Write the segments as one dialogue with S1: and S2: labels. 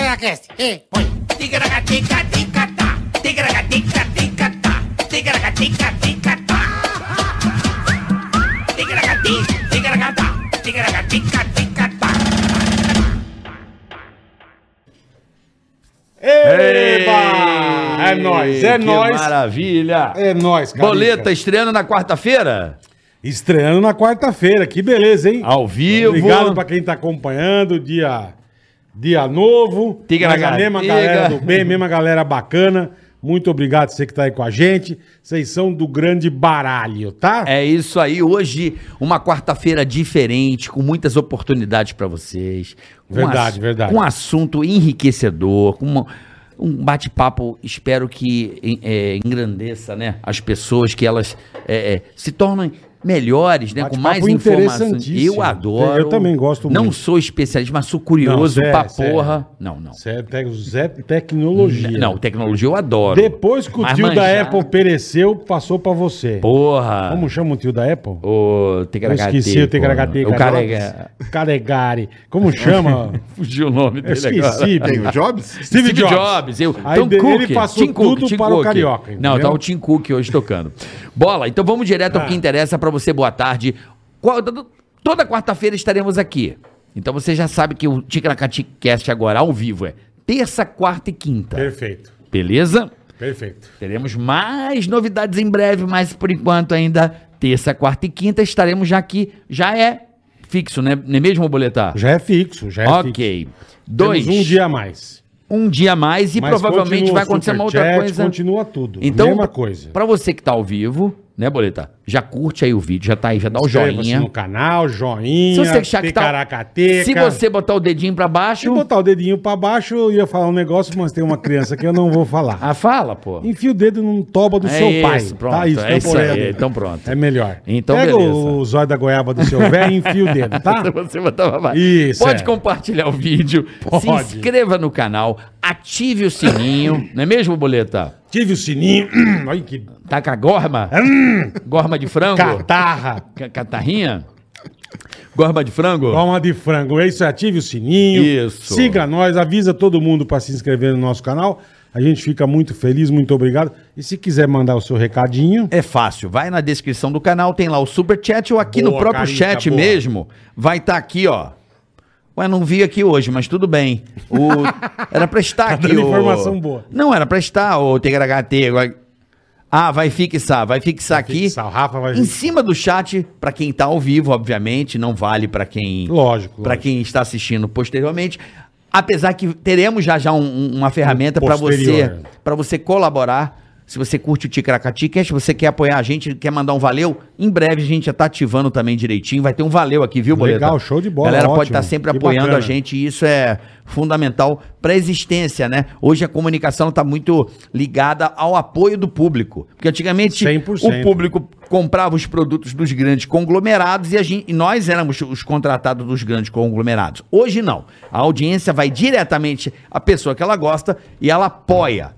S1: Ticaracast, e põe. Ticaracatica, ticatá. Ticaracatica, ticatá. Ticaracatica, ticatá. Ticaracati, ticaracatá. Ticaracatica, ticatá.
S2: Eba! É nóis, é
S3: que
S2: nóis.
S3: Maravilha!
S2: É nóis, cara.
S3: Boleta estreando na quarta-feira?
S2: Estreando na quarta-feira, que beleza, hein?
S3: Ao vivo.
S2: Obrigado pra quem tá acompanhando, dia, dia novo.
S3: Tiga na
S2: Mas a mesma
S3: gatiga.
S2: galera do bem, mesma galera bacana. Muito obrigado você que tá aí com a gente. Vocês são do grande baralho, tá?
S3: É isso aí. Hoje, uma quarta-feira diferente, com muitas oportunidades pra vocês. Com
S2: Verdade,
S3: ass-
S2: verdade.
S3: Com um assunto enriquecedor, com uma- um bate-papo, espero que em- é, engrandeça né? as pessoas, que elas é, é, se tornem melhores, né? com
S2: Bate-papo
S3: mais informações.
S2: interessantíssimo.
S3: Eu adoro.
S2: Eu também gosto
S3: Não
S2: muito.
S3: sou especialista, mas sou curioso
S2: Não, cê é,
S3: pra
S2: cê é.
S3: porra. Não, não.
S2: Você é te- Zé Tecnologia.
S3: Não, tecnologia eu adoro.
S2: Depois que o
S3: Mas
S2: tio da
S3: manjar-
S2: Apple pereceu, passou pra você.
S3: Porra.
S2: Como chama o tio da Apple?
S3: O
S2: Eu
S3: Tegragate.
S2: esqueci o Tegragate.
S3: O cara é...
S2: Caregari. Como chama?
S3: Fugiu o nome
S2: Eu
S3: dele agora.
S4: Tem
S2: esqueci, velho.
S4: o Jobs?
S2: Steve, Jobs.
S3: eu,
S2: Aí
S3: Tom
S2: dele
S3: Cook,
S2: ele passou
S3: Tim Cook,
S2: tudo
S3: Tim
S2: para o
S3: Cook.
S2: Carioca,
S3: Não, tá
S2: entendeu? Ah.
S3: o Tim Cook hoje tocando. Bola, então vamos direto ao que interessa pra você. Boa tarde. Qual- Toda quarta-feira estaremos aqui. Então você já sabe que o Ticracatic Cast agora ao vivo é terça, quarta e quinta.
S2: Perfeito,
S3: Beleza?
S2: perfeito.
S3: Teremos mais novidades em breve, mas por enquanto ainda terça, quarta e quinta estaremos já aqui. Já é fixo, né? Não é mesmo, Boletar?
S2: Já é fixo, já é fixo.
S3: ok. Dois.
S2: Temos um dia a mais.
S3: um dia a mais e
S2: Mas
S3: provavelmente
S2: continua
S3: vai
S2: o
S3: acontecer uma outra
S2: superchat,
S3: coisa.
S2: Continua tudo.
S3: Então,
S2: mesma coisa.
S3: Pra você que tá ao vivo, né, Boleta? Já curte aí o vídeo, já tá aí, já dá o
S2: Inscreva-se
S3: joinha.
S2: no canal, joinha.
S3: Se você achar que tá...
S2: ticaracateca.
S3: Se você botar o dedinho pra
S2: Se
S3: baixo...
S2: eu botar o dedinho pra baixo, eu ia falar um negócio, mas tem uma criança que eu não vou falar.
S3: Ah, fala, pô.
S2: Enfia o dedo num toba do
S3: É
S2: seu pai.
S3: isso, pronto,
S2: Tá isso,
S3: é isso
S2: temporada.
S3: aí, então pronto.
S2: É melhor.
S3: Então,
S2: Pega
S3: beleza.
S2: o zóio da goiaba do seu velho e enfia o dedo, tá?
S3: Se você botar pra baixo.
S2: Isso,
S3: Pode
S2: é.
S3: compartilhar o vídeo, se
S2: Pode.
S3: inscreva no canal, ative o sininho, não é mesmo, Boleta?
S2: Tive o sininho. Olha que
S3: Tá com a gorma?
S2: Hum.
S3: Gorma de frango?
S2: catarra.
S3: Ca- Catarrinha? Gorma de frango?
S2: Palma de frango, é isso. Ative o sininho.
S3: Isso.
S2: Siga nós, avisa todo mundo para se inscrever no nosso canal. A gente fica muito feliz, muito obrigado. E se quiser mandar o seu recadinho,
S3: É fácil, vai na descrição do canal, tem lá o super chat ou aqui no
S2: Boa,
S3: próprio
S2: Carica,
S3: chat
S2: boa.
S3: mesmo, vai estar aqui, ó. Ué, não vi aqui hoje, mas tudo bem. O... Era pra estar aqui.
S2: Tá dando
S3: o-
S2: informação boa.
S3: Não, era pra estar, o TGHT. agora- Ah, vai fixar, vai fixar aqui.
S2: fixar, o Rafa vai
S3: Em
S2: fixar.
S3: cima do chat, pra quem tá ao vivo, obviamente, não vale pra quem
S2: lógico.
S3: para
S2: lógico.
S3: quem está assistindo posteriormente. Apesar que teremos já já um- um- uma ferramenta para você
S2: Posterior.
S3: para você colaborar. Se você curte o Ticracati Cash, você quer apoiar a gente, quer mandar um valeu, em breve a gente já tá ativando também direitinho. Vai ter um valeu aqui, viu, Boleta?
S2: Legal, show de bola,
S3: galera pode
S2: ótimo.
S3: estar sempre
S2: Que
S3: apoiando
S2: bacana.
S3: a gente e isso é fundamental para a existência, né? Hoje a comunicação está muito ligada ao apoio do público. Porque antigamente
S2: 100%.
S3: o público comprava os produtos dos grandes conglomerados e, a gente, e nós éramos os contratados dos grandes conglomerados. Hoje não. A audiência vai diretamente à pessoa que ela gosta e ela apoia.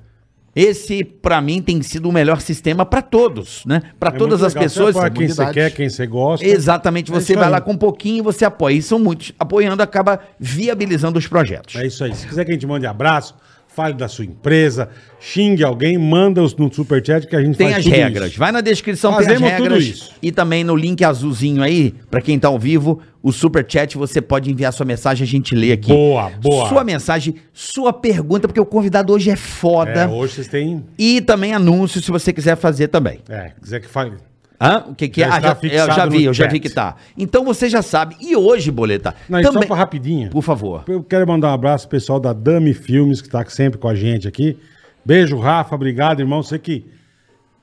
S3: Esse, pra mim, tem sido o melhor sistema pra todos, né? Pra
S2: É
S3: todas
S2: muito
S3: as
S2: legal.
S3: pessoas.
S2: Você apoia quem você
S4: comunidade.
S2: quer, quem você gosta.
S3: Exatamente,
S2: É
S3: você
S2: isso
S3: vai
S2: aí.
S3: lá com um pouquinho e você apoia. E são muitos. Apoiando acaba viabilizando os projetos.
S2: É isso aí. Se quiser que a gente mande abraço, fale da sua empresa, xingue alguém, manda os no superchat que a gente
S3: Tem
S2: faz
S3: as
S2: tudo
S3: regras.
S2: isso.
S3: Vai na descrição, tem
S2: Fazemos
S3: as
S2: tudo
S3: regras.
S2: isso.
S3: E também no link azulzinho aí, pra quem tá ao vivo, o super chat, você pode enviar sua mensagem, a gente lê aqui.
S2: Boa, boa.
S3: Sua mensagem, sua pergunta, porque o convidado hoje é foda.
S2: É, hoje vocês têm.
S3: E também anúncio, se você quiser fazer também.
S2: É, quiser que fale.
S3: Hã? O que, que é?
S2: Já
S3: Ah,
S2: está
S3: já,
S2: fixado
S3: eu já vi,
S2: no
S3: eu já
S2: chat.
S3: vi que tá. Então você já sabe. E hoje, Boleta,
S2: Não, e só
S3: também...
S2: pra rapidinho.
S3: Por favor.
S2: Eu quero mandar um abraço pro pessoal da Dami Filmes, que tá sempre com a gente aqui. Beijo, Rafa. Obrigado, irmão. Você que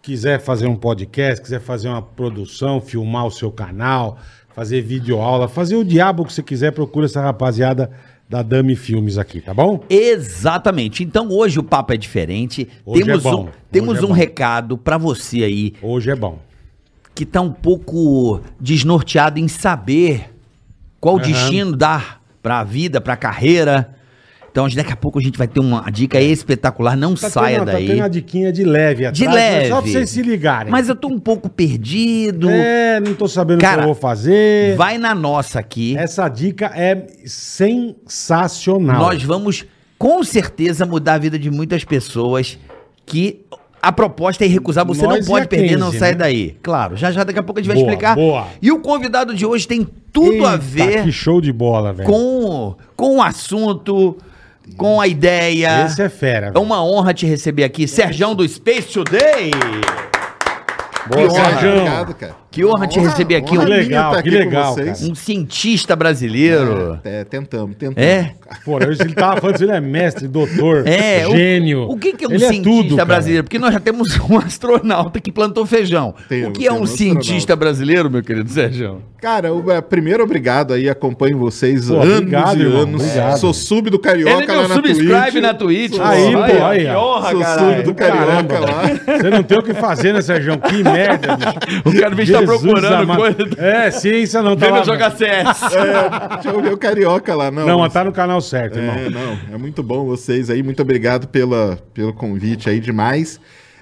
S2: quiser fazer um podcast, quiser fazer uma produção, filmar o seu canal, fazer videoaula, fazer o diabo que você quiser, procura essa rapaziada da Dami Filmes aqui, tá bom?
S3: Exatamente. Então hoje o papo é diferente.
S2: Hoje é
S3: temos
S2: bom.
S3: um,
S2: Hoje
S3: temos
S2: é
S3: um
S2: bom.
S3: recado pra você aí
S2: Hoje é bom.
S3: que tá um pouco desnorteado em saber qual o
S2: Aham.
S3: destino dar pra vida, pra carreira. Então daqui a pouco a gente vai ter uma dica espetacular. Não saia
S2: tendo,
S3: daí.
S2: Tá tendo uma né? diquinha de leve atrás,
S3: De
S2: mas
S3: leve.
S2: só pra vocês se ligarem.
S3: Mas eu tô um pouco perdido.
S2: É, não tô sabendo o
S3: Cara,
S2: que eu vou fazer.
S3: Vai na nossa aqui.
S2: Essa dica é sensacional.
S3: Nós vamos com certeza mudar a vida de muitas pessoas que a proposta é irrecusável, você
S2: Nós
S3: não
S2: e a
S3: pode perder, não
S2: 15,
S3: sai
S2: né?
S3: daí. Claro, já já daqui a pouco a gente vai
S2: Boa,
S3: explicar.
S2: boa.
S3: E o convidado de hoje tem tudo a
S2: Eita, Que
S3: ver
S2: show de bola, velho.
S3: com, com o assunto, com a ideia.
S2: Esse é fera.
S3: É
S2: velho.
S3: uma honra te receber aqui, Serjão do Space Today.
S2: Boa,
S3: honra.
S2: Sérgio.
S5: cara.
S3: Que honra te receber aqui.
S5: honra
S2: Que
S5: minha
S2: legal,
S5: tá aqui
S2: que
S5: com
S2: legal,
S5: vocês.
S2: cara.
S3: Um cientista brasileiro.
S5: É, tentamos, tentamos.
S3: É?
S2: Pô, eu- ele tava falando assim, ele é mestre, doutor,
S3: É, o-
S2: gênio.
S3: O, que, que é um
S2: Ele
S3: cientista
S2: tudo, cara.
S3: brasileiro? Porque nós já temos um astronauta que plantou feijão.
S5: Tem,
S3: o que é
S5: tem
S3: um
S5: um
S3: cientista brasileiro, meu querido Sérgio?
S5: Cara, o- é, primeiro obrigado aí, acompanho vocês
S2: Pô,
S5: anos
S2: obrigado,
S5: e
S2: irmão,
S5: anos.
S2: obrigado.
S5: Sou sub do
S3: Ele
S5: Carioca
S3: deu
S5: lá na Twitch.
S3: subscribe na Twitch.
S2: Aí,
S3: pô.
S2: pô, aí,
S3: que
S2: ó.
S3: honra,
S5: Sou
S3: caralho.
S5: surdo do
S2: Caramba.
S5: Carioca lá.
S2: Você não tem o que fazer, né, Sérgio? Que merda, bicho.
S3: O cara bicho tá
S2: Jesus
S3: procurando
S2: amado.
S3: coisa.
S2: É, ciência não tá.
S3: Vendo
S2: lá-
S3: jogar CS.
S5: É. Deixa eu ver o Carioca lá. Não,
S2: Não, mas
S5: mas-
S2: tá no canal certo, irmão.
S5: É, não, é muito bom vocês aí. Muito obrigado pela, pelo convite aí demais.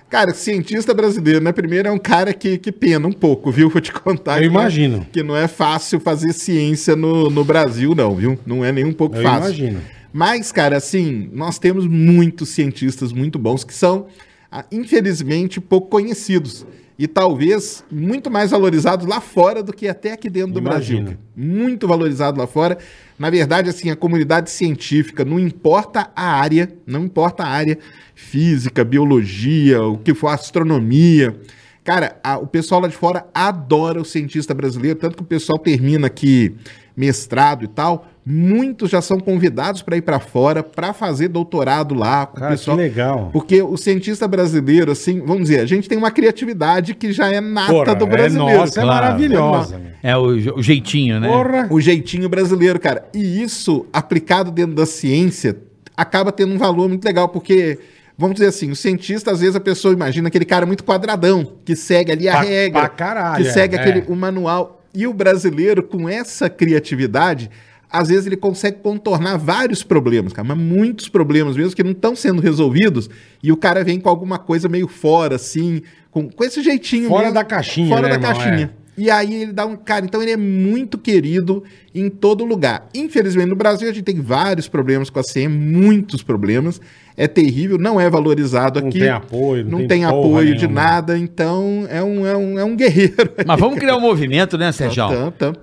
S5: Cara, cientista brasileiro, né? Primeiro é um cara que, que pena um pouco, viu? Vou te contar.
S2: Eu
S5: que não é-
S2: imagino.
S5: Que não é fácil fazer ciência no, no Brasil, não, viu? Não é nem um pouco
S2: Eu
S5: fácil.
S2: imagino.
S5: Mas, cara, assim, nós temos muitos cientistas muito bons que são, ah, infelizmente, pouco conhecidos. E talvez muito mais valorizados lá fora do que até aqui dentro do Brasil.
S2: Imagino.
S5: cara muito valorizado lá fora. Na verdade, assim, a comunidade científica, não importa a área, não importa a área, física, biologia, o que for, astronomia. Cara, a- o pessoal lá de fora adora o cientista brasileiro, tanto que o pessoal termina aqui mestrado e tal. Muitos já são convidados para ir para fora, para fazer doutorado lá. O
S2: Cara,
S5: pessoal-
S2: que legal.
S5: Porque o cientista brasileiro, assim, vamos dizer, a gente tem uma criatividade que já é nata
S2: Porra,
S5: do brasileiro.
S2: É Né? nossa, é
S3: claro.
S2: maravilhosa. meu.
S3: É o, je- o jeitinho, né?
S2: Porra.
S5: o jeitinho brasileiro, cara. E isso, aplicado dentro da ciência, acaba tendo um valor muito legal, porque, vamos dizer assim, o cientista, às vezes, a pessoa imagina aquele cara muito quadradão, que segue ali a
S2: Pra-
S5: regra,
S2: pra caralho,
S5: que
S2: é,
S5: segue
S2: é.
S5: aquele, o manual. E o brasileiro, com essa criatividade, às vezes ele consegue contornar vários problemas, cara, mas muitos problemas mesmo que não estão sendo resolvidos, e o cara vem com alguma coisa meio fora, assim, com, com esse jeitinho
S2: Fora da caixinha,
S5: Fora
S2: né,
S5: da
S2: irmão?
S5: caixinha. E aí ele dá um. Cara, então ele é muito querido em todo lugar. Infelizmente, no Brasil a gente tem vários problemas com a CM, muitos problemas. É terrível, não é valorizado
S2: Não
S5: aqui.
S2: tem apoio, não
S5: não,
S2: tem
S5: tem,
S2: porra
S5: apoio de
S2: nenhuma.
S5: nada. Então é um, é um, é um guerreiro.
S3: Mas vamos criar um movimento, né, Sérgio?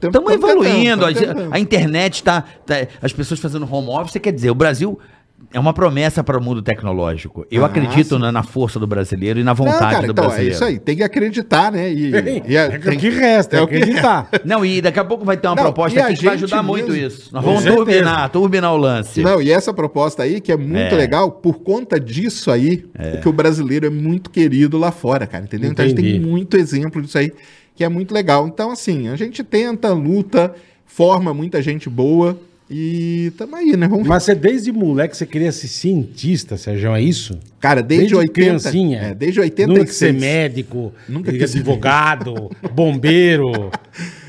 S3: Estamos evoluindo, a, a internet está. as pessoas fazendo home office, quer dizer, o Brasil é uma promessa para o mundo tecnológico. Eu
S5: Ah,
S3: acredito
S5: sim.
S3: na, na força do brasileiro e na
S5: Não,
S3: vontade
S5: cara,
S3: do
S5: então
S3: brasileiro.
S5: é isso aí. Tem que acreditar, né? E, e a-
S2: É o
S5: tem-
S2: que resta, é
S5: é
S2: o que acreditar.
S3: Não, e daqui a pouco vai ter uma
S5: Não,
S3: proposta
S5: e a
S3: aqui que vai
S5: gente
S3: ajudar muito
S5: mesmo.
S3: isso. Nós
S2: Com
S3: vamos
S2: certeza.
S3: turbinar, turbinar o lance.
S5: Não, e essa proposta aí, que é muito
S3: É.
S5: legal, por conta disso aí, porque o brasileiro é muito querido lá fora, cara, entendeu? Então a gente tem
S2: Entendi.
S5: muito exemplo disso aí, que é muito legal. Então, assim, a gente tenta, luta, forma muita gente boa e tamo aí, né? Vamos...
S2: Mas você, desde moleque, você queria ser cientista, Sérgio, é isso?
S5: Cara, desde,
S2: desde
S5: 80.
S2: criancinha.
S5: É, desde
S2: Nunca quis ser
S5: 86.
S2: médico,
S5: Nunca
S2: e
S5: quis ser
S2: advogado, bombeiro.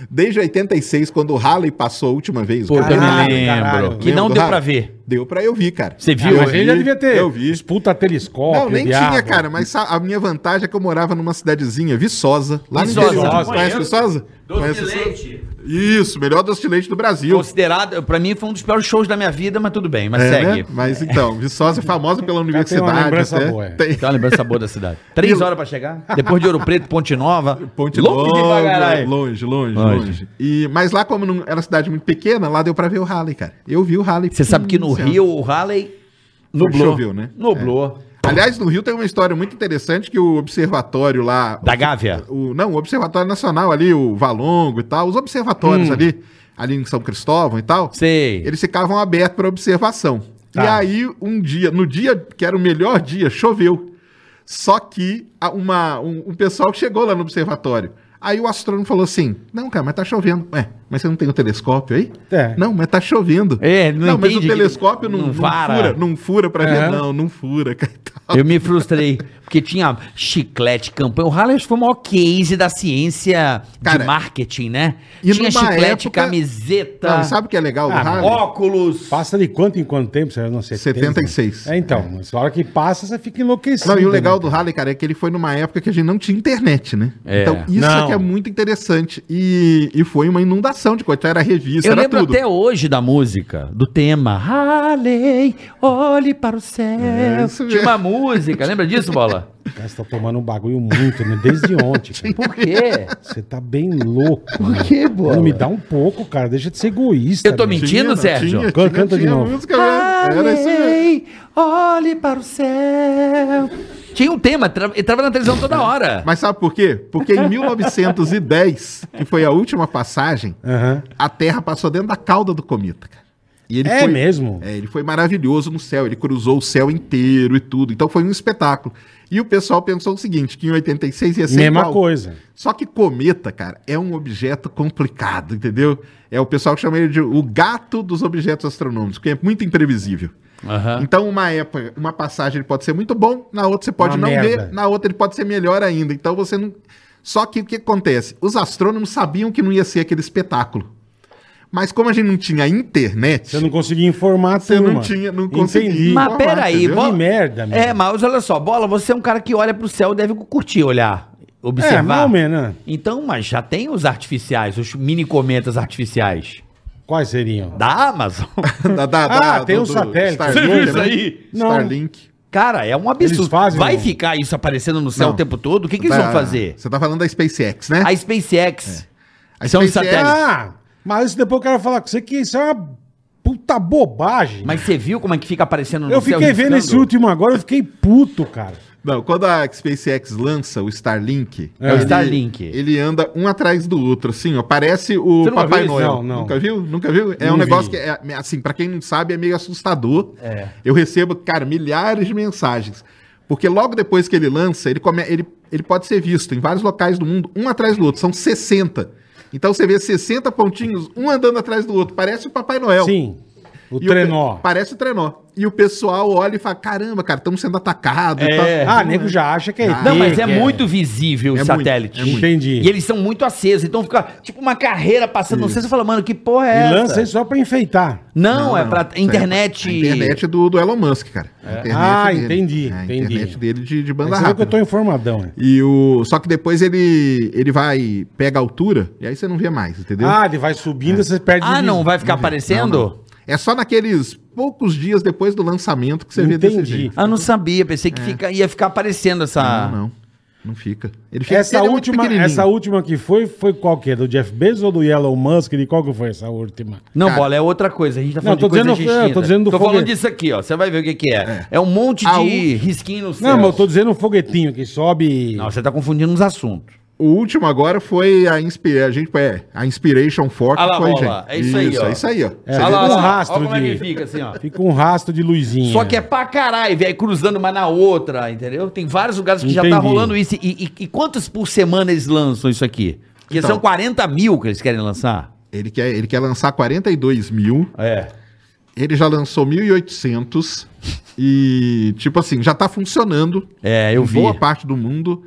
S5: Desde 86, quando o Halley passou a última vez.
S3: Pô,
S5: cara, Ah,
S3: eu me
S2: Caralho,
S3: lembro.
S2: caralho.
S3: que não
S5: Lembro,
S3: deu
S5: Rafa?
S3: pra ver.
S5: Deu pra eu vir, cara.
S3: Você
S2: Ah,
S3: viu?
S2: mas ele já devia ter
S5: Eu vi.
S2: uns puta telescópio.
S5: Não, nem
S2: diabo.
S5: tinha, cara, mas sa- a minha vantagem é que eu morava numa cidadezinha, Viçosa, lá
S3: Viçosa.
S5: no interior.
S2: Viçosa.
S5: Conhece Viçosa? Conhece Viçosa? Isso, melhor doce de leite do Brasil.
S3: Considerado, pra mim foi um dos piores shows da minha vida, mas tudo bem, mas
S5: É,
S3: segue.
S5: né? Mas então, Viçosa é famosa pela
S2: uma
S5: universidade.
S2: lembrança
S5: até.
S2: boa, é.
S5: Tem
S3: Tem uma lembrança boa da cidade. Três horas pra chegar. Depois de Ouro Preto, Ponte Nova.
S5: Ponte
S3: Longe
S5: Longe,
S3: pra caralho.
S5: longe, longe,
S3: Longe.
S5: longe, E, mas lá, como não era uma cidade muito pequena, lá deu pra ver o Halley, cara. Eu vi o Halley.
S3: Você sabe que no
S5: Hum, céu.
S3: Rio, o Halley nublou.
S5: choveu, né?
S3: Nublou.
S5: Aliás, no Rio tem uma história muito interessante que o observatório lá.
S3: Da Gávea.
S5: o, não, o Observatório Nacional ali, o Valongo e tal, os observatórios ali, ali em São Cristóvão e tal,
S3: Hum. Sei.
S5: eles ficavam abertos para observação. E
S2: Tá.
S5: aí, um dia, no dia que era o melhor dia, choveu. Só que a- uma, um, um pessoal que chegou lá no observatório. Aí o astrônomo falou assim: Não, cara, mas tá chovendo. Ué, mas você não tem o telescópio aí?
S2: É.
S5: Não, mas tá chovendo.
S3: É, não
S5: mas o
S3: entende que-
S5: telescópio não,
S3: não
S5: não
S3: vara.
S5: fura, não fura pra
S2: É.
S5: ver, não, não fura, cara. e tal.
S3: Eu me frustrei, porque tinha chiclete, campanha. O Halley acho que foi o maior case da ciência de
S5: Cara,
S3: marketing, né?
S5: e
S3: Tinha
S5: numa
S3: chiclete,
S5: época-
S3: camiseta,
S5: Não, e sabe o que é legal do
S2: Ah,
S5: Harley?
S3: óculos.
S2: Passa de quanto em quanto tempo, Sérgio? Não sei.
S5: 76.
S2: É, então, mas a hora que passa, você fica enlouquecido.
S5: Não, e o legal
S2: né?
S5: do Halley, cara, é que ele foi numa época que a gente não tinha internet, né?
S3: É.
S5: Então, isso
S2: Não.
S5: é que é muito interessante. E, e foi uma cotação de cotação, era revista,
S3: Eu
S5: era
S3: lembro
S5: tudo.
S3: até hoje da música, do tema Ralei, olhe para o céu.
S5: É, isso
S3: Tinha
S5: mesmo.
S3: uma música, lembra disso, Bola?
S2: O cara tá tomando um bagulho muito, né? Desde ontem. cara.
S3: Por quê?
S2: Você tá bem louco.
S3: Por quê, Bola?
S2: Não me dá um pouco, cara. Deixa de ser egoísta.
S3: Eu tô
S2: bicho.
S3: mentindo, Sérgio?
S2: Can- canta de novo.
S5: música mesmo, Era isso mesmo.
S3: Ralei, olhe para o céu. Tinha um tema, tra- ele tava na televisão toda hora.
S5: Mas sabe por quê? Porque em 1910, que foi a última passagem,
S2: Aham.
S5: a Terra passou dentro da cauda do cometa, cara. E ele
S2: É
S5: foi,
S2: mesmo?
S5: É, ele foi maravilhoso no céu, ele cruzou o céu inteiro e tudo. Então foi um espetáculo. E o pessoal pensou o seguinte, que em 86
S3: É
S5: ia ser
S2: Mesma
S5: igual.
S2: coisa.
S5: Só que cometa, cara, é um objeto complicado, entendeu? É o pessoal que chama ele de o gato dos objetos astronômicos, que é muito imprevisível.
S2: Ah.
S3: Aham.
S5: Então, uma época, uma passagem ele pode ser muito bom, na outra você pode
S2: Uma
S5: não
S2: merda.
S5: ver, na outra ele pode ser melhor ainda. Então você não. Só que o que acontece? Os astrônomos sabiam que não ia ser aquele espetáculo. Mas como a gente não tinha internet,
S2: Você não conseguia informar a
S5: Você não
S2: turma.
S5: tinha- não
S2: Entendi.
S5: conseguia.
S2: Mas
S5: Informar,
S3: Mas peraí,
S5: entendeu?
S3: Bola.
S2: Que merda, meu.
S3: É, mas olha só, Bola, você é um cara que olha pro céu, deve curtir olhar,
S2: É, mais
S3: observar.
S2: ou menos. né?
S3: Então, mas já tem os artificiais, os mini cometas artificiais
S2: Quais seriam?
S3: da Amazon.
S5: da, da,
S2: Ah, tem um satélite. Você viu
S5: Starlink,
S2: isso
S5: né?
S2: aí? Não.
S5: Starlink.
S3: Cara, é um absurdo.
S2: Eles fazem,
S3: Vai
S2: não?
S3: ficar isso aparecendo no céu
S5: Não.
S3: o tempo todo? O que, que eles vão
S5: Da-
S3: fazer? Ah,
S5: Você tá falando da SpaceX, né?
S3: A SpaceX.
S5: A
S3: são os
S5: SpaceX
S3: satélites.
S2: Ah, mas isso depois eu quero falar com você que isso é uma puta bobagem.
S3: Mas você viu como é que fica aparecendo no
S2: eu
S3: céu?
S2: fiquei vendo esse
S3: riscando?
S2: último agora, eu fiquei puto, cara.
S5: Não, quando a SpaceX lança o Starlink,
S2: É. O
S3: Starlink.
S5: ele anda um atrás do outro, assim, ó. Parece o
S3: Você nunca
S5: Papai
S3: viu isso?
S5: Noel.
S2: Não, não.
S5: Nunca viu? Nunca viu? É
S2: Não
S5: um
S2: vi.
S5: negócio que, é, assim, pra quem não sabe, é meio assustador. Eu recebo, cara, milhares de mensagens. Porque logo depois que ele lança, ele, come, ele, ele pode ser visto em vários locais do mundo, um atrás do outro. São 60. Então você vê 60 pontinhos, um andando atrás do outro. Parece o Papai
S3: É
S5: Noel.
S2: Sim, o
S5: E
S2: trenó.
S5: pe- parece o trenó. E o pessoal olha e fala: caramba, cara, estamos sendo atacados. e
S3: É.
S5: tal.
S2: Ah, nego já acha que é
S5: Ah,
S2: ET,
S3: Não, mas é
S2: que
S3: muito visível
S5: É
S3: os
S5: muito,
S3: satélites.
S5: é muito.
S2: Entendi.
S3: E eles são muito acesos, então fica tipo uma carreira passando no céu. Você fala, mano, que porra é
S2: E
S3: essa?
S2: lança isso só pra enfeitar.
S3: Não, é pra
S5: Isso aí
S3: internet.
S5: pra- a internet do, do Elon Musk, cara. A internet
S2: Ah,
S5: dele.
S2: entendi,
S5: É, A
S2: entendi.
S5: internet dele de, de banda
S2: Mas você vê que eu
S5: rápida.
S2: tô informadão, né?
S5: E o... Só que depois ele, ele vai, pega a altura, e aí você não vê mais, entendeu?
S2: Ah, ele vai subindo, você perde
S3: Ah,
S2: de
S3: não,
S2: vista.
S3: vai ficar aparecendo?
S5: É só naqueles poucos dias depois do lançamento que você vê
S2: Entendi. Ah.
S5: desse jeito.
S3: Ah, não sabia. Pensei que fica- ia ficar aparecendo essa.
S5: Não, não. Não fica. Ele fica
S2: Essa
S5: ele é muito
S2: última,
S5: pequenininho.
S2: essa última que foi, foi qual que é? Do Jeff Bezos ou do Elon Musk? De qual que foi essa última?
S3: Não,
S5: Cara.
S3: bola, é outra coisa. A gente tá
S2: Não,
S3: falando
S2: tô
S3: de coisas
S2: dizendo- eu tô
S3: distintas.
S2: dizendo do
S3: falando
S2: foguete.
S3: disso aqui, ó. Você vai ver o que, que é. é. um monte
S5: A
S3: de
S5: u-
S3: risquinho no céu.
S2: Não, mas eu tô dizendo um foguetinho que sobe.
S3: Não, você tá confundindo os assuntos.
S5: O último agora foi a Inspira... a gente é, a Inspiration 4
S3: Ah lá,
S5: foi,
S3: ó lá. É isso aí, ó.
S5: É isso aí, ó.
S2: É,
S5: Você
S2: Ah
S5: vê
S2: lá,
S5: desse-
S2: um rastro
S3: olha como é
S2: de-
S3: que fica, assim, ó.
S2: Fica um rastro de luzinha.
S3: Só que é pra caralho, velho, cruzando uma na outra, entendeu? Tem vários lugares que já tá
S2: Entendi.
S3: rolando isso. E, e- e quantos por semana eles lançam isso aqui? Porque
S5: Então.
S3: são 40 mil que eles querem lançar.
S5: Ele quer, ele quer lançar 42 mil.
S3: É.
S5: Ele já lançou 1.800. e, tipo assim, já tá funcionando.
S3: É, eu
S5: em
S3: vi.
S5: Boa parte do mundo.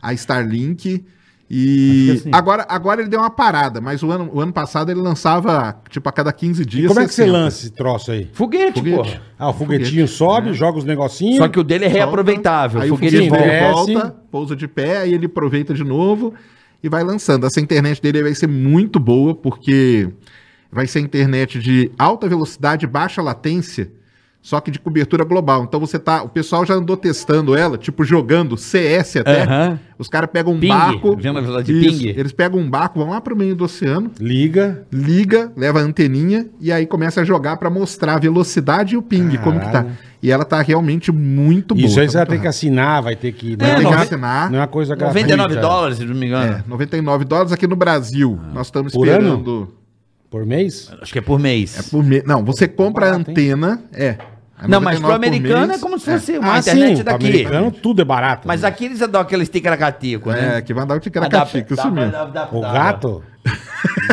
S5: A Starlink. E
S3: Acho que assim.
S5: agora, agora ele deu uma parada, mas o ano, o ano passado ele lançava, tipo, a cada 15 dias.
S2: Como é que você
S5: 60.
S2: lança esse troço aí?
S3: Foguete,
S5: Foguete.
S3: porra.
S2: Ah, o foguetinho sobe, joga os negocinhos.
S3: né? Só que o dele é reaproveitável.
S5: Aí o
S3: foguete
S5: foguete
S3: volta.
S2: volta.
S5: volta, pousa de pé, aí ele aproveita de novo e vai lançando. Essa internet dele vai ser muito boa, porque vai ser internet de alta velocidade, baixa latência, só que de cobertura global. Então você tá. O pessoal já andou testando ela, tipo jogando CS até.
S3: Aham.
S5: Os caras pegam um
S3: Ping,
S5: barco.
S3: vendo a velocidade de
S5: Isso,
S3: ping.
S5: Eles pegam um barco, vão lá pro meio do oceano,
S2: Liga.
S5: liga, leva a anteninha e aí começa a jogar pra mostrar a velocidade e o ping, como que tá.
S2: Caralho.
S5: E ela tá realmente muito boa.
S2: Isso aí
S5: tá
S2: você vai
S5: muito
S2: ter que assinar, vai ter que.
S5: vai
S2: não,
S5: ter que
S2: não,
S5: assinar.
S2: não é uma coisa
S3: 99
S2: gratuita.
S3: tá dólares, se não Ah. me engano.
S5: É, 99 dólares aqui no Brasil. Nós estamos
S2: Por
S5: esperando.
S2: Por mês?
S3: Acho que é por mês.
S5: É por me- Não, você compra
S2: barato,
S5: a
S2: hein?
S5: antena. É. É
S3: Não, mas pro
S5: 99 por
S3: americano
S5: mês,
S3: é como se fosse uma
S2: Ah,
S3: internet
S2: sim, pro
S3: daqui.
S2: americano tudo é barato.
S3: Mas
S2: né?
S3: aqui eles já dão aquele esticaracateco,
S5: É,
S3: né?
S5: é que vai dar o ticaracatica, isso mesmo.
S2: O gato?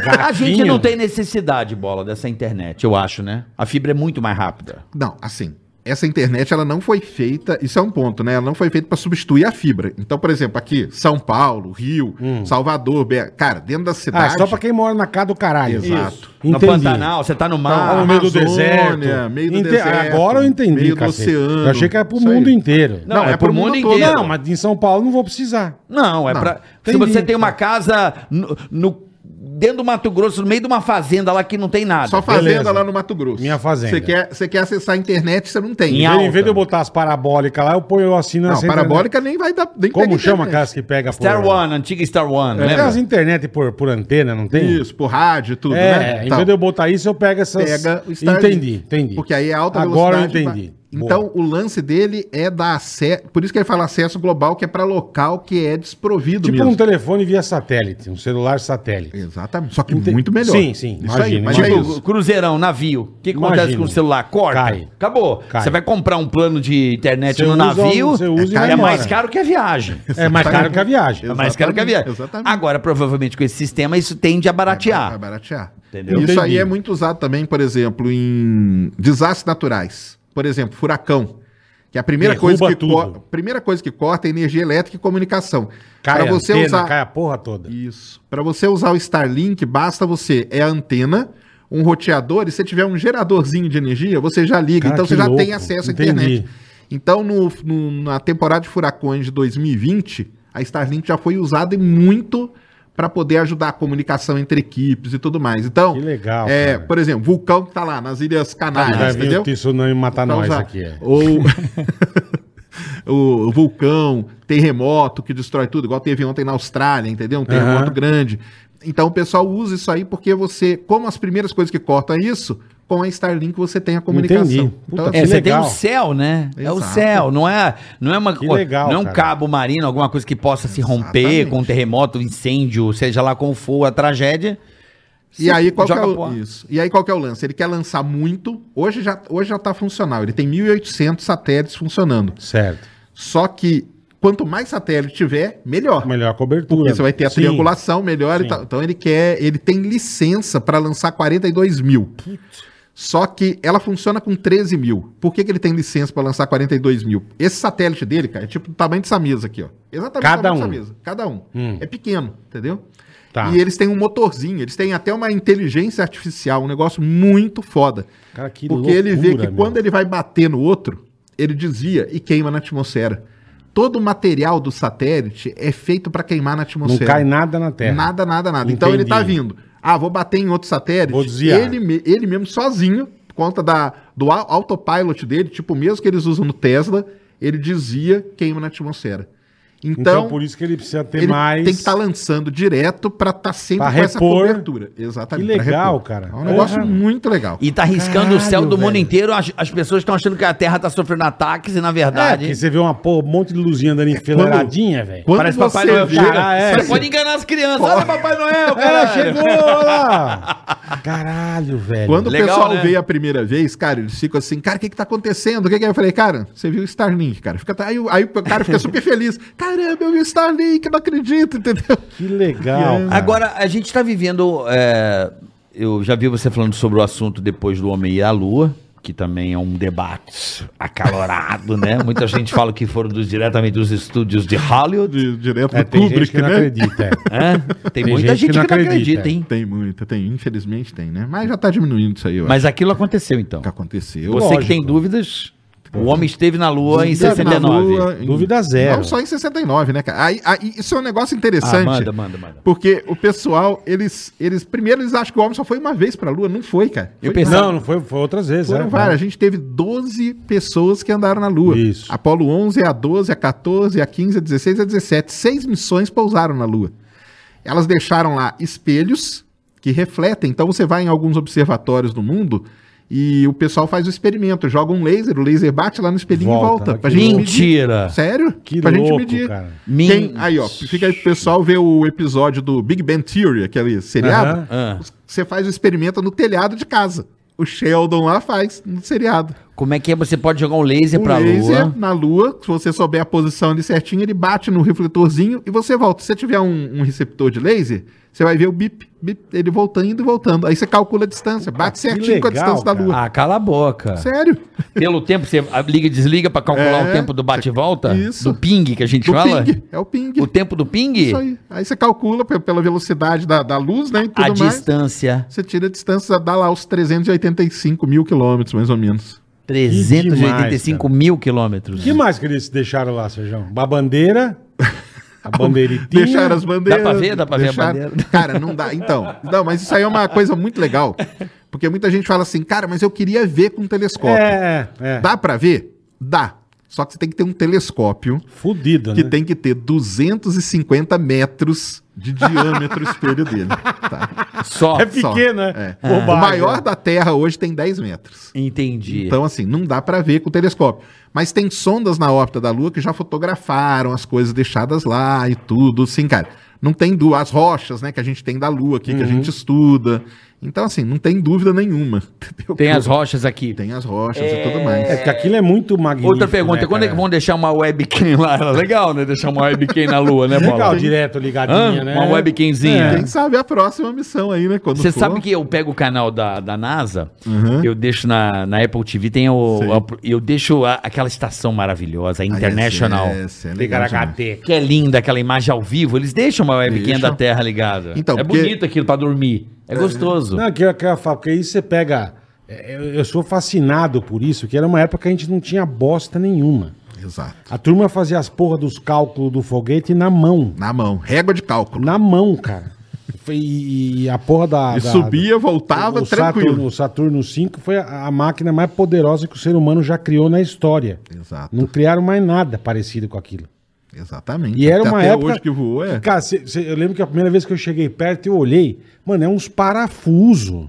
S3: A gente
S2: gatinho?
S3: não tem necessidade, bola, dessa internet, eu acho, né? A fibra é muito mais rápida.
S5: Não, assim, essa internet ela não foi feita, isso é um ponto, né? Ela não foi feita para substituir a fibra. Então, por exemplo, aqui, São Paulo, Rio, Salvador, BH, cara, dentro da
S2: Hum. Ah, é
S5: cidade.
S2: só pra quem mora na casa do caralho.
S5: Exato.
S3: No
S2: Entendi.
S3: Pantanal, você tá no
S5: Ah,
S2: Ah,
S3: mar.
S2: no meio do
S5: Amazônia,
S2: deserto.
S5: meio do
S2: Ente-
S5: deserto,
S2: Agora eu entendi,
S5: meio do
S2: cacete.
S5: oceano.
S2: Eu achei que era pro
S5: Isso
S2: mundo
S5: aí.
S2: inteiro.
S5: Não, é, pro mundo
S3: inteiro.
S5: todo.
S2: Não, mas em São Paulo não vou precisar.
S3: Não, é
S5: Não,
S3: pra. Se
S2: entendi.
S3: você tem uma casa no, no- dentro do Mato Grosso, no meio de uma fazenda lá que não tem nada.
S5: Só fazenda
S2: Beleza.
S5: lá no Mato Grosso.
S2: Minha fazenda.
S5: Você quer, você quer acessar a internet, você não tem.
S3: Em
S2: Em vez- em
S3: alta.
S2: vez de eu botar as parabólicas lá, eu ponho eu assino
S5: Não,
S2: essa
S5: parabólica nem vai dar. Nem
S2: internet. Como
S5: pega
S2: chama
S5: internet. né,
S2: aquelas que pega
S3: Star One, antiga Star One,
S2: É,
S3: lembra?
S2: aquelas internet por, por antena, não tem?
S5: Isso, por rádio, tudo,
S2: É,
S5: né?
S2: em
S5: Tal.
S2: vez de eu botar isso, eu pego essas...
S5: Pega o Starlink.
S2: Entendi, entendi.
S5: Porque aí é alta
S2: Agora eu
S5: velocidade,
S2: entendi.
S5: vai- Então,
S2: Boa.
S5: o lance dele é dar acesso. Por isso que ele fala acesso global, que é para local que é desprovido
S2: Tipo
S5: mesmo.
S2: um telefone via satélite, um celular satélite.
S5: Exatamente. Só que
S2: Ente-
S5: muito melhor.
S2: Sim, sim,
S5: Isso
S2: imagino,
S5: aí, mas
S2: imagino.
S5: é
S3: Tipo,
S5: isso.
S3: cruzeirão, navio. O que, que
S2: Imagina.
S3: acontece com o celular? Corta.
S2: Cai.
S3: Acabou.
S2: Cai.
S3: Você vai comprar um plano de internet
S2: Você
S3: no
S2: usa, um
S3: navio,
S2: você usa e
S3: é,
S2: vai
S3: é mais
S2: embora.
S3: caro que a viagem.
S2: É mais caro que a viagem.
S3: É mais caro que a viagem.
S5: Exatamente.
S3: Agora, provavelmente, com esse sistema, isso tende a
S5: Vai
S3: baratear.
S5: baratear.
S3: Entendeu?
S5: Isso aí
S2: Entendi.
S5: é muito usado também, por exemplo, em desastres naturais. Por exemplo, furacão. Que é a primeira
S2: Derruba
S5: coisa que,
S2: tudo.
S5: co- primeira coisa que corta é energia elétrica e comunicação.
S2: Cai
S5: Para você
S2: a antena,
S5: usar
S2: cai a porra toda.
S5: Isso. Para você usar o Starlink, basta você é a antena, um roteador e se tiver um geradorzinho de energia, você já liga,
S2: Cara,
S5: então
S2: que
S5: você já
S2: louco.
S5: tem acesso à internet.
S2: Entendi.
S5: Então, no- no- na temporada de furacões de 2020, a Starlink já foi usada e muito para poder ajudar a comunicação entre equipes e tudo mais. Então,
S2: Que legal,
S5: é,
S2: cara.
S5: por exemplo, vulcão que tá lá nas Ilhas Canárias,
S2: Vai vir
S5: entendeu?
S2: o tsunami matar
S5: Pra
S2: nós
S5: usar.
S2: aqui. É.
S5: Ou o vulcão, terremoto que destrói tudo, igual teve ontem na Austrália, entendeu? Um terremoto
S2: Aham.
S5: grande. Então o pessoal usa isso aí porque você, como as primeiras coisas que cortam é isso, com a Starlink você tem a comunicação.
S2: Entendi.
S5: Então,
S2: Puta
S3: É,
S2: Que
S3: você
S2: legal.
S3: tem o céu, né? É o
S5: Exato.
S3: céu, não é, não é uma
S2: Que legal,
S3: não é um
S2: cara.
S3: cabo marino, alguma coisa que possa se romper
S5: Exatamente.
S3: com um terremoto, um incêndio, seja lá como for a tragédia.
S5: E aí, qual que é
S3: Joga
S5: o,
S3: pro-
S5: isso. E aí qual que é o lance? Ele quer lançar muito, hoje já, hoje já tá funcional, ele tem 1.800 satélites funcionando.
S2: Certo.
S5: Só que quanto mais satélite tiver, melhor.
S2: Melhor cobertura.
S5: Porque você vai ter a
S2: Sim.
S5: triangulação melhor e
S2: Sim.
S5: tal. Então ele quer, ele tem licença para lançar 42 mil. Só que ela funciona com 13 mil. Por que, que ele tem licença para lançar 42 mil? Esse satélite dele, cara, é tipo do tamanho dessa mesa aqui, ó. Exatamente
S2: Cada
S5: o tamanho
S2: um.
S5: dessa mesa. Cada um.
S2: Hum.
S5: É pequeno, entendeu?
S2: Tá.
S5: E eles têm um motorzinho, eles têm até uma inteligência artificial, um negócio muito foda.
S2: Cara, que
S5: Porque ele vê
S2: loucura,
S5: que
S2: meu.
S5: quando ele vai bater no outro, ele desvia e queima na atmosfera. Todo o material do satélite é feito para queimar na
S2: Não
S5: atmosfera.
S2: cai nada na terra.
S5: Nada, nada, nada. Então
S2: Entendi.
S5: ele tá vindo. Ah, vou bater em outro satélite.
S2: Vou desviar.
S5: Ele, me- ele mesmo sozinho, por conta da, do au- autopilot dele, tipo o mesmo que eles usam no Tesla, ele desvia, queima na atmosfera.
S2: Então,
S5: Então,
S2: por isso que ele precisa ter
S5: ele
S2: mais.
S5: tem que tá estar lançando direto para estar sempre
S2: Pra
S5: com essa
S2: repor.
S5: cobertura. Exatamente.
S2: Que
S5: pra
S2: legal,
S5: repor.
S2: cara.
S5: É um negócio
S2: Porra.
S5: muito legal.
S3: E tá riscando o céu
S2: Caralho,
S3: do mundo
S2: velho.
S3: inteiro. As, as pessoas estão achando que a Terra tá sofrendo ataques e, na
S2: É,
S3: verdade.
S2: porque você vê uma porra, um monte de luzinha dando enfileiradinha, velho.
S5: Quando
S3: Parece
S5: você
S3: Papai Noel.
S5: vê-
S2: Cara, é.
S3: Você pode enganar as crianças. Olha, Papai Noel,
S2: É,
S3: cara.
S2: chegou, olha lá. Caralho, velho.
S5: Quando
S3: Legal,
S5: o pessoal
S3: né?
S5: veio a primeira vez, cara, eles ficam assim, cara, o que que tá acontecendo? O que que é? Eu falei, cara, você viu o Starlink, cara. Fica, aí, o- aí o cara fica super feliz. Caramba, eu vi o Starlink, eu não acredito, entendeu?
S2: Que legal. cara.
S3: Agora, a gente tá vivendo. é, eu já vi você falando sobre o assunto depois do Homem e a Lua, que também é um debate acalorado, né? Muita gente fala que foram dos- diretamente dos estúdios de Hollywood.
S5: De- direto
S2: É,
S5: do
S2: tem gente
S5: Kubrick,
S2: que não
S5: né?
S2: acredita. é.
S3: né? Tem, muita gente que não acredita, hein?
S5: Tem muita, tem. Infelizmente tem, né? Mas já tá diminuindo isso aí, eu acho.
S3: é. Mas aquilo aconteceu, então.
S5: que aconteceu.
S3: Você que tem dúvidas, o homem esteve na Lua em
S5: Dúvida na
S3: 69.
S5: Lua, em-
S2: Dúvida zero.
S5: Não só em 69, né, cara? Aí, aí, isso é um negócio interessante.
S3: Ah, manda, manda, manda.
S5: Porque o pessoal, eles, eles. Primeiro, eles acham que o homem só foi uma vez pra lua. Não foi, cara.
S3: Eu
S5: Foi
S3: pensava-
S2: Não, não foi, foi outras vezes.
S5: Foram
S2: é,
S5: várias. A gente teve 12 pessoas que andaram na Lua.
S2: Isso.
S5: Apolo 11, a 12, a 14, a 15, a 16, a 17. Seis missões pousaram na Lua. Elas deixaram lá espelhos que refletem. Então você vai em alguns observatórios do mundo e o pessoal faz o experimento. Joga um laser, o laser bate lá no espelhinho
S2: Volta,
S5: e volta.
S2: né?
S5: Pra
S2: Que
S5: gente medir.
S3: Mentira!
S5: Sério?
S2: Que
S5: pra
S2: louco,
S5: gente medir.
S2: cara.
S5: Quem-
S3: Min-
S5: aí, ó, fica aí pro pessoal ver o episódio do Big Bang Theory, aquele seriado.
S3: Ah,
S2: Aham.
S5: Você faz o experimento no telhado de casa. O Sheldon lá faz no seriado.
S3: como é que é? Você pode jogar um laser
S5: Um
S3: pra
S5: laser
S3: Lua?
S5: na lua, se você souber a posição ali certinho, ele bate no refletorzinho e você volta. Se você tiver um, um receptor de laser, você vai ver o bip, bip, ele voltando e voltando. Aí você calcula a distância, bate
S2: que
S5: certinho com
S2: legal,
S5: a distância da
S2: cara.
S5: lua.
S3: Ah, cala a boca.
S5: Sério?
S3: Pelo tempo, você liga e desliga pra calcular
S5: É,
S3: o tempo do bate e volta? Do
S5: isso.
S3: ping que a gente
S5: Do
S3: fala?
S5: ping, é o ping.
S3: O tempo do ping?
S5: Isso aí. Aí você calcula pe- pela velocidade da, da luz, né, e tudo
S3: a
S5: mais.
S3: distância.
S5: Você tira a distância, dá lá os 385 mil quilômetros, mais ou menos.
S3: 385
S2: demais,
S3: mil quilômetros.
S2: O que mais que eles deixaram lá, Sérgio? Uma bandeira. A bandeirinha.
S5: Deixaram as bandeiras.
S3: Dá pra ver? Dá pra ver a
S5: deixaram-
S3: bandeira?
S5: Cara, não dá. Então, não, mas isso aí é uma coisa muito legal. Porque muita gente fala assim, cara, mas eu queria ver com telescópio.
S2: É, é.
S5: Dá pra ver? Dá. Só que você tem que ter um telescópio
S2: Fudido,
S5: que
S2: né?
S5: tem que ter 250 metros de diâmetro o espelho dele. tá?
S3: Só.
S2: É pequeno,
S5: só.
S2: né?
S5: É.
S2: Bobagem.
S5: O maior da Terra hoje tem 10 metros.
S3: Entendi.
S5: Então, assim, não dá pra ver com o telescópio. Mas tem sondas na órbita da Lua que já fotografaram as coisas deixadas lá e tudo. Assim, cara, não tem dúvida. As rochas, né, que a gente tem da Lua aqui,
S3: Uhum.
S5: que a gente estuda. Então, assim, não tem dúvida nenhuma. entendeu?
S3: Tem as rochas aqui.
S5: Tem as rochas e tudo mais.
S2: É que aquilo é muito magnífico.
S3: Outra pergunta,
S2: né,
S3: quando é que
S2: cara?
S3: vão deixar uma webcam lá? Era legal, né? Deixar uma webcam na lua, né, Bola?
S2: Legal, direto, ligadinha,
S3: Hã?
S2: né?
S3: Uma webcamzinha.
S5: Quem sabe a próxima missão aí, né? Quando
S3: Você
S5: for.
S3: sabe que eu pego o canal da, da NASA,
S5: Uhum.
S3: eu deixo na, na Apple TV, tem
S5: Sei.
S3: o, a- eu deixo a- aquela estação maravilhosa, a
S5: A
S3: International,
S5: ISS, é legal demais.
S2: Ticaracateca.
S3: que é linda, aquela imagem ao vivo, eles deixam uma webcam
S5: Deixam.
S3: da Terra ligada.
S5: Então,
S3: é
S5: porque-
S3: bonito aquilo pra dormir, é gostoso.
S2: Não, que, eu- que eu falo, porque aí você pega. é, Eu, eu sou fascinado por isso, que era uma época que a gente não tinha bosta nenhuma.
S5: Exato.
S2: A turma fazia as porra dos cálculos do foguete na mão.
S5: Na mão. Régua de cálculo.
S2: Na mão, cara. Foi- E, e a porra da.
S5: E
S2: da-
S5: subia, voltava,
S2: o Saturno,
S5: tranquilo.
S2: o Saturno 5 foi a, a máquina mais poderosa que o ser humano já criou na história.
S5: Exato.
S2: Não criaram mais nada parecido com aquilo.
S5: Exatamente.
S2: E era
S5: Até-
S2: uma
S5: Tá até
S2: época.
S5: hoje que voou, é.
S2: Cara, cê- cê- eu lembro que a primeira vez que eu cheguei perto, eu olhei. Mano, é uns parafuso.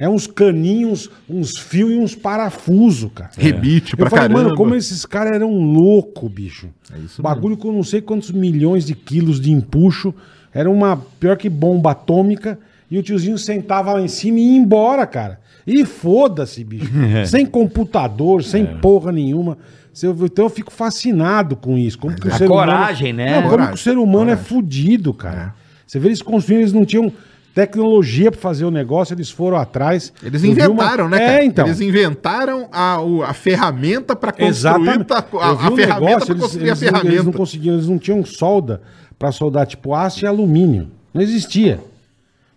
S5: É.
S2: É uns caninhos, uns fios e uns parafusos, cara.
S5: É. Rebite
S2: Eu
S5: pra
S2: falei,
S5: caramba.
S2: mano, como esses caras eram loucos, bicho.
S5: É isso
S2: Bagulho com não sei quantos milhões de quilos de empuxo. Era uma pior que bomba atômica. E o tiozinho sentava lá em cima e ia embora, cara. E foda-se, bicho.
S5: É.
S2: sem computador, sem porra nenhuma. Se eu- Então eu fico fascinado com isso. Como que o
S3: A
S2: ser humano- é-
S3: coragem, né?
S2: Não, como
S5: Coragem,
S2: que o ser humano é fudido, cara.
S5: É.
S2: Você vê eles construindo, eles não tinham tecnologia pra fazer o negócio, eles foram atrás.
S5: Eles
S2: Eu vi uma-
S5: inventaram, né,
S2: É, então.
S5: Eles inventaram a, o- a ferramenta pra construir
S2: Exatamente.
S5: a, tá a-
S2: Eu vi
S5: a
S2: um
S5: ferramenta
S2: negócio,
S5: pra
S2: eles,
S5: construir
S2: eles
S5: a
S2: não, eles
S5: ferramenta.
S2: não conseguiam, eles não tinham solda para soldar tipo aço e alumínio. Não existia.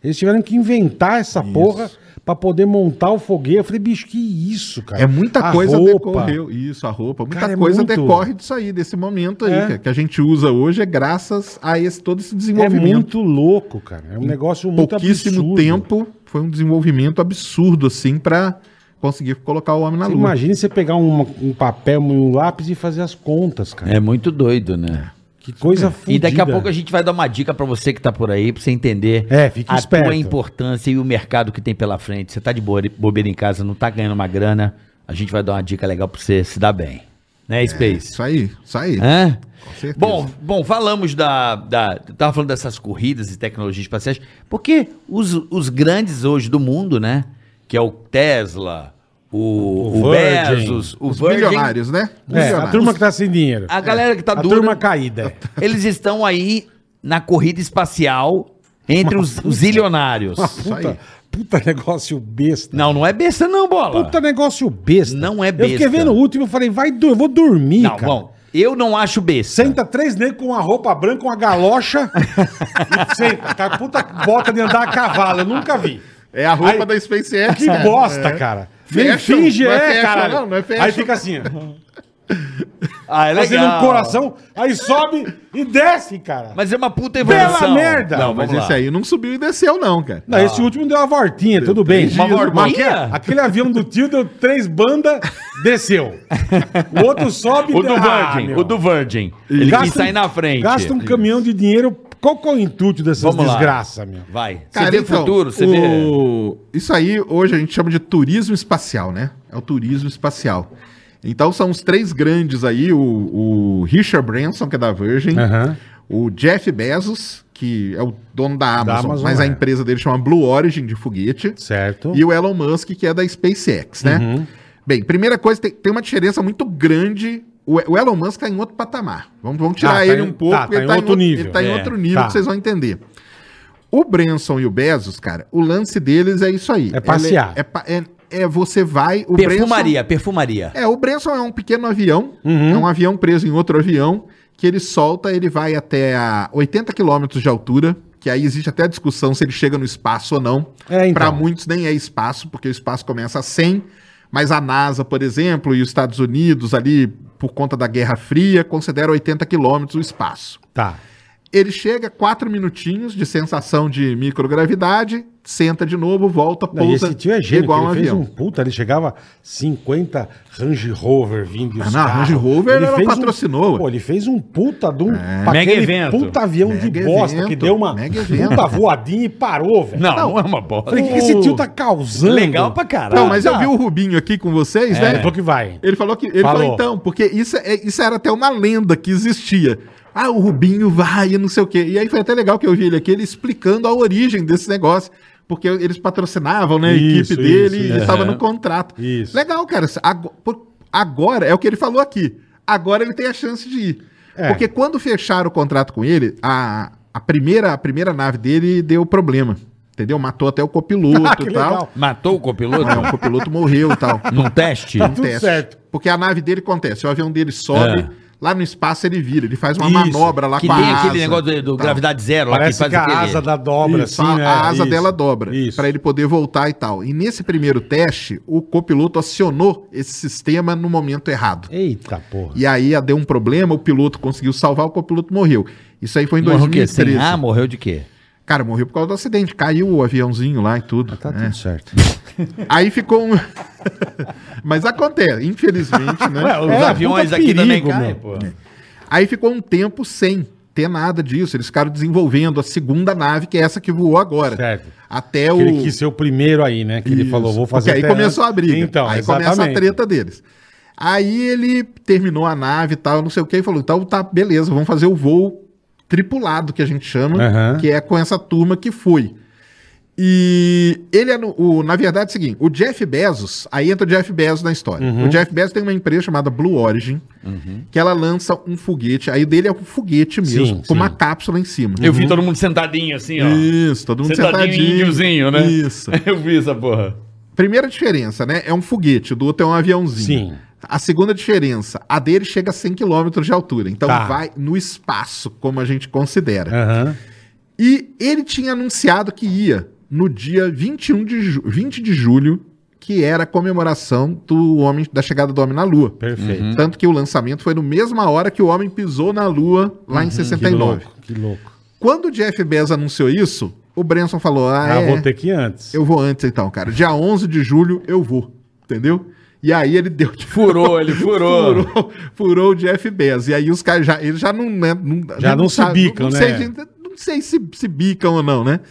S2: Eles tiveram que inventar essa porra para poder montar o foguete. Eu falei, bicho, que isso, cara?
S5: É muita
S2: A
S5: coisa
S2: roupa.
S5: decorreu. Isso, a roupa. Muita
S2: Cara, é
S5: coisa
S2: muito-
S5: decorre disso aí, desse momento aí,
S2: É.
S5: cara, que a gente usa hoje é graças a esse, todo esse
S2: É
S5: desenvolvimento.
S2: muito louco, cara. É um negócio muito
S5: pouquíssimo
S2: absurdo.
S5: tempo foi um desenvolvimento absurdo assim pra conseguir colocar o homem na
S2: Você
S5: lua.
S2: imagina você pegar um, um papel e um lápis e fazer as contas, cara.
S3: É muito doido, né?
S2: Que coisa fudida.
S3: E daqui a pouco a gente vai dar uma dica pra você que tá por aí, pra você entender
S2: É, fique
S3: a
S2: esperto.
S3: tua importância e o mercado que tem pela frente. Você tá de boa- bobeira em casa, não tá ganhando uma grana, a gente vai dar uma dica legal pra você se dar bem. Né, Space?
S5: Isso aí, isso aí.
S3: Hã?
S5: Com certeza.
S3: É. Bom, bom, falamos da, da. Tava falando dessas corridas e tecnologias espaciais, porque os, os grandes hoje do mundo, né? Que é o Tesla, o,
S2: O
S3: o,
S2: Virgin.
S3: Bezos, o
S5: Os
S3: Virgin,
S5: milionários, né?
S2: É, a
S5: Milionários.
S2: turma que tá sem dinheiro. É.
S3: A galera que tá
S2: a
S3: dura.
S2: turma caída. é.
S3: Eles estão aí na corrida espacial entre os, os zilionários.
S2: Uma
S5: Isso aí.
S2: puta, puta negócio besta.
S3: Não, não é besta, não, bola.
S2: Puta negócio besta.
S3: Não é
S2: Eu fiquei
S3: besta.
S2: vendo o último e falei, vai, dur- eu vou dormir,
S3: não,
S2: cara.
S3: bom. Eu não acho besta.
S2: Senta três negros com uma roupa branca, uma galocha e senta. Cara, puta bota de andar a cavalo, eu nunca vi.
S5: É a roupa
S2: Aí-
S5: da SpaceX.
S2: Que
S5: cara.
S2: bosta,
S5: É.
S2: cara. Nem
S5: Fashion,
S2: finge,
S5: não é
S2: é,
S5: fashion,
S2: caralho.
S5: não, não é fashion.
S2: Aí fica assim, ó,
S3: Ah, é
S2: fazendo um coração, aí sobe e desce, cara.
S3: Mas é uma puta
S2: Bela
S3: evolução.
S2: merda!
S3: Não,
S5: Mas
S3: vamos lá.
S5: esse aí não subiu e desceu, não, cara.
S2: Não, esse último deu uma voltinha, tudo bem.
S5: três dias,
S2: voltinha.
S3: uma voltinha?
S2: Aquele, aquele avião do tio deu três bandas, desceu. O outro sobe
S3: O do
S2: Ah,
S3: Virgin,
S2: meu.
S3: o do Virgin. Ele quis
S2: Gasta um-
S3: sair na frente.
S2: Gasta um caminhão de dinheiro. Qual que é o intuito dessas
S3: Vamos lá.
S2: desgraças, meu?
S3: Vai. Você
S5: Cara,
S3: vê
S5: então,
S3: futuro, você vê.
S5: o- Isso aí hoje a gente chama de turismo espacial, né? É o turismo espacial. Então são os três grandes aí, o, o Richard Branson, que é da Virgin,
S2: Aham.
S5: o Jeff Bezos, que é o dono da Amazon,
S2: Amazon,
S5: mas
S2: é.
S5: a empresa dele chama Blue Origin de foguete,
S2: Certo.
S5: e o Elon Musk, que é da SpaceX, né?
S2: Uhum.
S5: Bem, primeira coisa, tem, tem uma diferença muito grande. O, o Elon Musk está em outro patamar. Vamos, vamos tirar
S2: Ah, tá
S5: ele
S2: em-
S5: um pouco,
S2: tá,
S5: porque
S2: tá em
S5: ele está
S2: outro nível.
S5: Ele tá
S3: É,
S5: em outro nível
S2: tá.
S5: que vocês vão entender. O Branson e o Bezos, cara, o lance deles é isso aí.
S2: É passear.
S5: Ele É, pa- é- é você vai. O
S3: Perfumaria, perfumaria.
S5: Branson- é, o Branson é um pequeno avião.
S2: Uhum.
S5: É um avião preso em outro avião que ele solta, ele vai até a 80 quilômetros de altura. Que aí existe até a discussão se ele chega no espaço ou não.
S2: É, então.
S5: Para muitos nem é espaço, porque o espaço começa a 100, mas a NASA, por exemplo, e os Estados Unidos ali, por conta da Guerra Fria, considera 80 quilômetros o espaço.
S2: Tá.
S5: Ele chega, quatro minutinhos de sensação de microgravidade, senta de novo, volta,
S2: Não, e
S5: pousa
S2: esse tio é gênio,
S5: igual
S2: que
S5: um
S2: ele fez
S5: avião.
S2: um puta, ele chegava 50 Range Rover vindo e
S5: Ah,
S2: os
S5: não,
S2: carros.
S5: Range Rover ela
S2: fez um-
S5: patrocinou, ué. É.
S2: pô, ele fez um puta de um
S6: Mega
S2: aquele
S6: evento.
S2: puta avião de
S5: Mega
S2: bosta
S5: evento,
S2: que deu uma
S5: mega evento.
S2: puta voadinha e parou, velho.
S6: Não, não é uma bosta. É
S2: Falei, o que que esse tio tá causando?
S6: Legal pra caralho. Tá.
S5: Não, mas eu vi o Rubinho aqui com vocês,
S2: um É,
S5: né?
S2: Ele falou que vai.
S5: Ele falou que. Ele falou,
S2: Falou.
S5: então, porque isso, é- isso era até uma lenda que existia. Ah, o Rubinho vai e não sei o quê. E aí foi até legal que eu vi ele aqui, ele explicando a origem desse negócio. Porque eles patrocinavam, né, a
S2: Isso,
S5: equipe dele
S2: isso,
S5: e
S2: é.
S5: estava no contrato.
S2: Isso.
S5: Legal, cara. Ago- por- Agora, é o que ele falou aqui. Agora ele tem a chance de ir.
S2: É.
S5: Porque quando fecharam o contrato com ele, a, a, primeira, a primeira nave dele deu problema. Entendeu? Matou até o copiloto
S2: Ah, que
S5: e tal.
S2: legal.
S6: Matou o copiloto?
S5: Não, o copiloto morreu e tal.
S6: Num teste?
S5: Tá tudo
S2: Tudo certo.
S5: Porque a nave dele acontece, o avião dele sobe,
S6: É.
S5: lá no espaço ele vira, ele faz uma
S2: Isso,
S5: manobra lá
S7: Que
S5: com a
S7: tem
S5: asa.
S7: aquele negócio do, do
S5: Tá.
S7: gravidade zero
S2: Parece que, a
S7: aquele-
S2: asa da dobra,
S5: Isso,
S2: assim,
S5: a,
S2: né?
S5: a asa
S2: Isso.
S5: dela dobra,
S2: Isso.
S5: para ele poder voltar e tal. E nesse primeiro teste, o copiloto acionou esse sistema no momento errado.
S2: Eita porra.
S5: E aí deu um problema, o piloto conseguiu salvar, o copiloto morreu. Isso aí foi em
S7: Morreu o quê? Sem
S5: 2013.
S7: ar? Morreu de quê?
S5: Cara, morreu por causa do acidente, caiu o aviãozinho lá e tudo.
S2: Tá
S5: né?
S2: tudo certo.
S5: Aí ficou um... Mas acontece, infelizmente, né?
S6: Ué, os
S2: É,
S6: aviões
S2: puta
S6: aqui também
S2: perigo,
S6: caem,
S2: meu.
S6: pô.
S5: Aí ficou um tempo sem ter nada disso. Eles ficaram desenvolvendo a segunda nave, que é essa que voou agora.
S2: Certo.
S5: Até É. o.
S2: Que ele quis ser o primeiro aí, né? Que ele
S5: Isso.
S2: falou, vou fazer
S5: Porque aí
S2: até
S5: começou a
S2: antes.
S5: briga.
S2: Então,
S5: aí começa a
S2: exatamente.
S5: treta deles. Aí ele terminou a nave e tal, não sei o que, e falou: então tá, beleza, vamos fazer o voo tripulado, que a gente chama,
S2: Aham.
S5: que é com essa turma que foi. E ele, anu- o, na verdade, é o seguinte: o Jeff Bezos, aí entra o Jeff Bezos na história.
S2: Uhum.
S5: O Jeff Bezos tem uma empresa chamada Blue Origin, que ela lança um foguete. Aí o dele é um foguete mesmo,
S2: Sim,
S5: com
S2: sim.
S5: uma cápsula em cima.
S6: Eu
S2: Uhum.
S6: vi todo mundo sentadinho assim, ó.
S5: Isso, todo mundo
S6: Sentadinho,
S5: sentadinho.
S6: índiozinho, né?
S5: Isso.
S6: Eu vi essa porra.
S5: Primeira diferença, né? É um foguete, o do outro é um aviãozinho.
S2: Sim.
S5: A segunda diferença, a dele chega a 100 km de altura, então
S2: Tá.
S5: vai no espaço, como a gente considera.
S2: Aham.
S5: E ele tinha anunciado que ia no dia 21 de ju 20 de julho, que era a comemoração do homem da chegada do homem na Lua.
S2: Perfeito.
S5: Tanto que o lançamento foi na mesma hora que o homem pisou na Lua, lá tá em
S2: Uhum, Que
S5: 69.
S2: louco, que louco.
S5: Quando o Jeff Bezos anunciou isso, o Branson falou: Ah,
S2: Ah,
S5: é,
S2: vou ter que ir antes.
S5: eu vou antes então, cara. Dia 11 de julho eu vou, entendeu? E aí ele deu de
S6: Furou, ele furou.
S5: furou, furou o Jeff Bezos. E aí os caras já, eles já não, né, não-
S2: Já não se
S5: sabe-
S2: bicam,
S5: não
S2: né?
S5: Sei, gente, não sei se, se bicam ou não, né?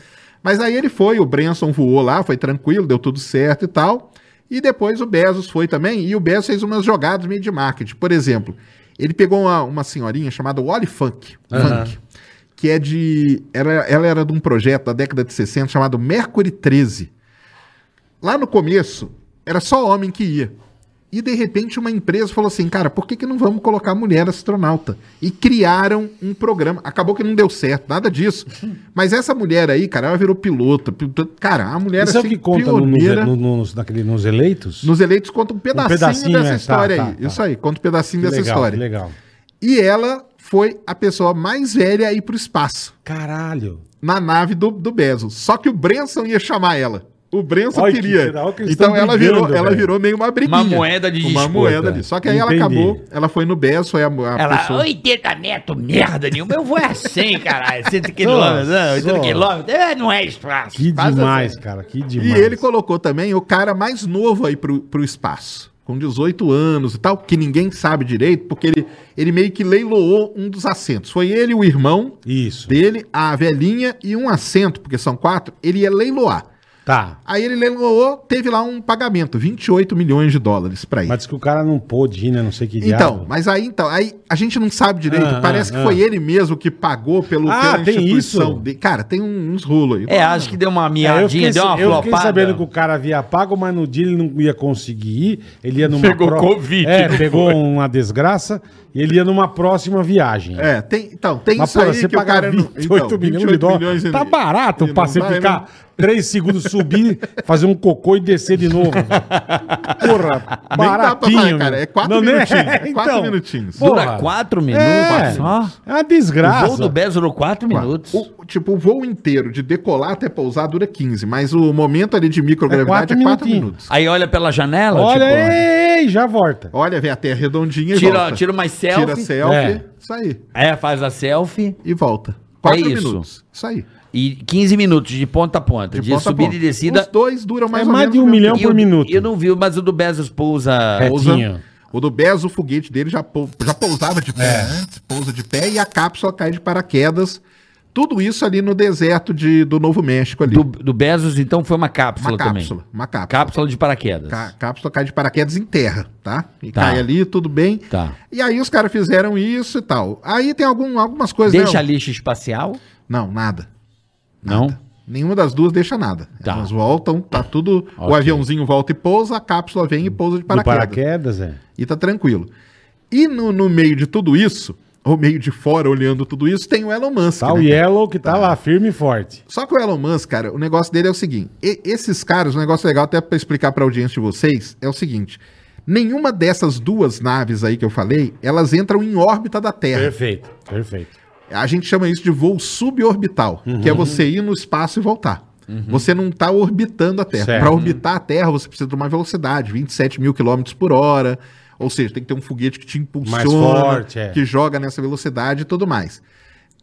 S5: Mas aí ele foi, o Branson voou lá, foi tranquilo, deu tudo certo e tal. E depois o Bezos foi também, e o Bezos fez umas jogadas meio de marketing. Por exemplo, ele pegou uma, uma senhorinha chamada Wally Funk,
S2: Ah.
S5: Funk, que é de... Era, ela era de um projeto da década de 60 chamado Mercury 13. Lá no começo, era só homem que ia. E de repente uma empresa falou assim, cara, por que, que não vamos colocar mulher astronauta? E criaram um programa. Acabou que não deu certo, nada disso. Mas essa mulher aí, cara, ela virou pilota. pil- Cara, a mulher assim,
S2: E sabe o que conta no- nos-
S5: pioneira.
S2: no- nos, naquele- nos eleitos?
S5: Nos eleitos conta um pedacinho,
S2: pedacinho,
S5: dessa
S2: é, tá,
S5: história
S2: tá,
S5: aí.
S2: tá.
S5: Isso aí, conta um pedacinho
S2: Que
S5: dessa
S2: legal,
S5: história.
S2: que Legal.
S5: E ela foi a pessoa mais velha a ir pro espaço,
S2: Caralho.
S5: na nave do, do Bezos. Só que o Brenson ia chamar ela. O Brenson
S2: Olha que
S5: queria.
S2: geral que eles
S5: então
S2: tão
S5: ela
S2: brigando,
S5: virou, ela
S2: velho.
S5: virou meio uma briguinha.
S6: Uma moeda de
S5: Uma
S6: disputa.
S5: moeda ali. Só que aí ela
S2: Entendi.
S5: acabou, ela foi no Bezos, foi a, a
S6: Ela,
S5: pessoa.
S6: 80 metros, merda nenhuma. Eu vou é 100, caralho. 100 quilômetros,
S2: Nossa.
S6: não, 80 quilômetros. É, não é espaço.
S2: então, Que
S6: Faz
S2: demais,
S6: assim.
S2: cara. Que
S5: E
S2: demais.
S5: ele colocou também o cara mais novo aí pro, pro espaço, com 18 anos e tal, que ninguém sabe direito, porque ele, ele meio que leiloou um dos assentos. Foi ele, o irmão
S2: Isso.
S5: dele, a velhinha e um assento, porque são quatro, ele ia leiloar.
S2: Tá.
S5: Aí ele leiloou, teve lá um pagamento, 28 milhões de dólares pra ele.
S2: Mas diz que o cara não pôde ir, né? Não sei que
S5: Então,
S2: diabo.
S5: mas aí então, aí a gente não sabe direito.
S2: Ah,
S5: Parece
S2: ah,
S5: que
S2: ah.
S5: foi ele mesmo que pagou pelo,
S2: Ah, tem isso?
S5: de- Cara, tem um- uns rolos aí.
S7: É, acho que deu uma
S2: É, eu
S7: miadinha,
S2: fiquei,
S7: deu uma
S2: eu fiquei
S7: flopada.
S2: sabendo que o cara havia pago, mas no dia ele não ia conseguir ir. Ele ia numa
S6: Pegou Covid,
S2: É,
S6: não
S2: pegou
S6: foi?
S2: uma desgraça e ele ia numa próxima viagem.
S5: É, tem, então, tem
S2: Mas,
S5: isso
S2: pô,
S5: aí
S2: você
S5: que o
S2: pagar
S5: cara... não- então,
S2: 28 milhões de dólares,
S5: e-
S2: tá barato
S5: e não
S2: pra você
S5: vai,
S2: ficar
S5: né?
S2: 3 segundos, subir, fazer um cocô e descer de novo. velho. Porra,
S5: Nem dá pra
S2: baratinho.
S5: pagar, cara,
S2: meu.
S5: é quatro
S2: Não, né?
S5: minutinhos, é quatro
S2: Então,
S5: minutinhos.
S2: porra,
S7: Dura 4 minutos
S2: É,
S7: só.
S2: é uma
S7: O
S2: desgraça.
S7: voo do Bezos durou 4 minutos.
S5: O, tipo, o voo inteiro, de decolar até pousar, dura 15, mas o momento ali de microgravidade
S2: É quatro
S5: é 4
S2: minutinhos.
S5: minutos.
S7: Aí olha pela janela,
S2: Olha,
S7: tipo,
S2: ei, ei, já volta.
S5: Olha, vê a terra redondinha e
S7: tira,
S5: volta.
S7: tira umas
S5: Tira
S7: selfie.
S5: selfie,
S2: É.
S5: isso aí,
S7: É, faz a selfie.
S5: e volta. Quatro
S7: isso.
S5: minutos. Isso aí.
S7: E 15 minutos de ponta a ponta, de,
S5: ponta a
S7: subida
S5: ponta.
S7: e descida.
S5: Os dois duram mais
S2: É
S5: ou
S2: mais
S5: menos
S2: de um
S5: o mesmo
S2: milhão
S5: tempo.
S7: E
S2: por
S7: o-
S2: minuto.
S7: Eu não vi, mas o do Bezos pousa.
S2: É.
S7: pousa-
S2: Tinha.
S5: O do Bez, o foguete dele já, pou- já pousava de pé antes, pousa de pé e a cápsula cai de paraquedas. Tudo isso ali no deserto de, do Novo México ali.
S7: Do, do Bezos, então, foi uma
S5: uma
S7: cápsula,
S5: cápsula,
S7: também.
S5: uma cápsula.
S7: Cápsula de paraquedas.
S5: Ca- cápsula cai de paraquedas em terra, tá? E
S7: Tá.
S5: cai ali, tudo bem.
S7: Tá.
S5: E aí os caras fizeram isso e tal. Aí tem algum, algumas coisas...
S7: Deixa
S5: né?
S7: lixo espacial?
S5: Não, nada.
S7: Não.
S5: Nenhuma das duas deixa nada.
S7: Tá.
S5: Elas voltam, tá tudo... O
S7: Ok.
S5: aviãozinho volta e pousa, a cápsula vem e pousa de
S2: Do
S5: paraquedas.
S2: paraquedas, é.
S5: e tá tranquilo. E no, no meio de tudo isso, ou meio de fora olhando tudo isso, tem o Elon Musk.
S2: Tá o
S5: né, cara?
S2: Yellow que tá lá, firme e forte.
S5: Só que o Elon Musk, cara, o negócio dele é o seguinte: e- esses caras, um negócio legal até pra explicar pra audiência de vocês, é o seguinte: nenhuma dessas duas naves aí que eu falei, elas entram em órbita da Terra.
S2: Perfeito, perfeito.
S5: A gente chama isso de voo suborbital, que
S2: Uhum.
S5: é você ir no espaço e voltar. Você não está orbitando a Terra.
S2: Certo.
S5: Para orbitar a Terra, você precisa de uma velocidade, 27 mil quilômetros por hora. Ou seja, tem que ter um foguete que te impulsiona,
S2: Mais forte, é.
S5: que joga nessa velocidade e tudo mais.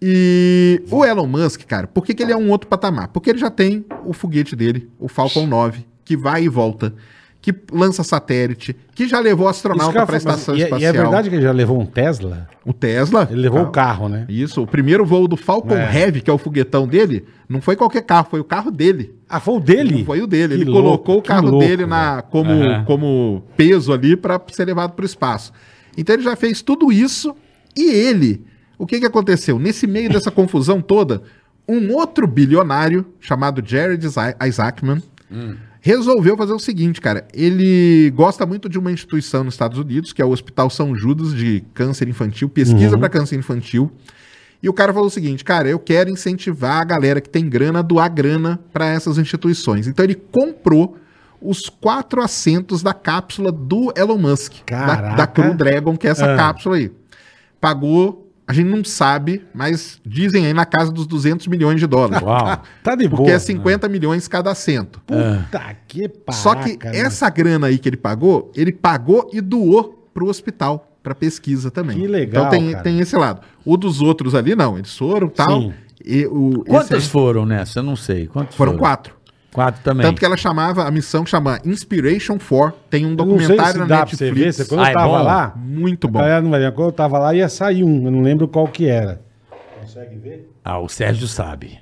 S5: E o Elon Musk, cara, por que, que ele é um outro patamar? Porque ele já tem o foguete dele, o Falcon 9, que vai e volta, que lança satélite, que já levou
S2: Isso que eu
S5: astronauta
S2: ia
S5: para a
S2: falar,
S5: estação
S2: mas e,
S5: espacial.
S2: e é verdade que ele já levou um Tesla?
S5: O Tesla.
S2: Ele levou o carro, né?
S5: Isso, o primeiro voo do Falcon
S2: É.
S5: Heavy, que é o foguetão dele, não foi qualquer carro, foi o carro dele.
S2: Ah, foi o dele?
S5: Não foi o dele.
S2: Que
S5: ele
S2: louco,
S5: colocou o
S2: que
S5: carro
S2: louco,
S5: dele na, como,
S7: Aham.
S5: como peso ali para ser levado para o espaço. Então ele já fez tudo isso e ele. O que, que aconteceu? Nesse meio dessa confusão toda, um outro bilionário chamado Jared Isa- Isaacman
S2: Hum.
S5: resolveu fazer o seguinte, cara. Ele gosta muito de uma instituição nos Estados Unidos, que é o Hospital São Judas de Câncer Infantil, pesquisa
S2: Uhum.
S5: para câncer infantil. E o cara falou o seguinte, cara, eu quero incentivar a galera que tem grana a doar grana para essas instituições. Então ele comprou os quatro assentos da cápsula do Elon Musk, da,
S2: Caraca.
S5: da Crew Dragon, que é essa
S2: Ah.
S5: cápsula aí. Pagou, a gente não sabe, mas dizem aí na casa dos 200 milhões de dólares.
S2: Uau, tá de boa. Ah.
S5: Porque é 50 milhões cada assento.
S2: Puta que pariu.
S5: Só que
S2: né?
S5: essa grana aí que ele pagou, ele pagou e doou pro hospital, pra pesquisa também.
S2: Que legal,
S5: Então tem,
S2: cara.
S5: tem esse lado. O dos outros ali, não, eles foram tal.
S2: Sim.
S5: E o, esse
S7: Quantas
S5: aí-
S7: foram nessa? Eu não sei. Quantas
S5: Foram quatro.
S7: Quatro também.
S5: Tanto que ela chamava, a missão chama Inspiration 4. Tem um
S2: Eu não sei se
S5: documentário
S2: dá
S5: na
S2: pra você ver, você,
S5: Netflix.
S2: quando
S7: Ah,
S2: eu
S7: é
S2: tava
S7: bom?
S2: lá,
S5: Muito bom.
S2: Galera, não vai ver. Quando eu tava lá, ia sair um, eu não lembro qual que era. Consegue ver?
S7: Ah, o Sérgio sabe.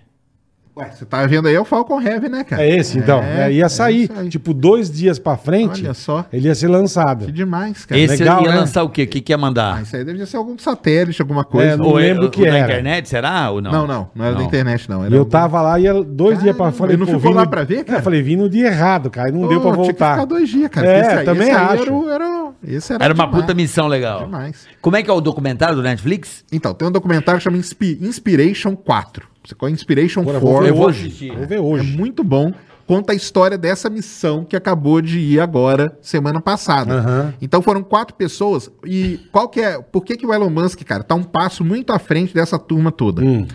S5: Ué, você tá vendo aí é o Falcon Heavy, né, cara?
S2: É esse, então.
S5: É,
S2: É,
S5: é
S2: ia sair,
S5: isso aí.
S2: tipo, dois dias pra frente,
S5: Olha só.
S2: ele ia ser lançado.
S5: Que demais, cara.
S7: Esse
S2: legal,
S7: ia
S2: né?
S7: lançar o quê? O que, que ia
S5: Ah,
S7: mandar?
S5: isso aí devia ser algum satélite, alguma coisa.
S2: É, não
S5: não,
S2: lembro
S7: é-
S2: que
S7: na
S2: era.
S7: internet, será? Ou não?
S5: não, não, era da
S7: Não.
S5: internet, não.
S2: E
S5: Era um
S2: eu
S5: algum-
S2: tava lá, ia dois dias pra
S5: Caramba,
S2: frente.
S5: e não
S2: pô,
S5: ficou
S2: vim
S5: lá
S2: no-
S5: pra ver, cara?
S2: Eu falei, vim no dia errado, cara, e não
S5: Pô,
S2: deu pra
S5: Tinha que
S2: voltar.
S5: ficar dois dias, cara.
S2: É,
S5: porque esse aí-
S2: também
S5: esse aí
S2: acho.
S5: Era, o- era, o- esse era,
S7: Era uma
S5: demais,
S7: puta missão legal.
S5: Demais.
S7: Como é que é o documentário do Netflix?
S5: Então, tem um documentário que chama Inspi- Inspiration 4. Você conhece Inspiration
S2: Agora,
S5: 4.
S2: vou ver
S7: Eu vou
S2: hoje.
S7: assistir.
S2: Vou ver
S5: É
S2: hoje.
S5: muito bom. Conta a história dessa missão que acabou de ir agora, semana passada.
S2: Aham.
S5: Então foram quatro pessoas. E qual que é. Por que, que o Elon Musk, cara, tá um passo muito à frente dessa turma toda?
S2: Hum.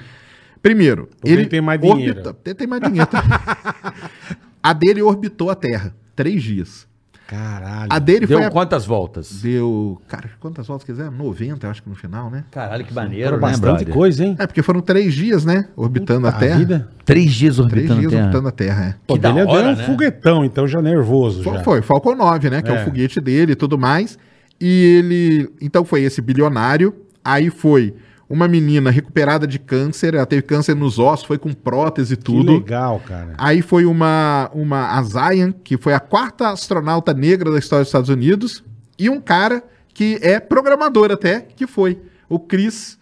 S5: Primeiro,
S2: Porque ele tem mais dinheiro.
S5: orbita- tem- tem mais dinheiro. a dele orbitou a Terra. Três dias.
S2: Caralho.
S5: A dele
S7: Deu
S5: foi. A...
S7: quantas voltas?
S5: Deu. Cara, quantas voltas quiser? 90, eu acho que no final, né?
S7: Caralho, que
S2: Era
S7: maneiro, né,
S2: bastante
S7: brother?
S2: coisa, hein?
S5: É, porque foram três dias, né? Orbitando a Terra.
S2: vida.
S7: Três dias
S5: Três
S7: orbitando
S5: dias
S7: a Terra.
S5: orbitando a Terra, é.
S2: Pô,
S7: Que da
S2: dele
S7: hora,
S2: era um
S7: né?
S2: foguetão, então já nervoso.
S5: Foi,
S2: já.
S5: foi, Falcon 9, né? Que é.
S2: É.
S5: o foguete dele e tudo mais. E ele. Então foi esse bilionário. Aí foi uma menina recuperada de câncer. Ela teve câncer nos ossos, foi com prótese e
S2: Que
S5: tudo.
S2: legal, cara.
S5: Aí foi uma, uma a Zion, que foi a quarta astronauta negra da história dos Estados Unidos. E um cara que é programador até, que foi o Chris.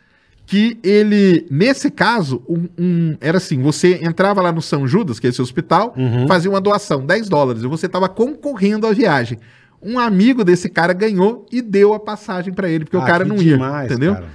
S5: Que ele, nesse caso, um, um- era assim: você entrava lá no São Judas, que é esse hospital,
S2: Uhum.
S5: fazia uma doação, 10 dólares, e você estava concorrendo à viagem. Um amigo desse cara ganhou e deu a passagem para ele, porque o
S2: Ah,
S5: cara
S2: que
S5: não
S2: demais,
S5: ia, entendeu?
S2: cara.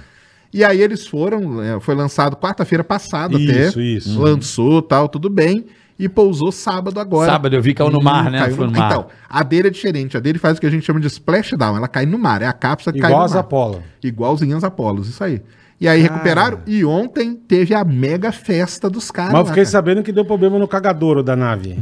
S5: E aí eles foram, é, foi lançado quarta-feira passada
S2: Isso,
S5: até.
S2: isso.
S5: Lançou, tal, tudo bem. E pousou sábado agora.
S7: Sábado eu vi que caiu no
S5: Hum,
S7: mar, né?
S5: caiu
S7: Foi
S5: no-
S7: no mar.
S5: Então, a dele é diferente. A dele faz o que a gente chama de splashdown. Ela cai no mar. É a cápsula que
S2: Igual
S5: cai no
S2: as Ah.
S5: mar.
S2: Apolo.
S5: Igualzinho as Apolos, isso aí. E aí
S2: Cara.
S5: recuperaram. E ontem teve a mega festa dos caras.
S2: Mas eu
S5: lá,
S2: fiquei
S5: cara.
S2: sabendo que deu problema no cagadouro da nave.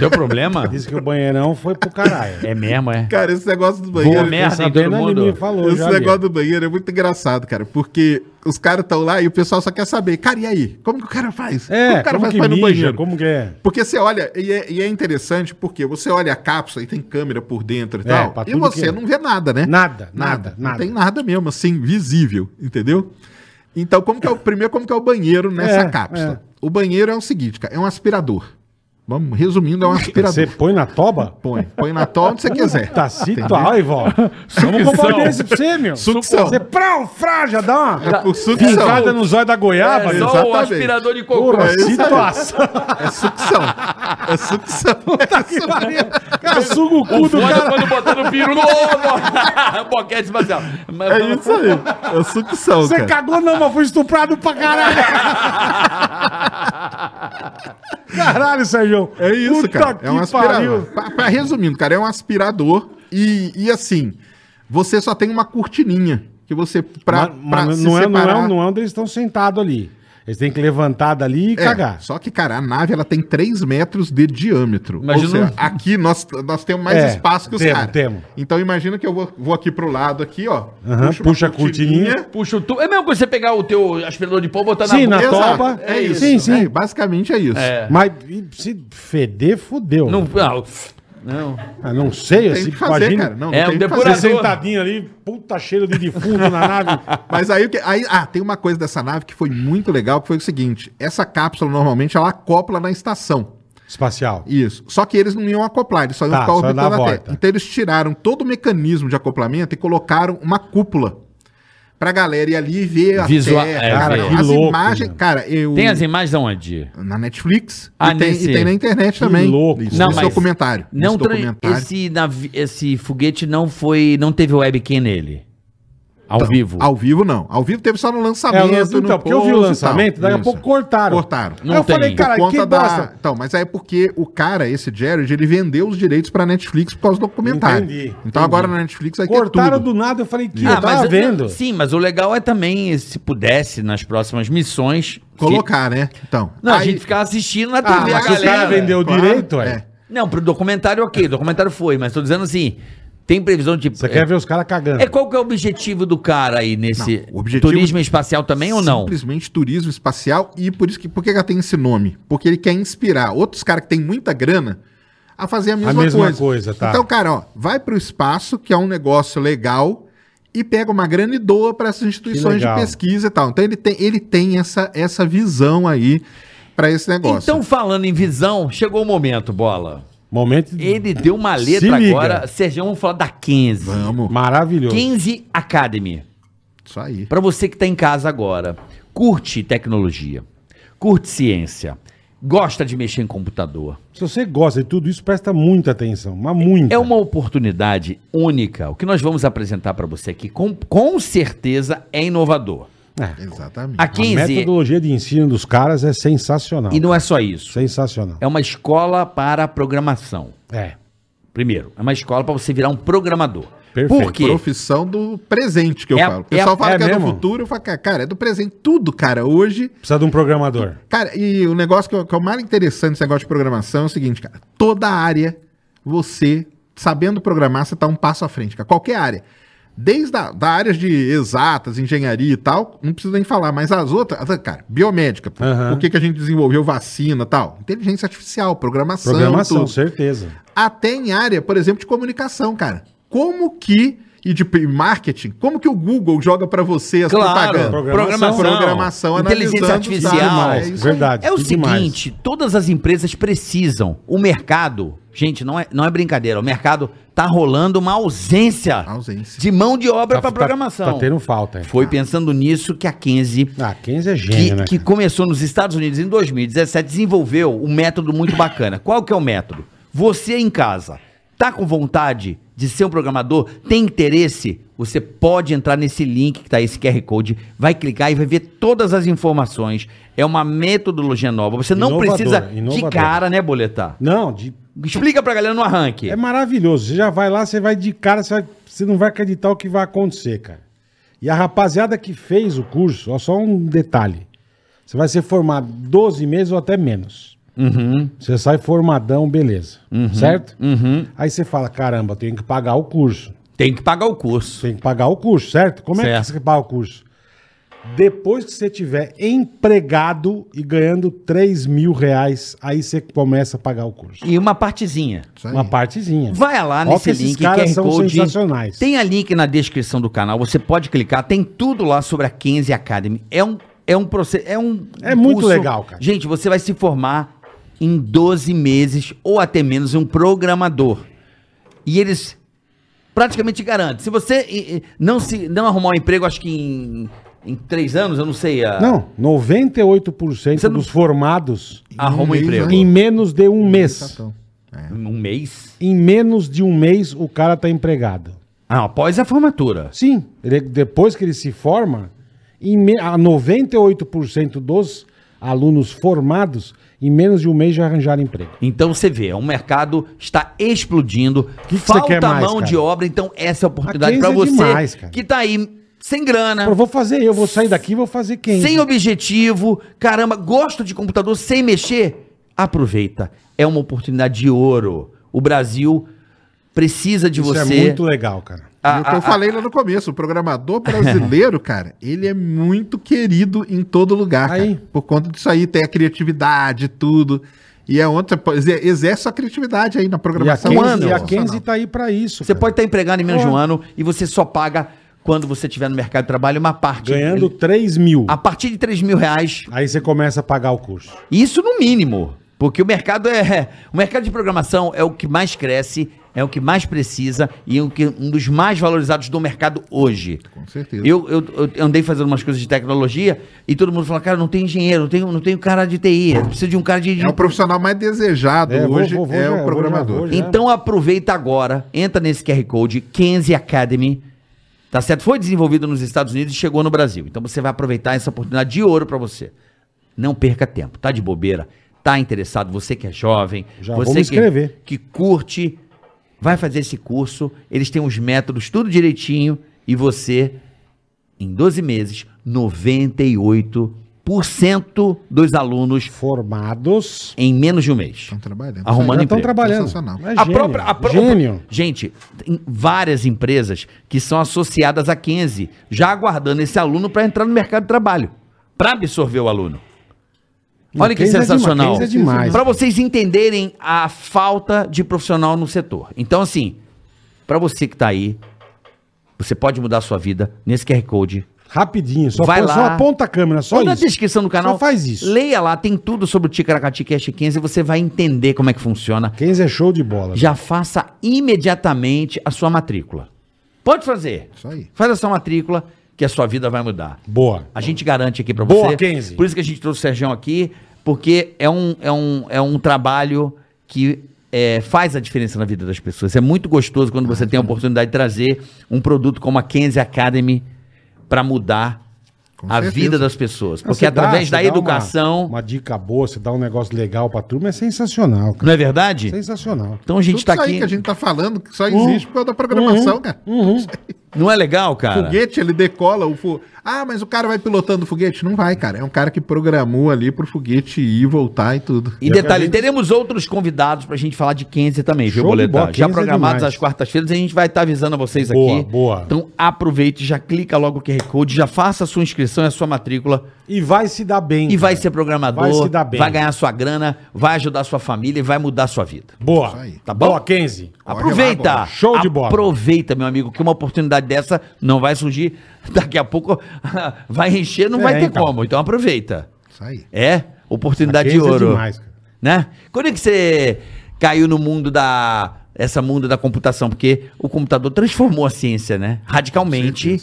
S7: Deu problema?
S2: Diz que o banheirão foi pro caralho.
S7: é mesmo, é?
S5: Cara, esse negócio do
S7: Boa
S5: banheiro.
S7: merda, hein,
S2: Sabendo,
S7: todo
S2: ele
S7: mundo.
S2: me falou
S5: Esse
S2: já.
S5: negócio
S2: Negócio...
S5: do banheiro é muito engraçado, cara, porque os caras estão lá e o pessoal só quer saber. Cara, e aí? Como que o cara faz?
S2: É,
S5: o cara
S2: como que
S5: pra ir
S2: mija, como que é?
S5: Porque você olha, e é, e é interessante porque você olha a cápsula e tem câmera por dentro e
S2: É,
S5: tal,
S2: pra
S5: e
S2: tudo
S5: você
S2: que-
S5: não vê nada, né?
S2: Nada, nada,
S5: Não
S2: nada.
S5: tem nada mesmo, assim, visível, entendeu? Então, como que é o primeiro, como que é o banheiro nessa
S2: É,
S5: cápsula?
S2: é.
S5: O banheiro é o seguinte, cara, é um aspirador. Vamos, resumindo, é um aspirador.
S2: Você põe na toba?
S5: Põe, põe na toa onde você quiser.
S2: Tá situado, vó. Vamos
S3: Sucção.
S2: comprar um desse pra você, meu.
S5: Sucção.
S2: Você prau, frá, já dá uma
S5: É por sucção.
S2: pincada nos olhos da goiaba.
S5: É,
S2: meu.
S5: exatamente.
S3: aspirador de cocô.
S2: Porra,
S5: é isso aí.
S2: situação.
S5: É sucção. É sucção.
S2: Que pariu. Cara, suga o cu do
S3: Foda
S2: cara.
S3: quando botando o piru no ovo. Um Boquete espacial. Mas-
S5: É isso aí. É sucção,
S2: Você
S5: cara.
S2: cagou não, mas foi estuprado pra caralho. Caralho, Sérgio.
S5: É isso,
S2: Puta
S5: cara.
S2: que
S5: É um aspirador.
S2: pariu.
S5: Pra, pra- resumindo, cara, é um aspirador e, e assim, você só tem uma cortininha que você pra,
S2: Mas-
S5: pra
S2: mas
S5: se
S2: não, é, não,
S5: separar.
S2: é, não é onde eles estão sentados ali. Eles têm que levantar dali e
S5: É,
S2: cagar.
S5: Só que, cara, a nave ela tem 3 metros de diâmetro.
S3: Imagina
S5: Ou
S3: um-
S5: seja, aqui nós, nós temos mais
S2: É,
S5: espaço que os
S2: temos,
S5: caras.
S2: temos.
S5: Então imagina que eu vou, vou aqui pro lado aqui, ó.
S2: Aham,
S5: uma
S2: puxa a cortininha.
S3: Puxa o tu... É mesmo que você pegar o teu aspirador de pó e botar
S2: Sim,
S3: na
S2: na
S3: boca.
S5: Exato,
S2: toba.
S5: É isso.
S2: Sim, sim.
S5: É, basicamente é isso.
S3: É.
S2: Mas e se feder, fudeu.
S3: Não,
S2: Não,
S3: não. não.
S2: não sei,
S5: Tem
S2: assim,
S5: que fazer,
S2: imagina.
S5: cara. Não,
S3: É,
S5: não
S3: um
S5: tem o que fazer.
S2: Você
S3: depurador.
S2: sentadinho ali, puta cheiro de defunto na nave.
S5: Mas aí, o que- aí, ah, tem uma coisa dessa nave que foi muito legal, que foi o seguinte, essa cápsula normalmente ela acopla na estação.
S2: Espacial.
S5: Isso. Só que eles não iam acoplar, eles só iam
S2: Tá,
S5: ficar
S2: só ia dar
S5: orbitando
S2: a
S5: a
S2: volta.
S5: Terra. Então eles tiraram todo o mecanismo de acoplamento e colocaram uma cúpula pra galera ir ali e ver a
S3: Visual-
S5: Terra.
S3: é,
S5: cara,
S3: ver.
S2: Que
S5: as
S2: louco,
S5: imagens,
S2: meu.
S5: cara, eu
S3: Tem as imagens aonde?
S5: na Netflix
S3: Ah,
S5: e, tem,
S3: nesse-
S5: e tem na internet também.
S2: louco.
S5: Isso,
S3: Não,
S5: esse
S3: mas-
S5: documentário.
S3: Não
S5: esse
S3: tran-
S5: documentário.
S3: esse, navi- esse foguete não foi. não teve webcam nele. Ao
S2: Tá.
S3: vivo. Ah,
S5: Ao vivo não. Ao vivo teve só no
S2: É,
S5: lançamento.
S2: o lance-
S5: no
S2: então, porque eu vi o
S5: post e
S2: lançamento,
S5: tal.
S2: daqui a
S5: Isso.
S2: pouco cortaram.
S5: Cortaram.
S3: Não
S2: Aí eu
S3: tem.
S2: falei,
S5: Por
S2: cara, que
S5: conta da-
S2: bosta.
S5: Então, mas é porque o cara, esse Jared, ele vendeu os direitos pra Netflix por causa do documentário.
S2: Entendi,
S5: Então
S2: entendi.
S5: agora na Netflix
S2: é
S5: vai
S2: Cortaram
S5: ter tudo.
S2: do nada, eu falei, que
S3: Ah,
S2: eu tava
S3: mas-
S2: vendo.
S3: Sim, mas o legal é também, se pudesse, nas próximas missões. que-
S5: Colocar, né? Então.
S3: Não, a
S5: aí-
S3: gente ficava assistindo na
S2: Ah,
S3: TV a
S2: mas se o cara
S3: galera.
S2: vendeu o
S5: Claro,
S2: direito, é.
S5: é.
S3: Não, pro documentário, ok. O documentário foi, mas tô dizendo assim: tem previsão de.
S2: Você
S3: é,
S2: quer ver os caras cagando.
S3: é, qual que é o objetivo do cara aí nesse.
S5: Não, o objetivo-
S3: Turismo espacial também ou não?
S5: Simplesmente turismo espacial e por isso que por que ela tem esse nome? Porque ele quer inspirar outros caras que têm muita grana a fazer a mesma,
S2: mesma
S5: coisa.
S2: coisa, tá.
S5: Então, cara, ó, vai pro espaço, que é um negócio legal, e pega uma grana e doa para essas instituições de
S2: legal.
S5: pesquisa e tal. Então ele tem, ele tem essa, essa visão aí para esse negócio.
S3: Então, falando em visão, chegou o momento, bola.
S2: Momento
S3: Ele deu uma
S2: Se
S3: letra
S2: liga.
S3: agora. Sergião, vamos falar da 15.
S5: vamos,
S2: maravilhoso.
S3: 15 Academy.
S5: isso aí.
S3: Pra você que tá em casa agora, curte tecnologia, curte ciência, gosta de mexer em computador.
S2: Se você gosta de tudo isso, presta muita atenção, mas muita.
S3: É uma oportunidade única. O que nós vamos apresentar pra você aqui, com, com certeza, é inovador.
S5: Exatamente.
S3: A
S2: A
S3: 15,
S2: metodologia de ensino dos caras é sensacional.
S3: e não é só isso,
S2: Sensacional.
S3: é uma escola para programação.
S2: É.
S3: Primeiro, é uma escola para você virar um programador.
S2: Perfeito.
S3: Por quê?
S5: Profissão do presente que eu
S3: É a-
S5: falo. O
S3: é a-
S5: pessoal fala
S2: é
S5: que é do
S2: mesmo?
S5: futuro, eu falo, que, cara, é do presente. Tudo, cara, hoje
S2: Precisa de um programador.
S5: Cara, e o negócio que, eu- que é o mais interessante desse negócio de programação é o seguinte, cara. Toda área, você, sabendo programar, você tá um passo à frente, cara. Qualquer área. Desde a, da áreas de exatas, engenharia e tal, não preciso nem falar, mas as outras, as- cara, biomédica, por,
S2: Aham.
S5: por que, que a gente desenvolveu vacina e tal? Inteligência artificial, programação,
S2: Programação,
S5: tudo.
S3: É,
S2: certeza.
S5: Até em área, por exemplo, de comunicação, cara. Como que, e de p- marketing, como que o Google joga pra você as
S3: Claro,
S5: propagandas?
S2: Programação. é
S5: Programação,
S3: inteligência
S5: analisando os dados.
S3: artificial.
S5: É isso aí.
S2: Verdade.
S3: É o
S2: tudo
S3: seguinte, todas as empresas precisam. O mercado, gente, não é, não é brincadeira. O mercado tá rolando uma ausência
S5: Ausência.
S3: de mão de obra
S2: Tá-
S3: para
S2: tá-
S3: programação.
S2: Tá, tendo falta. hein?
S3: Foi pensando nisso que a 15,
S2: Ah, 15 é
S3: que,
S2: gênio, né?
S3: que começou nos Estados Unidos em 2017, desenvolveu um método muito bacana. Qual que é o método? Você em casa tá com vontade de ser um programador, tem interesse, você pode entrar nesse link que tá aí, esse QR Code, vai clicar e vai ver todas as informações. É uma metodologia nova. Você não
S2: Inovadora,
S3: precisa de
S2: inovadora.
S3: cara, né, boletar?
S2: Não, de-
S3: Explica pra galera no arranque.
S2: é maravilhoso. Você já vai lá, você vai de cara, você, vai- você não vai acreditar o que vai acontecer, cara. E a rapaziada que fez o curso, ó, só um detalhe. Você vai ser formado 12 meses ou até menos.
S3: Uhum.
S2: Você sai formadão, beleza. Certo? Aí você fala, caramba, eu tenho que pagar o curso.
S3: Tem que pagar o curso.
S2: Tem que pagar o curso, certo? Como é
S3: Certo.
S2: que você paga o curso? Depois que você tiver empregado e ganhando 3 mil reais, aí você começa a pagar o curso.
S3: E uma partezinha.
S5: Isso Tá aí.
S2: Uma partezinha.
S3: Vai lá
S2: Olha
S3: nesse
S2: que esses
S3: link,
S2: caras
S3: QR
S2: são
S3: Code.
S2: sensacionais.
S3: Tem a link na descrição do canal, você pode clicar, tem tudo lá sobre a Kenzie Academy. É um é um processo, é um
S2: É muito legal, cara.
S3: Gente, você vai se formar em 12 meses ou até menos em um programador. E eles praticamente garantem. Se você e, e, não se não arrumar um emprego, acho que em em três anos, eu não sei. a-
S2: Não, 98%
S3: Você não-
S2: dos formados
S3: Arruma um
S5: mês,
S3: emprego.
S2: em menos de um
S3: tá
S2: mês.
S5: Então,
S3: Um mês?
S2: Em menos de um mês o cara tá empregado.
S3: Ah, após a formatura.
S2: Sim, ele- depois que ele se forma, em me- a 98% dos alunos formados em menos de um mês já arranjaram emprego.
S3: Então você vê, é um mercado está explodindo,
S2: que você
S3: falta
S2: quer mais,
S3: mão
S2: cara?
S3: de obra, então essa é a oportunidade
S2: A
S3: para
S2: crise é
S3: você
S2: demais, cara.
S3: que tá aí sem grana,
S2: Eu vou fazer, eu vou sair daqui e vou fazer quem?
S3: Ah. sem objetivo, caramba, gosto de computador sem mexer, aproveita. É uma oportunidade de ouro. O Brasil precisa de
S2: Isso
S3: você.
S2: é muito legal, cara.
S3: Ah,
S5: e o que eu
S3: ah,
S5: falei lá no começo, o programador brasileiro, cara, ele é muito querido em todo lugar, cara.
S2: Aí.
S5: Por conta disso aí, tem a criatividade, tudo. E é onde você pode- exerce a criatividade aí
S2: E
S5: na
S2: a
S5: programação.
S2: Kenzie, e a
S5: Sensacional.
S2: Kenzie tá aí pra isso.
S3: Você
S2: cara.
S3: pode estar empregado em menos de um
S2: Porra.
S3: ano e você só paga quando você estiver no mercado de trabalho uma parte.
S2: ganhando 3 mil.
S3: A partir de 3 mil reais
S2: Aí você começa a pagar o curso.
S3: Isso no mínimo, porque o mercado é o mercado de programação é o que mais cresce, é o que mais precisa e é o que- um dos mais valorizados do mercado hoje.
S5: Com certeza.
S3: Eu, eu- eu andei fazendo umas coisas de tecnologia e todo mundo fala, cara, não tem engenheiro, não tenho, não tenho cara de TI, eu preciso de um cara de... de-
S5: É o profissional mais desejado
S2: É, vou-
S5: hoje,
S2: vou- vou
S5: é
S2: já- vou
S5: o programador.
S2: já- vou já.
S3: Então aproveita agora, entra nesse QR Code, Kenzie Academy, tá certo? Foi desenvolvido nos Estados Unidos e chegou no Brasil. Então você vai aproveitar essa oportunidade de ouro pra você. Não perca tempo, tá de bobeira, tá interessado, você que é jovem,
S2: Já vou
S3: você
S2: me
S3: que,
S2: inscrever.
S3: que curte, vai fazer esse curso, eles têm os métodos tudo direitinho e você, em 12 meses, 98% dos alunos
S2: Formados.
S3: em menos de um mês.
S5: Estão Tá trabalhando.
S3: Arrumando
S2: já estão
S3: emprego.
S2: trabalhando.
S5: Sensacional.
S2: É
S3: A
S2: gênio.
S3: própria, a pró-
S2: Gênio.
S3: Gente, tem várias empresas que são associadas à 15, já aguardando esse aluno para entrar no mercado de trabalho, para absorver o aluno.
S2: Não,
S3: Olha que
S2: 15 é demais,
S3: sensacional.
S2: 15 é demais.
S3: Para vocês entenderem a falta de profissional no setor. Então, assim, para você que tá aí, você pode mudar a sua vida nesse QR Code.
S2: Rapidinho. Só,
S3: Vai
S2: põe-
S3: lá.
S2: só aponta a câmera, só
S3: Ou na
S2: isso.
S3: descrição do canal.
S2: Só faz isso.
S3: Leia lá, tem tudo sobre o Ticaracati Cash 15 e você vai entender como é que funciona.
S2: Kenzie é show de bola.
S3: já faça imediatamente a sua matrícula. Pode fazer.
S5: Isso aí.
S3: Faz a sua matrícula que a sua vida vai mudar.
S2: Boa.
S3: A gente garante aqui pra você.
S2: Boa, Kenzie.
S3: Por isso que a gente trouxe o Sergião aqui, porque é um, é um, é um trabalho que é, faz a diferença na vida das pessoas. É muito gostoso quando você tem a oportunidade de trazer um produto como a Kenzie Academy pra mudar
S5: Com
S3: a
S5: certeza.
S3: vida das pessoas. Porque
S2: Você dá-
S3: através
S2: você
S3: da
S2: dá uma-
S3: educação,
S2: Uma, dica boa, você dá um negócio legal pra turma, é sensacional, cara.
S3: não é verdade?
S2: Sensacional.
S3: Então a gente
S5: Tudo
S3: tá
S5: isso
S3: aqui.
S5: aí que a gente tá falando que só
S2: Uhum.
S5: existe por causa da programação, cara.
S3: Não é legal, cara?
S5: Foguete, ele decola o fu... Ah, mas o cara vai pilotando o foguete? Não vai, cara. É um cara que programou ali pro foguete ir, voltar e tudo.
S2: é
S3: E detalhe, teremos outros convidados pra gente falar de Kenzie também, viu,
S2: Show de
S3: Boletar?
S2: bola,
S3: Já
S2: Kenzie é
S3: programados
S2: demais.
S3: às quartas-feiras, a gente vai estar avisando a vocês
S2: Boa,
S3: aqui.
S2: boa.
S3: Então aproveite, já clica logo o QR Code, já faça a sua inscrição e a sua matrícula
S2: E vai se dar bem.
S3: e vai
S2: cara.
S3: ser programador,
S2: Então, Vai se dar bem.
S3: vai ganhar sua grana, vai ajudar sua família e vai mudar sua vida.
S2: Boa.
S5: Isso aí.
S3: Tá bom?
S2: Boa, Kenzie.
S5: Corre
S3: Aproveita!
S5: lá, bora.
S2: Show de bola.
S3: Aproveita, meu amigo, que uma oportunidade dessa não vai surgir. Daqui a pouco vai encher, não
S2: É,
S3: vai ter
S2: então.
S3: como. Então aproveita.
S5: Isso aí.
S3: É, oportunidade
S2: A
S3: de
S2: Kenzie é
S3: ouro.
S2: demais, cara.
S3: né? Quando é que você caiu no mundo da essa mundo da computação? Porque o computador transformou a ciência, né? Radicalmente.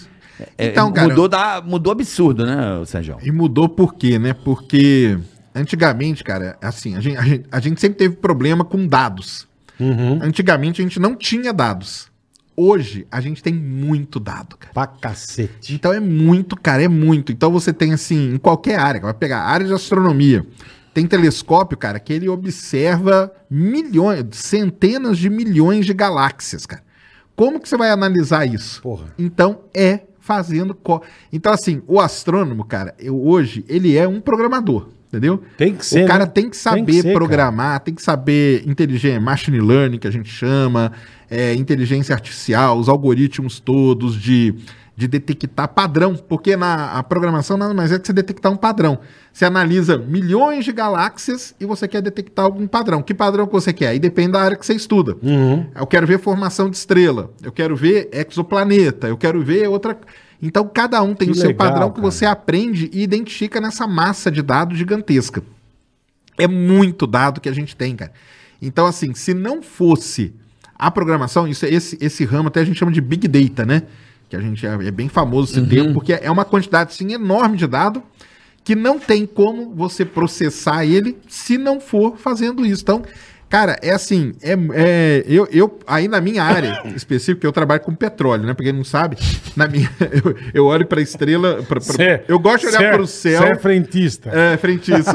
S3: É,
S5: Então, cara,
S3: mudou da mudou absurdo, né, Sérgio?
S5: E mudou por quê, né? Porque antigamente, cara, assim, a gente, a gente, a gente sempre teve problema com dados.
S2: Uhum.
S5: Antigamente a gente não tinha dados. Hoje a gente tem muito dado, cara.
S2: Pra cacete.
S5: Então é muito, cara, é muito. Então você tem assim, em qualquer área, vai pegar a área de astronomia. Tem telescópio, cara, que ele observa milhões, centenas de milhões de galáxias, cara. Como que você vai analisar isso?
S2: Porra.
S5: Então é fazendo co... Então assim, o astrônomo, cara, eu, hoje ele é um programador, entendeu?
S2: Tem que ser.
S5: o cara
S2: né?
S5: tem que saber
S2: que ser,
S5: programar, tem que saber inteligência, machine learning que a gente chama, é, inteligência artificial, os algoritmos todos de, de detectar padrão, porque na a programação nada mais é que você detectar um padrão. Você analisa milhões de galáxias e você quer detectar algum padrão. Que padrão que você quer? Aí depende da área que você estuda.
S2: Uhum.
S5: Eu quero ver formação de estrela, eu quero ver exoplaneta, eu quero ver outra. Então cada um tem
S2: Que
S5: o seu
S2: legal,
S5: padrão que
S2: cara.
S5: você aprende e identifica nessa massa de dados gigantesca. É muito dado que a gente tem, cara. Então, assim, se não fosse a programação, isso, é esse, esse ramo até a gente chama de Big Data, né? Que a gente é, é bem famoso esse
S2: Uhum.
S5: termo, porque é uma quantidade, assim, enorme de dado que não tem como você processar ele se não for fazendo isso. Então, cara, é assim, é, é- eu, eu, aí na minha área específica, eu trabalho com petróleo, né? Pra quem não sabe, na minha, eu, eu olho pra estrela, pra- pra-
S2: Cê-
S5: eu gosto de olhar
S2: cê é-
S5: pro céu.
S2: cê é frentista.
S5: É, frente a isso.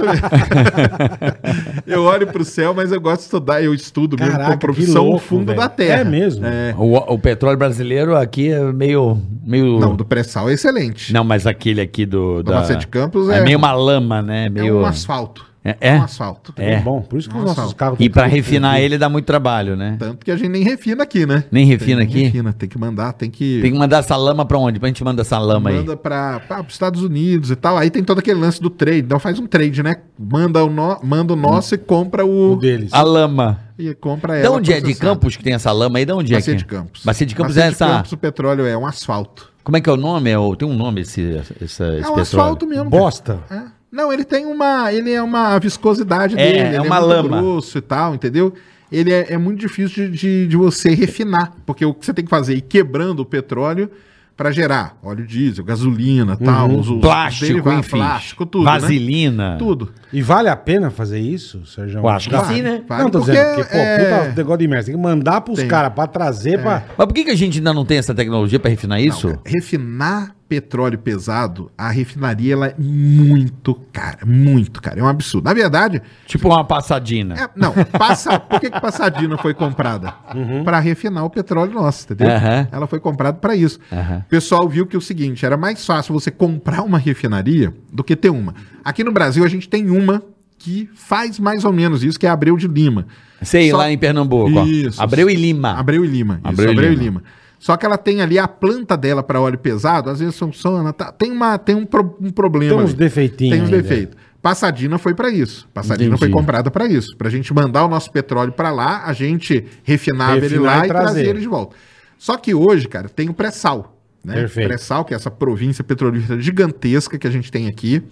S5: eu olho pro céu, mas eu gosto de estudar, eu estudo mesmo
S2: Caraca,
S5: com profissão
S2: que
S5: o
S2: louco,
S5: fundo
S2: velho.
S5: da terra.
S2: É mesmo. É.
S3: O, o petróleo brasileiro aqui é meio. meio...
S5: Não,
S3: Não,
S5: do pré-sal é excelente.
S3: mas aquele aqui do.
S5: Do
S3: da-
S5: Macete Campos
S3: é,
S5: é-
S3: meio uma lama, né?
S5: É
S3: Meio...
S5: um asfalto.
S3: É? é?
S5: Um asfalto.
S3: É.
S2: Bom, por isso que os
S5: Nossa.
S2: nossos carros...
S3: E pra refinar ele dá muito trabalho, né?
S5: Tanto que a gente nem refina aqui, né?
S3: Nem refina aqui?
S5: Refina, tem que mandar, tem que.
S3: Tem que mandar essa lama pra onde? Pra gente mandar essa lama aí.
S5: manda para os Estados Unidos e tal. Aí tem todo aquele lance do trade. Então faz um trade, né? Manda o, no- manda o nosso e compra o.
S2: O deles.
S3: A lama.
S5: E compra
S3: Da
S5: ela.
S3: onde é de
S5: processada.
S3: Campos que tem essa lama aí? Da onde é que?
S5: Macete Campos.
S3: Macete Campos é
S5: Macete
S3: essa.
S5: Campos, o petróleo é um asfalto.
S3: Como é que é o nome? É, o- tem um nome esse, essa, esse
S5: é um
S3: petróleo.
S5: asfalto mesmo. cara.
S2: Bosta.
S5: É. Não, ele tem uma. Ele é uma a viscosidade
S3: É,
S5: dele.
S3: é
S5: ele
S3: uma
S5: muito
S3: lama.
S5: grosso e tal, entendeu? Ele é, é muito difícil de, de, de você refinar, porque o que você tem que fazer é ir quebrando o petróleo para gerar óleo diesel, gasolina, tal, os, os
S3: Uhum. Plástico,
S5: derivados,
S3: enfim.
S5: plástico, tudo, né?
S3: Vaselina.
S5: Tudo.
S2: E vale a pena fazer isso, Sérgio?
S3: Eu acho que
S5: Vale,
S3: sim, né?
S5: vale,
S2: não, tô
S5: porque
S2: dizendo, porque, pô,
S5: é-
S2: puta negócio de merda. Tem que mandar pros
S5: Tem. É.
S2: caras pra trazer pra.
S3: Mas por que, que a gente ainda não tem essa tecnologia pra refinar isso?
S5: Não, é- cara, refinar petróleo pesado, a refinaria ela é muito cara, muito cara. É um absurdo. Na verdade,
S3: tipo uma passadina.
S5: é- não, passa, por que, que Passadina foi comprada?
S2: Uhum.
S5: Pra refinar o petróleo nosso, entendeu?
S3: Aham.
S5: Ela foi comprada pra isso.
S3: Aham.
S5: O pessoal viu que é o seguinte, era mais fácil você comprar uma refinaria do que ter uma. Aqui no Brasil a gente tem uma que faz mais ou menos isso, que é a Abreu de Lima.
S3: Sei,
S5: Só-
S3: lá em Pernambuco. ó.
S5: Isso.
S3: Abreu e Lima.
S5: Abreu e Lima. Isso,
S3: Ah. Abreu
S5: Abreu,
S3: e
S5: e Lima. Só que ela tem ali a planta dela para óleo pesado, às vezes funciona, tá, tem, uma, tem um, pro- um problema.
S2: Tem uns
S5: ali.
S2: defeitinhos
S5: Tem uns
S2: ainda.
S5: defeitos. Passadina foi para isso. Passadina
S3: né? Entendi.
S5: foi comprada para isso. Para a gente mandar o nosso petróleo para lá, a gente refinava ele
S2: Refinar
S5: lá
S2: e
S5: e
S2: trazer.
S5: trazia ele de volta. Só que hoje, cara, tem o pré-sal. Né?
S2: Perfeito.
S5: Pré-sal, que é essa província petrolífera gigantesca que a gente tem aqui.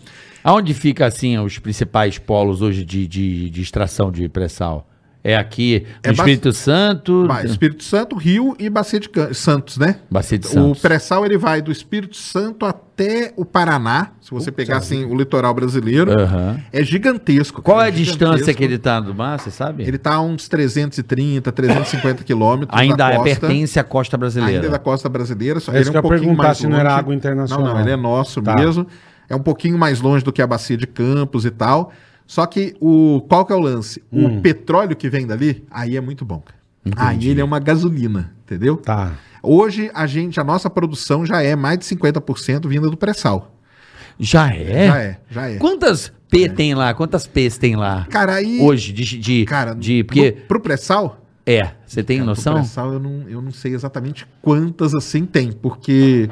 S3: Aonde fica, assim, os principais polos hoje de, de, de extração de pré-sal? É aqui no
S5: É bas-
S3: Espírito Santo,
S5: Vai, Espírito Santo, Rio e Bacia de Can- Santos, né?
S3: Bacia de
S5: O
S3: Santos.
S5: pré-sal ele vai do Espírito Santo até o Paraná, se você pegar assim o litoral brasileiro.
S3: Aham.
S5: É gigantesco.
S3: Qual é a
S5: gigantesco.
S3: distância que ele tá do mar, você sabe?
S5: Ele tá a uns 330, 350 quilômetros
S3: Ainda
S5: da
S3: é,
S5: costa.
S3: pertence à costa brasileira.
S5: Ainda é um da costa brasileira, só
S2: É isso que eu ia perguntar se não era
S5: longe.
S2: água internacional.
S5: Não, não, ele é nosso
S2: Tá.
S5: mesmo. É um pouquinho mais longe do que a bacia de Campos e tal. Só que o qual que é o lance?
S2: Hum.
S5: O petróleo que vem dali, aí é muito bom. cara. Aí ele é uma gasolina, entendeu?
S2: Tá.
S5: Hoje a gente, a nossa produção já é mais de 50% vinda do pré-sal.
S3: Já é?
S5: Já é, já é.
S3: Quantas P tem lá? Quantas P's tem lá?
S5: Cara, aí
S3: Hoje, de. de,
S5: cara,
S3: de porque.
S5: pro, pro pré-sal,
S3: É, você tem noção?
S5: Pro pré-sal eu não, eu não sei exatamente quantas assim tem, porque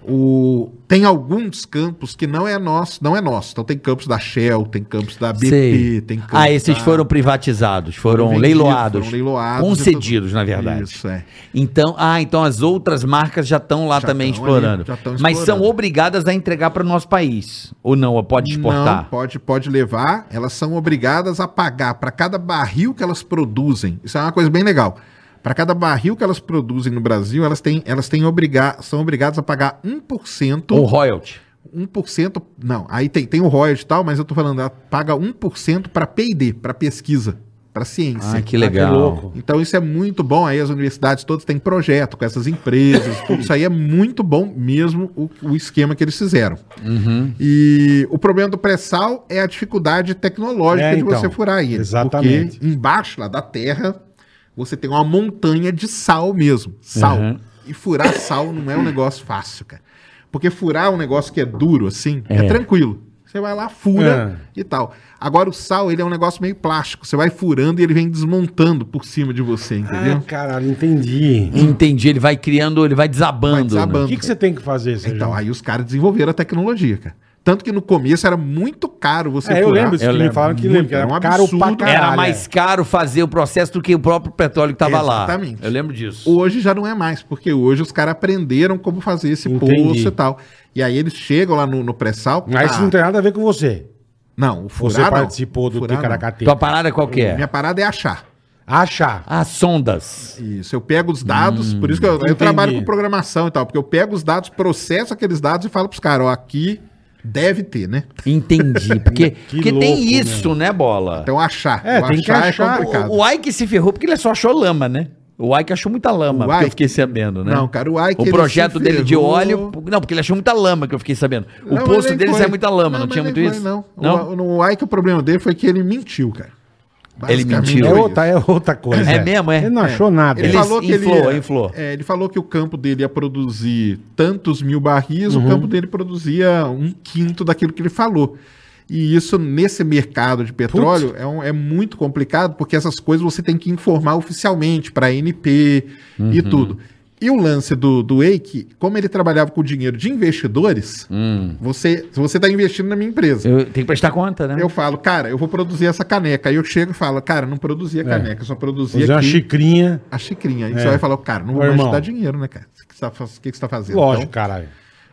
S5: o, tem alguns campos que não é nosso, não é nosso. Então tem campos da Shell, tem campos da BP,
S3: Sei.
S5: tem campos
S3: Ah, esses
S5: da-
S3: foram privatizados, foram,
S5: vendidos,
S3: leiloados.
S5: foram leiloados e
S3: concedidos,
S5: tudo.
S3: na verdade.
S5: Isso, é.
S3: Então, ah, então as outras marcas já estão lá
S5: Já
S3: também
S5: tão ali,
S3: explorando.
S5: já tão
S3: Mas são
S5: explorando.
S3: obrigadas a entregar para o nosso país. Ou não, ou pode
S5: Não,
S3: exportar.
S5: pode, pode levar. Elas são obrigadas a pagar para cada barril que elas produzem. Isso é uma coisa bem legal. Para cada barril que elas produzem no Brasil, elas têm, elas têm obriga são obrigadas a pagar 1%.
S3: Ou royalty.
S5: 1%, não, aí tem, tem o royalty e tal, mas eu tô falando, ela paga 1% para P&D, para pesquisa, para ciência.
S3: Ah, que legal.
S2: louco.
S5: Então isso é muito bom, aí as universidades todas têm projeto com essas empresas, tudo isso aí é muito bom mesmo o, o esquema que eles fizeram.
S3: Uhum.
S5: E o problema do pré-sal é a dificuldade tecnológica
S2: É,
S5: de você
S2: então,
S5: furar ele.
S2: exatamente.
S5: Porque embaixo lá da terra, você tem uma montanha de sal mesmo, sal.
S3: Uhum.
S5: E furar sal não é um negócio fácil, cara. Porque furar um negócio que é duro assim, é,
S3: É.
S5: tranquilo. Você vai lá, fura
S2: É.
S5: e tal. Agora o sal, ele é um negócio meio plástico. Você vai furando e ele vem desmontando por cima de você, entendeu?
S2: Ah, caralho, entendi.
S3: Entendi, ele vai criando, ele vai desabando. né?
S5: vai
S2: O
S5: desabando.
S2: que, que você tem que fazer, Sérgio?
S5: Então, aí os caras desenvolveram a tecnologia, cara. Tanto que no começo era muito caro você
S2: É, eu lembro isso
S3: Eu
S2: que me
S3: lembro.
S2: falaram que
S5: Muito,
S2: lembra, que era
S5: é um
S2: caro pra
S5: absurdo.
S2: caralho.
S3: né? Era mais
S5: é.
S3: caro fazer o processo do que o próprio petróleo que tava lá.
S5: Exatamente.
S3: Eu lembro disso.
S5: Hoje já não é mais, porque hoje os caras aprenderam como fazer esse
S2: Entendi.
S5: poço e tal. E aí eles chegam lá no, no pré-sal.
S2: Mas isso
S5: ah,
S2: não tem nada a ver com você.
S5: Não, o
S2: Você
S5: furar não.
S2: participou do
S5: Furar não.
S2: Ticaracati.
S3: Tua parada qual que é?
S5: Minha parada é achar.
S2: Achar.
S3: Ah, sondas.
S5: Isso, eu pego os dados,
S3: Hum,
S5: por isso que eu, eu
S2: entendi.
S5: trabalho com programação e tal, porque eu pego os dados, processo aqueles dados e falo pros caras, ó, aqui deve ter, né?
S3: Entendi. Porque, porque
S2: louco,
S3: tem isso, né, bola?
S5: Então achar.
S2: É,
S5: O
S2: tem que achar.
S5: complicado.
S3: o, o Ike se ferrou porque ele só achou lama, né? O Ike achou muita lama,
S5: O
S3: porque eu
S5: Ike-
S3: fiquei sabendo, né?
S5: Não, cara, o Ike,
S3: O
S5: ele
S3: projeto
S5: se
S3: dele de
S5: ferrou.
S3: óleo. Não, porque ele achou muita lama, que eu fiquei sabendo. O
S5: Não, mas
S3: posto
S5: nem
S3: dele
S5: foi.
S3: saiu muita lama, não,
S5: mas
S3: tinha
S5: nem
S3: muito
S5: foi,
S3: isso?
S5: não.
S3: Não?
S5: O, no Ike o problema dele foi que ele mentiu, cara.
S3: Ele
S5: Basicamente
S3: mentiu.
S2: É
S5: foi isso.
S2: outra, é outra coisa.
S3: É mesmo, é?
S2: Ele não
S3: É.
S2: achou nada.
S5: Ele,
S3: Ele
S5: falou que
S3: inflou,
S5: ele, ia-
S3: inflou.
S5: é, ele falou que o campo dele ia produzir tantos mil barris, o campo dele produzia um quinto daquilo que ele falou. E isso, nesse mercado de petróleo, é, um- é muito complicado, porque essas coisas você tem que informar oficialmente para a ANP e tudo. E o lance do, do Eike, como ele trabalhava com dinheiro de investidores, você, se você está investindo na minha empresa.
S3: Hum. Eu- Tem que prestar conta, né?
S5: Eu falo, cara, eu vou produzir essa caneca. Aí eu chego e falo, cara, não produzi a caneca, É. eu só produzi
S2: Usei uma
S5: aqui
S2: xicrinha.
S5: a xicrinha. Aí
S2: É.
S5: você vai falar, cara, não vou
S2: Ô,
S5: mais te
S2: irmão.
S5: dar dinheiro, né, cara? O que você tá, faz- o que você tá fazendo?
S2: Lógico,
S5: Então,
S2: caralho.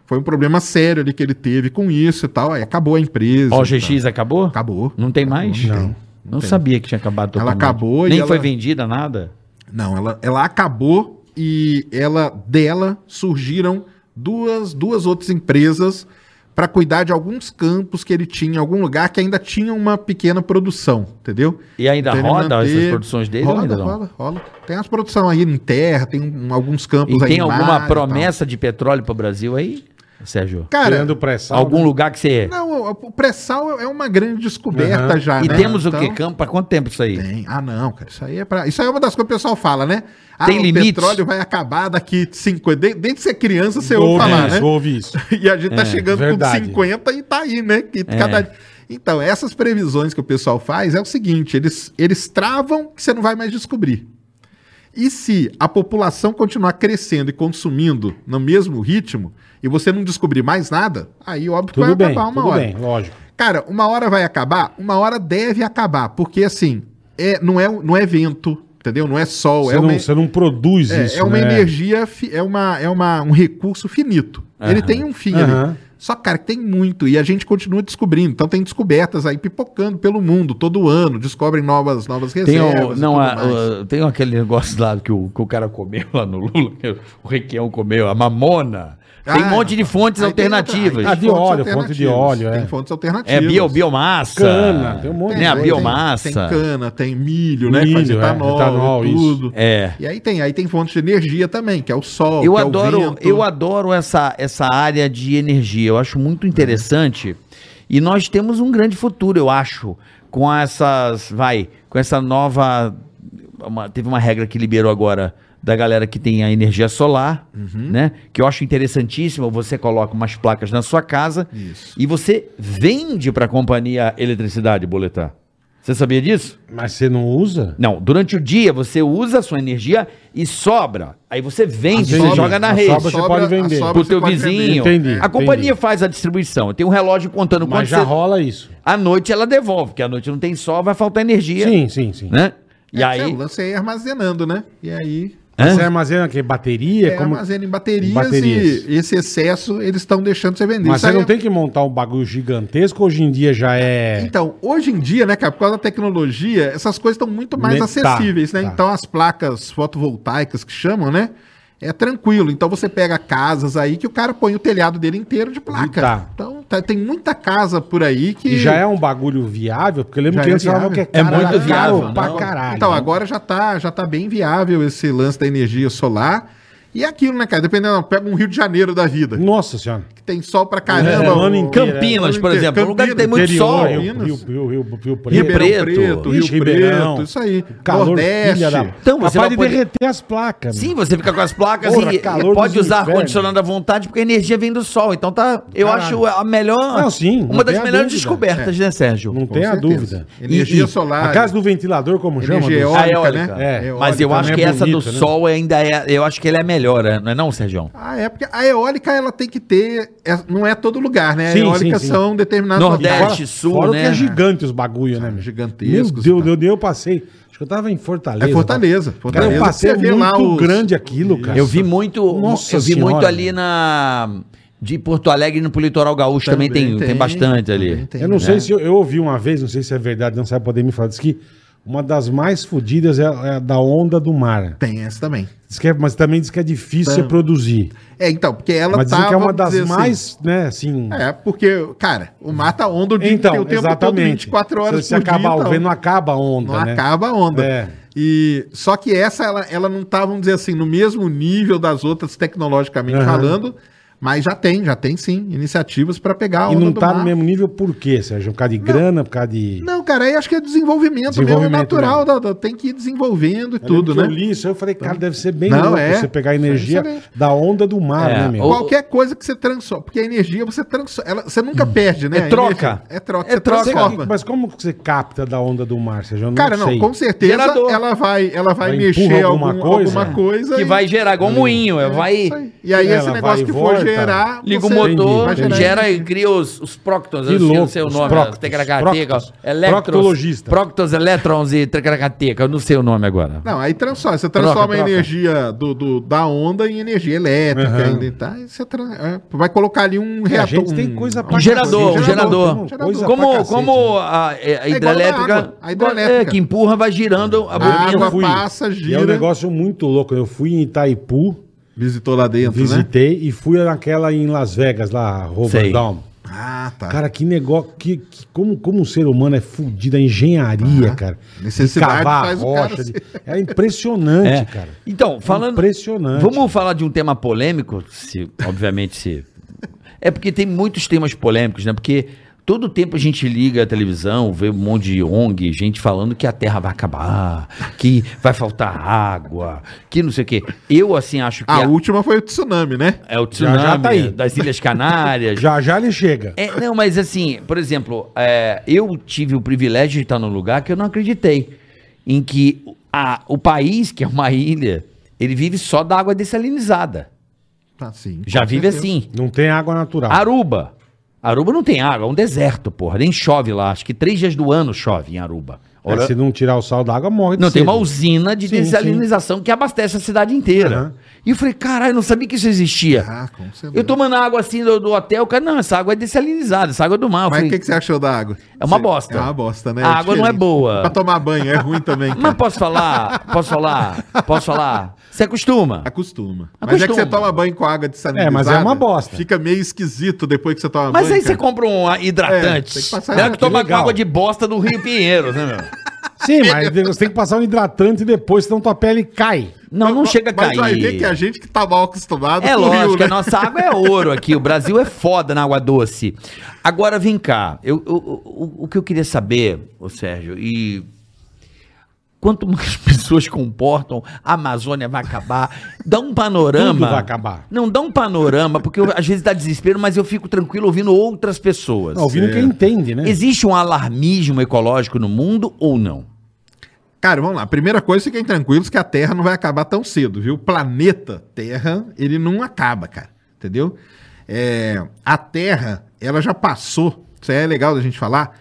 S5: foi um problema sério ali que ele teve com isso e tal. Aí acabou a empresa.
S3: Ó, o
S5: e tal.
S3: GX acabou?
S5: então. Acabou.
S3: Não tem mais?
S5: Não.
S3: Não,
S5: tem. tem.
S3: sabia que tinha acabado
S5: Ela acabou e
S3: Nem
S5: ela-
S3: foi vendida, nada?
S5: Não, ela, ela acabou e ela dela surgiram duas, duas outras empresas para cuidar de alguns campos que ele tinha em algum lugar que ainda tinha uma pequena produção, entendeu?
S3: E ainda
S5: Então ele
S3: roda
S5: manteve-
S3: essas produções dele ou
S5: roda,
S3: ainda não?
S5: roda, roda. Tem as produções aí em terra, tem um- alguns campos
S3: E
S5: aí
S3: tem
S5: em mar
S3: alguma
S5: e tal.
S3: promessa de petróleo pro Brasil aí, Sérgio?
S5: Cara,
S2: Tirando o pré-sal.
S3: Algum lugar que você...
S5: né? Não, o- o pré-sal é uma grande descoberta
S2: Aham.
S5: já,
S3: e
S5: né?
S3: temos o
S5: Então,
S3: quê? Campo? Pra quanto tempo isso aí?
S5: Tem. Ah, não, cara. Isso aí é pra... Isso aí é uma das coisas que o pessoal fala, né? Ah,
S3: Tem
S5: o
S3: limites?
S5: petróleo vai acabar daqui 50. de- Desde que você é criança, você ouve
S2: ouve
S5: falar,
S2: isso,
S5: né?
S2: ouve isso.
S5: E a gente tá chegando
S2: verdade.
S5: com 50 e tá aí, né? Que cada- Então, essas previsões que o pessoal faz é o seguinte: eles, eles travam que você não vai mais descobrir. E se a população continuar crescendo e consumindo no mesmo ritmo, e você não descobrir mais nada, aí óbvio que vai
S2: Tudo bem,
S5: acabar uma
S2: tudo
S5: hora.
S2: bem, lógico.
S5: Cara, uma hora vai acabar, uma hora deve acabar, porque assim, é, não, é, não é vento, entendeu? Não é sol,
S2: Você,
S5: é uma,
S2: não, você não produz
S5: é,
S2: isso,
S5: é uma
S2: né?
S5: energia, fi- é, uma, é uma, um recurso finito. Ele tem um fim
S2: Aham.
S5: ali. Só, cara, que tem muito e a gente continua descobrindo. Então tem descobertas aí pipocando pelo mundo, todo ano, descobrem novas, novas
S3: Tem,
S5: reservas.
S3: o,
S5: e
S3: não,
S5: tudo
S3: a-
S5: mais.
S3: o- tem aquele negócio lá que o, que o cara comeu lá no Lula, que o Requião comeu, a mamona. Tem um
S5: Ah,
S3: monte de fontes
S5: Aí tem outra-
S3: alternativas.
S5: aí
S2: Ah,
S5: tem
S2: de
S5: fontes
S2: óleo, fonte de
S5: alternativas.
S2: óleo, é.
S5: Tem fontes
S3: é
S5: alternativas.
S3: bio, biomassa.
S2: Cana, tem um monte de
S3: né, a
S2: coisa,
S3: biomassa.
S5: Tem, cana, tem milho, né?
S2: Milho,
S5: faz
S2: é,
S5: etanol,
S2: etanol,
S5: e
S2: isso.
S5: tudo.
S3: É.
S5: E aí tem, aí tem fontes de energia também, que é o sol,
S3: Eu
S5: que
S3: adoro,
S5: é o vento.
S3: eu adoro essa, essa área de energia. Eu acho muito interessante. E nós temos um grande futuro, eu acho, com essas, vai, com essa nova uma- teve uma regra que liberou agora da galera que tem a energia solar,
S5: Uhum.
S3: né? Que eu acho interessantíssimo. Você coloca umas placas na sua casa
S5: Isso.
S3: e você vende para a companhia eletricidade boletar. Você sabia disso?
S2: Mas você não usa?
S3: Não, durante o dia você usa a sua energia e sobra. Aí você
S5: Ah,
S3: vende,
S2: Entendi.
S3: você joga na
S2: A
S3: rede.
S2: sobra você pode vender.
S3: Pro teu vizinho.
S2: Entendi,
S3: a companhia
S2: entendi.
S3: faz a distribuição. Tem um relógio contando quanto
S2: Mas já
S3: você-
S2: rola isso.
S3: À noite ela devolve, porque à noite não tem sol, vai faltar energia.
S2: Sim, sim, sim.
S3: Né? E
S5: É,
S3: aí.
S5: O lance é ir armazenando, né? E aí
S2: Você
S3: Hã?
S2: armazena que bateria,
S5: é,
S2: como
S5: armazena em baterias,
S2: Baterias.
S5: e esse excesso eles estão deixando você vender.
S2: Mas
S5: Isso
S2: você
S5: aí
S2: não
S5: é-
S2: tem que montar um bagulho gigantesco, hoje em dia já é
S5: Então, hoje em dia, né, cara, por causa da tecnologia, essas coisas estão muito mais
S2: Ne- tá,
S5: acessíveis, né?
S2: tá.
S5: Então, as placas fotovoltaicas que chamam, né? É tranquilo. Então, você pega casas aí que o cara põe o telhado dele inteiro de placa.
S2: Tá.
S5: Então, tá- tem muita casa por aí que.
S2: e já é um bagulho viável, porque eu lembro
S5: Já
S2: que
S5: é
S2: antes falava que é
S5: viável.
S2: caro,
S3: É muito
S2: era caro
S3: viável,
S2: pra
S3: não.
S2: caralho. né?
S5: Então, agora já tá, já tá bem viável esse lance da energia solar. E é aquilo, né, cara? Dependendo, pega um Rio de Janeiro da vida,
S2: Nossa senhora.
S5: que tem sol pra caramba.
S2: É, o ano
S5: o-
S2: inteiro.
S3: Campinas, por
S5: Campinas,
S2: é
S3: exemplo, um lugar que tem muito
S2: Interior,
S3: sol.
S2: Rio,
S5: Minas.
S2: Rio, Rio, Rio, Rio Preto.
S5: Ribeirão Preto,
S3: Preto.
S5: Rio
S2: Ixi,
S5: Preto, isso aí.
S2: Calor,
S5: Nordeste.
S2: filha da...
S3: Então, você
S2: Capaz
S3: não
S2: de
S3: pode-
S2: derreter as placas.
S3: Sim, você fica com as placas
S2: Porra,
S3: e, e
S2: calor
S3: pode
S2: dos
S3: usar
S2: infernos.
S3: ar-condicionado à vontade, porque a energia vem do sol. Então tá, eu
S2: Caralho.
S3: acho a melhor,
S2: Não, sim, não
S3: uma das
S2: tem a
S3: melhores
S2: dúvida.
S3: descobertas, né, Sérgio?
S2: Não
S5: Com
S2: tem a
S5: certeza.
S2: dúvida.
S5: Energia
S3: E- e-
S5: solar.
S2: A casa do ventilador, como chama?
S5: energia
S2: Deus?
S3: eólica,
S5: eólica,
S3: eólica.
S5: né?
S2: É.
S5: Eólica
S3: Mas eu
S2: também
S3: acho
S2: é
S3: que essa do
S2: bonito, né?
S3: sol ainda é, eu acho que ela é melhor, né? não é não, Sérgio?
S5: Ah, é porque a eólica ela tem que ter. é- não é todo lugar, né?
S2: Sim,
S5: a eólica
S2: sim, sim.
S5: são determinados
S3: Nordeste,
S5: lugares.
S3: Norte, Sul,
S2: fora
S3: né?
S2: que é gigante os bagulho, né? meu?
S5: Gigantescos
S2: Meu
S5: e
S2: Deus,
S5: tal.
S2: eu, eu passei. Acho que eu tava em Fortaleza.
S5: É Fortaleza,
S2: tá?
S5: Fortaleza.
S2: Cara, eu passei
S5: Você vê
S2: muito
S5: lá os-
S2: grande aquilo, cara.
S3: Eu vi muito,
S2: Nossa
S3: eu vi
S2: Senhora.
S3: muito ali na de Porto Alegre no pro litoral gaúcho também, tem, tem, bastante ali.
S2: Eu não
S5: né?
S2: sei se eu, eu ouvi uma vez, não sei se é verdade, não sabe poder me falar, diz que uma das mais fodidas é, é a da onda do mar.
S5: Tem essa também.
S2: Diz que é- mas também diz que é difícil você produzir.
S5: É, então, porque ela
S2: mas
S5: tá.
S2: dizem que é uma
S5: vamos
S2: das
S5: dizer assim,
S2: mais, né, assim.
S5: É, porque, cara, o mar tá onda o dia
S2: então,
S5: o tempo todo,
S2: exatamente.
S5: 24 horas
S2: se, se acabar o
S5: então,
S2: vento, não acaba a onda,
S5: não
S2: né?
S5: acaba a onda.
S2: É.
S5: E, só que essa, ela, ela não tá, vamos dizer assim, no mesmo nível das outras, tecnologicamente
S2: Aham.
S5: falando, mas já tem, já tem sim, iniciativas para pegar a
S2: E não
S5: do
S2: tá
S5: mar.
S2: no mesmo nível por quê, Sérgio? Por causa de grana, por causa de...
S5: Não, cara, aí acho que é desenvolvimento,
S2: Desenvolvimento
S5: mesmo, é natural, da- da- tem que ir desenvolvendo e
S2: Eu lembro
S5: tudo,
S2: que
S5: né?
S2: Eu li isso, eu falei, cara, deve ser bem
S5: Não,
S2: louco
S5: é.
S2: você pegar a energia
S5: Excelente.
S2: da onda do mar,
S3: É,
S2: né, meu?
S3: ou-
S5: Qualquer coisa que você transforma, porque a energia você transforma, ela- você
S2: Hum.
S5: nunca perde, né?
S3: É
S5: A
S3: troca.
S5: energia- É troca,
S3: É
S5: você
S3: troca.
S2: Você-
S5: transforma.
S2: mas como que você capta da onda do mar, Sérgio? Eu
S5: Cara, não,
S2: sei.
S5: com certeza
S3: Gerador.
S5: ela vai, ela vai,
S2: Ela
S5: mexer
S2: empurra
S5: algum,
S2: alguma coisa?
S5: alguma coisa
S3: Que
S5: e-
S3: vai gerar igual um moinho, é, vai
S5: Isso aí. E aí
S2: Ela
S5: esse
S2: vai e
S5: negócio que
S2: volta.
S5: for gerar,
S3: liga o
S5: você-
S3: motor,
S5: vai
S2: entendi.
S5: gerar
S3: gera e cria os, os próctons,
S2: Que
S3: eu sei- não
S2: louco,
S3: sei o
S2: os
S3: nome,
S2: próctons,
S3: tecracateca,
S2: próctons,
S3: elétrons,
S2: proctologista.
S3: próctons, elétrons e tecracateca, eu não sei o nome agora.
S5: Não, aí transforma, você transforma
S3: Troca,
S5: a
S3: troca.
S5: energia do, do- da onda em energia elétrica
S2: Aham.
S5: ainda, e tá? E você tran- é, vai colocar ali um
S2: E
S5: reator.
S2: a gente tem
S5: um-
S2: coisa
S3: Um
S2: pra
S3: gerador, um
S2: cacete,
S3: gerador.
S2: temos
S5: é
S2: coisa
S3: Como,
S2: pra cacete,
S3: como a, é, a
S5: igual
S3: hidrelétrica,
S5: a água, a hidrelétrica.
S3: é, que empurra, vai girando a
S5: A
S2: Eu
S3: bobina.
S5: água
S2: fui.
S5: passa,
S2: E é um
S5: gira.
S2: negócio muito louco. Eu fui em Itaipu,
S5: Visitou lá dentro, né?
S2: visitei e fui naquela em Las Vegas, lá, Robert
S3: Sei.
S2: Down.
S5: Ah, tá.
S2: Cara, que negócio. Que, que- como, como o ser humano é fudido, a engenharia, cara.
S5: Necessidade
S2: de cavar
S5: faz o cara
S2: rocha.
S5: ser-
S2: de- É impressionante, cara.
S3: Então, falando.
S2: Impressionante.
S3: Vamos falar de um tema polêmico, se, obviamente, se. É porque tem muitos temas polêmicos, né? Porque todo tempo a gente liga a televisão, vê um monte de ONG, gente falando que a terra vai acabar, que vai faltar água, que não sei o quê. Eu, assim, acho que
S5: Ah, A
S3: é-
S5: última foi o tsunami, né?
S3: é o
S2: Ah, Já,
S3: tsunami
S2: já tá aí.
S3: das Ilhas Canárias,
S2: Já já ele chega.
S3: É, não, mas assim, por exemplo, é, eu tive o privilégio de estar num lugar que eu não acreditei. Em que a- o país, que é uma ilha, ele vive só da água dessalinizada.
S5: Tá, sim.
S3: Já
S5: com
S3: vive
S5: certeza. Tá.
S3: assim.
S2: Não tem água natural.
S3: Ah, Aruba. Aruba não tem água, é um deserto, porra. Nem chove lá. Acho que três dias do ano chove em Aruba.
S2: É, se não tirar o sal da água, morre de
S3: Não, tem
S2: sede.
S3: uma usina de
S2: Sim,
S3: desalinização que abastece a cidade inteira.
S2: Aham.
S3: E eu falei, caralho, não sabia que isso existia.
S5: Ah, com certeza.
S3: Eu tomando água assim do, do hotel, o cara, não, essa água é dessalinizada, essa água é do mar. Eu
S5: Mas o
S3: falei,
S5: que, que você achou da água?
S3: É uma
S5: Você-
S3: bosta.
S5: É uma bosta, né?
S3: A água não é
S5: diferente.
S3: boa.
S5: Pra tomar banho é ruim também, cara.
S3: Mas posso falar? Posso falar? Posso falar? Se acostuma.
S5: Acostuma. Mas é que você
S3: Acostuma.
S5: toma banho com água dessalinizada.
S2: É, mas é uma bosta.
S5: Fica meio esquisito depois que você toma
S3: Mas
S5: banho.
S3: aí você
S5: cara.
S3: compra um ah,
S5: É, tem que
S3: hidratante.
S5: passar
S3: Não É, que
S5: hidratante,
S3: toma
S2: legal.
S3: água de bosta do Rio Pinheiro, né, meu?
S2: Sim, mas você tem que passar um hidratante depois, senão tua pele cai.
S3: Não, não
S5: Mas-
S3: chega a
S5: Mas vai
S3: cair.
S5: ver que a gente que tá mal acostumado
S3: É
S5: com o
S3: lógico,
S5: né?
S3: a nossa água é ouro aqui. O Brasil é foda na água doce. Agora vem cá. Eu, eu- o, o que eu queria saber, ô Sérgio, e. Quanto mais pessoas comportam, a Amazônia vai acabar. Dá um panorama.
S2: Tudo vai acabar.
S3: Não, dá um panorama, porque eu- às vezes dá desespero, mas eu fico tranquilo ouvindo outras pessoas.
S2: Não, ouvindo quem entende, né?
S3: Existe um alarmismo ecológico no mundo ou não?
S5: Cara, vamos lá. Primeira coisa, fiquem tranquilos que a Terra não vai acabar tão cedo, viu? O planeta Terra, ele não acaba, cara. Entendeu? É, a Terra, ela já passou, isso aí é legal da gente falar,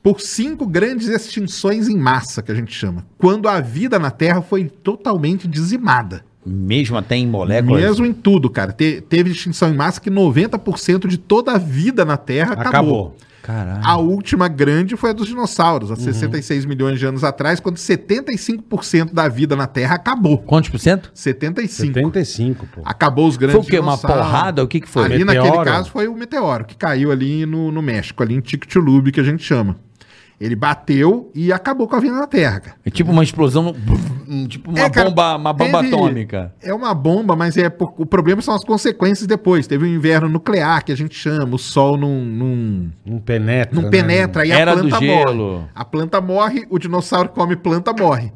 S5: por cinco grandes extinções em massa, que a gente chama. Quando a vida na Terra foi totalmente dizimada.
S3: Mesmo até em moléculas?
S5: Mesmo em tudo, cara. Te- teve extinção em massa que 90% de toda a vida na Terra acabou.
S2: Acabou.
S3: Caralho.
S5: A última grande foi a dos dinossauros,
S3: Uhum.
S5: há 66 milhões de anos atrás, quando 75% da vida na Terra acabou.
S3: Quantos por cento?
S5: 75.
S2: 75, pô.
S5: Acabou os
S3: Foi
S5: grandes
S3: o quê? Uma
S5: dinossauros.
S3: porrada? O que, que foi?
S5: Ali
S2: Meteoro?
S5: naquele caso foi o meteoro, que caiu ali no, no México, ali em Tictulub, que a gente chama. Ele bateu e acabou com a vida na Terra, cara.
S3: É tipo uma explosão, no- tipo uma
S5: É, cara,
S3: bomba, uma bomba
S5: teve-
S3: atômica.
S5: É uma bomba, mas é por- o problema são as consequências depois. Teve o inverno nuclear, que a gente chama, o sol não, não,
S2: Não penetra.
S5: não
S2: né?
S5: penetra, e
S3: Era
S5: a
S3: do
S5: planta morre.
S3: gelo.
S5: A planta morre, o dinossauro come planta, morre.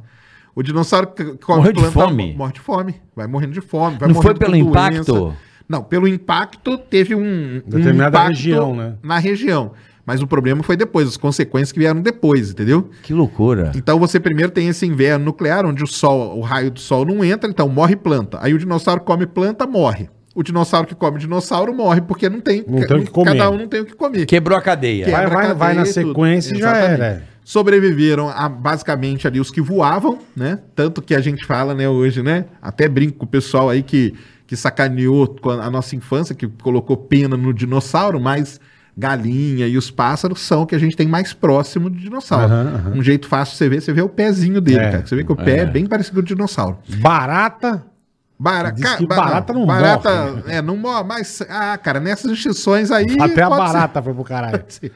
S5: O dinossauro c- come
S3: Morreu de
S5: planta,
S3: fome?
S5: morre de fome, vai morrendo de fome, vai
S3: Não
S5: morrendo
S3: foi pelo
S5: com doença.
S3: impacto?
S5: Não, pelo impacto teve um, um
S2: Determinada
S5: impacto
S2: região, né?
S5: na região. Mas o problema foi depois, as consequências que vieram depois, entendeu?
S3: Que loucura.
S5: Então você primeiro tem esse inverno nuclear, onde o sol, o raio do sol não entra, então morre planta. Aí o dinossauro come planta, morre. O dinossauro que come dinossauro morre, porque não tem.
S2: Não tem o que comer.
S5: Cada um não tem o que comer.
S3: Quebrou a cadeia.
S2: Vai-
S5: Quebra
S2: vai-
S5: a
S2: vai na
S5: cadeia e tudo.
S2: sequência e já
S5: Exatamente.
S2: era, é.
S5: Sobreviveram a, basicamente ali os que voavam, né? Tanto que a gente fala, né, hoje, né? Até brinco com o pessoal aí que, que sacaneou com a a nossa infância, que colocou pena no dinossauro, mas galinha e os pássaros são o que a gente tem mais próximo do dinossauro.
S2: Aham, aham.
S5: Um jeito fácil de você ver, você vê o pezinho dele,
S2: É,
S5: cara. Você vê que o pé é bem parecido com o dinossauro.
S2: Barata.
S5: Bara,
S2: Diz
S5: ca-
S2: que
S5: ba-
S2: barata não
S5: barata,
S2: morre, né?
S5: é, não morre, mas, ah, cara, nessas instituições aí...
S2: até a
S5: pode ser.
S2: barata foi pro caralho.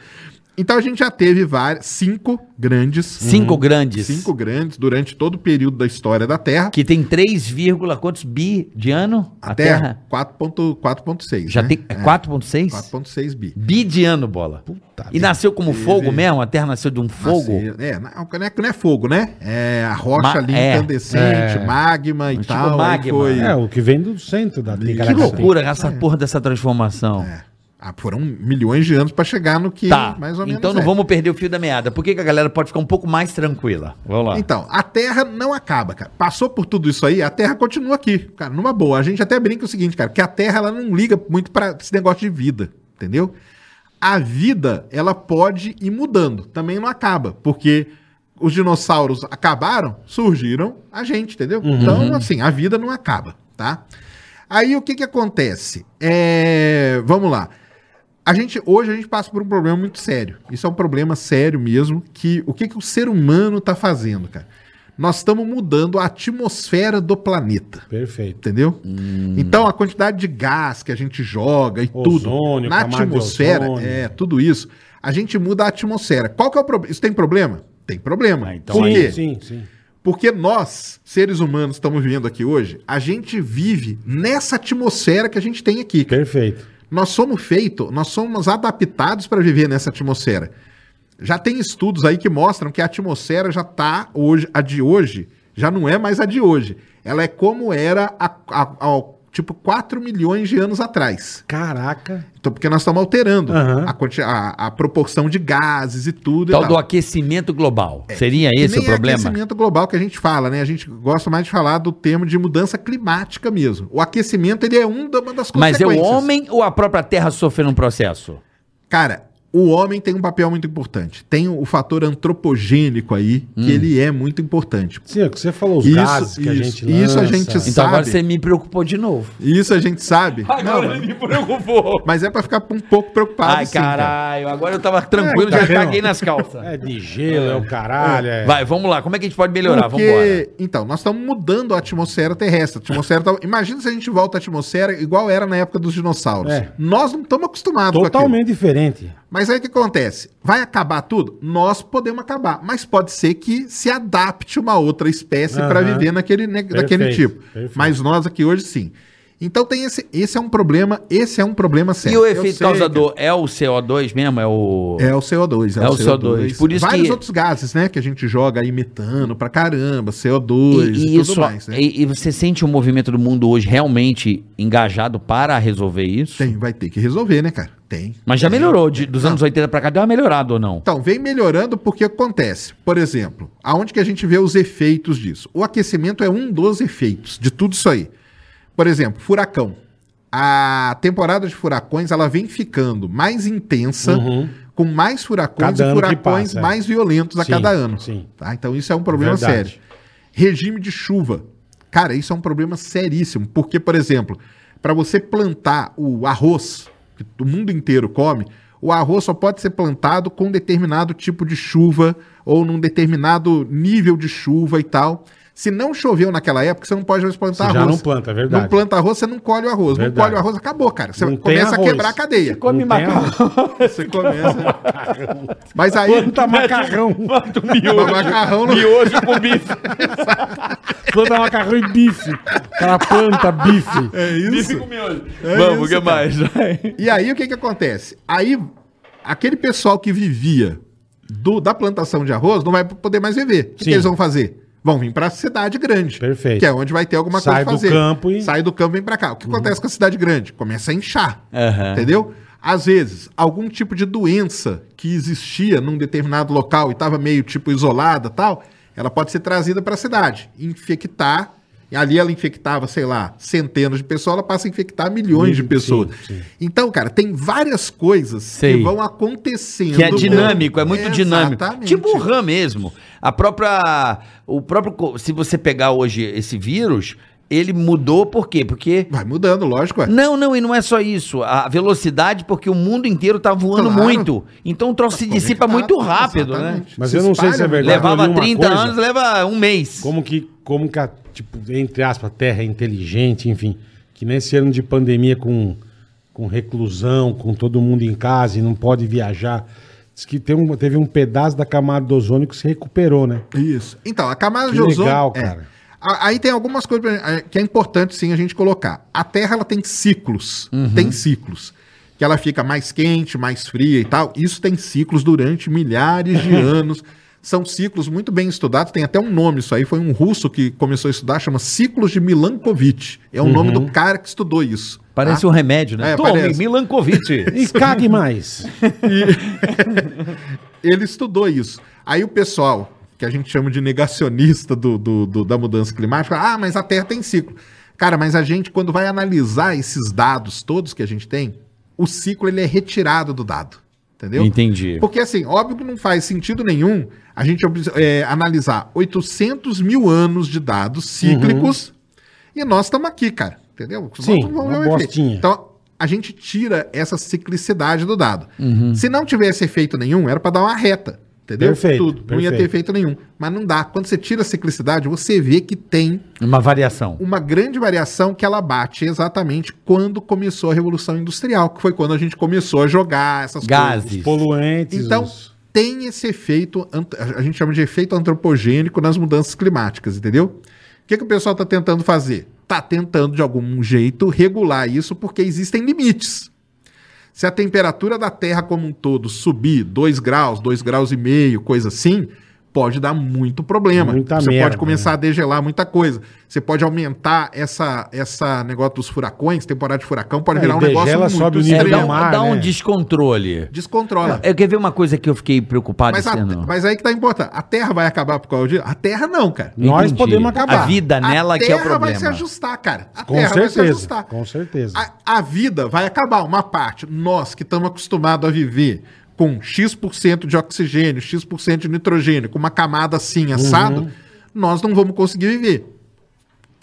S5: Então a gente já teve várias, cinco grandes,
S3: Cinco grandes.
S5: cinco grandes durante todo o período da história da Terra.
S3: Que tem 3, vírgula quantos bi de ano?
S5: a Terra, 4.4.6. 4.6.
S3: Já
S5: né?
S3: tem é 4.6?
S5: 4.6 bi.
S3: Bi de ano, bola. e nasceu como fogo mesmo? A Terra nasceu de um fogo?
S5: Nascer- É, não não é, não é fogo, né? É a rocha
S3: Ma-
S5: ali
S3: é.
S5: incandescente,
S2: É.
S5: magma e
S3: Tipo
S5: tal. aí
S3: magma.
S5: Foi...
S2: É, o que vem do centro da
S3: Que
S2: Ticaracati.
S3: loucura
S5: É.
S3: essa porra dessa transformação.
S5: Ah, foram milhões de anos para chegar no que
S3: Tá,
S5: mais ou menos
S3: então não
S5: é.
S3: vamos perder o fio da meada. Por que, que a galera pode ficar um pouco mais tranquila? Vamos lá.
S5: Então, a Terra não acaba, cara. Passou por tudo isso aí, a Terra continua aqui, cara, numa boa. A gente até brinca o seguinte, cara, que a Terra ela não liga muito pra esse negócio de vida, entendeu? A vida, ela pode ir mudando, também não acaba, porque os dinossauros acabaram, surgiram a gente, entendeu?
S3: Uhum.
S5: Então, assim, a vida não acaba, tá? Aí o que que acontece? É, vamos lá. A gente hoje a gente passa por um problema muito sério. Isso é um problema sério mesmo que o que que o ser humano está fazendo, cara? Nós estamos mudando a atmosfera do planeta,
S2: Perfeito.
S5: entendeu? Então a quantidade de gás que a gente joga e tudo
S2: Hum. Ozônio,
S5: na
S2: camada de
S5: atmosfera,
S2: ozônio.
S5: é, tudo isso, a gente muda a atmosfera. Qual que é o problema? Isso tem problema? Tem problema.
S3: Ah, então
S5: Por
S2: sim,
S5: quê?
S2: sim, sim.
S5: Porque nós, seres humanos, estamos vivendo aqui hoje, a gente vive nessa atmosfera que a gente tem aqui. cara.
S2: Perfeito.
S5: Nós somos feitos, nós somos adaptados para viver nessa atmosfera. Já tem estudos aí que mostram que a atmosfera já tá hoje, a de hoje, já não é mais a de hoje. Ela é como era há, há- há, tipo 4 milhões de anos atrás.
S2: Caraca.
S5: Então, porque nós estamos alterando
S2: Aham.
S5: a, quanti- a- a proporção de gases e tudo. e
S3: Tal
S5: tal.
S3: do aquecimento global. Seria
S5: Que
S3: esse o
S5: nem Então, é
S3: problema?
S5: aquecimento global que a gente fala, né? A gente gosta mais de falar do termo de mudança climática mesmo. O aquecimento, ele é um da- uma das
S3: Mas é o
S5: consequências.
S3: homem ou a própria Terra sofrendo um processo?
S5: Cara, o homem tem um papel muito importante. Tem o fator antropogênico aí,
S3: Hum.
S5: que ele é muito importante.
S2: Sim, é o que você falou, os
S5: Isso,
S2: gases que a
S5: isso,
S2: gente lança.
S5: isso a gente
S3: Então
S5: Sabe.
S3: agora você me preocupou de novo.
S5: E isso a gente sabe. Não,
S3: Agora
S5: mas-
S3: me preocupou.
S5: mas é pra ficar um pouco preocupado.
S3: Ai,
S5: sim, cara.
S3: caralho. Agora eu tava tranquilo,
S2: É, tá
S3: já
S2: vendo?
S3: caguei nas calças.
S2: É de gelo, é o caralho. É...
S3: Vai, vamos lá. Como é que a gente pode melhorar? Vamos embora.
S5: Porque, então, nós estamos mudando a atmosfera terrestre. A atmosfera tá- Imagina se a gente volta à atmosfera igual era na época dos dinossauros.
S2: É.
S5: Nós não estamos acostumados com aquilo.
S2: Totalmente diferente.
S5: Mas aí o que acontece? Vai acabar tudo? Nós podemos acabar, mas pode ser que se adapte uma outra espécie
S2: Aham.
S5: pra para viver naquele, ne- daquele tipo.
S2: perfeito.
S5: Mas nós aqui hoje sim. Então tem esse, esse é um problema, esse é um problema sério.
S3: E o
S5: Eu
S3: efeito
S5: sei
S3: causador é o CO2 mesmo? É o.
S5: que É o CO2,
S3: É o CO2. Por isso
S5: Vários
S3: que-
S5: outros gases, né, que a gente joga aí metano pra caramba,
S3: e,
S5: CO2 e,
S3: e
S5: tudo
S3: isso,
S5: mais, né?
S3: e, e você sente o movimento do mundo hoje realmente engajado para resolver isso?
S5: Tem, vai ter que resolver, né, cara? Tem.
S3: Mas já melhorou, de, dos anos 80 pra cá deu uma melhorada ou não?
S5: Então, vem melhorando porque acontece. Por exemplo, aonde que a gente vê os efeitos disso? O aquecimento é um dos efeitos de tudo isso aí. Por exemplo, furacão. A temporada de furacões, ela vem ficando mais intensa,
S2: Uhum.
S5: com mais furacões
S2: Cada
S5: e
S2: ano que
S5: furacões
S2: passa, é.
S5: mais violentos a
S2: Sim,
S5: cada ano.
S2: sim.
S5: Tá? Então, isso é um problema
S2: Verdade.
S5: sério. Regime de chuva. Cara, isso é um problema seríssimo, porque, por exemplo, para você plantar o arroz, que o mundo inteiro come, o arroz só pode ser plantado com determinado tipo de chuva ou num determinado nível de chuva e tal. Se não choveu naquela época, você não pode mais plantar
S2: Você já
S5: arroz.
S2: não planta, é verdade.
S5: Tá Não planta arroz, você não colhe o arroz.
S2: Verdade.
S5: Não colhe o arroz, acabou, cara. Você
S2: Não tem
S5: começa
S2: arroz.
S5: a quebrar a cadeia.
S2: Come macarrão.
S5: Você começa. Mas aí. um
S2: Planta macarrão.
S8: Quanto
S5: o
S8: miojo.
S5: macarrão não.
S8: Miojo com bife.
S2: Planta macarrão e bife. O cara planta bife.
S5: É isso.
S3: Vamos, o que mais?
S5: E aí o que que acontece? Aí aquele pessoal que vivia do- da plantação de arroz não vai poder mais viver. O que,
S2: Sim.
S5: que eles vão fazer? Vão vir para a cidade grande.
S2: Perfeito.
S5: Que é onde vai ter alguma
S2: Sai
S5: coisa pra
S2: do
S5: fazer.
S2: campo e- Uhum.
S5: Sai do campo e vem para cá. O que acontece com a cidade grande? Começa a inchar.
S3: É.
S5: Entendeu? Às vezes, algum tipo de doença que existia num determinado local e estava meio tipo isolada tal, ela pode ser trazida para a cidade, infectar. E ali ela infectava, sei lá, centenas de pessoas, ela passa a infectar milhões de
S2: Sim,
S5: pessoas.
S2: sim.
S5: Então, cara, tem várias coisas
S3: Sei.
S5: que vão acontecendo.
S3: Que é dinâmico, é muito dinâmico.
S5: Exatamente.
S3: Tipo o RAM mesmo. A própria. O próprio. co- Se você pegar hoje esse vírus, ele mudou por quê? Porque.
S5: Vai mudando, lógico. É.
S3: Não, não, e não é só isso. A velocidade, porque o mundo inteiro tá voando
S5: Claro. é
S3: muito. Então o troço se dissipa
S5: tá?
S3: muito rápido, né?
S2: Mas eu não sei se é verdade. Eu
S3: Levava
S2: li uma
S3: 30
S2: coisa.
S3: anos, leva um mês.
S2: Como que, como que a, tipo, entre aspas, a terra é inteligente, enfim. Que nesse ano de pandemia com, com reclusão, com todo mundo em casa e não pode viajar. Diz que tem um- teve um pedaço da camada do ozônio que se recuperou, né?
S5: Isso. Então, a camada
S2: Que
S5: de ozônio.
S2: legal,
S5: é.
S2: cara.
S5: A- Aí tem algumas coisas pra- é, que é importante sim a gente colocar. A Terra ela tem ciclos,
S2: Uhum.
S5: tem ciclos. Que ela fica mais quente, mais fria e tal. Isso tem ciclos durante milhares de anos. São ciclos muito bem estudados, tem até um nome isso aí, foi um russo que começou a estudar, chama Ciclos de Milankovitch. É o nome
S2: Uhum.
S5: do cara que estudou isso.
S3: Parece
S5: tá?
S3: um remédio, né?
S5: É,
S3: Tome,
S5: parece.
S3: Milankovic.
S2: E cague mais.
S5: ele estudou isso. Aí o pessoal, que a gente chama de negacionista do, do- do- da mudança climática, ah, mas a Terra tem ciclo. Cara, mas a gente, quando vai analisar esses dados todos que a gente tem, o ciclo ele é retirado do dado. Entendeu?
S3: Entendi.
S5: Porque assim, óbvio que não faz sentido nenhum a gente obs- é, analisar 800 mil anos de dados cíclicos e nós estamos aqui, cara. Entendeu? Os
S2: Uhum. Sim,
S5: outros vão ver
S2: uma
S5: o efeito.
S2: bostinha.
S5: Então, a gente tira essa ciclicidade do dado.
S3: Uhum.
S2: Hum.
S5: Se não tivesse efeito nenhum, era para dar uma reta. Entendeu?
S2: Perfeito,
S5: Tudo. Não ia ter
S2: perfeito.
S5: efeito nenhum. Mas não dá. Quando você tira a ciclicidade, você vê que tem
S3: Uma variação.
S5: uma grande variação que ela bate exatamente quando começou a Revolução Industrial, que foi quando a gente começou a jogar essas coisas.
S3: Gases.
S2: Poluentes.
S5: Então,
S2: os-
S5: tem esse efeito, ant- a gente chama de efeito antropogênico nas mudanças climáticas, entendeu? O que, que o pessoal está tentando fazer? Está tentando, de algum jeito, regular isso, porque existem limites. Se a temperatura da Terra como um todo subir 2 graus, 2 graus e meio, coisa assim, pode dar muito problema.
S2: Muita
S5: Você
S2: merda, né?
S5: pode começar a degelar muita coisa. Você pode aumentar essa, essa negócio dos furacões, temporada de furacão, pode
S2: É,
S5: virar
S2: e
S5: um negócio
S2: degela,
S5: muito
S2: sobe o nível
S3: É,
S2: Extremo.
S3: dá,
S5: extremo.
S3: um-
S2: Mar,
S3: dá um
S2: né?
S3: descontrole.
S5: Descontrola.
S3: Eu quer ver uma coisa que eu fiquei preocupado
S5: Mas,
S3: esse
S5: a-
S3: ano?
S5: mas aí que tá importante. A Terra vai acabar por causa disso? A Terra não, cara.
S2: Nós
S3: Entendi.
S2: podemos acabar.
S3: A vida nela que é o problema.
S5: vai se ajustar, cara. A
S2: Com
S5: Terra vai se
S2: certeza,
S5: ajustar.
S2: com certeza.
S5: A, a vida vai acabar, uma parte. Nós que estamos acostumados a viver com X% de oxigênio, X% de nitrogênio, com uma camada
S2: Uhum.
S5: assim, assado, nós não vamos conseguir viver.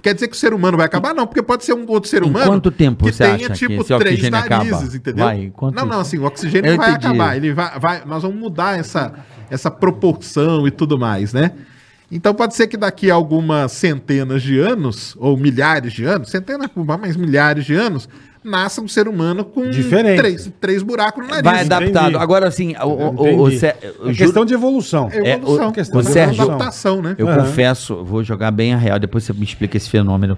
S5: Quer dizer que o ser humano vai acabar? Não, porque pode ser um outro ser
S3: Em
S5: humano.
S3: quanto tempo
S5: que
S3: você
S5: tenha,
S3: acha que
S5: tipo,
S3: esse
S5: três
S3: oxigênio acaba?
S5: narizes, entendeu?
S3: Vai, em quanto-
S5: Não, não, assim, o oxigênio
S3: Eu
S5: vai
S3: entendi.
S5: acabar. Ele vai, vai- nós vamos mudar essa, essa proporção e tudo mais, né? Então pode ser que daqui a algumas centenas de anos, ou milhares de anos, centenas, mas milhares de anos, nasça um ser humano com
S2: Diferente.
S5: Três, três buracos no nariz.
S3: Vai
S2: dar-
S3: adaptado.
S2: Entendi.
S3: Agora, assim, o, o, o, o,
S2: Entendi.
S3: Sé- eu
S2: é
S3: juro-
S2: questão de evolução.
S5: É
S3: É,
S5: evolução,
S3: o-
S5: questão
S3: o
S5: de
S3: Sérgio-
S5: adaptação, né?
S3: eu
S2: Aham.
S3: confesso, vou jogar bem a real, depois você me explica esse fenômeno.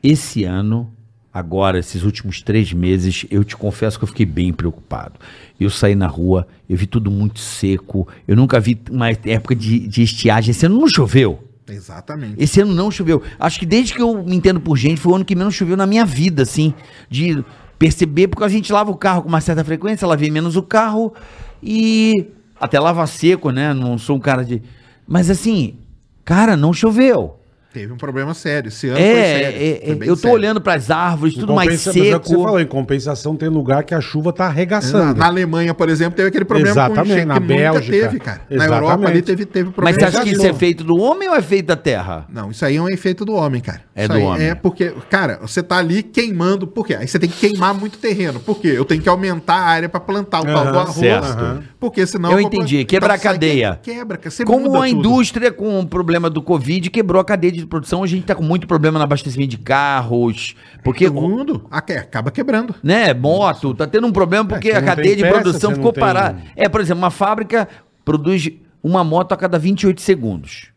S3: Esse ano, agora, esses últimos três meses, eu te confesso que eu fiquei bem preocupado. Eu saí na rua, eu vi tudo muito seco, eu nunca vi uma época de, de estiagem. Esse ano não choveu.
S5: Exatamente.
S3: Esse ano não choveu. Acho que desde que eu me entendo por gente, foi o ano que menos choveu na minha vida, assim. De perceber, porque a gente lava o carro com uma certa frequência, lavei menos o carro e até lava seco, né? Não sou um cara de. Mas assim, cara, não choveu.
S5: Teve um problema sério. Esse ano foi
S3: É,
S5: sério.
S3: é, é,
S5: Foi
S3: eu
S5: bem
S3: tô
S5: sério.
S3: olhando pras árvores,
S2: Em
S3: tudo mais
S2: compensa- mas é o que você
S3: seco.
S2: falou, em compensação tem lugar que a chuva tá
S5: Na,
S2: arregaçando.
S5: na Alemanha, por exemplo, teve aquele problema
S2: Exatamente,
S5: enchente
S2: na
S5: que nunca
S2: Bélgica.
S5: teve, cara. Na Europa
S2: Exatamente.
S5: ali teve, teve
S3: Mas
S5: problema.
S3: você acha que
S5: de
S3: isso é
S5: novo.
S3: feito do homem ou é feito da terra?
S5: Não, isso aí é um efeito do homem, cara.
S3: É
S5: Isso
S3: do
S5: aí
S3: homem.
S5: É porque, cara, você tá ali queimando, por quê? Aí você tem que queimar muito terreno. Por quê? Eu tenho que aumentar a área pra plantar o tal
S2: Aham,
S5: do arroz.
S3: certo.
S5: Aham. Porque senão.
S3: Eu
S5: vou plantar-
S3: entendi, quebra a
S5: você
S3: cadeia.
S5: que- Quebra, cara. Você
S3: Como é
S5: muda
S3: a
S5: tudo.
S3: indústria com o problema do Covid quebrou a cadeia de produção, a gente tá com muito problema no abastecimento de carros, porque
S5: Segundo, a que- acaba quebrando.
S3: né, moto, tá tendo um problema porque
S2: É, que
S3: a
S2: não
S3: cadeia
S2: tem
S3: de
S2: peça,
S3: produção
S2: você
S3: ficou
S2: não tem-
S3: parada. É, por exemplo, uma fábrica produz uma moto a cada 28 segundos.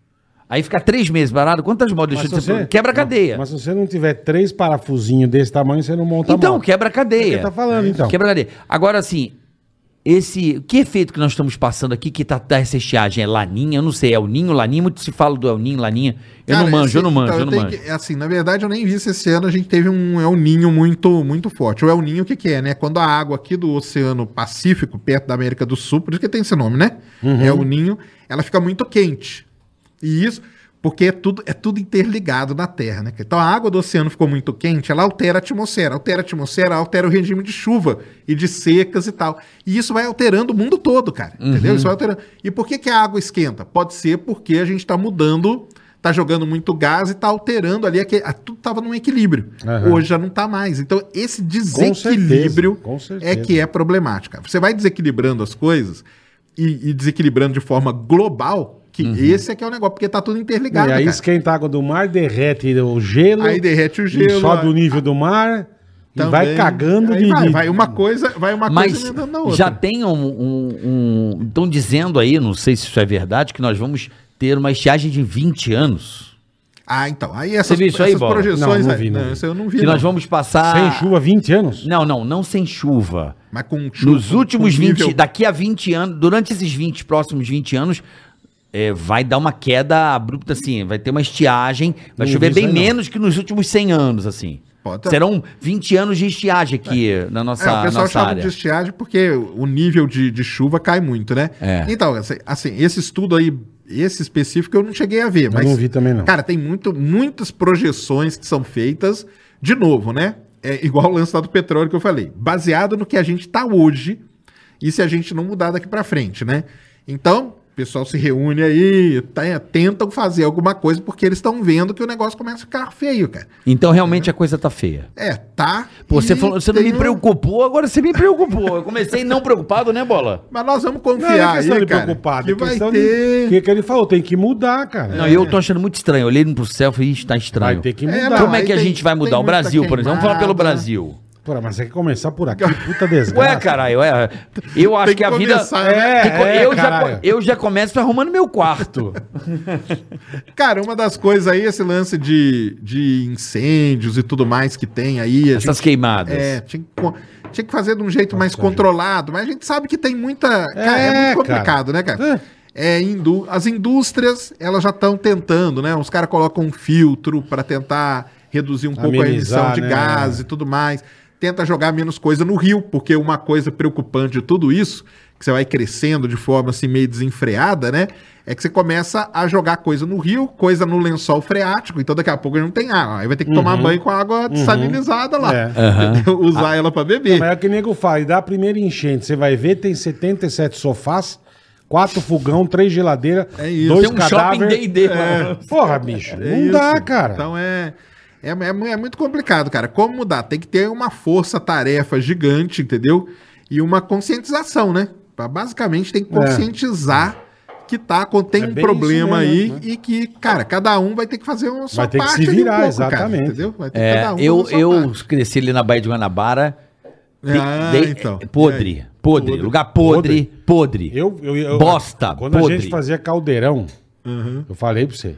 S3: Aí fica três meses parado, quantas motos
S2: Mas
S3: deixou de
S2: se
S3: ser
S2: você-
S3: produ- Quebra a cadeia.
S2: Mas se você não tiver três parafusinhos desse tamanho, você não monta a
S3: então,
S2: moto.
S3: quebra a
S2: É o que
S3: cadeia.
S2: tá falando, então.
S3: Quebra a cadeia. Agora, assim, esse. Que efeito que nós estamos passando aqui que tá, tá essa estiagem? É laninha? Eu não sei, é o ninho, laninha? Muito se fala do El Ninho, laninha. Eu
S5: Cara,
S3: não manjo,
S5: esse-
S3: eu não manjo,
S5: então,
S3: eu não
S5: tenho
S3: manjo.
S5: que- assim, na verdade, eu nem vi se esse ano a gente teve um El Ninho muito, muito forte. O El Ninho, o que, que é, né? Quando a água aqui do Oceano Pacífico, perto da América do Sul, por isso que tem esse nome, né?
S3: Uhum.
S5: El Ninho, ela fica muito quente. E isso porque é tudo, é tudo interligado na Terra, né? Então a água do oceano ficou muito quente, ela altera a atmosfera. Altera a atmosfera, altera o regime de chuva e de secas e tal. E isso vai alterando o mundo todo, cara.
S2: Uhum.
S5: Entendeu? Isso vai alterando. E por que, que a água esquenta? Pode ser porque a gente está mudando, está jogando muito gás e está alterando ali. aque- a- tudo estava num equilíbrio.
S2: Aham.
S5: Hoje já não está mais. Então esse
S2: certeza,
S5: desequilíbrio
S2: com certeza.
S5: é que é problemática. Você vai desequilibrando as coisas e, e desequilibrando de forma global, que esse é que é o negócio, porque tá tudo interligado,
S2: Uhum. E aí
S5: cara.
S2: esquenta a água do mar, derrete o gelo.
S5: Aí derrete o gelo,
S2: E sobe
S5: ó.
S2: o nível do mar.
S5: Também.
S2: E vai cagando
S5: Aí
S2: de...
S5: vai,
S2: de-
S5: vai uma coisa, vai uma
S3: Mas
S5: coisa emendando na outra.
S3: já tem um, um, Estão dizendo aí, não sei se isso é verdade, que nós vamos ter uma estiagem de 20 anos.
S5: Ah, então. Aí essas,
S3: viu isso aí,
S5: essas
S3: Bola?
S5: projeções,
S2: Não, não
S5: aí-
S2: vi, não vi.
S5: isso eu não vi.
S3: Que
S5: não.
S3: nós vamos passar.
S2: Sem chuva, 20 anos?
S3: Não, não, não sem chuva.
S5: Mas com
S3: Nos últimos
S5: com
S3: 20,
S5: nível-
S3: daqui a 20 anos, durante esses 20 próximos 20 anos, é, vai dar uma queda abrupta, assim, vai ter uma estiagem, vai
S2: Não
S3: chover
S2: vi
S3: bem
S2: isso aí, não.
S3: menos que nos últimos 100 anos, assim.
S5: Pode-
S3: Serão 20 anos de estiagem aqui na nossa,
S5: É, o pessoal
S3: nossa
S5: chama
S3: área.
S5: de estiagem porque o nível de, de chuva cai muito, né?
S3: É.
S5: Então, assim- assim, esse estudo aí, esse específico eu não cheguei a ver,
S2: Eu
S5: mas.
S2: não vi também, não.
S5: Cara, tem muito, muitas projeções que são feitas, de novo, né? É igual o lance lá do petróleo que eu falei. Baseado no que a gente tá hoje e se a gente não mudar daqui pra frente, né? Então, o pessoal se reúne aí, tá- tentam fazer alguma coisa porque eles estão vendo que o negócio começa a ficar feio, cara.
S3: Então realmente a coisa tá feia.
S5: É, tá.
S3: Pô, você,
S5: e
S3: falou, você não
S5: tem
S3: me
S5: um-
S3: preocupou, agora você me preocupou. Eu comecei não preocupado, né, Bola?
S5: Mas nós vamos
S2: Não, não é
S5: confiar
S2: questão
S5: aí,
S2: de
S5: cara.
S2: preocupado.
S5: que
S2: é
S5: vai
S2: questão
S5: ter...
S2: de... que, que ele falou, tem que mudar, cara.
S3: Não, eu tô achando muito estranho. Eu olhei pro céu e falei, "Ih, tá estranho.
S2: Vai ter que
S5: É,
S2: mudar.
S5: não,
S3: Como é
S5: aí
S3: que a
S5: tem-
S3: gente vai mudar?
S5: tem
S3: O Brasil,
S5: muita
S3: por exemplo. Vamos falar pelo
S5: queimada.
S3: Brasil.
S2: Porra, mas tem que começar por aqui, puta desgraça.
S3: Ué, caralho, é. Eu acho
S5: Tem
S3: que, a vida.
S5: começar, né?
S2: É,
S3: Tem co-
S2: é,
S3: eu, já,
S2: caralho.
S3: co- eu já começo arrumando meu quarto.
S5: Cara, uma das coisas aí, esse lance de, de incêndios e tudo mais que tem aí. a
S3: Essas
S5: gente-
S3: queimadas.
S5: é, tinha, que co- tinha que fazer de um jeito mais
S2: Nossa,
S5: controlado, mas a gente sabe que tem muita. Cara, é,
S2: É,
S5: muito complicado, né, cara? É, indú- as indústrias, elas já estão tentando, né? Os caras colocam um filtro para tentar reduzir um pouco a
S2: Amenizar,
S5: emissão de
S2: né?
S5: gás e tudo mais. Tenta jogar menos coisa no rio, porque uma coisa preocupante de tudo isso, que você vai crescendo de forma assim meio desenfreada, né? É que você começa a jogar coisa no rio, coisa no lençol freático, então daqui a pouco não tem água. Aí vai ter que tomar banho com a água dessalinizada lá.
S2: É.
S3: Aham.
S5: Entendeu? Usar ela pra beber.
S2: Mas é o que o nego fala, e dá a primeira enchente. Você vai ver, tem 77 sofás, quatro fogão, três geladeiras,
S5: É isso.
S2: dois
S3: Tem um shopping
S2: cadáveres.
S3: D&D, mano.
S2: Porra, bicho,
S5: É
S2: não
S5: isso.
S2: dá, cara.
S5: Então é, é, é mu- é muito complicado, cara. Como mudar? Tem que ter uma força-tarefa gigante, entendeu? E uma conscientização, né? Pra, basicamente tem que conscientizar que tá, con- tem
S2: É
S5: um
S2: bem
S5: problema
S2: isso
S5: aí
S2: mesmo, né?
S5: e que, cara, cada um vai ter que fazer uma sua
S2: Vai ter que
S5: parte
S2: se
S5: ali um
S2: virar, exatamente.
S5: entendeu? Vai ter
S3: É,
S5: cada um
S3: eu
S5: fazer a sua
S3: eu cresci ali na Baía de Guanabara.
S5: parte. Ah,
S3: de- é,
S5: então.
S3: Podre, podre.
S5: Podre.
S3: Lugar podre, podre.
S2: Eu, eu, eu-
S3: Bosta,
S2: Quando
S3: podre.
S2: a gente fazia caldeirão, eu falei pra você,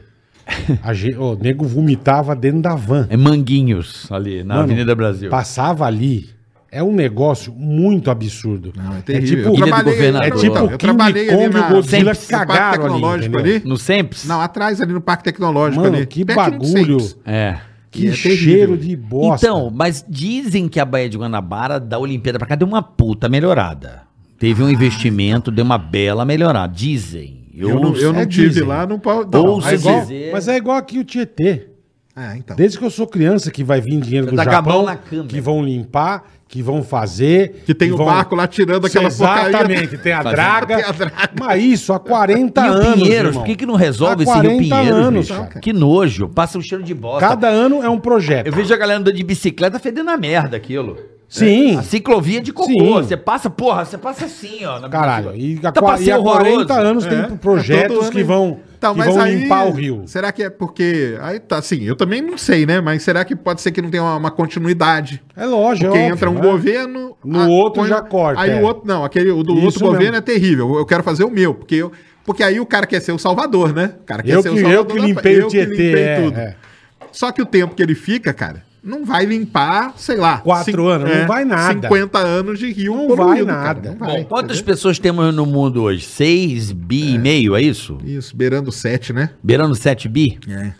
S2: a gente, o nego vomitava dentro da van.
S3: É Manguinhos, ali, na
S2: Mano,
S3: Avenida Brasil.
S2: Passava ali, é um negócio muito absurdo.
S5: Não, é terrível.
S2: tipo,
S5: eu
S3: Ilha do
S5: trabalhei,
S3: Governador.
S5: eu
S3: É
S5: trabalhei-
S3: tipo
S5: eu trabalhei
S2: King
S5: ali
S2: Kong e
S5: na,
S2: o Godzilla
S5: no Parque
S2: cagaram ali,
S5: Tecnológico
S2: entendeu?
S5: ali.
S3: No Semps?
S5: Não, atrás ali no Parque Tecnológico
S2: Mano,
S5: ali.
S2: que
S5: Pertinho do
S2: bagulho.
S5: Centro.
S3: É.
S2: Que
S5: É terrível.
S2: cheiro de bosta.
S3: Então, mas dizem que a Baía de Guanabara da Olimpíada pra cá deu uma puta melhorada. Teve um investimento, deu uma bela melhorada. Dizem.
S5: Eu, não, eu não
S2: é,
S5: tive
S2: dizem.
S5: lá, não pode.
S3: Ou
S2: É
S3: se
S2: igual-
S3: dizer-
S2: mas é igual aqui o Tietê.
S5: Ah, então.
S2: Desde que eu sou criança que vai vir dinheiro do
S3: Tá
S2: Japão,
S3: acabando na câmera.
S2: que vão limpar, que vão fazer.
S5: Que tem o
S2: vão-
S5: barco lá tirando aquela porcaria.
S2: Exatamente, tem a
S5: Fazendo-
S2: draga.
S5: Tem a draga.
S2: Mas isso há 40
S3: E o
S2: tá anos,
S3: Pinheiros,
S2: irmão.
S3: por que, que não resolve
S2: Há
S3: esse Rio
S2: 40
S3: Pinheiros,
S2: anos,
S3: bicho?
S2: cara.
S3: Que nojo, passa um cheiro de bosta.
S2: Cada ano é um projeto.
S3: Eu vejo a galera andando de bicicleta fedendo a merda aquilo.
S2: Sim,
S5: É,
S3: A ciclovia de cocô,
S2: Sim.
S3: você passa, porra, você passa assim, ó. na
S2: caralho.
S3: bicicleta.
S2: E há,
S3: Tá
S2: qua- e
S3: passeio
S2: há 40
S3: horroroso.
S2: anos
S5: É,
S2: tem
S5: todo
S2: projetos
S5: ano
S2: que
S5: aí.
S2: vão,
S5: Então,
S2: que
S5: mas
S2: vão
S5: aí,
S2: limpar o rio.
S5: Será que é porque. Aí tá assim, eu também não sei, né? Mas será que pode ser que não tenha uma, uma continuidade?
S2: É lógico,
S5: Porque
S2: é óbvio,
S5: entra um
S2: né?
S5: governo.
S2: No outro já corta,
S5: Aí
S2: é.
S5: o outro. Não, aquele, o do
S2: Isso
S5: outro governo
S2: mesmo.
S5: é terrível. Eu quero fazer o meu, porque eu. Porque aí o cara quer ser o salvador, né? O cara quer
S2: Eu
S5: ser
S2: que- eu
S5: o salvador.
S2: que
S5: da-
S2: limpei o Tietê, é, é.
S5: Só que o tempo que ele fica, cara, não vai limpar, sei lá.
S2: Quatro
S5: cin-
S2: anos, não vai nada.
S5: 50 anos de rio
S2: Não vai
S5: cara,
S2: nada.
S5: não
S3: Bom,
S5: vai.
S3: quantas pessoas temos no mundo hoje? 6 bi e meio, é isso?
S5: Isso, beirando 7, né?
S3: Beirando 7 bi?
S5: É.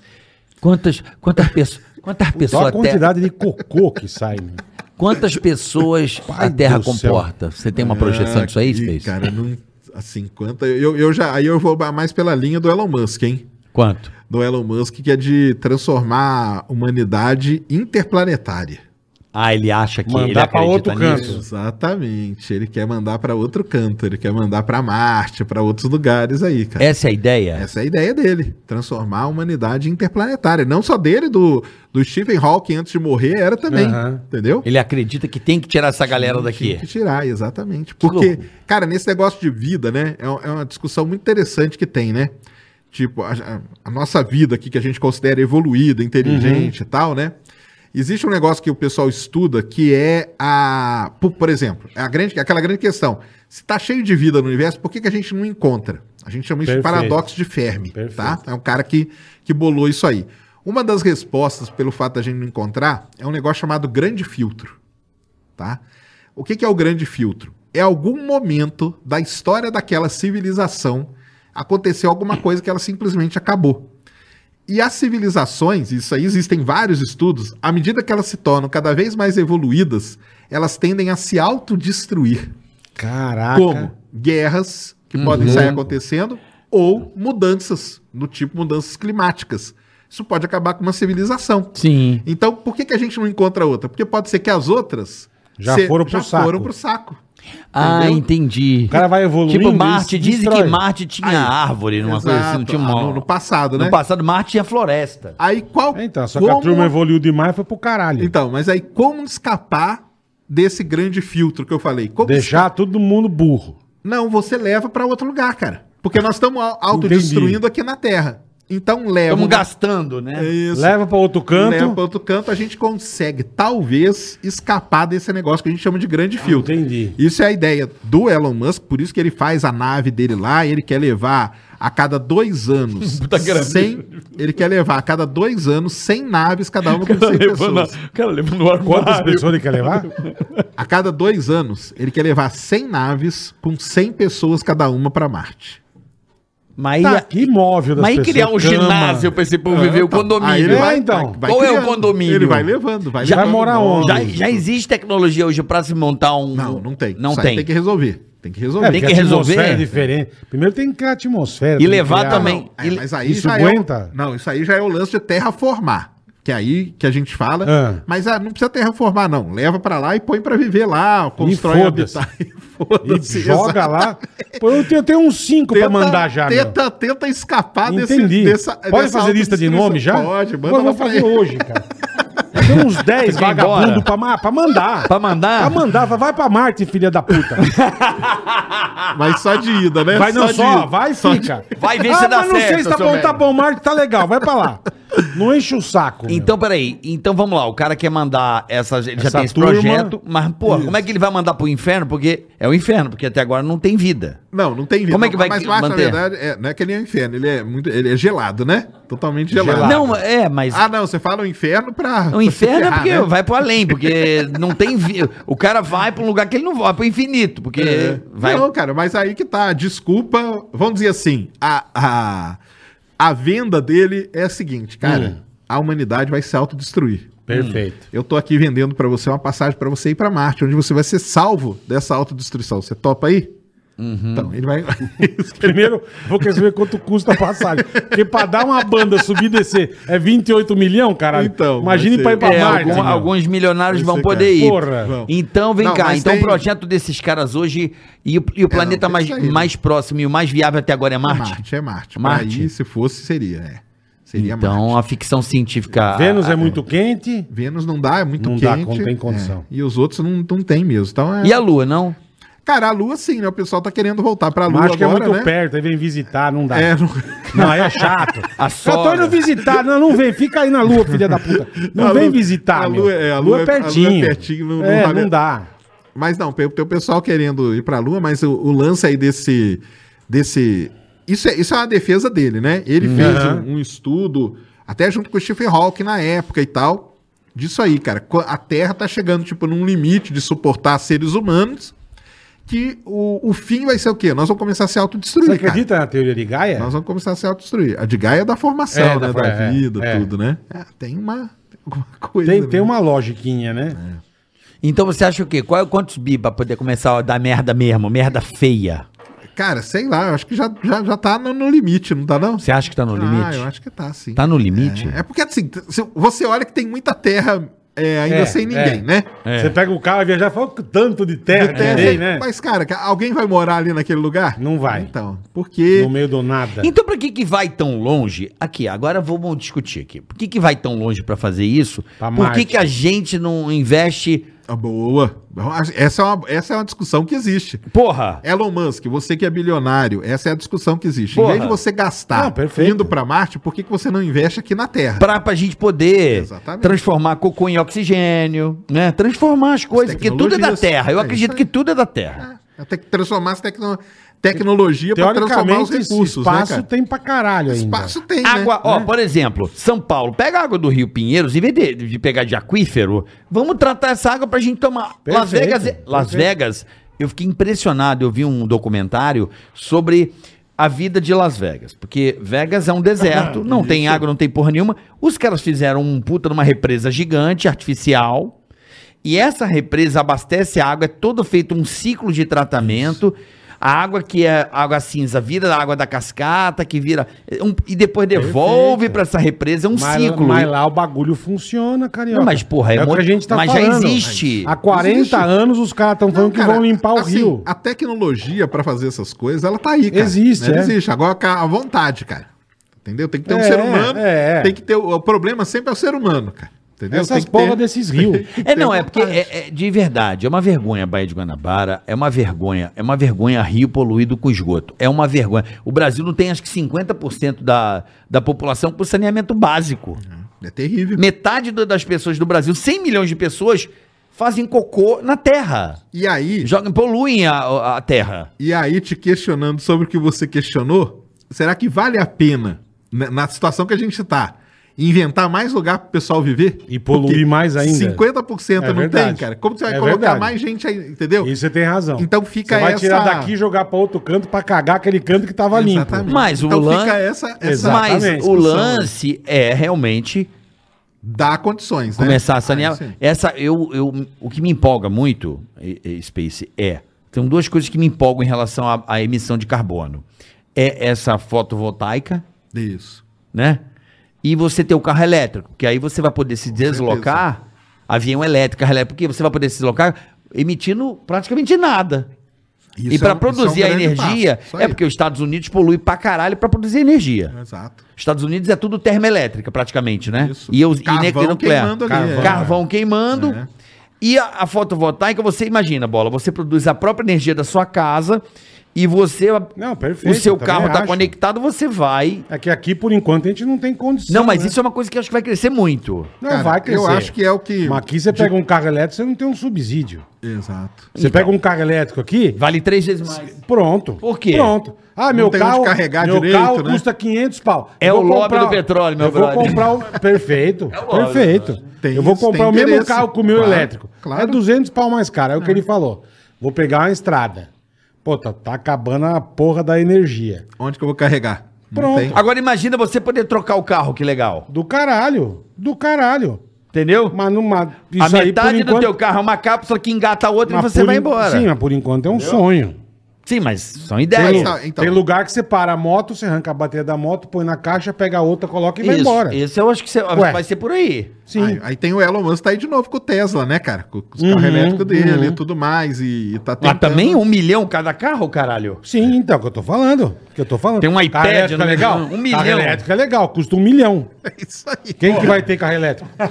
S3: Quantas, quantas pessoas... Quantas
S2: Só a
S3: pessoas a terra,
S2: quantidade de cocô que sai. Né?
S3: quantas pessoas a
S2: Pai
S3: Terra
S2: do céu.
S3: comporta? Você tem uma projeção
S5: Ah,
S3: disso aí,
S5: que,
S3: Space?
S5: Cara, não. Assim, quanto. Eu, eu já, aí eu vou mais pela linha do Elon Musk, hein?
S3: Quanto?
S5: Do Elon Musk, que é de transformar a humanidade interplanetária.
S3: Ah, ele acha que
S2: Mandar
S3: ele
S2: pra outro canto. Isso.
S5: Exatamente. Ele quer mandar para outro canto, ele quer mandar para Marte, para outros lugares aí, cara.
S3: Essa é a ideia?
S5: Essa é a ideia dele, transformar a humanidade interplanetária. Não só dele, do, do Stephen Hawking antes de morrer era também,
S2: Aham.
S5: entendeu?
S3: Ele acredita que tem que tirar essa galera
S5: Tem
S3: daqui.
S5: que tirar, exatamente. Porque,
S3: louco.
S5: cara, nesse negócio de vida, né? É um- é uma discussão muito interessante que tem, né? Tipo, a, a- a nossa vida aqui que a gente considera evoluída, inteligente e tal, né? Existe um negócio que o pessoal estuda que é a. Por, por exemplo, é a grande, aquela grande questão. Se tá cheio de vida no universo, por que, que a gente não encontra? A gente chama isso
S2: Perfeito.
S5: de paradoxo de Fermi.
S2: Perfeito.
S5: Tá? É um cara que, que bolou isso aí. Uma das respostas pelo fato da gente não encontrar é um negócio chamado grande filtro tá? O que, que é o grande filtro? É algum momento da história daquela civilização aconteceu alguma coisa que ela simplesmente acabou. E as civilizações, isso aí existem vários estudos, à medida que elas se tornam cada vez mais evoluídas, elas tendem a se autodestruir.
S2: Caraca.
S5: Como? Guerras que
S2: Uhum.
S5: podem sair acontecendo ou mudanças, do tipo mudanças climáticas. Isso pode acabar com uma civilização.
S3: Sim.
S5: Então, por que, que a gente não encontra outra? Porque pode ser que as outras
S2: Já foram pro
S5: já
S2: saco.
S5: foram pro saco.
S3: Ah,
S5: Entendeu?
S3: entendi.
S2: O cara vai evoluindo.
S3: tipo,
S2: e
S3: Marte,
S2: se
S3: dizem
S2: destrói.
S3: que Marte tinha
S5: Aí.
S3: árvore, numa coisa assim, não
S5: Exato.
S3: tinha
S5: Ah,
S3: uma...
S5: no, no passado,
S3: No
S5: né? Ah,
S3: passado, Marte tinha floresta.
S5: Aí qual. um-
S2: Então, só que a turma evoluiu demais foi pro caralho.
S5: Então, mas aí como escapar desse grande filtro que eu falei? Como
S2: Deixar todo mundo burro.
S5: Não, você leva pra outro lugar, cara. Porque nós estamos au- autodestruindo aqui na Terra. Então leva.
S3: Estamos
S5: uma-
S3: gastando, né?
S5: Isso.
S2: Leva pra outro canto.
S5: Leva para Né, outro canto, a gente consegue, talvez, escapar desse negócio que a gente chama de grande
S3: Ah,
S5: filtro.
S2: Entendi.
S5: Isso é a ideia do Elon Musk, por isso que ele faz a nave dele lá, ele quer levar a cada dois anos
S3: Puta que era
S5: sem, ele quer levar a cada dois anos 100 naves, cada uma com 100 pessoas.
S3: o cara um levando o armário.
S2: Quantas pessoas ele quer levar?
S5: A cada dois anos, ele quer levar 100 naves com 100 pessoas cada uma para Marte.
S3: Mas,
S2: Tá, que móvel das
S3: é- mas aí
S2: pessoas,
S3: criar um
S2: cama.
S3: ginásio pra esse povo viver o
S5: É, Aí
S3: condomínio.
S5: ele
S2: É,
S5: vai,
S2: então.
S5: vai
S3: Qual é o
S5: criando.
S3: condomínio?
S5: Ele vai levando, vai
S2: Já
S5: levando
S2: vai morar
S5: nome.
S2: onde?
S3: Já, já existe tecnologia hoje pra se montar um...
S5: Não, não tem.
S3: Não
S5: Isso aí
S3: tem.
S5: Tem que resolver. Tem que resolver.
S2: É,
S3: Tem
S2: tem
S3: que
S2: que resolver.
S3: resolver.
S2: É diferente. Primeiro tem que criar atmosfera.
S3: E
S2: tem que
S3: levar
S2: criar-
S3: também.
S5: Não, é,
S3: Ele-
S5: mas aí
S2: isso
S5: já
S2: aguenta?
S5: É o, não, isso aí já é o lance de terraformar. Que é aí que a gente fala.
S2: Ah.
S5: Mas ah, não precisa terraformar, não. Leva pra lá e põe pra viver lá. Constrói
S2: foda-se.
S5: habitat. E
S2: E
S5: foda-se.
S2: joga
S5: exato.
S2: lá. Pô, eu tenho, eu tenho uns cinco pra mandar já, meu.
S5: tenta, tenta escapar
S2: Entendi.
S5: dessa.
S2: Pode fazer lista de nome já?
S5: Pode,
S2: Pô, eu
S5: manda
S2: vou
S5: lá pra
S2: fazer
S5: ele.
S2: hoje, cara. Eu tenho uns 10
S3: Você quer ir embora?
S2: vagabundos pra, ma- pra mandar.
S3: Pra mandar?
S2: Pra mandar. Vai- Vai pra Marte, filha da puta.
S5: Mas só de ida, né?
S2: Vai não
S5: de
S2: só,
S5: ida.
S2: vai e
S5: Só de-
S2: fica.
S3: Vai ver se dá
S2: mas não sei
S3: certo,
S2: se tá
S3: seu
S2: bom,
S3: velho.
S2: tá bom, Marte tá legal, vai pra lá. Não enche o saco. meu.
S3: Então, peraí. Então, vamos lá. O cara quer mandar essa... Ele já
S2: Essa
S3: tem esse
S2: turma-
S3: projeto, mas, pô, como é que ele vai mandar pro inferno? Porque é o inferno, porque até agora não tem vida.
S5: Não, não tem vida.
S3: Como é que
S5: Não,
S3: vai
S5: mas Marte, na
S3: manter?
S5: verdade, é, não é que ele é um inferno. Ele é, muito, ele é gelado, né? Totalmente gelado.
S3: Não, é, mas...
S5: Ah, não, você fala o inferno pra.
S3: O inferno é
S5: pra se
S3: porque
S5: ferrar, né?
S3: vai pro além, porque não tem. vi- O cara vai pra um lugar que ele não vai, pro infinito, porque
S2: É.
S3: vai.
S5: É. Não, cara, mas aí que tá. Desculpa. Vamos dizer assim: a, a, a venda dele é a seguinte, cara.
S2: Hum.
S5: A humanidade vai se autodestruir.
S2: Perfeito.
S5: Eu tô aqui vendendo pra você uma passagem pra você ir pra Marte, onde você vai ser salvo dessa autodestruição. Você topa aí?
S2: Uhum.
S5: Então, ele vai.
S2: Primeiro, vou querer saber quanto custa a passagem. Porque pra dar uma banda subir e descer é 28 milhão, caralho.
S5: Então,
S2: Imagine
S5: vai
S2: pra ir
S5: ser-
S2: pra
S3: É,
S2: Marte.
S3: algum-
S2: meu.
S3: alguns
S5: né?
S3: milionários
S5: Vai
S3: vão
S5: ser,
S3: poder
S5: cara.
S3: ir.
S2: Porra. Vão.
S3: Então, vem
S5: Não,
S3: cá.
S5: mas
S3: Então,
S5: tem- É,
S3: o projeto desses caras hoje e, o- e o planeta
S5: tem
S3: mais,
S5: que sair.
S3: mais próximo e o mais viável até agora é
S5: É
S3: Marte.
S5: Marte, é Marte.
S3: Marte.
S5: Aí, se fosse, seria, é. Seria
S3: Então,
S5: Marte.
S3: a ficção científica.
S5: Ah,
S2: Vênus é muito quente.
S5: Vênus não dá, é muito
S2: Não dá,
S5: quente.
S2: não tem
S5: é.
S2: condição.
S5: E os outros não, não tem mesmo. Então, é...
S3: E a Lua, não?
S5: Cara, a Lua sim, né? O pessoal tá querendo voltar pra Lua
S2: Marte que é
S5: agora,
S2: muito
S5: né?
S2: perto, aí vem visitar, não dá.
S5: É, não...
S2: Não, aí é chato.
S3: A
S2: Eu tô
S3: sogra.
S2: indo visitar. Não, não vem. Fica aí na lua, filha da puta. Não
S5: A
S2: vem
S5: lua-
S2: visitar,
S5: a
S2: meu.
S5: lua é- a lua é- a lua é pertinho, não- né? não
S2: É,
S5: vale-
S2: não dá.
S5: Mas não, tem tem o pessoal querendo ir pra Lua, mas o, o lance aí desse. desse isso, é, isso é uma defesa dele, né? Ele fez
S2: Uhum. Aham.
S5: um, um estudo, até junto com o Stephen Hawking na época e tal, disso aí, cara. Co- A Terra tá chegando, tipo, num limite de suportar seres humanos, que o, o fim vai ser o quê? Nós vamos começar a se autodestruir,
S2: Você
S5: cara.
S2: acredita na teoria de Gaia?
S5: Nós vamos começar a se autodestruir. A de Gaia é da formação,
S2: É,
S5: né?
S2: da
S5: Da,
S2: for- é,
S5: vida,
S2: é.
S5: tudo, né? É, tem uma. Tem alguma coisa.
S2: Tem, tem
S5: né?
S2: uma logiquinha, né?
S3: Então você acha o quê? Qual, quantos bi pra poder começar a dar merda mesmo? Merda feia.
S5: Cara, sei lá, eu acho que já, já, já tá no, no limite, não tá, não?
S3: Você acha que tá no
S5: Ah, eu
S3: limite?
S5: acho que tá, sim.
S3: Tá no limite?
S5: É porque assim, t- se- você olha que tem muita terra é, ainda
S2: É,
S5: sem ninguém,
S2: é.
S5: né?
S2: Você pega o carro e viaja, fala "Que tanto de terra que
S5: Terra,
S2: tem, né?
S5: Mas, cara, que- alguém vai morar ali naquele lugar?
S2: Não vai.
S5: Então, porque.
S2: No meio do
S5: é.
S2: nada.
S3: Então pra que que vai tão longe? Aqui, agora vamos discutir aqui. Por que que vai tão longe pra fazer isso?
S2: Pra
S3: Por
S2: Marte.
S3: que que a gente não investe...
S5: Ah, Boa. Bom, a- Essa é, uma, essa é uma discussão que existe.
S3: Porra!
S5: Elon Musk, você que é bilionário, essa é a discussão que existe. Em
S3: Porra.
S5: vez de você
S2: Não,
S5: gastar
S2: perfeito.
S5: indo pra Marte, por que, que você não investe aqui na Terra?
S3: Pra, pra gente poder
S5: Exatamente.
S3: transformar cocô em oxigênio, né? Transformar as coisas, porque tudo é da
S5: tecnologias.
S3: Terra. Eu
S5: É
S3: acredito
S5: isso
S3: que
S5: aí.
S3: tudo é da Terra.
S5: Ah, Tem que transformar as tecno... tecnologia Então, pra transformar os
S2: Teoricamente,
S5: recursos,
S2: espaço
S5: né, cara?
S2: tem pra caralho ainda.
S5: Espaço tem, né?
S3: Água, ó, por exemplo, São Paulo, pega a água do Rio Pinheiros, em vez de, de pegar de aquífero, vamos tratar essa água pra gente tomar. Las
S2: Perfeito,
S3: Vegas, é- Las
S2: perfeito.
S3: Vegas, eu fiquei impressionado, eu vi um documentário sobre a vida de Las Vegas, porque Vegas é um deserto, não tem água, não tem porra nenhuma. Os caras fizeram um puta numa represa gigante, artificial, e essa represa abastece a água, é todo feito um ciclo de tratamento. A água que é água cinza vira a água da cascata, que vira. é um- e depois devolve
S2: Perfeito.
S3: pra essa represa. É um
S2: mas,
S3: ciclo.
S2: mas lá o bagulho funciona, carioca.
S3: Não, mas, porra, é
S2: o que
S3: muito-
S2: a gente tá
S3: mas já
S2: falando.
S3: existe.
S2: Há 40
S5: Existe.
S2: anos os caras estão falando
S5: Não, cara,
S2: que vão limpar o
S5: assim,
S2: rio.
S5: A tecnologia pra fazer essas coisas, ela tá aí, cara.
S2: Existe,
S5: Né?
S2: é.
S5: Existe. Agora ca- a vontade, cara. Entendeu? Tem que ter um
S2: É,
S5: ser humano.
S2: é.
S5: Tem que ter. O o problema sempre é o ser humano, cara. Entendeu?
S2: Essas
S5: Tem que
S2: porra
S5: ter-
S2: desses rios.
S3: É, não, é
S5: Tem
S3: porque
S5: vontade.
S3: é, é de verdade, é uma vergonha a Baía de Guanabara, é uma vergonha, é uma vergonha Rio poluído com esgoto, é uma vergonha. O Brasil não tem acho que 50% da, da população com saneamento básico.
S5: É terrível.
S3: Metade do- das pessoas do Brasil, 100 milhões de pessoas, fazem cocô na terra.
S5: E aí,
S3: Jogam, poluem a, a terra.
S5: e aí, te questionando sobre o que você questionou, será que vale a pena, na, na situação que a gente tá, inventar mais lugar pro pessoal viver?
S2: E poluir
S5: Porque
S2: mais ainda.
S5: 50%
S2: É
S5: não tem,
S2: verdade.
S5: cara. Como você vai
S2: É
S5: colocar
S2: verdade.
S5: mais gente aí, entendeu?
S2: Isso você tem razão.
S5: Então fica
S2: Você vai
S5: essa-
S2: tirar daqui e jogar pra outro canto pra cagar aquele canto que tava limpo.
S5: Exatamente.
S3: Mas o
S5: então
S3: lan-
S5: fica essa,
S2: Exato.
S5: essa
S2: Exatamente,
S3: Mas o
S2: discussão,
S3: lance é realmente
S5: dá condições, né?
S3: começar a
S5: Ah,
S3: sanear.
S5: sim.
S3: Essa, eu, eu, o que me empolga muito, e- e, Space, é. Tem duas coisas que me empolgam em relação à, à emissão de carbono. É essa fotovoltaica,
S5: Isso.
S3: né? E você ter o carro elétrico, que aí você vai poder se deslocar, avião elétrico, carro elétrico, porque você vai poder se deslocar emitindo praticamente nada.
S5: Isso
S3: e
S5: é
S3: para
S5: um-
S3: produzir
S5: isso é
S3: a
S5: um grande
S3: energia,
S5: passo. Isso
S3: é
S5: aí.
S3: porque os Estados Unidos polui pra caralho pra produzir energia.
S5: Exato.
S3: Estados Unidos é tudo termoelétrica, praticamente, né?
S5: Isso.
S3: E, os, e
S5: Carvão
S3: ne- e nuclear.
S5: queimando ali,
S3: carvão,
S5: é.
S3: Carvão queimando.
S5: É.
S3: E a, a fotovoltaica, você imagina, bola, você produz a própria energia da sua casa e você.
S2: Não,
S3: O
S2: perfeito,
S3: seu
S2: também
S3: carro tá está
S2: acho.
S3: conectado, você vai.
S2: É que aqui, por enquanto, a gente não tem condição.
S3: Não, mas
S2: né?
S3: isso é uma coisa que eu acho que vai crescer muito.
S2: não
S5: Cara,
S2: vai crescer.
S5: Eu acho que é o que.
S2: Mas aqui você pega um carro elétrico, você não tem um subsídio.
S5: Exato.
S3: Então.
S2: Você pega um carro elétrico aqui,
S3: Vale três vezes mais.
S2: pronto.
S3: Por quê?
S2: Pronto. Ah, meu
S5: tem
S2: carro,
S5: onde carregar
S2: meu
S5: direito,
S2: carro
S5: né?
S2: custa 500 pau.
S3: É
S2: Eu
S3: o
S2: vou
S3: lobby do petróleo, meu
S2: Eu vou
S3: brother. É
S2: comprar o... Perfeito,
S3: lobby,
S2: perfeito.
S5: Tem
S2: eu vou
S5: isso,
S2: comprar
S5: tem
S2: o mesmo
S5: interesse.
S2: carro que o meu
S5: Claro,
S2: elétrico.
S5: claro.
S2: É 200 pau mais caro, é o que ele falou. Vou pegar uma estrada. Pô, tá, tá acabando a porra da energia.
S5: Onde que eu vou carregar? Não
S2: Pronto.
S5: tem.
S3: Agora imagina você poder trocar o carro, que legal.
S2: Do caralho, do caralho.
S3: Entendeu?
S2: Mas numa,
S3: a
S2: isso aí, por
S3: metade do
S2: enquanto-
S3: teu carro é uma cápsula que engata a outra
S2: mas
S3: e você
S2: por
S3: vai
S2: en-
S3: embora.
S2: Sim, mas por enquanto é um sonho.
S3: Sim, mas são
S2: Tem,
S3: ideias.
S2: lu-
S5: tá, então.
S2: tem lugar que você para a moto, você arranca a bateria da moto, põe na caixa, pega a outra, coloca e vai
S3: Isso,
S2: embora.
S3: Isso eu acho que cê-
S2: Ué.
S3: vai ser por aí.
S2: Sim.
S5: Aí, aí tem o Elon Musk tá aí de novo com o Tesla, né, cara? Com, com os carros
S2: Uhum,
S5: elétricos dele
S2: uhum.
S5: e tudo mais. E, e tá
S3: Mas
S5: tentando-
S3: também um milhão cada carro, caralho.
S2: Sim, então, é o que eu tô falando. é o que eu tô falando.
S3: Tem um iPad,
S2: Carro elétrico é
S3: né?
S2: legal?
S3: Um milhão.
S2: milhão. Carro elétrico é legal, custa um milhão.
S5: É isso aí.
S2: Quem que vai ter carro elétrico?
S3: Tá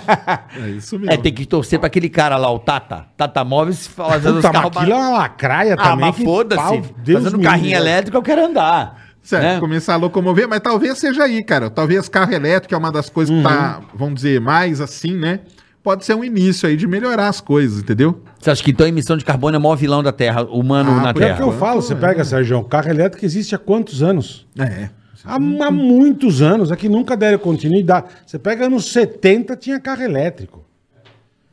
S5: É isso mesmo.
S3: É, tem que torcer pra aquele cara lá, o Tata. Tata Móveis fazendo os
S2: Puta, mas
S3: carros.
S2: aquilo é uma lacraia
S3: Ah,
S2: também.
S3: mas
S2: que
S3: foda-se.
S2: pau, Deus
S3: Fazendo
S2: me
S3: carrinho
S2: livre.
S3: elétrico, eu quero andar.
S5: Certo,
S3: né?
S5: começar a locomover, mas talvez seja aí, cara. Talvez carro elétrico, que é uma das coisas que tá,
S2: Uhum.
S5: vamos dizer, mais assim, né? Pode ser um início aí de melhorar as coisas, entendeu?
S3: Você acha que então a emissão de carbono é o maior vilão da Terra, humano
S5: Ah,
S3: na
S5: por
S2: É o que
S3: Terra?
S2: eu falo, você pega, Sérgio, carro elétrico existe há quantos anos?
S5: É.
S2: Há, há muitos anos, aqui nunca deram continuidade. Você pega anos 70, tinha carro elétrico.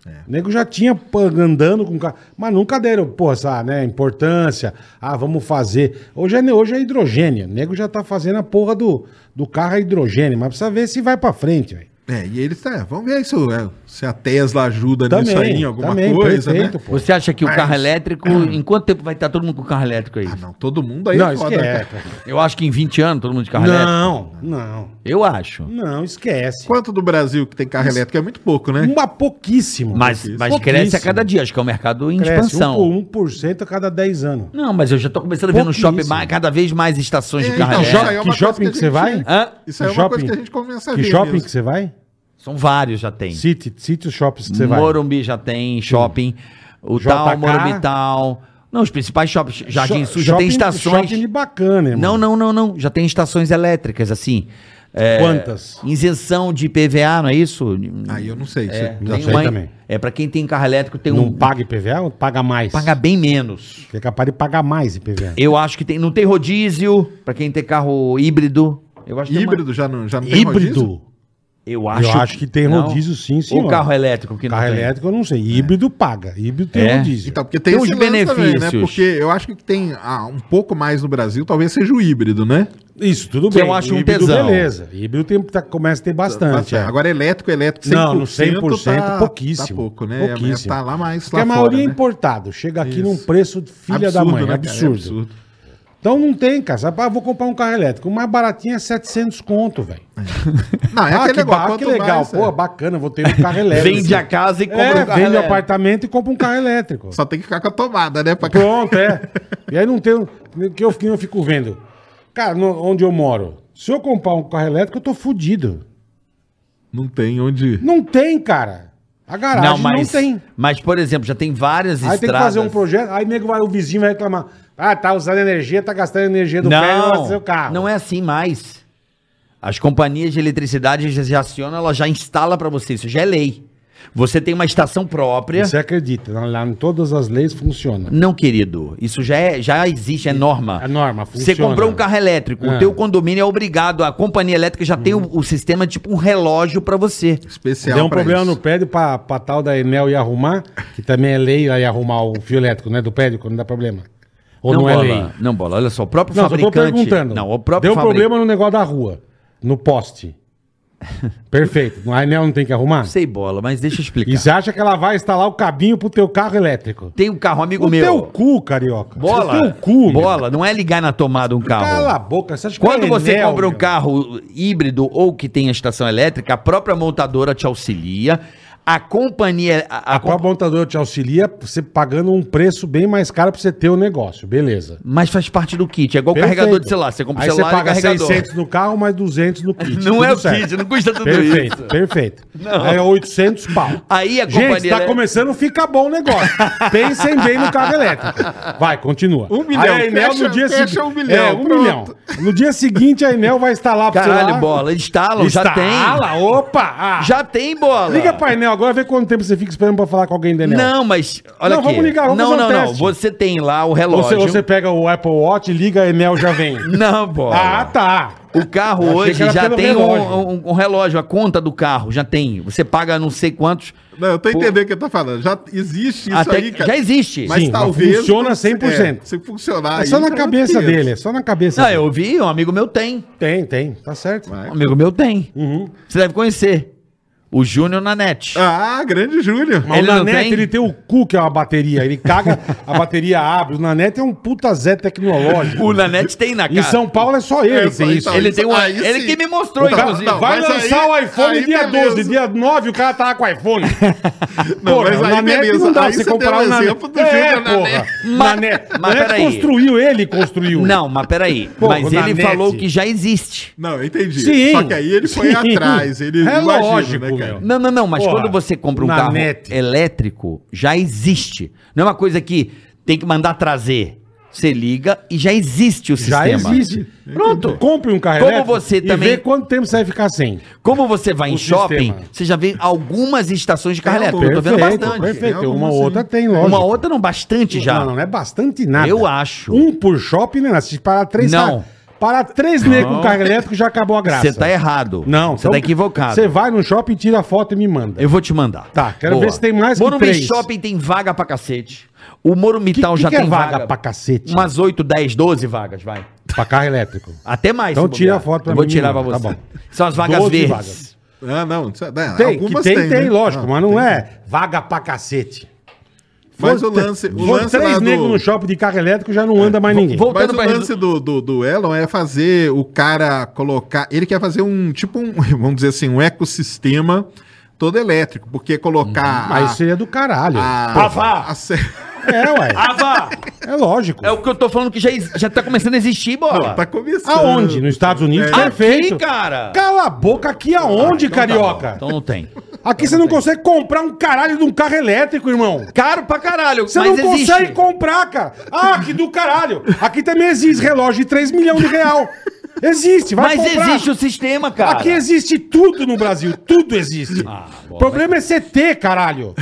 S5: É.
S2: O nego já tinha pô, andando com carro, mas nunca deram, pô, essa né, importância. Ah, vamos fazer. Hoje é, hoje é hidrogênio. O nego já tá fazendo a porra do, do carro a hidrogênio, mas precisa ver se vai pra frente, velho.
S5: É, e eles, tá, vamos ver isso, é, se a Tesla ajuda nisso aí,
S2: Também,
S5: em alguma
S2: também,
S5: coisa,
S2: perfeito,
S5: né?
S2: pô.
S3: Você acha que o
S5: Mas-
S3: carro elétrico, em quanto tempo vai estar todo mundo com carro elétrico aí?
S5: Ah, não, todo mundo aí
S2: não,
S5: é foda, né,
S2: esquece.
S5: cara?
S3: Eu acho que em 20 anos todo mundo de carro elétrico.
S2: Não, não,
S3: Eu acho.
S2: não, esquece.
S5: Quanto do Brasil que tem carro elétrico? É muito pouco, né?
S2: Uma pouquíssimo.
S3: Mas, mas cresce a cada dia, acho que é um mercado em
S2: Cresce
S3: expansão.
S2: 1%, 1% a cada 10 anos.
S3: Não, mas eu já tô começando a ver no shopping
S2: Pouquíssimo.
S3: mais- cada vez mais estações de
S5: É,
S3: carro
S5: então,
S2: jo-
S3: elétrico.
S5: é uma
S2: que
S5: coisa
S2: shopping
S5: a
S2: que você vai?
S3: Hã?
S5: Isso aí é
S2: Que
S5: uma coisa
S2: shopping?
S5: que a gente começa a
S2: Que
S5: ver
S2: shopping
S5: mesmo.
S2: que você vai?
S3: São vários já tem.
S2: City, city os shoppings que você vai.
S3: Morumbi já tem, shopping, o
S2: JK.
S3: tal, Morumbi tal. Não, os principais shoppings, Jardim
S2: Sho-
S3: Sul, já tem
S2: shopping-
S3: estações.
S2: Shopping bacana, irmão.
S3: Não, não, não, não. Já tem estações elétricas, assim. É,
S2: Quantas?
S3: Isenção de IPVA, não é isso?
S5: Aí eu não sei.
S3: É,
S5: você-
S2: Não
S3: tem
S2: Ah, sei
S3: uma-
S2: também.
S3: É, pra quem tem carro elétrico, tem
S2: Não
S3: um.
S2: paga IPVA ou paga mais?
S3: Paga bem menos.
S2: Que é capaz de pagar mais IPVA.
S3: Eu acho que tem. Não tem rodízio, pra quem tem carro híbrido. Eu acho que tem uma-
S5: Híbrido já não, já não tem um rodízio?
S2: Híbrido?
S3: Eu acho,
S2: Eu acho que tem
S3: não.
S2: rodízio sim, sim.
S3: Ou carro elétrico que não
S2: Carro
S3: tem.
S2: elétrico eu não sei. Híbrido paga. Híbrido tem um
S3: É?
S2: rodízio.
S5: Então, porque tem,
S3: Tem
S5: esse
S3: uns
S5: lance
S3: benefícios.
S5: Porque eu acho que tem ah, um pouco mais no Brasil, talvez seja o híbrido, né?
S2: Isso, tudo
S3: Que
S2: bem.
S3: eu acho um
S2: Híbrido,
S3: tesão.
S2: Beleza. Híbrido tem, tá- começa a ter bastante.
S5: Tá
S2: é.
S5: certo. Agora elétrico, elétrico, 100%,
S2: Não, no 100%
S5: tá,
S2: pouquíssimo.
S5: Tá pouco, né?
S2: Pouquíssimo.
S5: Tá lá mais
S2: Porque
S5: lá
S2: a maioria é
S5: fora, né?
S2: importado. Chega aqui
S5: Isso.
S2: num preço de filha da
S5: Absurdo,
S2: mãe.
S5: né, cara? É
S2: absurdo. Então não tem, cara. Sabe, ah, vou comprar um carro elétrico. O mais baratinho é 700 conto, velho.
S5: Não, é
S2: ah,
S5: aquele
S2: que, ba-
S5: negócio,
S2: que
S5: quanto
S2: legal.
S5: mais,
S2: Pô,
S5: é.
S2: bacana, vou ter um carro elétrico.
S3: Vende a casa e
S2: É,
S3: compra um carro
S2: vende o
S3: elétrico.
S2: apartamento e compra um carro elétrico.
S5: Só tem que ficar com a tomada, né? Pra...
S2: Pronto, é. E aí não tem. o- que eu, que eu fico vendo? Cara, no- onde eu moro, se eu comprar um carro elétrico, eu tô fudido.
S5: Não tem onde...
S2: Não tem, cara. A garagem
S3: Não,
S2: não,
S3: mas,
S2: tem.
S3: mas, por exemplo, já tem várias
S2: Aí
S3: estradas.
S2: tem que fazer um projeto, aí nego vai, o vizinho vai reclamar. Ah, tá usando energia, tá gastando energia do ferro
S3: não,
S2: do seu carro.
S3: não é assim mais. As companhias de eletricidade já, já acionam, ela já instala pra você. Isso já é lei. Você tem uma estação própria.
S2: Você acredita, lá em todas as leis funciona.
S3: Não, querido. Isso já, é, já existe, é norma.
S2: É norma,
S3: Você comprou um carro elétrico,
S2: É. Hum.
S3: o teu condomínio é obrigado, a companhia elétrica já tem o, o sistema tipo um relógio pra você.
S5: Especial
S2: Deu um
S5: pra
S2: problema
S5: isso.
S2: no prédio pra, pra tal da Enel ir arrumar, que também é lei aí arrumar o fio elétrico, né? Do prédio, quando dá problema. Ou não, é
S3: bola,
S2: lei?
S3: Não, bola. Olha só, o próprio
S2: Não, só tô
S3: fabricante.
S2: perguntando.
S3: Não, o próprio
S2: Deu problema no negócio da rua, no poste. Perfeito. A Enel não tem que arrumar?
S3: Sei bola, mas deixa eu explicar.
S2: E você acha que ela vai instalar o cabinho pro teu carro elétrico?
S3: Tem um carro, amigo
S2: O
S3: meu.
S2: teu cu, carioca.
S3: Bola.
S2: O teu cu, meu.
S3: bola, não é ligar na tomada um carro.
S2: Cala a boca. Você acha que
S3: Quando
S2: é
S3: você
S2: Enel,
S3: compra um
S2: meu?
S3: carro híbrido ou que tem a estação elétrica, a própria montadora te auxilia. A companhia. A, a
S2: A
S3: compa-
S2: qual montadora te auxilia, você pagando um preço bem mais caro pra você ter o negócio, beleza.
S3: Mas faz parte do kit. É igual o carregador de celular. Você compra o
S2: Aí
S3: celular e
S2: você
S3: o
S2: paga
S3: carregador.
S2: 600 no carro, mais 200 no kit.
S3: Não
S2: tudo
S3: é o
S2: certo.
S3: kit, não custa tudo
S2: Perfeito,
S3: isso.
S2: perfeito. Aí é 800 pau.
S3: Aí a
S2: Gente,
S3: companhia é-
S2: tá
S3: elé-
S2: começando a ficar bom o negócio. Pensem bem no carro elétrico. Vai, continua.
S5: Um milhão,
S2: Aí a Enel
S5: fecha-
S2: no dia
S5: fecha
S2: seguinte.
S5: um milhão,
S2: É, um
S5: pronto.
S2: milhão. No dia seguinte a Enel vai instalar pro
S3: Caralho,
S2: celular.
S3: bola. Instalam, já tem.
S2: Instala, opa! ah.
S3: Já tem bola.
S2: Liga pra Enel agora, vê quanto tempo você fica esperando pra falar com alguém da Enel.
S3: Não, mas olha
S2: Não,
S3: aqui.
S2: vamos ligar, vamos
S3: não,
S2: fazer um
S3: não, não.
S2: teste.
S3: Você tem lá o
S2: Ou você,
S3: relógio.
S2: ou você pega o Apple Watch, liga a Enel, já vem.
S3: Não, bola.
S2: ah, tá.
S3: O carro
S2: Eu achei
S3: hoje
S2: que era
S3: já
S2: pelo
S3: tem
S2: relógio.
S3: Um, um- um relógio, a conta do carro já tem. Você paga não sei quantos.
S5: Não, eu tô entendendo o que eu tô falando. Já existe isso
S3: até
S5: aí,
S3: que-
S5: cara.
S3: já existe.
S5: Mas
S2: Sim, mas
S5: talvez...
S2: funciona 100%.
S5: É, se funcionar...
S2: É só
S5: aí,
S2: na
S5: já
S2: cabeça
S5: tem isso.
S2: dele, é só na cabeça
S3: Não,
S2: dele.
S3: eu vi, um amigo meu tem.
S2: Tem, tem, tá certo.
S5: Vai.
S3: Um amigo meu tem.
S2: Uhum.
S3: Você deve conhecer. O Júnior na net.
S5: Ah, grande Júnior.
S2: Mas
S3: Ele
S2: o
S3: não
S2: Nanete,
S3: tem?
S2: ele tem o cu que é uma bateria. Ele caga, a bateria abre. O Nanete é um puta Zé tecnológico.
S3: O Nanete tem na
S2: Em
S3: cara.
S2: São Paulo Ah, é só ele
S5: É,
S2: que tem
S5: só-
S2: isso.
S5: então,
S3: Ele
S5: isso-
S3: tem um.
S5: aí
S3: Ele
S5: sim.
S3: que me mostrou,
S2: O cara
S3: inclusive.
S5: não,
S2: tá, vai
S5: mas
S2: lançar
S5: aí-
S2: o iPhone
S5: aí
S2: dia
S5: beleza.
S2: 12, dia 9 o cara tava com o iPhone.
S5: Não, mas aí
S2: o Nanete
S5: beleza.
S2: não dá
S5: Aí
S2: pra você
S5: você
S2: comprar
S5: deu
S2: o
S5: o
S2: Nanete.
S5: exemplo do
S2: é,
S5: Júnior né,
S2: porra. Nanete.
S3: mas
S2: Nanete
S3: peraí.
S2: construiu, ele construiu.
S3: Não, mas peraí.
S2: Pô,
S3: mas ele
S2: Nanete.
S3: falou que já existe.
S5: Não, eu entendi.
S2: Sim.
S5: Só que aí ele foi
S2: sim.
S5: atrás. Ele né,
S2: é
S5: não agiu,
S2: lógico, meu.
S3: Não, não, não, mas
S2: Porra,
S3: quando você compra um
S2: na
S3: carro
S2: net.
S3: elétrico, já existe. Não é uma coisa que tem que mandar trazer. Você liga e já existe o
S2: Já
S3: sistema.
S2: existe. Pronto. Compre um carro
S3: Como
S2: elétrico
S3: você também-
S2: e vê quanto tempo você vai ficar sem.
S3: Como você vai
S2: O
S3: em shopping,
S2: sistema.
S3: você já vê algumas estações de carro
S5: Tem
S3: elétrico. Eu tô vendo bastante.
S2: Perfeito. Uma
S5: Tem algumas,
S2: outra
S5: sim.
S2: tem, lógico.
S3: Uma outra não, bastante já.
S2: Não, não é bastante nada.
S3: Eu acho.
S2: Um por shopping, né? Se parar três...
S3: Não.
S2: Car... Parar três negros com carro elétrico já acabou a graça.
S3: Você tá errado.
S2: Não. então,
S3: Você tá equivocado.
S2: Você vai no shopping, tira a foto e me manda.
S3: Eu vou te mandar.
S2: Tá, quero ver se tem mais que
S3: Morumbi
S2: três.
S3: Shopping tem vaga pra cacete. O Morumital então
S2: que
S3: já
S2: que é
S3: tem
S2: vaga
S3: vaga,
S2: pra cacete?
S3: Umas 8, 10, 12 vagas, vai.
S2: Pra carro elétrico.
S3: Até mais.
S2: Então
S3: se
S2: tira
S3: bobear.
S2: a foto pra
S3: Eu vou
S2: mim,
S3: tirar pra
S2: menino.
S3: você.
S2: Tá bom.
S3: São as vagas
S2: 12
S3: verdes.
S2: vagas.
S5: Ah, não. isso- não,
S2: Tem, que tem, tem,
S5: né?
S2: lógico,
S5: Ah,
S2: mas não
S5: tem.
S2: é vaga pra cacete.
S5: Mas
S2: For
S5: o lance- o
S2: for
S5: lance
S2: três
S5: lá do-
S2: negros no shopping de carro elétrico já não
S3: É.
S2: anda mais ninguém.
S5: Mas
S3: Voltando
S5: o
S3: pra
S5: lance do, do, do Elon é fazer o cara colocar. Ele quer fazer um tipo um, vamos dizer assim, um ecossistema todo elétrico, porque colocar.
S2: Uhum. Mas isso seria do caralho.
S5: a,
S3: Avá.
S5: a, a, se-
S2: É, ué.
S3: Ava!
S2: É lógico.
S3: É o que eu tô falando que já, ex- já tá começando a existir, bola.
S5: Não, tá começando.
S2: Aonde? Nos Estados Unidos?
S3: Aqui,
S2: Perfeito.
S3: cara.
S2: Cala a boca, aqui aonde,
S3: Então tá bom,
S2: carioca?
S3: então não tem.
S2: Aqui você não consegue comprar um caralho de um carro elétrico, irmão.
S3: Caro pra caralho,
S2: Você
S3: mas
S2: não
S3: existe.
S2: consegue comprar, cara. Ah, que do caralho. Aqui também existe relógio de 3 milhões de real. Existe, vai
S3: Mas
S2: comprar.
S3: existe o sistema, cara.
S2: Aqui existe tudo no Brasil, tudo existe.
S3: Ah,
S2: o problema é CT, caralho.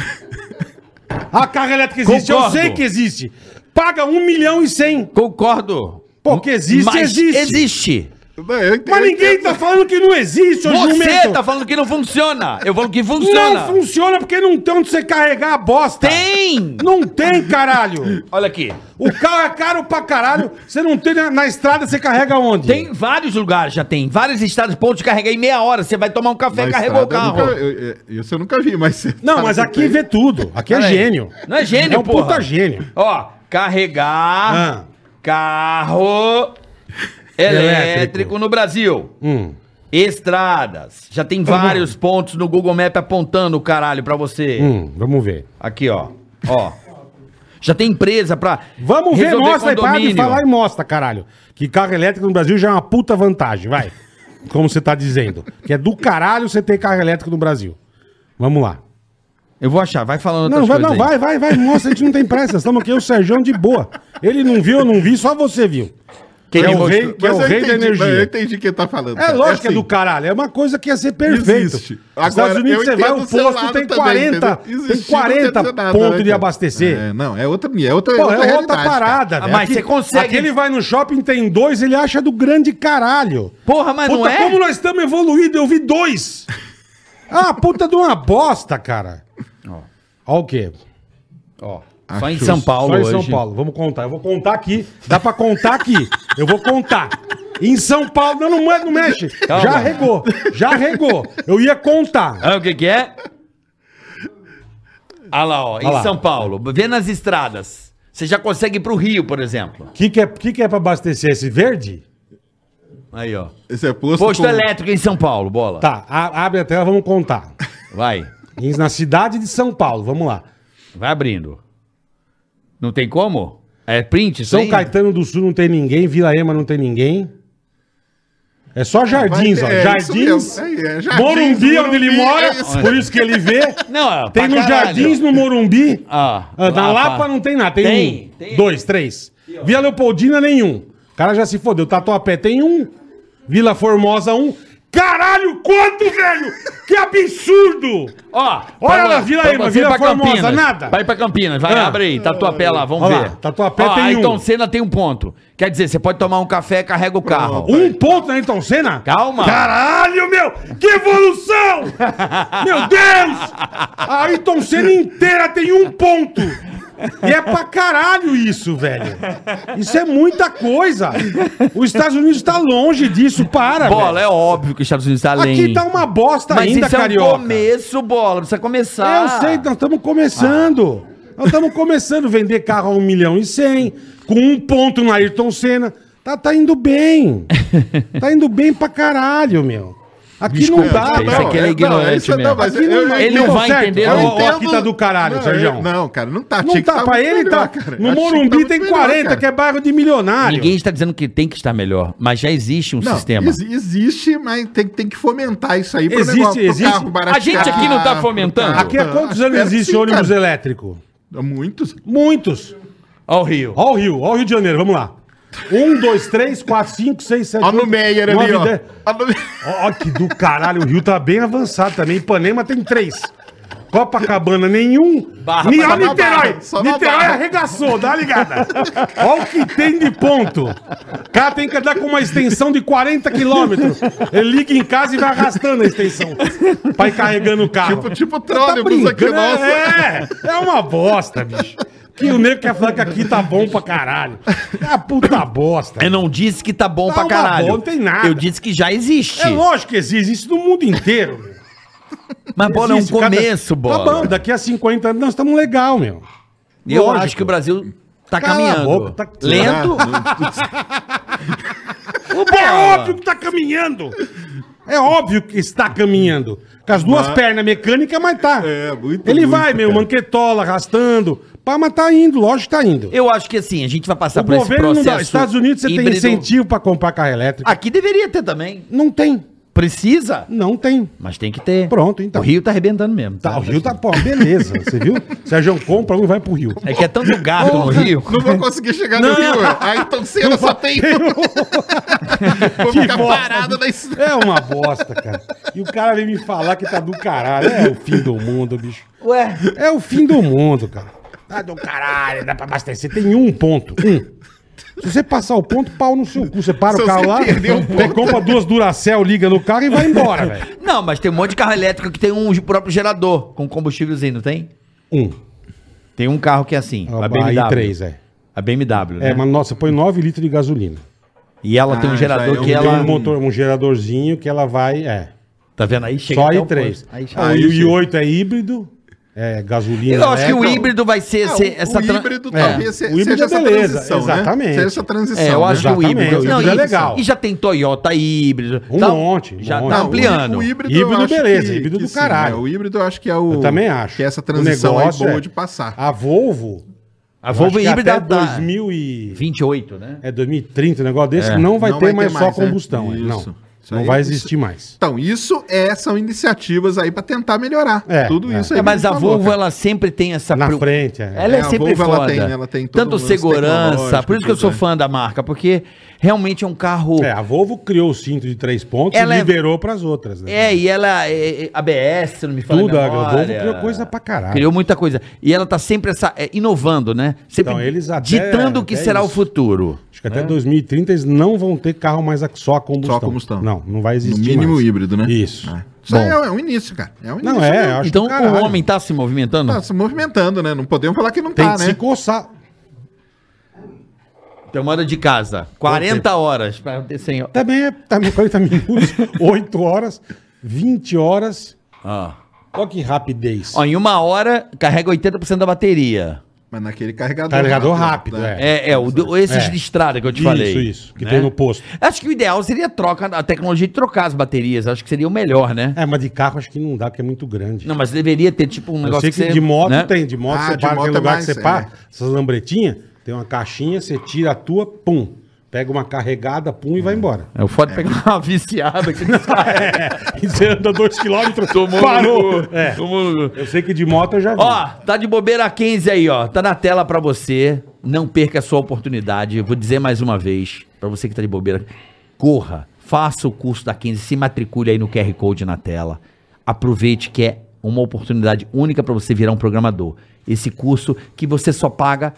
S2: A carga elétrica existe,
S3: Concordo.
S2: eu sei que existe. Paga 1 milhão e 100.
S3: Concordo.
S2: Porque existe,
S3: Mas
S2: existe.
S3: Existe.
S5: Não, eu entendo.
S2: Mas ninguém tá falando que não existe, ô
S3: Você
S2: jumento.
S3: tá falando que não funciona. Eu falo que funciona.
S2: Não funciona porque não tem onde você carregar a bosta.
S3: Tem!
S2: Não tem, caralho.
S3: Olha aqui.
S2: O carro é caro pra caralho. Você não tem na, na estrada, você carrega onde?
S3: Tem vários lugares, já tem. Vários estados, ponto de carregar em meia hora. Você vai tomar um café
S5: Na
S3: e carregou o
S5: estrada, é eu
S3: carro.
S5: nunca- eu- eu- isso eu nunca vi, mas.
S2: Não, mas aqui vê tudo. Aqui é
S3: Peraí.
S2: gênio.
S3: Não é gênio,
S2: É um
S3: porra.
S2: puta gênio.
S3: Ó, carregar
S2: Ah.
S3: carro
S2: Elétrico.
S3: elétrico no Brasil.
S2: Hum.
S3: Estradas. Já tem
S2: Tá
S3: vários pontos no Google Map apontando o caralho pra você.
S2: Hum, vamos ver.
S3: Aqui, ó. Ó. Já tem empresa pra.
S2: Vamos ver,
S3: resolver
S2: mostra aí, para de
S3: condomínio.
S2: falar e mostra, caralho. Que carro elétrico no Brasil já é uma puta vantagem, vai. Como você tá dizendo. Que é do caralho você ter carro elétrico no Brasil. Vamos lá.
S3: Eu vou achar, vai falando
S2: Não,
S3: outras
S2: vai, não,
S3: coisas aí.
S2: vai, vai, vai. Mostra, a gente não tem pressa. Estamos aqui, eu e o Sérgio de boa. Ele não viu, eu não vi, só você viu. Que
S3: Quem
S2: é
S3: me
S2: o
S3: mostrou-
S2: rei, que é o
S5: eu
S2: rei da
S5: entendi, mas Eu
S2: energia.
S5: entendi o que ele tá falando.
S2: É
S5: cara.
S2: lógico que é
S5: assim,
S2: do caralho. É uma coisa que ia ser perfeito.
S5: Existe.
S2: Nos Estados
S5: Agora,
S2: Unidos
S5: eu
S2: você vai,
S5: entendo
S2: o
S5: o seu
S2: posto
S5: lado
S2: tem
S5: também,
S2: 40,
S5: entendeu?
S2: tem
S5: Existir não quer
S2: 40
S5: dizer nada, né,
S2: pontos de
S5: cara?
S2: abastecer.
S5: É, não, é outra, é outra,
S2: Pô, é outra,
S5: realidade, cara.
S2: parada,
S3: Ah, mas
S2: Aqui-
S3: você consegue-
S2: Aqui ele vai no shopping, tem dois, ele acha do grande caralho.
S3: Porra, mas não
S2: puta,
S3: é?
S2: como nós estamos evoluídos, eu vi dois. ah, puta de uma bosta, cara. Ó o quê?
S3: Só em São Paulo
S2: Só em
S3: hoje.
S2: São Paulo. Vamos contar. Eu vou contar aqui. Dá pra contar aqui. Eu vou contar. Em São Paulo, não, não, me- não mexe.
S3: Calma.
S2: Já regou. Já regou. Eu ia contar.
S3: Ah, o que que é? Ah lá, ó, em
S2: lá.
S3: São Paulo. Vê nas estradas. Você já consegue ir pro Rio, por exemplo.
S2: O que, que, é, que, que é pra abastecer esse verde?
S3: Aí, ó.
S5: Esse é posto,
S3: Posto
S5: com-
S3: elétrico em São Paulo, bola.
S2: Tá, a- abre a tela, vamos contar.
S3: Vai.
S2: Em- Na cidade de São Paulo, vamos lá.
S3: Vai abrindo. Não tem como? É print isso
S2: São
S3: aí?
S2: Caetano do Sul não tem ninguém, Vila Ema não tem ninguém. É só jardins,
S5: Vai
S2: ó.
S5: ter- é isso
S2: jardins.
S5: mesmo, é, é, Jardins,
S2: Morumbi, onde ele
S5: Morumbi,
S2: mora,
S5: é isso.
S2: por isso que ele vê.
S3: Não, é, pra
S2: Tem no
S3: caralho.
S2: Jardins, no Morumbi.
S3: Ah,
S2: Ah, na
S3: Lapa.
S2: Lapa não tem nada. Tem,
S3: Tem,
S2: um,
S3: tem.
S2: dois, três. Vila Leopoldina, nenhum. O cara já se fodeu. Tatuapé tem um. Vila Formosa, um. Caralho, quanto, velho! Que absurdo!
S3: Ó,
S2: Olha
S3: pra-
S2: lá, Vila
S3: pra
S2: Ema,
S3: você
S2: Vila
S3: pra
S2: Formosa,
S3: Campinas.
S2: nada.
S3: Vai pra Campinas, vai,
S2: Ah.
S3: abre aí, Tatuapé lá, vamos
S2: Olha
S3: ver.
S2: lá, Tatuapé tem um.
S3: Ayrton Senna tem um ponto. Quer dizer, você pode tomar um café e carrega o carro.
S2: Um ponto na Ayrton Senna?
S3: Calma.
S2: Caralho, meu! Que evolução! meu Deus! A Ayrton Senna inteira tem um ponto! E é pra caralho isso, velho. Isso é muita coisa. Os Estados Unidos tá longe disso, para.
S3: Bola,
S2: velho.
S3: é óbvio que os Estados Unidos tá além.
S2: Aqui tá uma bosta
S3: Mas
S2: ainda,
S3: isso
S2: carioca.
S3: é um começo, bola. Precisa começar.
S2: Eu sei, nós estamos começando. Nós estamos começando a vender carro a 1 milhão e 100, com um ponto na Ayrton Senna. Tá, tá indo bem. tá indo bem pra caralho, meu. Aqui não
S5: Ah,
S2: dá,
S3: isso
S2: velho.
S3: aqui é ignorante mesmo.
S5: mas
S2: Aqui
S5: eu- eu
S2: não-
S3: Ele
S5: entendo.
S3: não vai
S2: certo.
S3: entender.
S2: Eu
S3: não.
S2: entendo. Ó, aqui tá do caralho,
S5: não,
S2: Sérgio.
S5: eu- Não, cara, não tá.
S2: Não
S5: Tinha que
S2: tá,
S5: tá
S2: pra
S5: muito
S2: ele
S5: melhor,
S2: tá. No
S5: cara. Achei que tá
S2: Morumbi
S5: muito
S2: tem
S5: melhor,
S2: 40,
S5: cara.
S2: que é bairro de milionário.
S3: Ninguém está dizendo que tem que estar melhor, mas já existe um
S5: Não,
S3: sistema.
S5: exi- existe, mas tem, tem que fomentar isso aí
S2: Existe, existe.
S5: baratear,
S6: A gente aqui não tá
S5: pro
S6: fomentando?
S5: carro.
S2: Aqui há quantos anos
S5: Ah, Espero que
S2: existe
S5: sim,
S2: ônibus
S5: cara.
S2: elétrico?
S5: Muitos.
S2: Muitos.
S3: Ó o Rio.
S2: Ó o Rio, ó o Rio de Janeiro, vamos lá. Um, dois, três, quatro, cinco, seis, sete.
S5: Ó no
S2: oito,
S5: Meyer ali,
S2: nove,
S5: ó.
S2: dez.
S5: Ó no-
S2: Ó, ó que do caralho, o Rio tá bem avançado também. Ipanema tem três. Copacabana nenhum.
S3: Barra,
S2: Ni- ó,
S5: só na
S2: Niterói.
S5: Barra, só na
S2: Niterói
S5: Barra.
S2: arregaçou, dá uma ligada. Ó o que tem de ponto. Cara tem que andar com uma extensão de 40 quilômetros. Ele liga em casa e vai arrastando a extensão. Vai carregando o carro.
S5: Tipo, tipo
S2: Tá
S5: trônibus aqui,
S2: brincando,
S5: nossa.
S2: É, é uma bosta, bicho. Que o nego quer falar que aqui tá bom pra caralho. É uma puta bosta.
S3: Eu não disse que tá bom
S2: Tá
S3: pra
S2: uma
S3: caralho.
S2: boa, não tem nada.
S3: Eu disse que já existe.
S2: É lógico que existe isso no mundo inteiro. meu.
S3: mas bola é um
S2: Existe, cada-
S3: começo, bola.
S2: Tá bom, daqui a 50 anos nós estamos legal, meu.
S3: Eu
S2: Lógico.
S3: acho que o Brasil tá
S2: Cala
S3: caminhando.
S2: a boca, tá-
S3: Lento.
S2: É óbvio que tá caminhando. É óbvio que está caminhando. Com as duas pernas mecânicas, mas tá.
S5: É, muito,
S2: Ele
S5: muito,
S2: vai, meu,
S5: cara.
S2: manquetola, arrastando. Pá, mas tá indo, lógico que tá indo.
S3: Eu acho que assim, a gente vai passar
S2: o
S3: por esse
S2: governo não
S3: processo.
S2: dá. Estados Unidos você
S3: híbrido. Ah.
S2: tem incentivo pra comprar carro elétrico.
S3: Aqui deveria ter também.
S2: Não tem.
S3: Precisa,
S2: Não tem.
S3: mas tem que ter.
S2: Pronto, então.
S3: O Rio tá arrebentando mesmo.
S2: Tá, o Rio tá, pô, beleza. Você viu? Sérgio compra um e vai pro Rio.
S3: É que é tanto gato no Rio.
S5: Não vou conseguir chegar no Rio. Aí então Senna só tem. vou ficar parado na estrada.
S2: É uma bosta, cara. E o cara vem me falar que tá do caralho. É o fim do mundo, bicho.
S3: Ué,
S2: É o fim do mundo, cara. Tá do caralho, dá pra abastecer. Tem um ponto. Um. Se você passar o ponto, pau no seu cu. Você para
S5: Se
S2: o carro
S5: você
S2: lá,
S5: perder um
S2: você
S5: ponto.
S2: compra duas Duracell, liga no carro e vai embora, velho.
S3: Não, mas tem um monte de carro elétrico que tem um próprio gerador com combustívelzinho, não tem?
S2: Um.
S3: Tem um carro que é assim, a, BMW.
S2: Aí três, é.
S3: A BMW, né?
S2: É, mas nossa, põe 9 litros de gasolina.
S3: E ela tem
S5: Ah,
S3: um
S5: já é
S3: gerador
S5: um-
S3: que
S2: Tem
S3: ela...
S2: um motor, um geradorzinho que ela vai. É.
S3: Tá vendo? Aí chega
S2: Só
S3: até o
S2: é aí três.
S3: posto. Aí chega.
S2: Ah,
S5: Aí
S2: e o
S5: chega.
S2: i8 é híbrido, é gasolina.
S3: Eu acho que o
S2: elétrica.
S3: híbrido vai ser...
S5: Ah,
S3: ser- essa
S5: o
S3: tran-
S5: híbrido
S2: É,
S5: talvez se-
S2: o híbrido
S5: seja
S2: é
S5: essa
S2: beleza,
S5: transição,
S2: exatamente.
S5: né? Seja essa transição,
S3: É, eu acho que o
S2: Exatamente,
S3: híbrido...
S2: o
S3: Não,
S2: híbrido é
S3: e-
S2: legal.
S3: E já tem Toyota híbrido.
S2: Um
S3: tá-
S2: monte, um
S3: Já
S2: monte.
S3: tá
S2: Não, o
S3: ampliando.
S5: O híbrido,
S2: Híbrido,
S5: eu acho
S2: beleza,
S5: que-
S2: híbrido
S5: que
S2: do
S5: sim,
S2: caralho.
S5: é, o híbrido eu acho que é o...
S2: Eu também acho.
S5: Que é essa transição
S2: O
S5: aí
S2: negócio
S5: boa
S2: é-
S5: de passar.
S2: A Volvo.
S3: A Volvo
S2: acho que
S3: híbrida
S2: até
S3: dá
S2: 2000 e...
S3: 28, né?
S2: É 2030, um negócio
S3: É.
S2: desse, que não vai
S5: Não
S2: ter
S5: vai ter
S2: mais só
S5: mais, né?
S2: combustão. é,
S5: Isso.
S2: Não.
S5: Isso
S2: Não
S5: aí-
S2: vai
S5: isso-
S2: existir mais.
S5: Então, isso é, são iniciativas aí pra tentar melhorar.
S2: É,
S5: Tudo
S2: é.
S5: isso aí.
S3: É,
S5: que
S3: mas a
S5: gente falou,
S3: Volvo,
S5: cara.
S3: ela sempre tem essa...
S2: Na
S3: preu-
S2: frente, é.
S3: Ela é,
S5: É, a
S3: sempre
S5: Volvo,
S3: foda.
S5: ela tem- ela tem todo um
S3: Tanto
S5: lance
S3: segurança.
S5: tecnológico,
S3: Por isso que eu
S5: tudo,
S3: sou
S5: né?
S3: fã da marca, porque realmente é um carro...
S2: É, a Volvo criou o cinto de três pontos
S3: Ela
S2: e
S3: é-
S2: liberou pras outras, né?
S3: É, e ela. É, é, ABS, não me fala.
S2: Tudo,
S3: a
S2: a Volvo
S3: memória.
S2: criou coisa pra caralho.
S3: Criou muita coisa. E ela tá sempre essa, é, inovando, né? Sempre
S2: Então, eles até-
S3: ditando o que
S2: até
S3: será o
S2: isso.
S3: futuro.
S2: Acho que até 2030 eles não vão ter carro mais a- só a combustão.
S5: Só a combustão.
S2: Não, não vai
S5: No
S2: existir
S5: mínimo
S2: mais.
S5: híbrido, né?
S2: Isso.
S5: É. Isso
S2: Bom,
S5: aí é, é um início, cara. É um início.
S2: não é,
S5: mesmo.
S2: eu acho
S3: Então
S2: do caralho.
S3: o homem tá se movimentando?
S5: Tá se movimentando, né? Não podemos falar que não
S2: Tem
S5: tá,
S2: que
S5: né?
S2: se coçar.
S3: Tem uma hora de casa. 40 horas pra ter 100 horas.
S2: Também é também 40 minutos, 8 horas, 20 horas.
S3: Ah.
S2: Olha que rapidez.
S3: Ó, em uma hora, carrega 80% da bateria.
S5: Mas naquele carregador.
S2: Carregador rápido,
S5: né?
S2: é.
S3: É, é, o, do- esses
S2: É.
S3: de estrada que eu te
S2: Isso,
S3: falei. né?
S2: isso, que tem no posto.
S3: Acho que o ideal seria a troca, a tecnologia de trocar as baterias. Acho que seria o melhor, né?
S2: É, mas de carro acho que não dá, porque é muito grande.
S3: Não, mas deveria ter tipo um
S2: Eu
S3: negócio
S2: sei que,
S3: você-
S2: de moto
S3: né?
S2: tem, de moto
S5: Ah,
S2: você
S5: de
S2: para,
S5: moto
S2: tem
S5: é
S2: lugar
S5: mais,
S2: que você
S5: é.
S2: para, essas lambretinhas, tem uma caixinha, você tira a tua, pum, pega uma carregada, pum, e vai embora. É,
S3: É o foda pegar uma viciada que
S2: E você anda dois quilômetros, parou. É. Eu sei que de moto eu já vi.
S3: Ó, tá de bobeira 15 aí, ó. Tá na tela pra você. Não perca a sua oportunidade. Eu vou dizer mais uma vez, pra você que tá de bobeira, corra, faça o curso da 15, se matricule aí no QR Code na tela. Aproveite que é uma oportunidade única pra você virar um programador. Esse curso que você só paga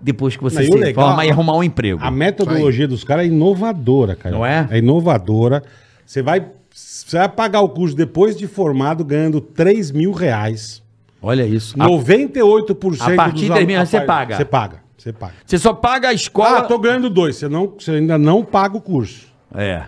S3: depois que
S2: Não,
S3: você
S2: e o
S3: se
S2: legal-
S3: forma e arrumar um emprego.
S2: A metodologia dos caras é inovadora, cara.
S3: Não é?
S2: É inovadora. Você vai, você vai pagar o curso depois de formado ganhando 3 mil reais.
S3: Olha isso. A-
S2: 98%
S3: A partir
S2: dos alu-
S3: termina, você
S2: rapaz,
S3: paga.
S2: Você paga, você paga.
S3: Você só paga a escola.
S2: Ah, tô ganhando dois. Você, não, você ainda não paga o curso.
S3: É.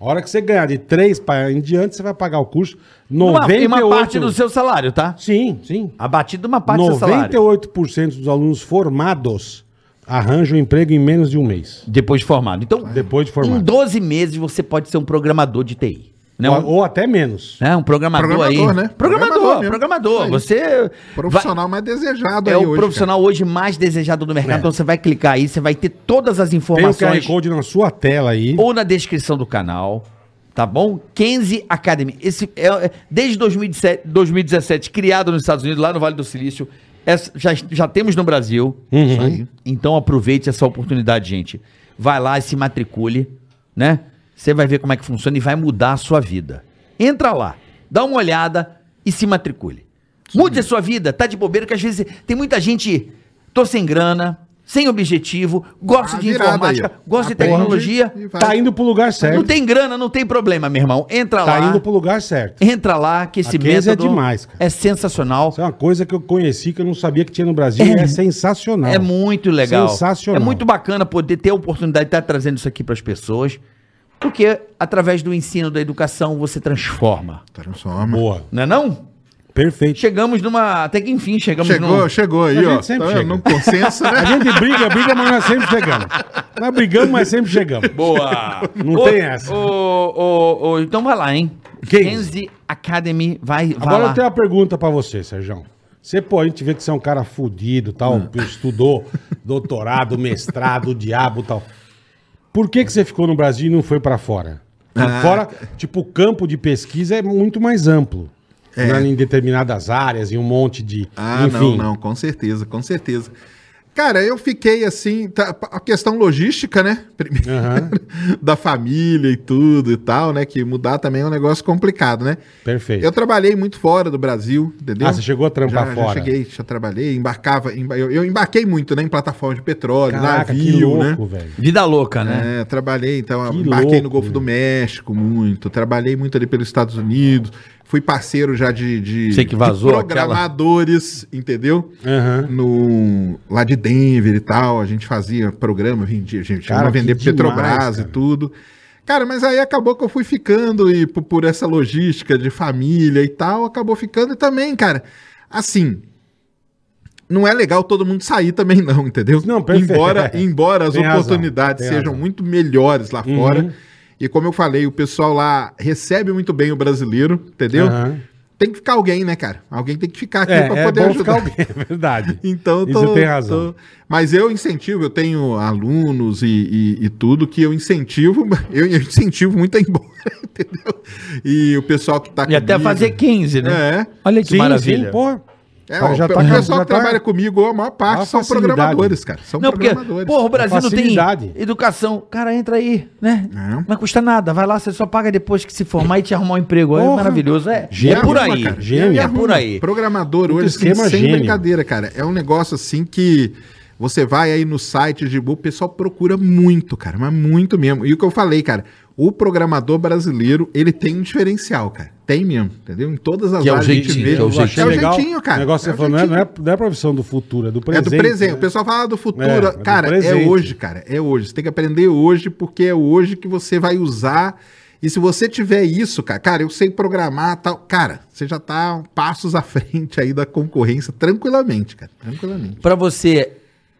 S2: A hora que você ganhar de três pra- em diante, você vai pagar o curso.
S3: Uma,
S2: 98...
S3: e uma parte do seu salário, tá?
S2: Sim, sim.
S3: Abatido uma parte do seu salário.
S2: 98% dos alunos formados arranjam emprego em menos de um mês.
S3: Depois de formado. Então,
S2: Depois de
S3: em
S2: formado.
S3: 12 meses você pode ser um programador de TI. Né?
S2: Ou,
S3: Um,
S2: ou até menos.
S3: né? um programador,
S5: Programador,
S3: aí.
S5: né?
S3: Programador,
S5: Programador
S3: programador.
S5: mesmo. É Isso aí.
S3: Você. vai-
S5: Profissional mais
S3: é
S5: desejado aí
S3: o
S5: hoje, É.
S3: profissional hoje mais desejado do mercado. Então você vai clicar aí, você vai ter todas as
S2: Tem o QR
S3: informações
S2: Code na sua tela aí.
S3: ou na descrição do canal, tá bom? Kenzie Academy. Esse é, é- desde 2017, 2017, criado nos Estados Unidos, lá no Vale do Silício. Essa- já, já temos no Brasil.
S5: Uhum.
S3: Isso aí. Então aproveite essa oportunidade, gente. Vai lá e se matricule, né? Você vai ver como é que funciona e vai mudar a sua vida. Entra lá, dá uma olhada e se matricule. Mude a sua vida, tá de bobeira, que às vezes tem muita gente. Tô sem grana, sem objetivo, gosto
S5: Ah,
S3: de
S5: virada aí,
S3: informática,
S5: ó.
S3: gosto de
S5: Aprende
S3: tecnologia,
S5: e vai.
S2: Tá indo pro lugar
S3: não
S2: certo.
S3: tem grana, não tem problema, meu irmão. Entra
S2: Tá
S3: lá.
S2: indo pro lugar certo.
S3: Entra lá, que esse
S2: A Kenzie é
S3: método
S2: demais, cara.
S3: é sensacional.
S2: Isso é uma coisa que eu conheci que eu não sabia que tinha no Brasil. É, sensacional.
S3: É muito legal.
S2: Sensacional.
S3: É muito bacana poder ter a oportunidade de estar trazendo isso aqui para as pessoas. Porque através do ensino, da educação, você transforma.
S5: Tá Transforma.
S2: boa.
S3: Não é não?
S2: Perfeito.
S3: Chegamos numa. Até que enfim, chegamos
S5: Chegou,
S3: num-
S5: chegou
S2: A
S5: aí,
S2: gente
S5: ó.
S2: sempre
S5: Tá
S2: chega.
S5: vendo? Num consenso,
S2: A
S5: né?
S2: gente briga, briga, mas nós sempre chegamos. Nós brigamos, mas sempre chegamos.
S3: Boa!
S2: Não
S3: Ô,
S2: tem essa.
S3: ô, ô, ô, então vai lá, hein?
S2: Kenzie.
S3: Kenzie Academy vai, vai
S2: Agora
S3: lá.
S2: eu tenho uma pergunta pra você, Sérgio. Você, pô, a gente vê que você é um cara fudido, tal,
S5: Hum.
S2: estudou doutorado, mestrado, diabo, tal. Por que que você ficou no Brasil e não foi pra fora? Porque
S5: Ah,
S2: Fora,
S5: é.
S2: tipo, o campo de pesquisa é muito mais amplo. né, em determinadas áreas, em um monte de,
S5: É. Ah,
S2: enfim.
S5: não, não, com certeza, com certeza. Cara, eu fiquei assim, tá, a questão logística, né? Primeiro,
S2: Aham.
S5: da família e tudo e tal, né? Que mudar também é um negócio complicado, né?
S2: Perfeito.
S5: Eu trabalhei muito fora do Brasil, entendeu?
S2: Ah, você chegou a trampar
S5: já,
S2: fora.
S5: Já cheguei, já trabalhei, embarcava, emba- eu, eu embarquei muito, né? Em plataforma de petróleo,
S2: Caraca,
S5: navio,
S2: que
S5: né?
S2: louco, velho.
S3: Vida louca, né?
S5: É, trabalhei, então,
S2: Que
S5: embarquei
S2: louco,
S5: no Golfo
S2: né?
S5: do México muito, trabalhei muito ali pelos Estados Unidos, fui parceiro já de, de,
S3: Sei que vazou
S5: de
S3: aquela-
S5: programadores, entendeu?
S2: Aham.
S5: No, lá de Denver e tal, a gente fazia programa, vendia, a gente
S2: Cara,
S5: ia vender
S2: que demais,
S5: Petrobras
S2: cara.
S5: e tudo. Cara, mas aí acabou que eu fui ficando e por, por essa logística de família e tal, acabou ficando e também, cara. Assim, não é legal todo mundo sair também não, entendeu?
S2: Não, perfeito.
S5: Embora, embora as
S2: Tem razão,
S5: oportunidades
S2: tem
S5: sejam
S2: razão.
S5: muito melhores lá
S2: Uhum.
S5: fora. E como eu falei, o pessoal lá recebe muito bem o brasileiro, entendeu?
S2: Aham.
S5: Tem que ficar alguém, né, cara? Alguém tem que ficar aqui
S2: É,
S5: pra
S2: é
S5: poder
S2: bom ficar
S5: ajudar.
S2: alguém, é verdade.
S5: Então, eu
S2: Isso tem razão.
S5: tô- Mas eu incentivo, eu tenho alunos e, e- e tudo que eu incentivo, eu, eu incentivo muito a ir embora, entendeu? E o pessoal que
S2: É,
S5: tá
S3: E até fazer 15, né?
S5: É.
S3: Olha que maravilha.
S2: pô.
S5: É,
S2: Tá,
S5: o,
S2: já
S5: pe-
S2: tá-
S5: o
S2: já
S5: pessoal
S2: tá-
S5: que trabalha comigo, a maior
S2: a
S5: parte são
S2: facilidade.
S5: programadores, cara. São
S3: Não, porque,
S5: programadores.
S3: porra, o Brasil não tem
S2: É Facilidade.
S3: educação. Cara, entra aí, né?
S5: É.
S3: Não custa nada. Vai lá, você só paga depois que se formar e te arrumar um emprego. É
S2: Porra.
S3: maravilhoso. É,
S2: Gênio, né,
S3: é por aí.
S5: cara.
S2: Gênio.
S3: É por aí.
S5: Programador
S2: Puta
S5: hoje, assim,
S2: esquema
S5: sem
S2: gênio.
S5: brincadeira, cara. É um negócio assim que você vai aí no site de boa, o pessoal procura muito, cara, mas muito mesmo. E o que eu falei, cara, o programador brasileiro, ele tem um diferencial, cara. Tem mesmo, entendeu? Em todas as
S3: Que é o
S5: áreas a
S3: jeitinho,
S5: gente vê.
S3: que é o jeitinho.
S2: achei legal.
S5: cara.
S2: O negócio
S5: é
S2: que você falou, não é, não é profissão do futuro, é do
S5: É
S2: presente.
S5: do presente.
S2: né?
S5: O pessoal fala ah, do futuro.
S2: É, é do
S5: cara,
S2: presente.
S5: é hoje, cara. É hoje. Você tem que aprender hoje, porque é hoje que você vai usar. E se você tiver isso, cara, cara, eu sei programar tal. Cara, você já tá passos à frente aí da concorrência, tranquilamente, cara. Tranquilamente.
S3: Pra você,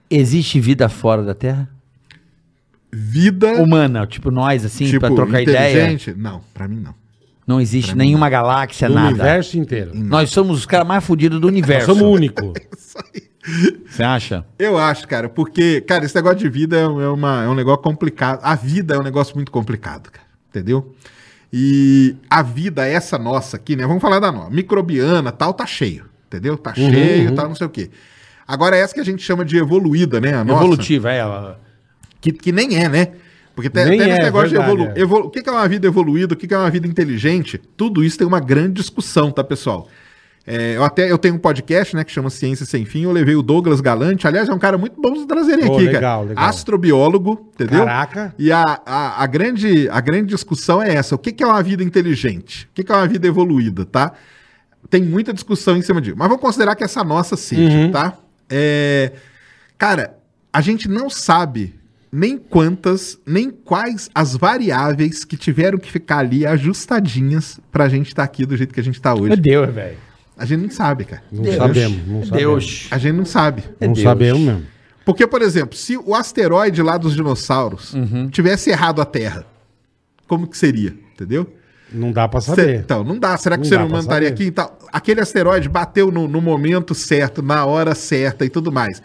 S3: existe vida fora da Terra?
S2: É.
S5: Vida.
S3: Humana, tipo nós, assim,
S5: tipo,
S3: pra trocar ideia.
S5: inteligente? Não, pra mim não.
S3: Não existe nenhuma galáxia,
S2: Do
S3: nada.
S2: universo inteiro.
S3: Nós somos os caras mais fodidos do
S2: Nós
S3: universo.
S2: somos um- único.
S3: Você acha?
S5: Eu acho, cara, porque, cara, esse negócio de vida é, um- é uma, é um negócio complicado. A vida é um negócio muito complicado, cara. Entendeu? E a vida, essa nossa aqui, né? Vamos falar da nossa. Microbiana tal, tá cheio. Entendeu? Tá
S2: Uhum,
S5: cheio,
S2: uhum.
S5: tal, não sei o quê. Agora, essa que a gente chama de evoluída, né? A nossa,
S3: Evolutiva, é. ela.
S5: Que, que nem é, né? Porque te-
S2: Nem
S5: tem
S2: é,
S5: esse negócio
S2: verdade,
S5: de evolu...
S2: é.
S5: evolu- O que que é uma vida evoluída? O que que é uma vida inteligente? Tudo isso tem uma grande discussão, tá, pessoal? É, eu até eu tenho um podcast, né, que chama Ciência Sem Fim. Eu levei o Douglas Galante. Aliás, é um cara muito bom de trazerem
S2: Pô,
S5: aqui,
S2: legal,
S5: cara.
S2: legal.
S5: Astrobiólogo, entendeu?
S2: Caraca.
S5: E a, a, a grande, a grande discussão é essa: o que, que é uma vida inteligente? O que, que é uma vida evoluída, tá? tem muita discussão em cima disso. Mas vamos considerar que essa nossa seja,
S6: Uhum.
S5: tá? É, cara, a gente não sabe nem quantas, nem quais as variáveis que tiveram que ficar ali ajustadinhas pra gente estar aqui do jeito que a gente tá
S3: É
S6: Meu
S5: hoje.
S6: Deus, velho.
S5: A gente não sabe, cara.
S2: Não sabemos, não sabemos.
S3: Deus. É
S5: A gente não sabe.
S2: Não sabemos mesmo.
S5: Porque, por exemplo, se o asteroide lá dos dinossauros
S2: Uhum.
S5: tivesse errado a Terra, como que seria? Entendeu?
S2: Não dá pra
S5: Cê-
S2: saber.
S5: então, não dá. Será que
S2: Não
S5: o ser
S2: dá pra
S5: humano estaria
S2: saber.
S5: aqui e tal? Aquele asteroide bateu no, no momento certo, na hora certa e tudo mais.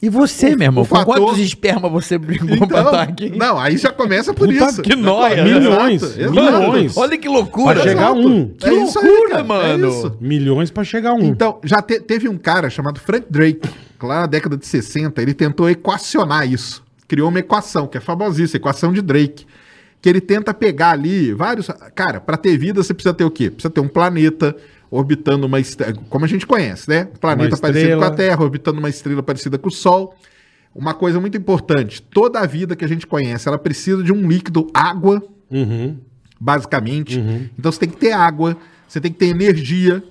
S3: E você, meu irmão?
S5: o
S3: Com
S5: fator-
S3: quantos espermas você brigou pra
S5: Então,
S3: estar aqui?
S5: não, aí já começa por
S2: Puta
S5: isso.
S2: que
S3: nóia,
S5: né?
S2: Milhões,
S5: Exato,
S2: milhões.
S3: Olha que loucura.
S2: Pra chegar
S5: Exato.
S2: um.
S5: É isso aí,
S3: loucura,
S5: cara. É
S3: mano.
S5: isso.
S2: Milhões pra chegar um.
S5: Então, já te- teve um cara chamado Frank Drake, que lá na década de 60, ele tentou equacionar isso. Criou uma equação, que é famosíssima, equação de Drake. Que ele tenta pegar ali vários. Cara, para ter vida você precisa ter o quê? Precisa ter um planeta orbitando uma estrela. Como a gente conhece, né? Um planeta
S2: Uma
S5: parecido com a
S2: estrela.
S5: Terra, orbitando uma estrela parecida com o Sol. Uma coisa muito importante: toda a vida que a gente conhece, ela precisa de um líquido, água,
S2: Uhum.
S5: basicamente. Então você tem que ter água, você tem que ter energia,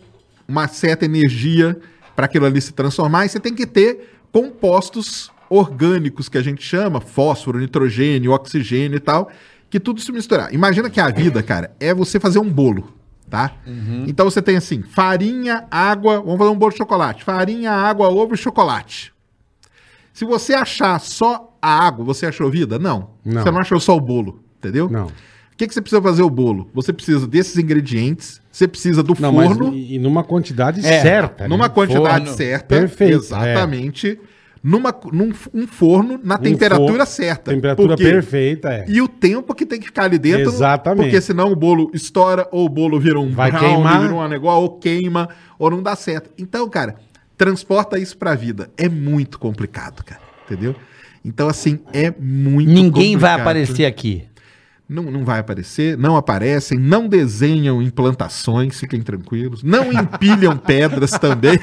S5: uma certa energia para aquilo ali se transformar, e você tem que ter compostos orgânicos que a gente chama, fósforo, nitrogênio, oxigênio e tal, que tudo se misturar. Imagina que a vida, cara, é você fazer um bolo, tá?
S2: Uhum.
S5: Então você tem assim, farinha, água, vamos fazer um bolo de chocolate, farinha, água, ovo e chocolate. Se você achar só a água, você achou vida? Não.
S2: Não.
S5: Você não achou só o bolo, entendeu?
S2: Não.
S5: O que, que você precisa fazer o bolo? Você precisa desses ingredientes, você precisa do
S2: Não, mas
S5: forno,
S2: e e numa quantidade
S3: É,
S2: certa. né?
S5: numa quantidade
S3: Forno.
S5: certa.
S2: Perfeito,
S5: Exatamente. Numa, num f- um forno na
S2: Um
S5: temperatura
S2: forno,
S5: certa.
S2: Temperatura
S5: Por quê?
S2: perfeita, é.
S5: E o tempo que tem que ficar ali dentro.
S2: Exatamente.
S5: Porque senão o bolo estoura, ou o bolo vira um
S2: Vai
S5: brownie,
S2: queimar.
S5: vira um negócio, ou queima, ou não dá certo. Então, cara, transporta isso pra vida. É muito complicado, cara. Entendeu? Então, assim, é muito
S3: Ninguém vai
S5: complicado.
S3: aparecer aqui.
S5: Não, não vai aparecer, não aparecem, não desenham implantações, fiquem tranquilos. Não empilham pedras também.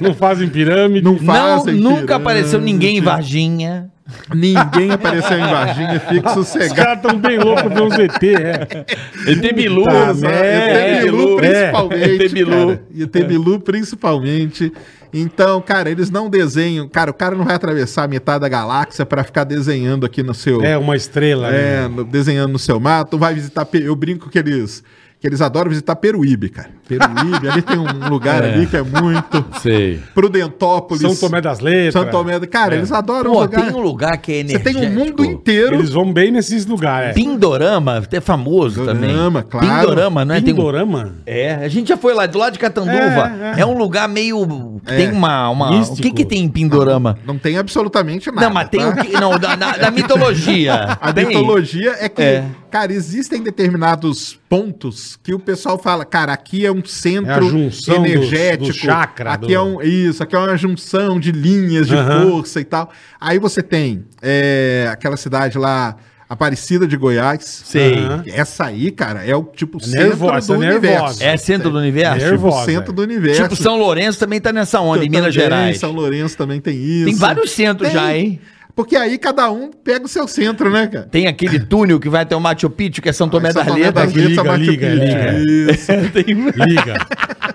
S2: Não fazem pirâmide.
S5: Não
S3: Não,
S5: fazem.
S3: nunca apareceu
S5: pirâmide.
S3: ninguém em Varginha.
S5: Ninguém apareceu em Varginha, fique
S2: Os
S5: sossegado.
S2: caras tão bem loucos de um ZT, é.
S6: ET Bilu.
S2: Tá,
S5: Exato.
S2: é,
S5: E o Tebilu
S2: é.
S5: né? principalmente.
S6: É, Tebilu.
S5: cara. E o Tebilu principalmente. Então, cara, eles não desenham. Cara, o cara não vai atravessar a metade da galáxia pra ficar desenhando aqui no seu.
S2: É uma estrela. né?
S5: É, no- desenhando no seu mato, vai visitar. Pe- Eu brinco que eles, que eles adoram visitar Peruíbe, cara. Peruíbe, ali tem um lugar ali que é muito.
S6: Sei.
S5: Prudentópolis.
S2: São Tomé das Letras.
S5: São Tomé. Cara, eles adoram
S3: É. Pô,
S5: lugar.
S3: tem um lugar que é
S5: Você tem
S3: energético.
S5: o mundo inteiro.
S2: Eles vão bem nesses lugares. é.
S3: Pindorama, é famoso também.
S5: Pindorama, Uhum, claro.
S3: Pindorama, não é? Tem um-
S2: Pindorama?
S3: É, a gente já foi lá, do lado de Catanduva.
S2: É,
S3: É, um lugar meio.
S5: É.
S3: Tem uma. uma... O
S2: Místico.
S3: que, que tem em Pindorama?
S5: Não tem absolutamente nada.
S3: não, mas tem
S5: tá?
S3: o que. Não, da, da- da mitologia.
S2: Ah,
S5: A
S3: Tem?
S5: mitologia é que,
S3: É.
S5: cara, existem determinados pontos que o pessoal fala, cara, aqui é um centro
S2: É a junção dos-
S5: energético,
S2: do chakra,
S5: aqui
S2: do-
S5: é um isso, aqui é uma junção de linhas de
S2: Aham.
S5: força e tal. Aí você tem é, aquela cidade lá, Aparecida de Goiás. Ah,
S3: Sei.
S2: Aham.
S5: Essa aí, cara, é o tipo
S2: nervosa, é nervosa.
S3: É centro do universo?
S2: Nervo-
S5: Tipo
S2: Nervosa,
S5: centro
S2: é.
S5: do universo.
S3: Tipo, São Lourenço também tá nessa onda, em
S5: Também,
S3: Minas Gerais.
S5: São Lourenço também tem isso.
S3: Tem vários centros
S5: Tem.
S3: já, hein?
S5: Porque aí cada um pega o seu centro, né, cara?
S3: Tem aquele túnel que vai até o Machu Picchu, que é São Tomé
S5: São
S3: da
S5: Tomé
S3: Leta.
S5: das Letras,
S2: Liga,
S5: Machu
S2: liga,
S5: Picchu.
S2: liga.
S5: É Isso.
S2: Liga.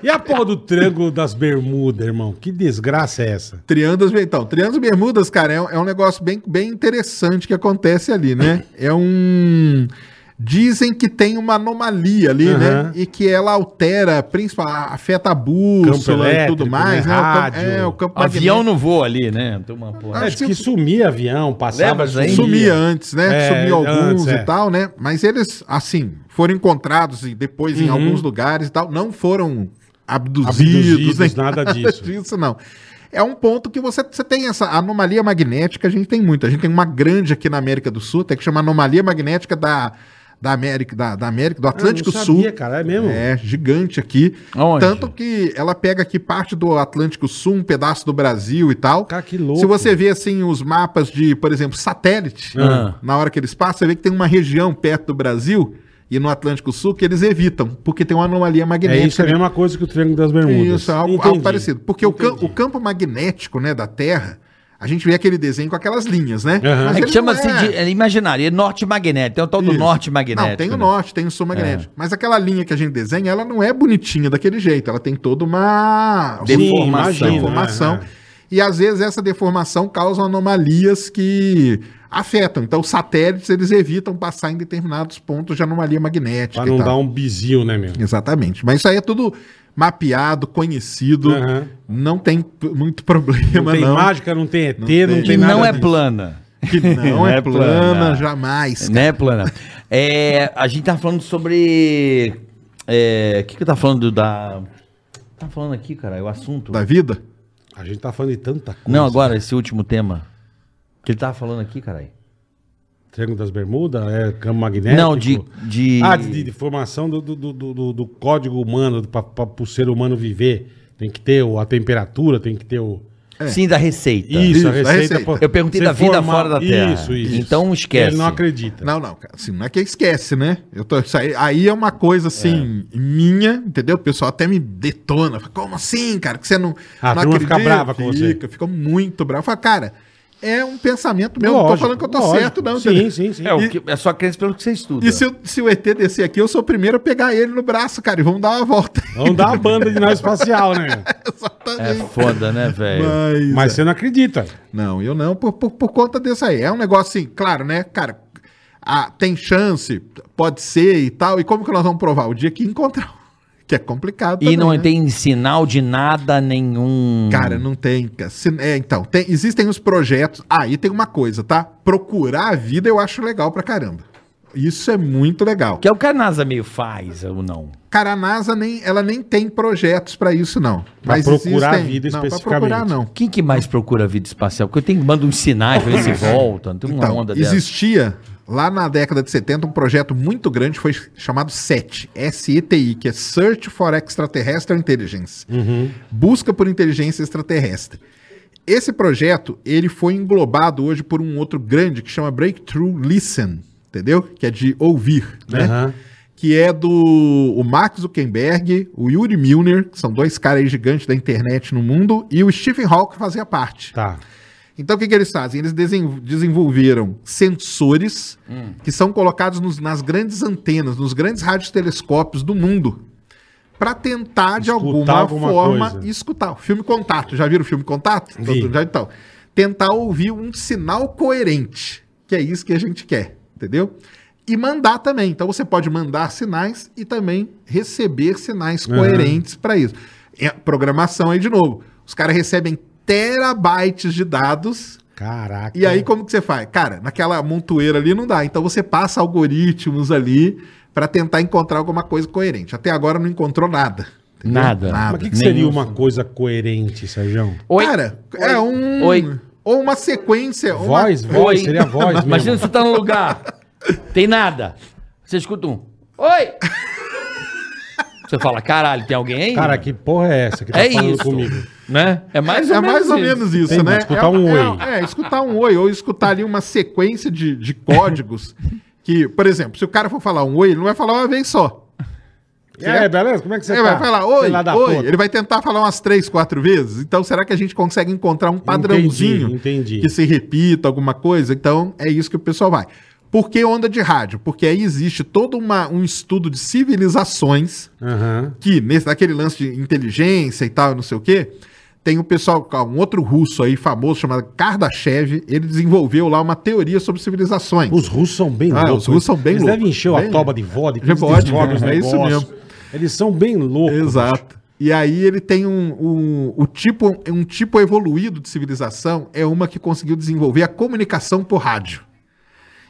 S2: E a porra do Triângulo das Bermudas, irmão? Que desgraça é essa?
S5: Triângulos, então, Triângulos Bermudas, cara, é um, é um negócio bem, bem interessante que acontece ali, né? É um. Dizem que tem uma anomalia ali,
S2: Uhum.
S5: né? E que ela altera, principalmente, afeta a
S2: Campo
S5: bússola e
S2: elétrico,
S5: tudo mais,
S2: né?
S5: né? O campo-
S2: Rádio.
S5: é, o campo
S3: Avião
S5: magnético
S3: não voa ali, né? Tem uma porra.
S5: Ah,
S2: É,
S5: acho
S2: diz que
S5: que
S2: sumia avião, passava.
S3: Leva, gente.
S5: Sumia antes, né?
S2: É,
S5: Sumia alguns
S2: antes,
S5: e
S2: é.
S5: tal, né? Mas eles, assim, foram encontrados e depois em
S2: Uhum.
S5: alguns lugares e tal, não foram abduzidos,
S2: Abduzidos,
S5: nem
S2: nada disso.
S5: disso, não. É um ponto que você, você tem essa anomalia magnética, a gente tem muito. A gente tem uma grande aqui na América do Sul, tem que chamar anomalia magnética da, da, América, da, da América, do Atlântico
S2: Ah, não
S5: Sul.
S2: sabia, cara, é mesmo?
S5: É, gigante aqui.
S3: Aonde?
S5: Tanto que ela pega aqui parte do Atlântico Sul, um pedaço do Brasil e tal.
S2: Cara, que louco.
S5: Se você vê, assim, os mapas de, por exemplo, satélite,
S3: Ah.
S5: na hora que eles passam, você vê que tem uma região perto do Brasil e no Atlântico Sul que eles evitam, porque tem uma anomalia
S2: É
S5: magnética.
S2: isso, é a mesma coisa que o Triângulo das Bermudas.
S5: Isso, é algo, algo
S2: Entendi.
S5: parecido. Porque o, cam-
S2: Entendi.
S5: o campo magnético né, da Terra, a gente vê aquele desenho com aquelas linhas, né?
S2: Aham.
S5: Mas
S3: É
S5: ele
S3: que
S5: não
S3: chama-se
S5: é-
S3: de é imaginário, é norte magnético. Tem o tal do
S5: Isso.
S3: norte magnético.
S5: Não, tem o
S3: né?
S5: norte, tem o sul magnético. Mas aquela linha que a gente desenha, ela não é bonitinha daquele jeito. Ela tem toda uma
S2: Deformação.
S5: Sim, deformação.
S3: né?
S2: É, é.
S5: E às vezes essa deformação causa anomalias que afetam. Então, os satélites eles evitam passar em determinados pontos de anomalia magnética.
S2: Pra
S5: e
S2: não
S5: tal.
S2: dar um bizil, né, meu?
S5: Exatamente. Mas isso aí é tudo mapeado, conhecido.
S2: Aham.
S5: Não tem p- muito problema,
S2: Não
S5: não.
S2: tem mágica, não tem ET, não
S5: Não
S2: tem,
S5: tem.
S3: Que
S2: nada.
S3: não é
S2: disso.
S3: plana.
S5: Que não é,
S3: É plana.
S5: plana, jamais.
S3: Né, plana? É, a gente tá falando sobre. é, O que, que eu tava falando da. Tá falando aqui, cara, o assunto.
S5: Da vida?
S2: A gente tá falando de tanta coisa.
S3: Não, agora, esse último tema. Que ele tava falando aqui, caralho.
S2: Triângulo das Bermudas, é campo
S5: Né,
S2: magnético.
S3: Não, de-
S5: tipo-
S3: de-
S2: Ah, de, de formação do, do, do- do- do código humano, do- pra, pra, pro ser humano viver. Tem que ter o- a temperatura, tem que ter o...
S3: Sim, da receita.
S5: Isso, a receita.
S2: pô,
S3: Tá. Eu perguntei
S2: você
S3: da vida
S2: formar-
S3: fora da Terra.
S2: Isso, isso.
S3: Então esquece.
S2: Ele não acredita.
S5: Não, não, cara, assim, não é que esquece, né? Eu tô, isso aí, aí é uma coisa assim,
S2: É.
S5: minha, entendeu? O pessoal até me detona. Fala, Como assim, cara? Que você não.
S2: Ah, a
S5: não
S2: turma fica brava com você.
S5: Fica, fica muito brava. Fala, cara, é um pensamento meu. não tô
S2: Lógico,
S5: falando que eu tô
S2: lógico.
S5: certo, não.
S2: Sim,
S5: entendeu?
S2: sim, sim.
S3: É, o que, é só crença pelo que você estuda.
S5: E se, o- se o ET descer aqui, eu sou o primeiro a pegar ele no braço, cara, e vamos dar uma volta.
S2: Vamos dar a banda de nave espacial, né?
S3: É
S5: Exatamente.
S3: foda, né, velho?
S5: Mas-
S2: É, Mas você não acredita.
S5: Não, eu não, por, por, por conta disso aí. É um negócio assim, claro, né, cara? ah, tem chance, pode ser e tal. E como que nós vamos provar? O dia que encontrar. Que é complicado.
S3: E
S5: também,
S3: não
S5: né?
S3: tem sinal de nada nenhum.
S5: Cara, não tem. ca- se- É, então, tem- existem os projetos. Aí tem uma coisa, tá? Procurar a vida eu acho legal pra caramba. Isso é muito legal.
S3: Que é o que a NASA meio faz, ou não.
S5: Cara, a NASA nem, ela nem tem projetos pra isso, não.
S2: Pra procurar a vida
S5: não,
S2: especificamente.
S5: Pra procurar, não.
S3: Quem que mais procura vida espacial? Porque eu tenho manda uns sinais pra ver se volta. Não tem uma
S5: Então,
S3: onda dessa.
S5: existia lá na década de 70 um projeto muito grande, foi chamado SETI, S-E-T-I, que é Search for Extraterrestrial Intelligence. Busca por inteligência extraterrestre. Esse projeto, ele foi englobado hoje por um outro grande que chama Breakthrough Listen, entendeu? Que é de ouvir, né?
S2: Aham.
S5: que é do o Mark Zuckerberg, o Yuri Milner, que são dois caras aí gigantes da internet no mundo, e o Stephen Hawking fazia parte.
S2: Tá.
S5: Então o que, que eles fazem? Eles desen- desenvolveram sensores
S2: Hum.
S5: que são colocados nos- nas grandes antenas, nos grandes radiotelescópios do mundo, para tentar de
S2: Escutar
S5: alguma,
S2: alguma
S5: forma
S2: coisa.
S5: escutar. O filme Contato, já viram o filme Contato?
S2: Vi.
S5: Todo- Já, então, tentar ouvir um sinal coerente, que é isso que a gente quer, entendeu? E mandar também. Então você pode mandar sinais e também receber sinais
S2: Aham.
S5: coerentes para isso. É, programação aí de novo. Os caras recebem terabytes de dados
S2: Caraca.
S3: É.
S5: e aí, como que você faz? Cara, naquela montoeira ali não dá. Então você passa algoritmos ali pra tentar encontrar alguma coisa coerente. Até agora não encontrou nada. entendeu?
S3: Nada.
S2: Mas
S5: Nada.
S2: o que, que seria
S3: Nenhum.
S2: uma coisa coerente, Sérgio?
S3: Oi?
S5: Cara, é um.
S3: Oi.
S5: Ou uma sequência. ou uma-
S2: Voz, voz,
S3: Oi.
S2: seria voz mesmo.
S3: Imagina você tá num lugar. Tem nada. Você escuta um. Oi! Você fala, caralho, tem alguém aí?
S2: Cara, que porra é essa que tá
S3: é
S2: falando
S3: isso.
S2: comigo?
S3: Né? É mais ou
S5: É
S3: menos.
S5: mais ou
S3: isso.
S5: menos isso,
S2: Tem,
S5: né?
S2: escutar
S5: é,
S2: um
S5: é-
S2: oi.
S5: É, escutar um oi, ou escutar ali uma sequência de, de códigos que, por exemplo, se o cara for falar um oi, ele não vai falar uma vez só.
S2: E aí, beleza? Como é que você
S5: Ele
S2: tá?
S5: vai falar
S2: Sei
S5: oi,
S2: lá da
S5: oi.
S2: puta.
S5: Ele é vai tentar falar umas três, quatro vezes. Então, será que a gente consegue encontrar um padrãozinho
S2: entendi.
S5: que se repita alguma coisa? Então, é isso que o pessoal vai. Por que onda de rádio? Porque aí existe todo uma- um estudo de civilizações
S2: Aham.
S5: que, nesse, naquele lance de inteligência e tal, não sei o quê, tem um pessoal, um outro russo aí famoso chamado Kardashev, ele desenvolveu lá uma teoria sobre civilizações.
S2: Os russos são bem
S5: Ah,
S2: loucos.
S5: os russos são bem
S2: eles
S5: loucos.
S2: devem encher a
S5: Bem-
S2: toba de vodka.
S5: De
S2: eles
S5: vodka,
S2: desdobram os
S5: é isso
S2: negócios. Eles são bem loucos.
S5: Exato. E aí ele tem um, um, o tipo, um tipo evoluído de civilização é uma que conseguiu desenvolver a comunicação por rádio.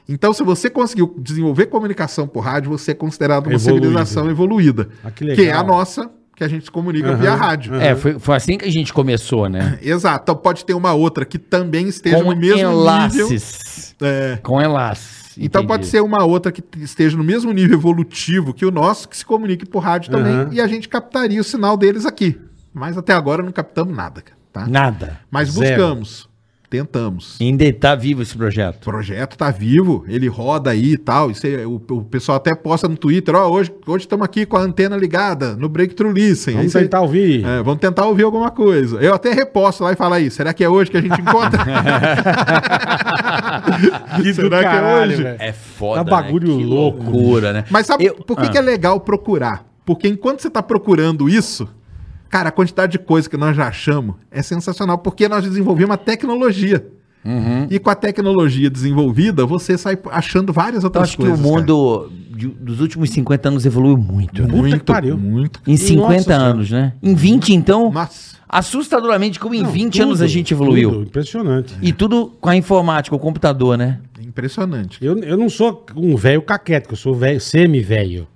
S5: Então, se você conseguiu desenvolver comunicação por rádio, você é considerado uma
S2: Evoluído.
S5: civilização evoluída.
S2: Ah, que legal.
S5: é a nossa, que a gente se comunica
S2: Aham,
S5: via rádio.
S2: aham.
S3: É, foi, foi assim que a gente começou, né?
S5: Exato. Então pode ter uma outra que também esteja
S3: Com
S5: no mesmo nível.
S3: enlaces.
S5: É.
S3: Com enlaces.
S5: Então
S3: Entendi.
S5: pode ser uma outra que t- esteja no mesmo nível evolutivo que o nosso, que se comunique por rádio também,
S2: Aham.
S5: e a gente captaria o sinal deles aqui. Mas até agora não captamos nada, cara, tá?
S3: Nada.
S5: Mas
S2: Zero.
S5: buscamos. Tentamos.
S3: Ainda está vivo esse projeto.
S5: O projeto tá vivo, ele roda aí e tal. Isso aí, o, o pessoal até posta no Twitter, ó, hoje hoje estamos aqui com a antena ligada no Breakthrough Listen. Aí
S2: Vamos
S5: você-
S2: tentar ouvir.
S5: É, vamos tentar ouvir alguma coisa. Eu até reposto lá e falo aí, será que é hoje que a gente encontra?
S3: Ah,
S2: Que do
S5: Será que é
S2: caralho,
S5: hoje?
S2: velho.
S3: É foda,
S2: Tá bagulho
S3: Que
S2: louco,
S3: loucura, né?
S5: Mas sabe
S3: Eu-
S5: por que,
S3: Ah.
S5: que é legal procurar? Porque enquanto você tá procurando isso, cara, a quantidade de coisa que nós já achamos é sensacional, porque nós desenvolvemos uma tecnologia.
S3: Uhum.
S5: E com a tecnologia desenvolvida, você sai achando várias
S3: Eu Então,
S5: outras
S3: acho que
S5: coisas.
S3: o mumundo de- dos últimos 50 anos evoluiu muito.
S5: cara.
S3: né?
S5: muito,
S2: que pariu.
S5: muito.
S3: Em 50
S2: Senhora.
S3: anos, né? Em 20, então,
S5: Nossa.
S3: assustadoramente, como em
S2: Não,
S3: 20
S2: tudo,
S3: anos a gente evoluiu.
S2: tudo, né? impressionante.
S3: E tudo com a informática, o computador, né?
S5: Impressionante.
S2: Eu, eu não sou um velho caquético, eu sou velho, semi-velho.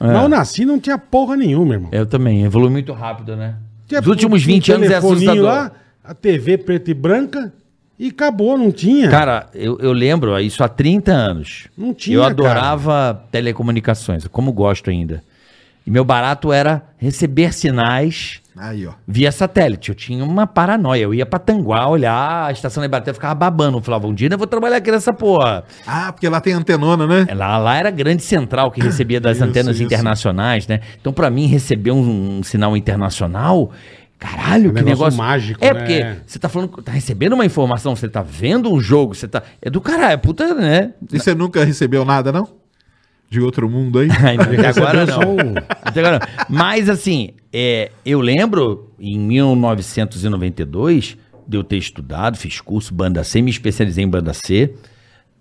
S3: É.
S2: Mas eu nasci e não tinha porra nenhuma, irmão.
S3: Eu também, evoluiu muito rápido, né?
S2: Tinha
S3: É. Os últimos
S2: um
S3: 20 anos é
S2: telefoninho
S3: assustador.
S2: a TV preta e branca e acabou, não tinha.
S3: Cara, eu, eu lembro isso há 30 anos.
S2: Não tinha,
S3: Eu adorava telecomunicações, como gosto ainda. E meu barato era receber sinais
S5: Aí, ó.
S3: via satélite. Eu tinha uma paranoia. Eu ia pra Tanguá olhar a estação da Ibaté, eu ficava babando. Eu falava, um dia eu vou trabalhar aqui nessa porra.
S5: Ah, porque lá tem antenona, né?
S3: É, Lá, lá era a grande central que recebia das
S5: Isso,
S3: antenas
S5: isso.
S3: internacionais, né? Então, pra mim, receber um, um sinal internacional, caralho,
S2: um
S3: que
S2: negócio
S3: negócio,
S2: mágico,
S3: É,
S2: né?
S3: porque você tá falando, tá recebendo uma informação, você tá vendo um jogo, você tá. É do caralho, é puta, né?
S5: E você nunca recebeu nada, não? De outro mundo aí?
S3: Ai, não, Até agora
S2: Recebeu
S3: não.
S2: só um.
S3: Até agora não. Mas assim, é, eu lembro em 1992 de eu ter estudado, fiz curso banda C, me especializei em banda C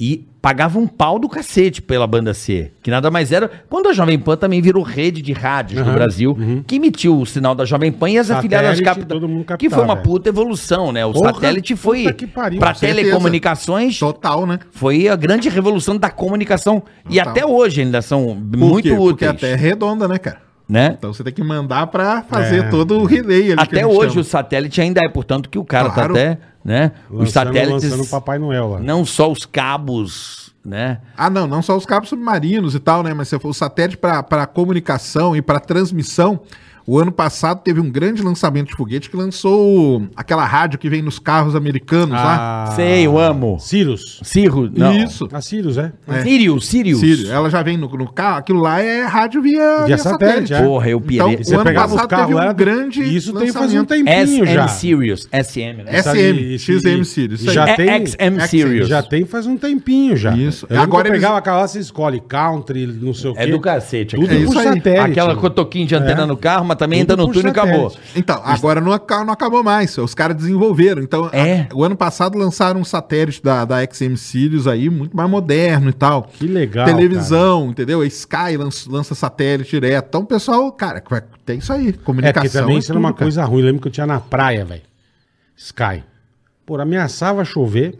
S3: e pagava um pau do cacete pela banda C, que nada mais era quando a Jovem Pan também virou rede de rádios
S2: Aham, uhum.
S3: no Brasil, que emitiu o sinal da Jovem Pan e as
S2: Satélite,
S3: afiliadas capital,
S2: todo mundo captava,
S3: que foi uma
S2: é.
S3: puta evolução, né? O
S2: Porra,
S3: satélite foi
S2: puta que pariu,
S3: para
S5: com certeza.
S3: telecomunicações
S5: Total, né?
S3: foi a grande revolução da comunicação. E
S5: Total.
S3: até hoje ainda são
S5: Por
S3: muito
S5: quê? Porque
S3: úteis.
S5: a Terra é redonda, né, cara?
S3: né?
S5: Então você tem que mandar pra fazer
S2: É.
S5: todo o relay ali. que a
S3: Até
S5: gente
S3: hoje
S5: chama.
S3: o satélite ainda é, portanto, que o cara
S5: Claro.
S3: tá até. Né? os
S2: Lançando-
S3: satélites.
S2: Lançando Papai Noel lá.
S3: Não só os cabos, né?
S5: Ah, não, não só os cabos submarinos e tal, né? Mas se for o satélite para comunicação e para transmissão, o ano passado teve um grande lançamento de foguete que lançou o- aquela rádio que vem nos carros americanos lá.
S3: Sei, eu amo.
S2: Ah. Sirius.
S3: Ciro, não.
S5: Isso.
S2: A Sirius, é.
S5: É.
S3: Sírio, Sírio.
S5: Sírio, ela já vem no, no carro, aquilo lá é rádio via,
S2: Via satélite, é.
S3: Porra, eu pirei.
S5: Então,
S2: E você
S5: O ano
S2: pegava os
S5: passado
S2: carros
S5: teve um
S2: lá.
S5: grande
S2: Isso tem faz um
S5: lançamento.
S2: tempinho já.
S3: SM Sirius, SM, né?
S5: É, SM, XM Sirius, isso aí.
S2: Já
S3: É
S2: tem,
S3: XM Sirius.
S2: já tem faz um tempinho já.
S5: Isso.
S2: Eu Agora
S5: Agora
S2: eu
S5: eles-
S2: pegava aquela lá, você escolhe country, não sei o quê.
S3: É do cacete.
S2: Tudo
S3: aquela-
S5: É isso
S2: por
S5: aí.
S2: satélite.
S3: Aquela cotoquinha de antena
S2: É.
S3: no carro, mas também
S2: Tudo
S3: entra no
S2: por
S3: túnel e acabou.
S2: satélite.
S5: Então, agora não, aca- não acabou mais. Os caras desenvolveram. Então, a-
S3: É.
S5: o ano passado lançaram um satélite da, da XM Sirius aí, muito mais moderno e tal.
S2: Que legal,
S5: Televisão, entendeu? A Sky lança, lança satélite direto. Então, o pessoal, cara, vai- tem isso aí.
S2: É,
S5: Comunicação.
S2: porque também isso era
S5: tudo,
S2: uma
S5: cara.
S2: coisa ruim. Eu lembro que eu tinha na praia, velho. Sky. Pô, ameaçava chover,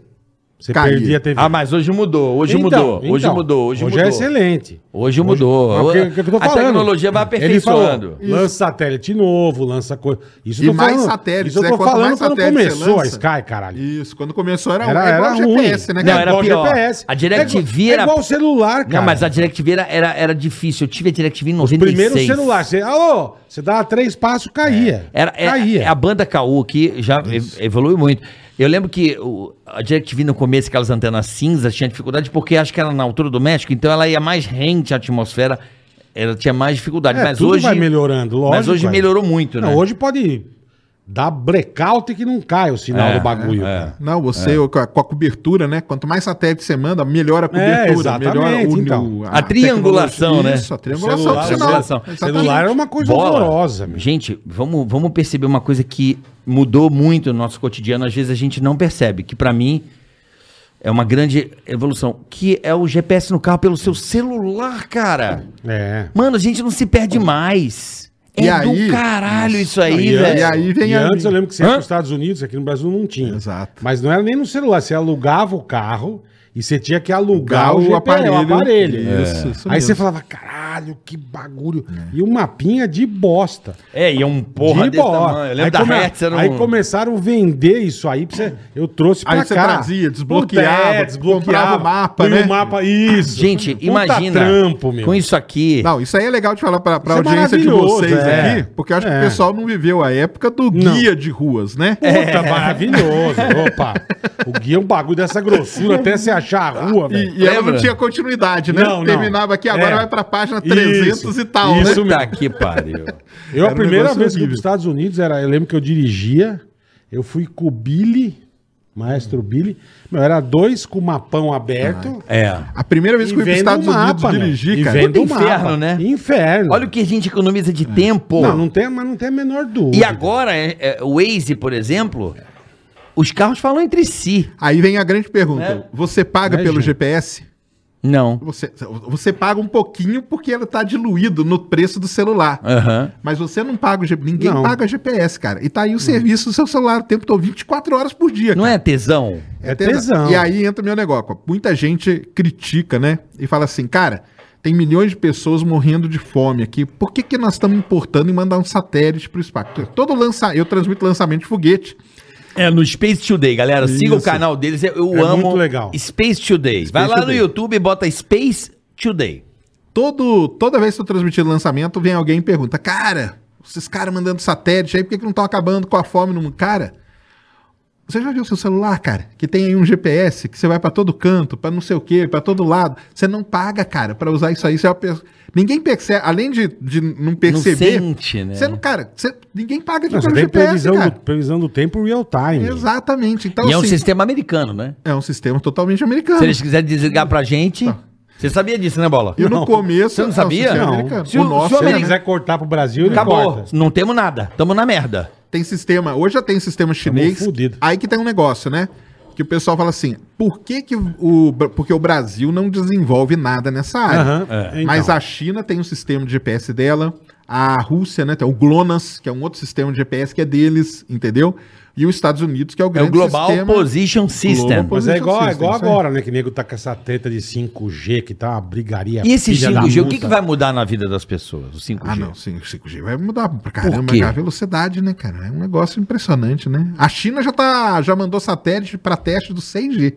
S2: você
S5: Caía.
S2: perdia a TV.
S3: Ah, mas hoje mudou, hoje
S2: Então,
S3: mudou, hoje
S2: então,
S3: mudou, hoje, mudou.
S2: é excelente.
S3: Hoje mudou.
S2: Mas é o que- o que eu tô
S3: a
S2: falando?
S3: tecnologia vai
S2: Ele falou,
S3: aperfeiçoando.
S2: lança satélite novo, lança coisa. Isso
S5: E
S2: eu tô
S5: mais
S2: falando-
S5: satélites,
S2: Isso eu
S5: é,
S2: tô
S5: quanto
S2: falando
S5: mais
S2: quando
S5: satélite você
S2: começou a
S5: lança.
S2: Sky, caralho.
S5: Isso, quando começou era,
S2: Era-
S5: é igual
S2: era
S5: GPS,
S2: ruim.
S5: né,
S3: Não,
S5: cara?
S3: era
S2: igual
S3: pior.
S2: GPS.
S3: A DirecTV
S2: é,
S3: era-
S2: igual o celular, cara.
S3: Não, mas a DirecTV era, era, era difícil. Eu tive a DirecTV em
S2: O
S3: 96.
S2: primeiro celular, você, alô, você dava três passos, caía.
S3: Era, é-
S2: caía.
S3: é a banda KU que já ev- evoluiu muito. Eu lembro que o, a DirecTV no começo, aquelas antenas cinzas, tinha dificuldade porque acho que era na altura do México, então ela ia mais rente à atmosfera, ela tinha mais dificuldade.
S2: É,
S3: mas
S2: tudo
S3: hoje.
S2: vai melhorando, lógico.
S3: mas hoje
S2: é.
S3: melhorou muito, né?
S2: Não, hoje pode dar breakout que não cai o sinal
S3: É,
S2: do bagulho. cara.
S5: Não,
S2: É.
S5: você com, a, com a cobertura, né? Quanto mais satélite você manda, melhor a cobertura.
S2: exatamente,
S5: melhor o,
S2: então. né?
S5: o-
S3: A triangulação,
S5: tecnologia.
S3: né?
S5: Isso, a triangulação
S3: Celular,
S5: do sinal.
S3: triangulação.
S5: Exatamente.
S2: Celular era uma coisa
S3: Bola.
S2: horrorosa, meu.
S3: Gente, vamos, vamos perceber uma coisa que mudou muito no nosso cotidiano, às vezes a gente não percebe, que pra mim é uma grande evolução, que é o GPS no carro pelo seu celular, cara.
S2: É.
S3: Mano, a gente não se perde mais. É
S5: E
S3: do
S5: aí-
S3: caralho isso aí,
S2: E,
S3: velho.
S2: antes-
S5: E aí vem
S2: e
S5: a-
S2: antes eu lembro que você ia
S3: Hã?
S2: para os Estados Unidos, aqui no Brasil não tinha.
S5: Exato.
S2: Mas não era nem no celular, você alugava o carro e você tinha que alugar
S5: Alugar
S2: o,
S5: o
S2: GPS, o
S5: aparelho.
S2: aparelho.
S5: Isso,
S2: É.
S5: isso
S2: aí você
S5: mesmo. É.
S2: falava, caralho, caralho, que bagulho. E um mapinha de bosta.
S3: É, e é um porra
S2: de
S3: desse
S2: bosta.
S3: tamanho. Eu lembro
S2: Aí,
S3: da
S2: come-
S3: Hertz, era um-
S2: aí começaram a vender isso aí. Pra você... Eu trouxe pra
S5: Aí
S2: cá.
S5: você trazia, desbloqueava,
S2: Puta, é,
S5: comprava o mapa,
S2: Punha
S5: né?
S2: o mapa, isso.
S3: Gente,
S2: Puta
S3: imagina.
S2: trampo, meu.
S3: Com isso aqui.
S5: Não, isso aí é legal de falar pra, pra
S2: Isso é
S5: audiência de
S2: maravilhoso,
S5: vocês
S2: é.
S5: aqui, porque eu acho que
S2: É.
S5: o pessoal não viveu a época do
S2: Não. É,
S5: guia de ruas, né?
S2: Puta, maravilhoso. Opa. O guia é um bagulho dessa grossura até você achar a rua, velho.
S5: E, e ela não
S3: Lembra?
S5: tinha continuidade, né?
S2: Não, não.
S5: Terminava aqui, agora
S2: É.
S5: vai pra página
S2: Isso,
S5: 300 e tal, né?
S2: isso
S3: Puta que pariu.
S2: Eu, a
S5: Era um
S2: primeira
S5: negócio
S2: vez que eu fui
S5: horrível.
S2: para Estados Unidos, era, eu lembro que eu dirigia, eu fui com o Billy, maestro Billy, meu, era dois com o mapão aberto,
S3: É.
S5: Ah, A primeira vez que eu fui pros
S2: vendo
S5: Estados
S2: o mapa,
S5: Unidos
S2: meu.
S5: dirigir,
S2: E
S5: cara.
S2: vendo o
S3: Puta inferno,
S2: mapa.
S3: né?
S2: Inferno.
S3: Olha o que a gente economiza de tempo.
S2: Não, não tem, mas não tem a menor dúvida.
S3: E agora, é, é, o Waze, por exemplo, os carros falam entre si.
S5: Aí vem a grande pergunta.
S3: Né?
S5: Você paga
S2: Né,
S5: pelo
S2: gente?
S5: GPS?
S3: Não.
S5: Você, você paga um pouquinho porque ele tá diluído no preço do celular.
S3: Aham.
S5: Mas você não paga o GPS. Ninguém
S2: Não. Hum.
S5: paga GPS, cara. E tá aí o serviço do seu celular o tempo todo, 24 horas por dia.
S3: Não
S5: cara.
S3: é tesão?
S2: É tesão.
S5: E aí entra o meu negócio. Muita gente critica, né? E fala assim, cara, tem milhões de pessoas morrendo de fome aqui. Por que, que nós estamos importando e mandar um satélite pro espaço? Todo lança... Eu transmito lançamento de foguete.
S3: É no Space Today, galera. Siga o
S5: Isso.
S3: canal deles. Eu
S2: É
S3: amo.
S2: muito legal.
S3: Space Today. Vai
S5: Space
S3: lá
S5: Today.
S3: no YouTube e bota Space Today.
S5: Todo, toda vez que eu transmitir lançamento, vem alguém e pergunta, cara, esses caras mandando satélite aí, por que, que não estão acabando com a fome no mundo? Cara, você já viu seu celular, cara? Que tem aí um GPS, que você vai pra todo canto, pra não sei o quê, pra todo lado. Você não paga, cara, pra usar isso aí. Você é uma pessoa- Ninguém percebe, além de, de não perceber...
S3: Não sente, né?
S5: Você não, cara, você- ninguém paga aqui
S2: Não, você
S5: pelo
S2: tem
S5: GPS,
S2: previsão do,
S5: cara.
S2: previsão do tempo real time.
S5: Exatamente. Então,
S3: E é um
S5: assim,
S3: sistema americano, né?
S5: é um sistema totalmente americano.
S3: Se eles quiserem desligar pra gente. Você sabia disso, né, Bola?
S5: Tá. E no começo...
S3: Você não
S5: é um
S3: sabia?
S5: sistema
S2: Não.
S5: americano.
S3: Se
S5: o
S3: o-
S5: nosso
S3: se o
S2: Se
S5: é,
S2: ele
S5: né?
S2: quiser cortar pro Brasil, ele
S3: Acabou.
S2: corta.
S3: Não temos nada. Tamo na merda.
S5: Tem sistema, hoje já tem sistema chinês.
S2: fudido.
S5: Aí que tem um negócio, né? Que o pessoal fala assim: por que, que o. Porque o Brasil não desenvolve nada nessa área.
S2: Aham, é.
S5: Mas
S2: Então.
S5: a China tem um sistema de GPS dela, a Rússia, né? Tem o GLONASS, que é um outro sistema de GPS que é deles, entendeu? E os Estados Unidos, que é o
S3: É
S5: grande
S3: o Global
S5: sistema.
S3: Position System.
S5: Global
S2: Mas é igual, é
S5: Position
S2: igual
S5: system,
S2: agora, né? Que nego tá com essa treta de 5G, que tá uma brigaria.
S3: E esse
S2: filha da
S3: 5G, o que,
S2: puta.
S3: que vai mudar na vida das pessoas? O 5G.
S5: Ah, não, sim, o 5G vai mudar pra caramba,
S3: quê?
S5: cara. A velocidade, né, cara? É um negócio impressionante, né? A China já, tá, já mandou satélite pra teste do 6G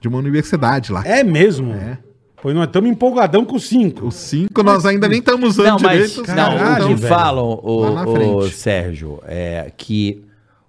S5: de uma universidade lá.
S2: É mesmo? Pois nós estamos empolgadão com o 5.
S5: O 5 nós ainda nem estamos usando
S3: Não, mas
S5: direito.
S3: não,
S2: caralho,
S3: o
S5: Então,
S3: que
S2: velho.
S3: falam, o,
S5: Lá na
S3: o
S5: frente.
S3: Sérgio, é que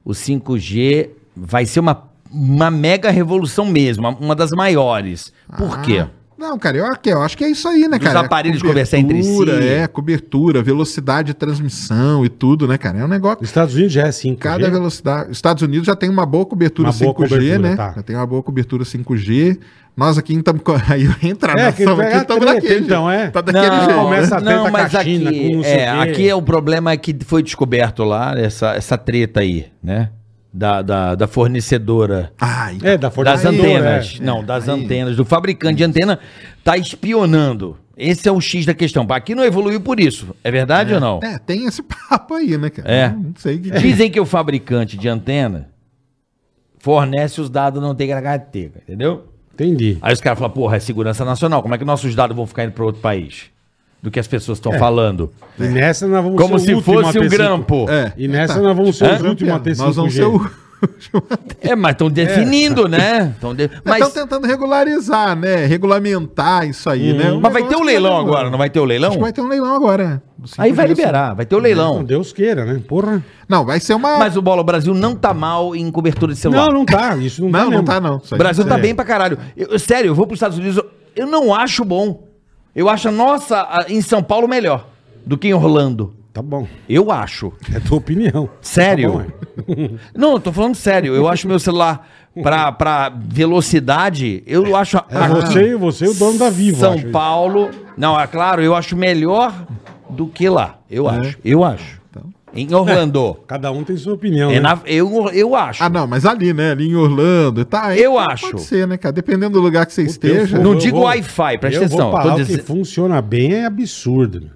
S3: o 5G vai ser uma, uma mega revolução mesmo, uma das maiores. Por
S5: Ah,
S3: quê?
S5: Não, cara, eu, eu acho que é isso aí, né,
S3: Dos
S5: cara?
S3: aparelhos
S5: É cobertura,
S3: conversar entre si.
S5: É, cobertura, velocidade de transmissão e tudo, né, cara? É um negócio.
S2: Nos Estados Unidos já é 5G.
S5: Cada velocidade. Os Estados Unidos já tem uma boa cobertura
S2: Uma
S5: 5G,
S2: boa cobertura,
S5: né?
S2: tá.
S5: Já tem uma boa cobertura 5G. Nós aqui estamos. Aí entra a
S2: É, que
S5: nação
S2: pega
S5: aqui,
S2: a
S5: estamos
S2: treta,
S5: daquele.
S2: então,
S5: jeito.
S2: é.
S5: Tá daquele
S2: Não,
S5: jeito.
S2: começa- a treta com a China,
S3: aqui,
S2: com não sei
S3: é,
S2: o quê.
S3: aqui é o problema que foi descoberto lá, essa, essa treta aí, né? Da, da, da fornecedora.
S5: Ai,
S2: É, da Fortaleza.
S3: das antenas.
S5: é.
S3: Não, das
S5: Aí-
S3: antenas. Do fabricante de antena tá espionando. Esse é o X da questão. Aqui não evoluiu por isso. É verdade ou não?
S5: é, tem esse papo aí, né, cara?
S3: É.
S5: Não sei o que.
S3: Dizem que o fabricante de antena fornece os dados não tem HT, entendeu?
S2: Entendi.
S3: Aí os caras falam, porra, é segurança nacional. Como é que nossos dados vão ficar indo para outro país? Do que as pessoas estão falando.
S2: E nessa nós vamos
S3: Como
S2: ser
S3: se
S2: o último
S3: fosse
S2: a ter
S3: um
S2: cinco-
S3: grampo. É,
S5: É.
S2: E nessa nós vamos ser os
S5: Campeão,
S2: últimos a ter 5G.
S5: Nós vamos ser o.
S3: É, mas estão definindo, né? Tão de- Mas,
S5: Estão É, tentando regularizar, né? Regulamentar isso aí, né? Um
S3: mas vai ter
S5: negócio
S3: um
S5: que
S3: leilão
S5: demora.
S3: agora, não vai ter o leilão?
S5: Acho que vai ter um leilão agora. Do
S3: Aí
S5: 5G,
S3: vai
S5: assim.
S3: liberar, vai ter o
S2: Não,
S3: leilão.
S2: Deus queira, né? Porra.
S5: Não, vai ser uma.
S3: Mas o Bola, o Brasil não tá mal em cobertura de celular.
S2: Não, não tá. Isso não,
S5: Não, não
S2: mesmo.
S5: tá, não. Isso
S3: O
S5: aí
S3: Brasil
S5: não
S3: tá
S5: sei.
S3: bem pra caralho. Eu- eu- sério, eu vou pros Estados Unidos, eu- eu não acho bom. Eu acho a nossa a- em São Paulo melhor do que em Orlando.
S2: Tá bom.
S3: Eu acho.
S2: É tua opinião.
S3: Sério?
S2: Tá bom,
S3: Não, eu tô falando sério. Eu acho meu celular pra, pra velocidade, eu acho.
S2: é.
S5: Ah.
S2: É você, você e o dono da Vivo.
S3: São
S2: acho.
S3: Paulo. Não, é claro, eu acho melhor do que lá. Eu
S2: É.
S3: acho. Eu acho.
S5: então.
S3: Em Orlando.
S2: Cada um tem sua opinião.
S3: É
S2: né?
S3: na- eu, eu acho.
S5: Ah, não, mas ali, né? Ali em Orlando. Tá, aí
S3: Eu
S5: pode
S3: acho.
S5: ser, né, cara? Dependendo do lugar que você esteja.
S2: Eu
S3: Não
S2: vou-
S3: digo
S2: vou-
S3: Wi-Fi, presta
S2: eu
S3: atenção.
S2: Vou falar,
S3: Tô
S2: o que
S3: dizendo-
S2: funciona bem é absurdo. meu.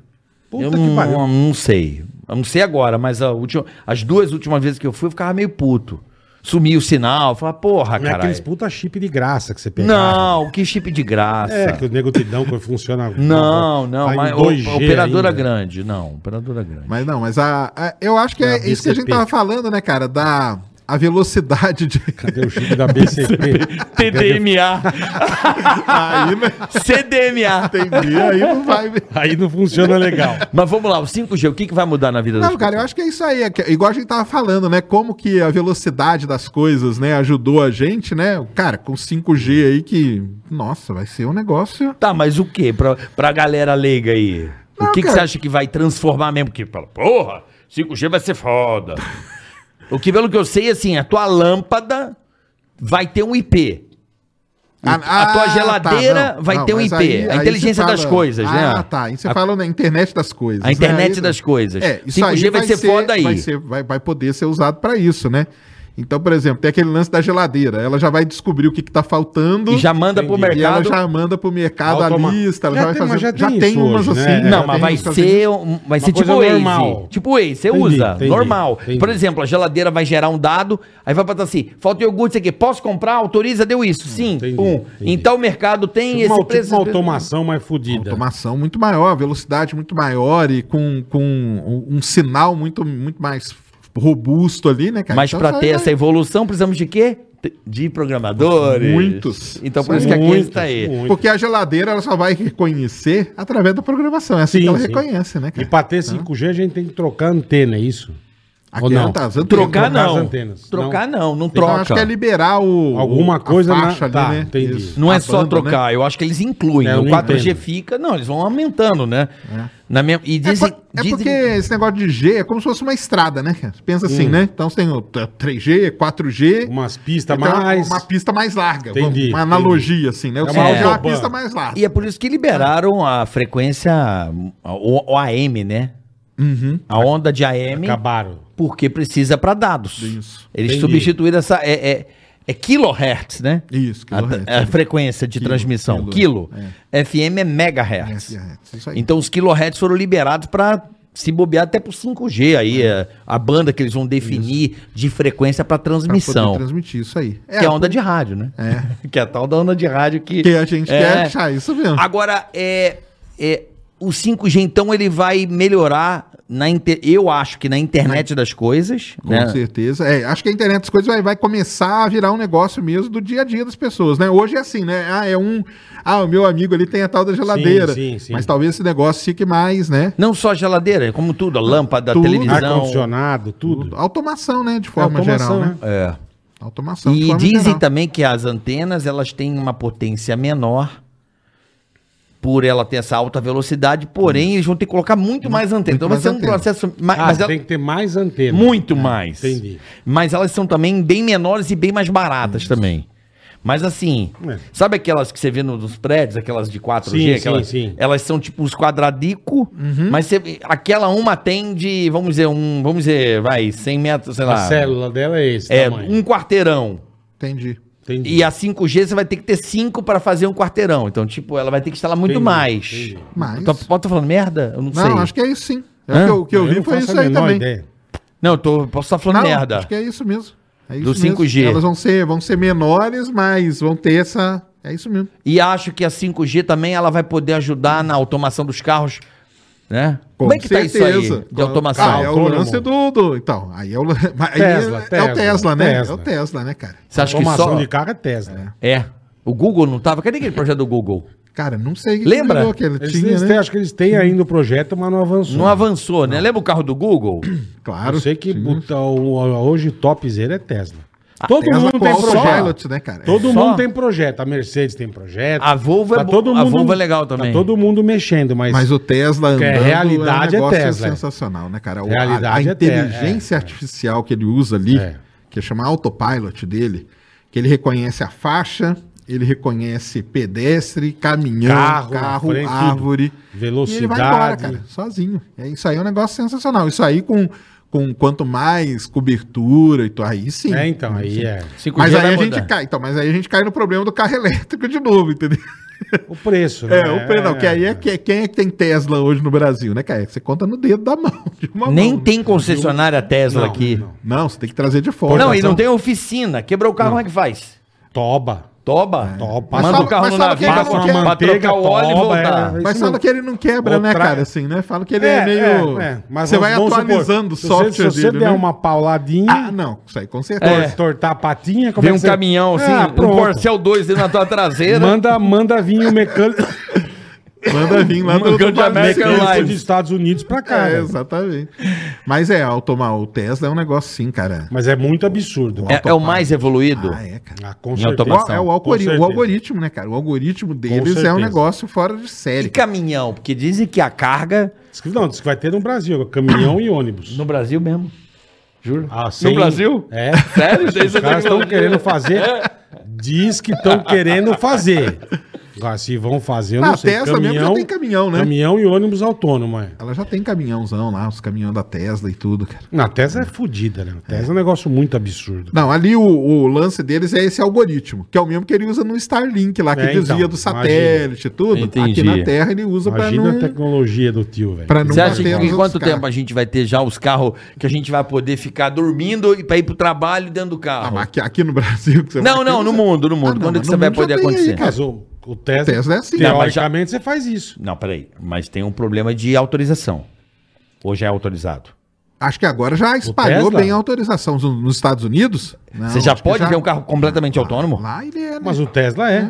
S2: Puta
S3: eu
S2: que
S3: não,
S2: pariu.
S3: não sei. Eu não sei agora, mas a última, as duas últimas vezes que eu fui, eu ficava meio puto. sumia o sinal. Fala, porra,
S2: Não é
S3: cara.
S2: aqueles puta chip de graça que você pegava. né?
S3: Não, que chip de graça.
S2: É, que o nego te dão quando funciona.
S3: Não, não,
S2: tá em
S3: mas o-
S2: 2G
S3: operadora
S2: ainda.
S3: grande, não, operadora grande.
S5: Mas não, mas a, a- eu acho que
S2: Da
S5: é isso que a gente
S2: BCP.
S5: tava falando, né, cara? Da a velocidade de.
S2: Cadê o chip da BCP?
S3: TDMA,
S5: aí, né?
S3: CDMA.
S5: Entendi, aí não vai.
S2: Aí não funciona legal.
S3: Mas vamos lá, o 5G, o que, que vai mudar na vida das
S5: Não, cara, eu acho que é isso aí. é que- Igual a gente tava falando, né? Como que a velocidade das coisas, né, ajudou a gente, né? Cara, com 5G aí que. Nossa, vai ser um negócio.
S3: Tá, mas o quê? Pra, pra galera leiga aí.
S5: Não,
S3: o que, que
S5: cara.
S3: você acha que vai transformar mesmo? Que fala, porra, 5G vai ser foda. o que, pelo que eu sei, assim, a tua lâmpada vai ter um IP.
S5: A,
S3: a tua geladeira vai ter um
S5: tá, mas
S3: IP, a inteligência
S5: você
S3: das coisas, né?
S5: Ah, tá. Aí você
S3: A-
S5: fala na internet das coisas. né?
S3: A internet
S5: Aí-
S3: das coisas.
S5: É, isso
S3: 5G
S5: aí
S3: vai, ser, foda aí.
S5: Vai, ser- vai- vai poder ser usado pra isso, né? Então, por exemplo, tem aquele lance da geladeira. Ela já vai descobrir o que, que tá faltando.
S3: E já manda pro
S5: e ela
S3: mercado.
S5: já manda pro mercado
S3: Automa-
S5: a lista. Ela
S2: Já
S5: já, vai
S2: tem, mas
S5: fazer.
S2: já
S5: Já,
S2: tem
S5: tem,
S2: isso
S5: umas
S2: hoje,
S5: assim.
S2: né?
S5: já
S3: Não,
S2: É,
S3: mas
S5: tem
S3: vai
S5: umas
S3: ser, um- vai ser
S2: coisa
S3: tipo Waze.
S2: normal.
S3: Tipo Waze, você
S2: Entendi,
S3: usa,
S2: entendi,
S3: normal.
S2: entendi.
S3: Por exemplo, a geladeira vai gerar um dado, aí vai botar assim, falta iogurte, isso aqui, posso comprar? Autoriza, deu isso. Sim,
S2: entendi,
S3: pum.
S2: entendi.
S3: Então o mercado tem
S2: Tipo uma,
S3: esse
S2: tipo
S3: preço.
S2: uma automação mais fodida.
S5: Automação muito maior, velocidade muito maior e com, com um, um sinal muito, muito mais robusto ali, né, cara?
S3: Mas
S5: Então,
S3: pra
S5: isso aí
S3: ter
S5: vai-
S3: essa evolução, precisamos de quê? De programadores.
S5: Muitos.
S3: Então por
S5: São
S3: isso que a
S2: Muitos,
S3: Case tá aí.
S2: muitos.
S5: Porque a geladeira ela só vai reconhecer através da programação. É assim
S2: Sim,
S5: que ela
S2: sim.
S5: reconhece, né,
S2: E
S5: cara?
S2: pra ter 5G a gente tem que trocar a antena, é isso? Ou
S5: Aqui
S2: não?
S5: ela tá-
S3: Trocar
S2: trocar as
S3: não.
S2: antenas.
S3: Trocar não, não
S5: Então,
S3: troca.
S5: acho que é liberar o.
S2: Alguma
S5: o- a
S2: coisa na-
S5: faixa ali,
S2: tá,
S5: né?
S2: entendi.
S5: Isso.
S3: Não
S5: A
S3: é só
S5: banda, né?
S3: trocar, eu acho que eles incluem.
S2: É, eu
S3: o
S2: não
S3: 4G
S2: entendo.
S3: fica, não, eles vão aumentando, né? Na minha, e
S5: É,
S3: dizem,
S5: por- é
S3: dizem-
S5: porque esse negócio de G é como se fosse uma estrada, né? cara? Você Pensa assim, né? Então você tem o t- 3G, 4G.
S2: Umas pistas
S5: então,
S2: mais.
S5: Uma pista mais larga.
S2: Entendi,
S5: vamos-
S2: entendi.
S5: Uma analogia, assim, né? O
S2: É uma
S5: 5G é uma
S2: autobahn.
S5: pista mais larga.
S3: E é por isso que liberaram a frequência a- o, o AM, né?
S5: Uhum,
S3: A onda de AM,
S2: Acabaram.
S3: porque precisa para dados.
S5: Isso.
S3: Eles
S2: Entendi.
S3: substituíram essa. É, é, é kilohertz, né?
S5: Isso,
S3: A,
S5: kilohertz.
S3: a frequência de
S5: Quilo,
S3: transmissão.
S5: quilo.
S3: Quilo. FM é megahertz.
S5: Megahertz, isso aí.
S3: Então os kilohertz foram liberados para se bobear até pro 5G aí, é, a banda que eles vão definir de frequência para
S5: Pra
S3: transmissão.
S5: poder transmitir isso aí.
S3: Que é a onda de rádio, né? que é a tal da onda de rádio que.
S5: que a gente
S3: É.
S5: quer achar isso mesmo.
S3: Agora, é, é, o 5G, então, ele vai melhorar, na inte- eu acho que na internet das coisas,
S5: Com
S3: né?
S5: certeza. É, acho que a internet das coisas vai, vai começar a virar um negócio mesmo do dia a dia das pessoas, né? Hoje é assim, né? Ah, é um. Ah, o meu amigo ali tem a tal da geladeira.
S2: sim, sim.
S5: Mas talvez esse negócio fique mais, né?
S3: Não só a geladeira, como tudo, a lâmpada, a
S5: Tudo.
S3: televisão.
S2: Ar-condicionado, tudo.
S5: Automação, né? De forma
S2: Automação,
S5: geral, né?
S3: É.
S5: Automação. de
S3: E
S5: forma
S3: dizem
S5: geral.
S3: também que as antenas, elas têm uma potência menor por ela ter essa alta velocidade, porém eles vão ter que colocar muito mais antena. Então vai
S5: mais
S3: ser um
S5: antena.
S3: processo ma-
S2: Ah,
S3: mas ela-
S2: tem que ter mais antena.
S3: muito mais.
S2: entendi.
S3: Mas elas são também bem menores e bem mais baratas também. Mas assim,
S2: É.
S3: sabe aquelas que você vê no- nos prédios, aquelas de 4G?
S2: Sim,
S3: aquelas,
S2: sim, sim.
S3: Elas são tipo uns quadradico, mas você- aquela uma tem de, vamos dizer, um, vamos dizer, vai, 100 metros, sei
S2: A
S3: lá.
S2: célula dela é esse
S3: É,
S2: tamanho.
S3: um quarteirão.
S5: Entendi.
S2: Entendi.
S3: E a 5G você vai ter que ter 5 para fazer um quarteirão. Então, tipo, ela vai ter que instalar muito
S2: Entendi,
S3: mais.
S2: entendi.
S5: Mas-
S3: Tô, posso estar falando merda? Eu não,
S5: Não,
S3: sei.
S5: acho que é isso sim. É
S3: Hã?
S5: o que eu, o que eu
S2: Eu
S5: vi
S2: não
S5: foi
S2: faço
S5: isso
S2: a
S5: aí
S2: menor
S5: também.
S2: ideia.
S3: Não, eu tô, posso estar falando
S5: Não,
S3: merda.
S5: Acho que é isso mesmo. É isso
S3: Do
S5: mesmo.
S3: 5G.
S5: Elas vão ser, vão ser menores, mas vão ter essa. É isso mesmo.
S3: E acho que a 5G também ela vai poder ajudar na automação dos carros, né?
S5: Com
S3: Como é que tá isso
S5: certeza.
S3: aí de automação?
S5: Ah, é o
S2: Autônomo.
S5: lance do, do- Então, aí é o. lan- mas aí
S2: Tesla,
S5: é,
S2: Tesla,
S5: o Tesla, né?
S2: Tesla.
S5: É o Tesla, né, cara?
S3: Você acha que
S2: Automação
S3: só...
S2: de carro é Tesla.
S3: É. O Google não tava... Cadê aquele projeto do Google?
S5: Cara, não sei o que
S3: Lembra?
S5: Que ele
S2: Eles,
S5: tinha,
S2: eles
S5: né?
S2: têm- acho que eles têm ainda o projeto, mas não avançou.
S3: Não avançou, né? Lembra o carro do Google?
S5: Claro.
S2: Eu sei que
S5: Sim.
S2: puta, o- hoje o topzera é Tesla.
S3: Ah,
S2: Todo
S5: Tesla
S2: mundo
S5: com
S2: tem projeto.
S5: autopilot, né, cara?
S2: Todo
S3: Só?
S2: mundo tem projeto. A Mercedes tem projeto.
S3: A Volvo é
S2: Tá
S3: bo-
S2: todo
S3: a
S2: mundo-
S3: Volvo é legal
S2: tá
S3: também.
S2: todo mundo mexendo, mas,
S5: Mas o Tesla
S2: Que é
S5: andando
S2: realidade é
S5: um negócio
S2: Tesla, é.
S5: sensacional, né, cara? O- a-
S2: Realidade
S5: a,
S2: é te-
S5: inteligência artificial que ele usa ali,
S2: É.
S5: que é chamar autopilot dele, que ele reconhece a faixa, ele reconhece pedestre, caminhão,
S2: Carro,
S5: carro,
S2: frente, tudo.
S5: árvore. E ele vai embora,
S2: velocidade.
S5: cara, sozinho. É, isso aí é um negócio sensacional. Isso aí com, com quanto mais cobertura e tudo, aí sim.
S2: é, então, aí é.
S3: 5G
S5: Mas aí
S3: vai
S5: a
S3: mudar.
S5: gente cai, então, mas aí a gente cai no problema do carro elétrico de novo, entendeu?
S2: O preço, né?
S5: É, o preço, não, que aí é, que- quem é que tem Tesla hoje no Brasil, né, cara? Você conta no dedo da mão. de uma
S3: Nem
S5: mão.
S3: tem concessionária Tesla
S2: Não,
S3: aqui.
S2: não.
S3: Não,
S5: Não, você tem que trazer de fora.
S3: e não tem oficina. Quebrou o carro, como é que faz?
S2: Toba.
S3: Toba?
S2: Toba.
S5: É. Mas
S3: Manda
S5: fala-
S3: o carro
S5: mas
S3: no
S5: fala que
S3: navio
S5: ele
S3: pra,
S5: não quer-
S3: pra trocar o óleo e voltar.
S2: é,
S5: Mas
S2: isso
S5: fala que ele não quebra, né,
S2: Outra-
S5: cara? Assim, né? Fala que ele é, meio.
S2: é, mas
S5: você vai
S2: vamos supor,
S5: atualizando o
S2: se
S5: software
S2: você, Se você
S5: dele.
S2: der
S5: né?
S2: uma pauladinha,
S5: Ah, não, isso aí com certeza.
S2: tor- tortar a patinha, como
S3: Vem
S2: é
S3: um
S2: que você-
S3: caminhão, assim,
S2: Ah,
S3: um
S2: pronto.
S3: Corcel 2 dentro na tua traseira.
S2: Manda, manda vir o mecânico,
S3: É.
S5: Manda vir lá do, do
S3: grande American
S5: Brasil.
S2: mecânico
S3: Airlines.
S2: dos Estados Unidos pra cá.
S5: É,
S2: né?
S5: exatamente. Mas é, automar o Tesla é um negócio sim, cara.
S2: Mas é muito absurdo.
S3: É, é o mais evoluído.
S5: Ah, é, cara.
S2: Ah, com
S3: Em
S2: certeza.
S3: automação.
S5: É o,
S2: Com
S5: algori-
S2: certeza.
S5: o algoritmo, né, cara? O algoritmo deles é
S2: certeza.
S5: um negócio fora de
S3: E
S5: série.
S3: caminhão? Porque dizem que a carga
S2: Diz que- Não, diz que vai ter no Brasil, caminhão e ônibus.
S3: no Brasil mesmo. Juro.
S2: Ah, sem-
S3: Brasil?
S2: É.
S3: Sério? Tem
S2: Os
S3: essa
S2: caras estão
S3: tecnologia?
S2: querendo fazer. Diz que estão querendo fazer. Agora, se vão fazer, eu não
S5: Ah,
S2: sei.
S5: Tesla mesmo já tem caminhão, né?
S2: Caminhão e ônibus autônomo, é.
S5: Ela já tem caminhãozão lá, os caminhões da Tesla e tudo, cara.
S2: Não, a Tesla é fodida, né? A Tesla é um negócio muito absurdo.
S5: Não, ali o, o lance deles é esse algoritmo, que é o mesmo que ele usa no Starlink lá, que
S2: É, então,
S5: desvia do satélite e tudo.
S3: Entendi.
S5: Aqui na Terra ele usa para
S2: Imagina a
S5: não...
S2: tecnologia do tio, velho.
S5: pra não
S3: Você acha que
S5: bater nos
S3: em
S5: outros
S3: quanto
S5: carros.
S3: tempo a gente vai ter já os carros que a gente vai poder ficar dormindo e pra ir pro trabalho dentro do
S5: Ah,
S3: carro?
S5: mas aqui, aqui no Brasil... Que você
S3: não,
S5: vai-
S3: não, no mundo, no mundo.
S5: Ah, não,
S3: Quando é que
S5: mas
S3: isso
S5: no
S3: vai
S5: mundo já
S3: poder
S5: tem aí,
S3: acontecer?
S5: cara.
S2: Mas o, o Tesla,
S5: Tesla é assim.
S3: Não, mas já-
S2: teoricamente, você faz isso.
S3: Não, peraí. Mas tem um problema de autorização. Hoje é autorizado.
S5: Acho que agora já espalhou
S2: Tesla?
S5: bem a autorização nos- nos Estados Unidos.
S2: Ah,
S5: Não,
S3: Você já
S5: acho que
S3: pode ter um carro completamente autônomo?
S5: Lá ele é, né?
S2: Mas o Tesla é.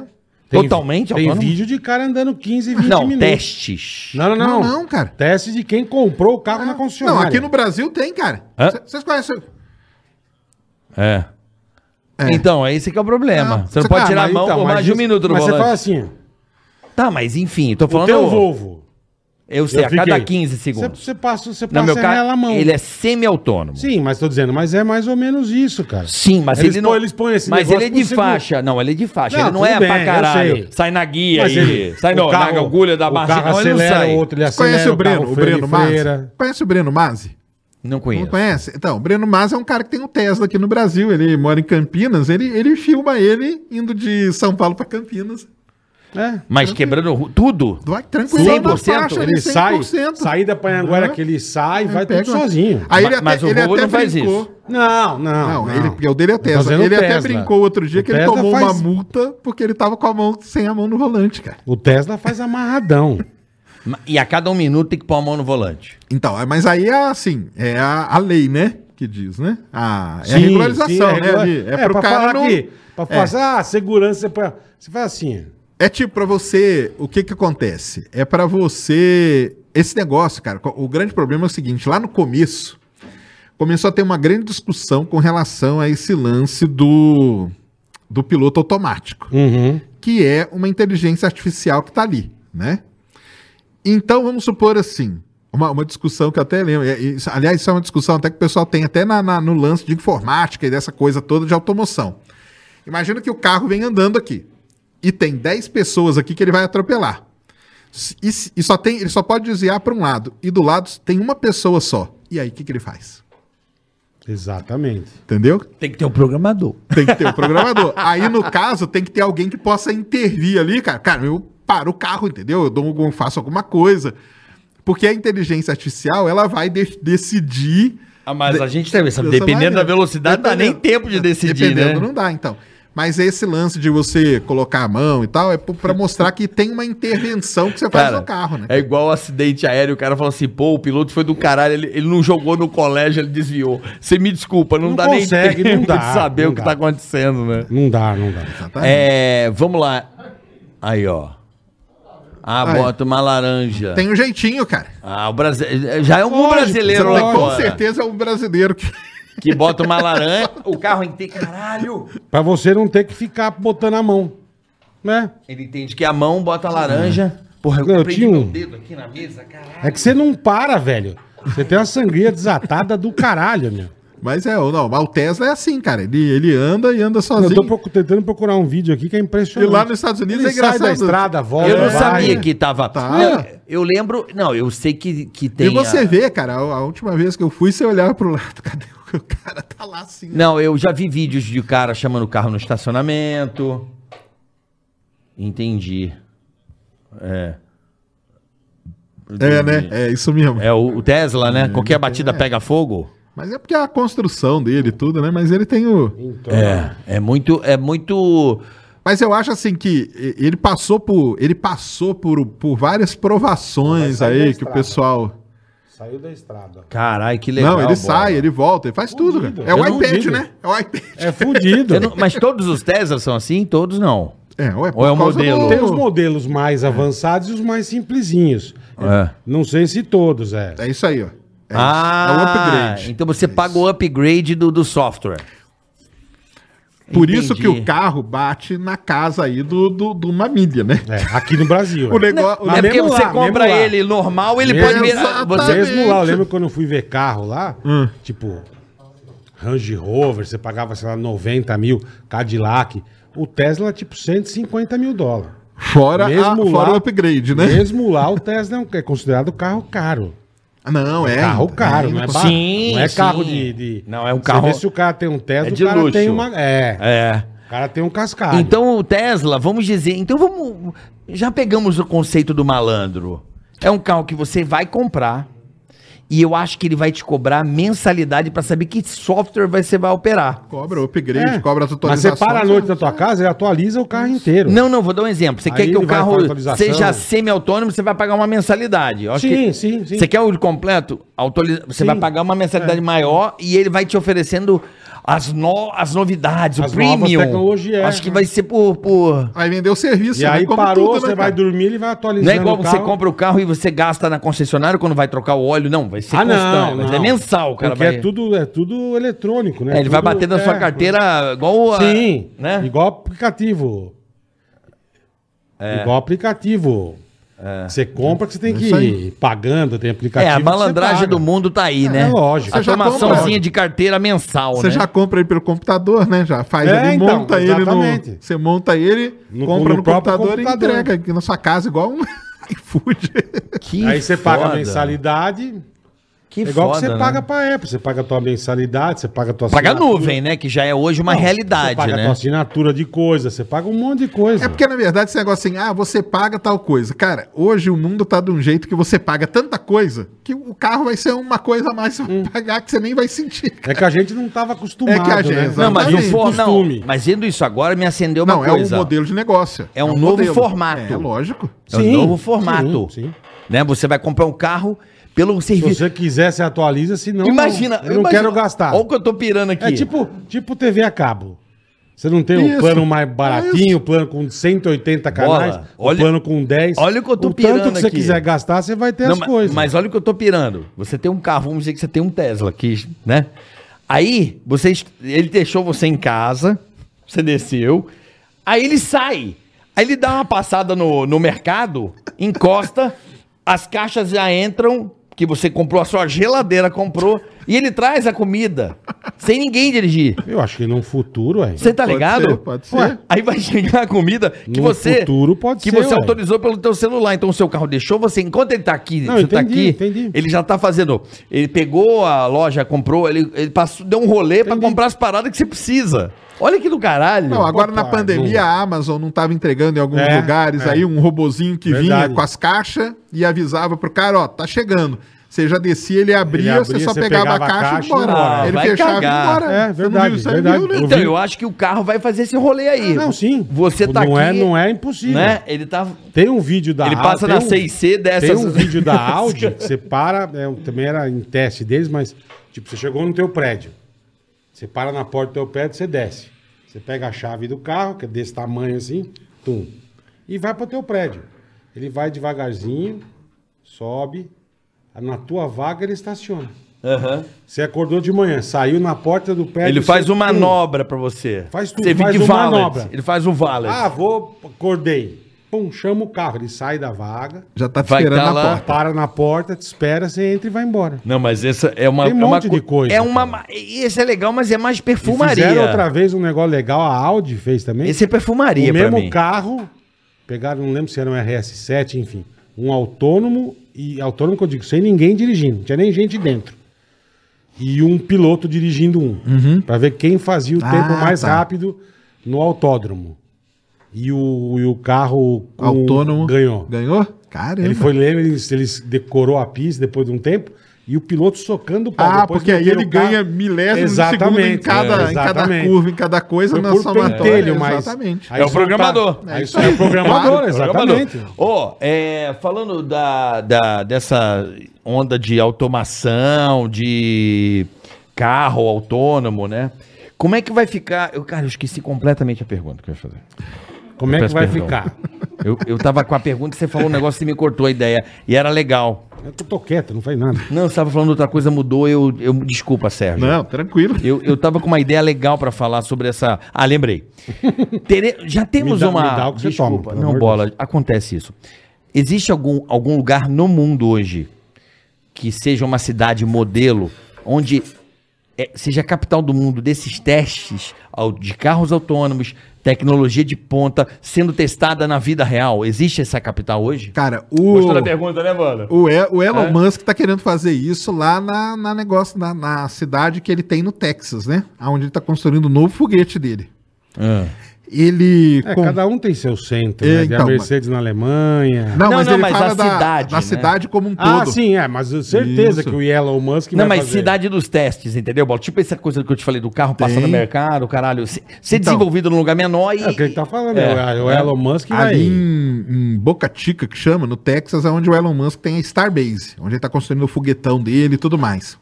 S3: Totalmente
S2: Tem
S3: autônomo?
S2: vídeo de cara andando 15, 20
S3: Não,
S2: minutos.
S3: testes.
S2: Não, não, não.
S5: Não, não, cara.
S2: Teste de quem comprou o carro na concessionária.
S5: Não, aqui no Brasil tem, cara.
S3: Hã?
S5: C- Vocês conhecem...
S3: É. Então, é esse que é o problema.
S5: Não,
S3: você não
S5: você-
S3: pode
S5: ah,
S3: tirar a mão por mais de um minuto do
S2: então, Mas você
S3: volante.
S2: fala assim,
S3: Tá, mas enfim, tô
S2: o
S3: falando...
S2: teu Volvo.
S3: Eu sei,
S2: Eu
S3: a cada
S2: fiquei.
S3: 15
S2: Você,
S3: segundos.
S2: você passa, você
S3: Não,
S2: passa
S3: meu
S2: nela
S3: carro,
S2: a mão.
S3: ele é semi-autônomo.
S2: Sim, mas tô dizendo, mas é mais ou menos isso, cara.
S3: Sim, mas
S2: Eles
S3: ele não.
S2: põem- eles põem esse
S3: mas
S2: negócio
S3: ele é de
S2: pro seguro.
S3: faixa. Não, ele é de faixa.
S2: Não,
S3: ele não
S2: tudo
S3: é
S2: bem,
S3: pra
S2: eu sei.
S3: caralho. Sai na guia
S2: Mas
S3: aí. Tá sai
S2: o
S3: no, na
S2: carro-
S3: agulha da
S2: o carro
S3: barriga. Não, ele não
S2: acelera
S3: sai.
S2: outro, ele acelera
S5: Conhece o Breno,
S2: carro,
S5: o
S2: freio,
S5: Breno
S2: ele
S5: Mazzi?
S2: freira.
S5: Conhece o Breno Mazzi?
S3: Não conheço.
S5: Não conhece? Então, o Breno Mas é um cara que tem um Tesla aqui no Brasil. Ele mora em Campinas. Ele, ele filma ele indo de São Paulo para Campinas.
S2: É.
S3: Mas quebrando ru- tudo.
S5: Vai tranquilo.
S3: 100%?
S5: ali,
S2: Ele sai,
S5: 100%.
S2: sair da Panhanguera que ele sai, vai
S5: pega
S2: tudo
S5: uma-
S2: sozinho.
S5: Aí ele
S3: Ma-
S5: até,
S3: mas o
S5: ele
S3: Volvo
S5: até
S3: não faz
S5: brincou.
S3: isso.
S2: Não, não,
S5: Não,
S2: não.
S5: ele, porque o dele é
S2: Eu tô
S5: Tesla.
S2: dizendo
S5: Ele
S2: o
S5: até
S2: Tesla.
S5: brincou outro dia
S2: O
S5: que ele
S2: Tesla
S5: tomou uma
S2: faz-
S5: multa porque ele tava com a mão sem a mão no volante, cara.
S2: O Tesla faz amarradão.
S3: Ma- E a cada um minuto tem que pôr a mão no volante.
S5: Então, é- mas aí é assim, é a, a lei, né? Que diz, né? A, é a
S2: Sim,
S5: regularização,
S2: sim, é
S5: né?
S2: regula-
S5: Ali? É,
S2: É,
S5: pro
S2: pra
S5: cara
S2: falar
S5: não...
S2: aqui. Pra falar assim, ah, segurança. Você, põe- você fala assim.
S5: É tipo, pra você, o que que acontece? É pra você. Esse negócio, cara, o grande problema é o seguinte: lá no começo, começou a ter uma grande discussão com relação a esse lance do, do piloto automático,
S2: Uhum.
S5: que é uma inteligência artificial que tá ali, né? Então, vamos supor assim. Uma, uma discussão que eu até lembro. é, isso- aliás, isso é uma discussão até que o pessoal tem até na- na- no lance de informática e dessa coisa toda de automoção. Imagina que o carro vem andando aqui. E tem 10 pessoas aqui que ele vai atropelar. S- E, se- e só tem, ele só pode desviar para um lado. E do lado tem uma pessoa só. E aí, o que, que ele faz?
S2: Exatamente.
S5: Entendeu?
S3: Tem que ter um programador.
S5: Tem que ter o programador. Aí, no caso, tem que ter alguém que possa intervir ali, cara. Cara, eu paro o carro, entendeu? Eu dou algum- faço alguma coisa. Porque a inteligência artificial, ela vai de- decidir.
S3: Ah, mas a gente tem isso.
S5: dessa
S3: Dependendo da
S5: maneira.
S3: velocidade, não dá nem
S5: Dependendo.
S3: tempo de decidir,
S5: Dependendo,
S3: né?
S5: não dá, então. Mas esse lance de você colocar a mão e tal é para mostrar que tem uma intervenção que você faz
S3: Cara,
S5: no carro, né?
S3: É igual acidente aéreo, o cara fala assim, pô, o piloto foi do caralho, ele, ele não jogou no colégio, ele desviou. Você me desculpa, não,
S2: Não
S3: dá
S2: consegue,
S3: nem
S2: não
S3: tempo
S2: dá,
S3: de saber
S2: não
S3: o que
S2: dá.
S3: tá acontecendo, né?
S2: Não dá, não dá.
S5: Exatamente.
S3: É, vamos lá. Aí, ó. Ah,
S5: Aí.
S3: bota uma laranja.
S5: Tem um jeitinho, cara.
S3: Ah, o Brasi... já é um
S2: Lógico,
S5: Você
S3: brasileiro
S5: tem,
S3: lá
S5: com
S3: fora
S5: certeza é um brasileiro que.
S3: que bota uma laranja, o carro entende, caralho.
S2: Pra você não ter que ficar botando a mão. Né?
S3: Ele entende que a mão bota a laranja.
S5: Ah.
S3: Porra, eu,
S2: Não, eu
S3: prendi
S2: tinha
S3: meu
S2: um.
S3: dedo aqui na mesa, caralho.
S2: É que você não para, velho. Você tem uma sangria desatada do caralho, meu.
S5: Mas é, ou não. Mas o Tesla é assim, cara. Ele, ele anda e anda
S2: Eu
S5: sozinho.
S2: tô procu- tentando procurar um vídeo aqui que é impressionante.
S5: E lá nos Estados Unidos
S2: Ele
S5: é engraçado.
S2: sai da estrada, volta,
S3: Eu não
S2: vai.
S3: sabia que tava.
S5: Tá.
S3: Eu, eu lembro. Não, eu sei que, que tem.
S5: e você
S3: a-
S5: vê, cara, a, a última vez que eu fui, você olhava pro lado, cadê o o cara? Tá lá assim.
S3: Não, eu já vi vídeos de cara chamando o carro no estacionamento. Entendi.
S5: É, né? Uhum. É isso mesmo.
S3: É o, o Tesla, né? Qualquer batida pega fogo.
S5: Mas é porque a construção dele e tudo, né? Mas ele tem o.
S2: Então,
S3: É, é muito, é muito.
S5: Mas eu acho assim que e- ele passou por. Ele passou por, por várias provações
S2: Vai sair
S5: aí
S2: da
S5: que o
S2: estrada.
S5: pessoal.
S2: saiu da estrada.
S3: Carai, que legal.
S5: não, ele
S3: bola.
S5: sai, ele volta, ele faz tudo, cara. É
S2: Eu
S5: o
S2: não
S5: iPad,
S2: digo.
S5: né? É o iPad.
S2: É fudido.
S3: Eu não- mas todos os Teslas são assim? Todos não.
S5: É, ou é, por
S3: Ou é o
S5: causa
S3: modelo?
S2: Tem os modelos mais avançados e os mais simplesinhos.
S3: É.
S2: Não sei se todos, é.
S5: É isso aí, ó. É,
S3: ah,
S5: é o upgrade.
S3: Então você paga o upgrade do, do software.
S5: Por isso que
S3: Entendi.
S5: o carro bate na casa aí do, do, do Mamília, né?
S2: É, aqui no Brasil.
S5: O
S2: é.
S5: negócio.
S2: Mas
S3: é porque
S2: mesmo
S3: você
S2: lá,
S3: compra
S2: mesmo lá.
S3: ele normal, ele pode virar.
S5: Exatamente.
S3: Você...
S2: Mesmo lá, eu lembro quando eu fui ver carro lá,
S3: Hum.
S2: tipo, Range Rover, você pagava, sei lá, 90 mil, Cadillac. O Tesla, tipo, 150 mil dólares.
S5: Fora, a-
S2: Mesmo
S5: fora
S2: lá-
S5: o upgrade, né?
S2: Mesmo lá, o Tesla é, um- é considerado carro caro.
S5: Ah, Não, é.
S2: carro caro, não é barato.
S3: Sim,
S2: não é
S3: sim.
S2: carro de, de-
S3: Não, é um carro-
S2: Você vê se o cara tem um Tesla,
S3: É de
S2: o cara
S3: luxo.
S2: tem uma...
S5: tá.
S2: É,
S3: É.
S2: o cara tem um cascalho.
S3: Então o Tesla, vamos dizer, então vamos, já pegamos o conceito do malandro. É um carro que você vai comprar e eu acho que ele vai te cobrar mensalidade pra saber que software vai- você vai operar.
S5: Cobra o upgrade, cobra as
S2: É. Mas
S5: atualizações.
S2: você para a noite na tua casa e atualiza o carro inteiro.
S3: Não, não, vou dar um exemplo. Você
S2: Aí
S3: quer que
S2: ele
S3: o
S2: vai
S3: carro
S2: pra atualização.
S3: seja semi-autônomo, você vai pagar uma mensalidade. Eu acho
S2: Sim,
S3: que-
S2: sim, sim.
S3: Você quer o completo? Autoriza- Você
S2: Sim. É.
S3: vai pagar uma mensalidade maior e ele vai te oferecendo as, no- as novidades,
S2: As
S3: o
S2: novas
S3: premium.
S2: tecnologias,
S3: Acho que
S2: né?
S3: vai ser por- por... é
S5: Vai vender o serviço.
S2: E
S5: né?
S2: aí
S5: Como
S2: parou,
S5: tudo, né,
S2: você vai
S5: cara?
S2: dormir, ele vai atualizando
S3: Não é igual
S2: o
S3: você
S2: carro.
S3: compra o carro e você gasta na concessionária quando vai trocar o óleo, não. Vai ser
S2: Ah, não,
S3: mas
S2: não.
S3: é mensal, cara.
S2: Porque
S3: Vai...
S2: é tudo, é tudo eletrônico, né?
S3: É, ele vai
S2: Tudo-
S3: bater na
S2: é,
S3: sua carteira igual a-
S2: Sim,
S3: né?
S2: igual aplicativo.
S3: É.
S2: Igual aplicativo. Você compra que você tem que
S5: Isso aí.
S2: ir pagando, tem aplicativo.
S3: É, a
S2: que você
S3: malandragem
S2: paga.
S3: do mundo tá aí, né?
S2: É lógico.
S3: A
S5: Você já
S3: formaçãozinha
S5: compra.
S3: de carteira mensal,
S5: Você
S3: né?
S5: já compra ele pelo computador, né? Já faz
S2: É,
S5: ali,
S2: então,
S5: monta ele
S2: exatamente.
S5: no. Você monta ele,
S2: No-
S5: compra
S2: no
S5: no,
S2: próprio
S5: computador,
S2: computador.
S5: e entrega aqui na sua casa, igual um iFood.
S3: Que
S2: Aí você paga a
S3: foda.
S2: mensalidade.
S3: Que
S2: É igual
S3: foda,
S2: que você
S3: né?
S2: paga pra Apple. Você paga a tua mensalidade, você paga a tua
S3: Paga a
S2: assinatura,
S3: nuvem, né? Que já é hoje uma
S2: Você
S3: realidade,
S2: paga a tua
S3: né?
S2: assinatura de coisa, você paga um monte de coisa.
S5: É porque, na verdade, esse negócio assim, ah, você paga tal coisa. Cara, hoje o mundo tá de um jeito que você paga tanta coisa que o carro vai ser uma coisa a mais que você
S2: Hum.
S5: vai pagar que você nem vai sentir.
S2: É que a gente não estava acostumado,
S5: É que a gente-
S2: né?
S3: Não, mas,
S5: Exatamente.
S3: não,
S2: Tinha um
S3: for, não,
S2: costume.
S3: mas indo isso agora me acendeu uma
S5: Não,
S3: coisa.
S5: é um modelo de negócio.
S3: É um novo
S5: modelo.
S3: formato.
S5: É, lógico.
S3: É um novo formato.
S2: Sim, sim.
S3: Né? Você vai comprar um carro pelo
S2: Se
S3: serviço.
S2: você quiser, você atualiza, senão
S3: Imagina,
S2: eu não
S3: imagina-
S2: quero gastar.
S3: Olha o que eu tô pirando aqui.
S2: É tipo, tipo TV a cabo. Você não tem um
S5: Isso.
S2: plano mais baratinho,
S5: Isso.
S2: um plano com 180 canais,
S3: Bola.
S2: um
S3: Olha-
S2: plano com 10.
S3: Olha o que eu tô
S2: tanto
S3: pirando
S2: que você
S3: aqui.
S2: quiser gastar, você vai ter
S3: Não,
S2: as
S3: ma-
S2: coisas.
S3: Mas olha o que eu tô pirando. Você tem um carro, vamos dizer que você tem um Tesla aqui, né? Aí, você, est- ele deixou você em casa, você desceu, aí ele sai. Aí ele dá uma passada no, no mercado, encosta, as caixas já entram, que você comprou, a sua geladeira comprou, e ele traz a comida, sem ninguém dirigir.
S2: Eu acho que num futuro, é.
S3: Você tá ligado?
S5: Pode ser, pode ser.
S3: Ué, aí vai chegar a comida que
S2: No
S3: você
S2: futuro pode
S3: que
S2: ser,
S3: você
S2: ué.
S3: autorizou pelo teu celular. Então o seu carro deixou você enquanto ele tá aqui,
S2: Não,
S3: você tá
S2: entendi,
S3: aqui.
S2: entendi.
S3: Ele já tá fazendo. Ele pegou a loja, comprou, ele, ele passou, deu um rolê pra
S2: Entendi.
S3: comprar as paradas que você precisa. Olha que do caralho.
S5: Não, agora na
S2: Opa,
S5: pandemia
S2: não.
S5: a Amazon não estava entregando em alguns
S2: É,
S5: lugares
S2: é.
S5: aí um robozinho que
S2: Verdade.
S5: vinha com as caixas e avisava pro cara, ó, tá chegando. Você já descia, ele abria,
S2: Ele abria,
S5: você só
S2: você
S5: pegava,
S2: pegava
S5: a
S2: a
S5: caixa,
S2: caixa
S5: e
S2: e
S5: embora.
S3: embora.
S5: ele
S3: Vai
S5: fechava
S3: cagar.
S5: e embora.
S2: É,
S5: Você não
S2: verdade,
S5: viu, você
S2: verdade.
S5: viu, né?
S2: Eu
S3: então,
S2: vi. Ah,
S3: eu acho que o carro vai fazer esse rolê aí.
S2: Não, sim.
S3: Você tá
S2: não É,
S3: aqui-
S2: não é impossível.
S3: Né? Ele tá.
S2: Tem um vídeo da
S3: ele
S2: Au-
S3: passa
S2: tem
S3: na
S2: um-
S3: 6C dessas.
S2: Tem um vídeo da Audi que você para, é, um- também era em teste deles, mas tipo, você chegou no teu prédio. Você para na porta do teu prédio, você desce. Você pega a chave do carro, que é desse tamanho assim, tum, e vai para o teu prédio. Ele vai devagarzinho, sobe, na tua vaga ele estaciona.
S3: Aham.
S2: Você acordou de manhã, saiu na porta É, do prédio.
S3: Ele faz
S2: você-
S3: uma
S2: tum.
S3: manobra pra você.
S2: um. Faz tudo,
S3: Você
S2: faz
S3: de
S2: uma
S3: valet.
S2: manobra.
S3: Ele faz um valet.
S2: Ah, vou, acordei. Pum, chama o carro, ele sai da vaga,
S5: Já tá te
S3: Vai
S5: esperando
S3: tá
S5: na
S3: lá.
S5: porta.
S2: para na porta, te espera, você entra e vai embora.
S3: Não, mas essa é uma.
S2: Tem um
S3: é uma
S2: monte de
S3: co-
S2: coisa,
S3: É uma.
S2: cara.
S3: Esse é legal, mas é mais
S2: E Fizeram
S3: perfumaria.
S2: outra vez um negócio legal, a Audi fez também.
S3: Esse é perfumaria,
S2: o
S3: pra
S2: mesmo
S3: mim.
S2: carro, pegaram, não lembro se era um RS7, enfim, um autônomo, e autônomo que eu digo, sem ninguém dirigindo, não tinha nem gente dentro. E um piloto dirigindo um, Pra ver quem fazia o
S5: Uhum. Ah,
S2: tempo mais
S5: tá.
S2: rápido no autódromo. e o, e o carro com-
S5: Autônomo.
S2: ganhou.
S5: Ganhou? Caramba.
S2: Ele foi ler, ele, ele decorou a pista depois de um tempo e o piloto socando o pau.
S5: Ah,
S2: Depois
S5: porque aí
S2: meteram
S5: ele
S2: o carro.
S5: ganha milésimo de segundo em
S2: Exatamente,
S5: cada,
S2: é,
S5: em cada
S2: exatamente.
S5: curva, em cada coisa
S2: Foi
S5: na
S2: por
S5: somatória.
S2: pentelho, mas
S5: Exatamente.
S2: aí
S3: É o
S2: soltar-
S3: programador.
S2: Aí isso é o programador, exatamente.
S3: Ô, é, falando da, da- dessa onda de automação, de carro autônomo, né? Como é que vai ficar? Eu, cara, eu esqueci completamente a pergunta que eu ia fazer.
S2: Como é que
S3: Peço
S2: vai
S3: perdão.
S2: ficar?
S3: Eu, eu tava com a pergunta, você falou um negócio e me cortou a ideia. E era legal.
S2: É Eu tô- tô quieto, não faz nada.
S3: Não, você tava falando outra coisa, mudou, eu, eu desculpa, Sérgio.
S5: Não, tranquilo.
S3: Eu, eu tava com uma ideia legal pra falar sobre essa. Ah, lembrei. Tere- Já temos
S2: Me dá-
S3: uma.
S2: me dá o que você
S3: Desculpa,
S2: toma, pelo amor
S3: não
S2: de
S3: bola. Acontece isso. Existe algum, algum lugar no mundo hoje que seja uma cidade modelo onde é, seja a capital do mundo desses testes ao- de carros autônomos, tecnologia de ponta sendo testada na vida real? Existe essa capital hoje?
S5: Cara, o,
S3: pergunta, né, É. mano?
S5: o, E- o Elon Musk tá querendo fazer isso lá na, na negócio, na, na cidade que ele tem no Texas, né? Onde ele tá construindo o novo foguete dele. Ele.
S2: É,
S5: com-
S2: cada um tem seu centro,
S5: É,
S2: né? Tem
S5: então,
S2: a Mercedes na Alemanha.
S5: Não,
S3: Não,
S5: mas
S3: não,
S5: ele
S3: mas
S5: fala
S3: a
S5: da
S3: cidade,
S5: da
S3: né?
S5: cidade como um todo.
S2: Ah, sim, é, mas eu certeza
S5: Isso.
S2: que o Elon Musk
S3: Não, mas
S2: fazer.
S3: cidade dos testes, entendeu, Bola? Tipo essa coisa que eu te falei do carro passando no mercado, caralho. Ser ser
S5: Então.
S3: desenvolvido num lugar menor e.
S2: É o que ele tá falando,
S3: É,
S2: é, o
S3: é.
S2: Elon Musk vai...
S5: Ali em, em Boca Chica, que chama, no Texas, é onde o Elon Musk tem a Starbase, onde ele tá construindo o foguetão dele e tudo mais.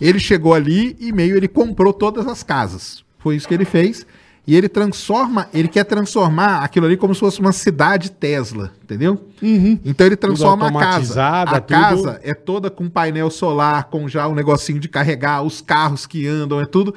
S5: Ele chegou ali e meio ele comprou todas as casas. Foi isso que ele fez. E ele transforma, ele quer transformar aquilo ali como se fosse uma cidade Tesla, entendeu? Então ele transforma a casa.
S2: automatizada,
S5: A
S2: tudo.
S5: casa é toda com painel solar, com já um negocinho de carregar, os carros que andam, é tudo.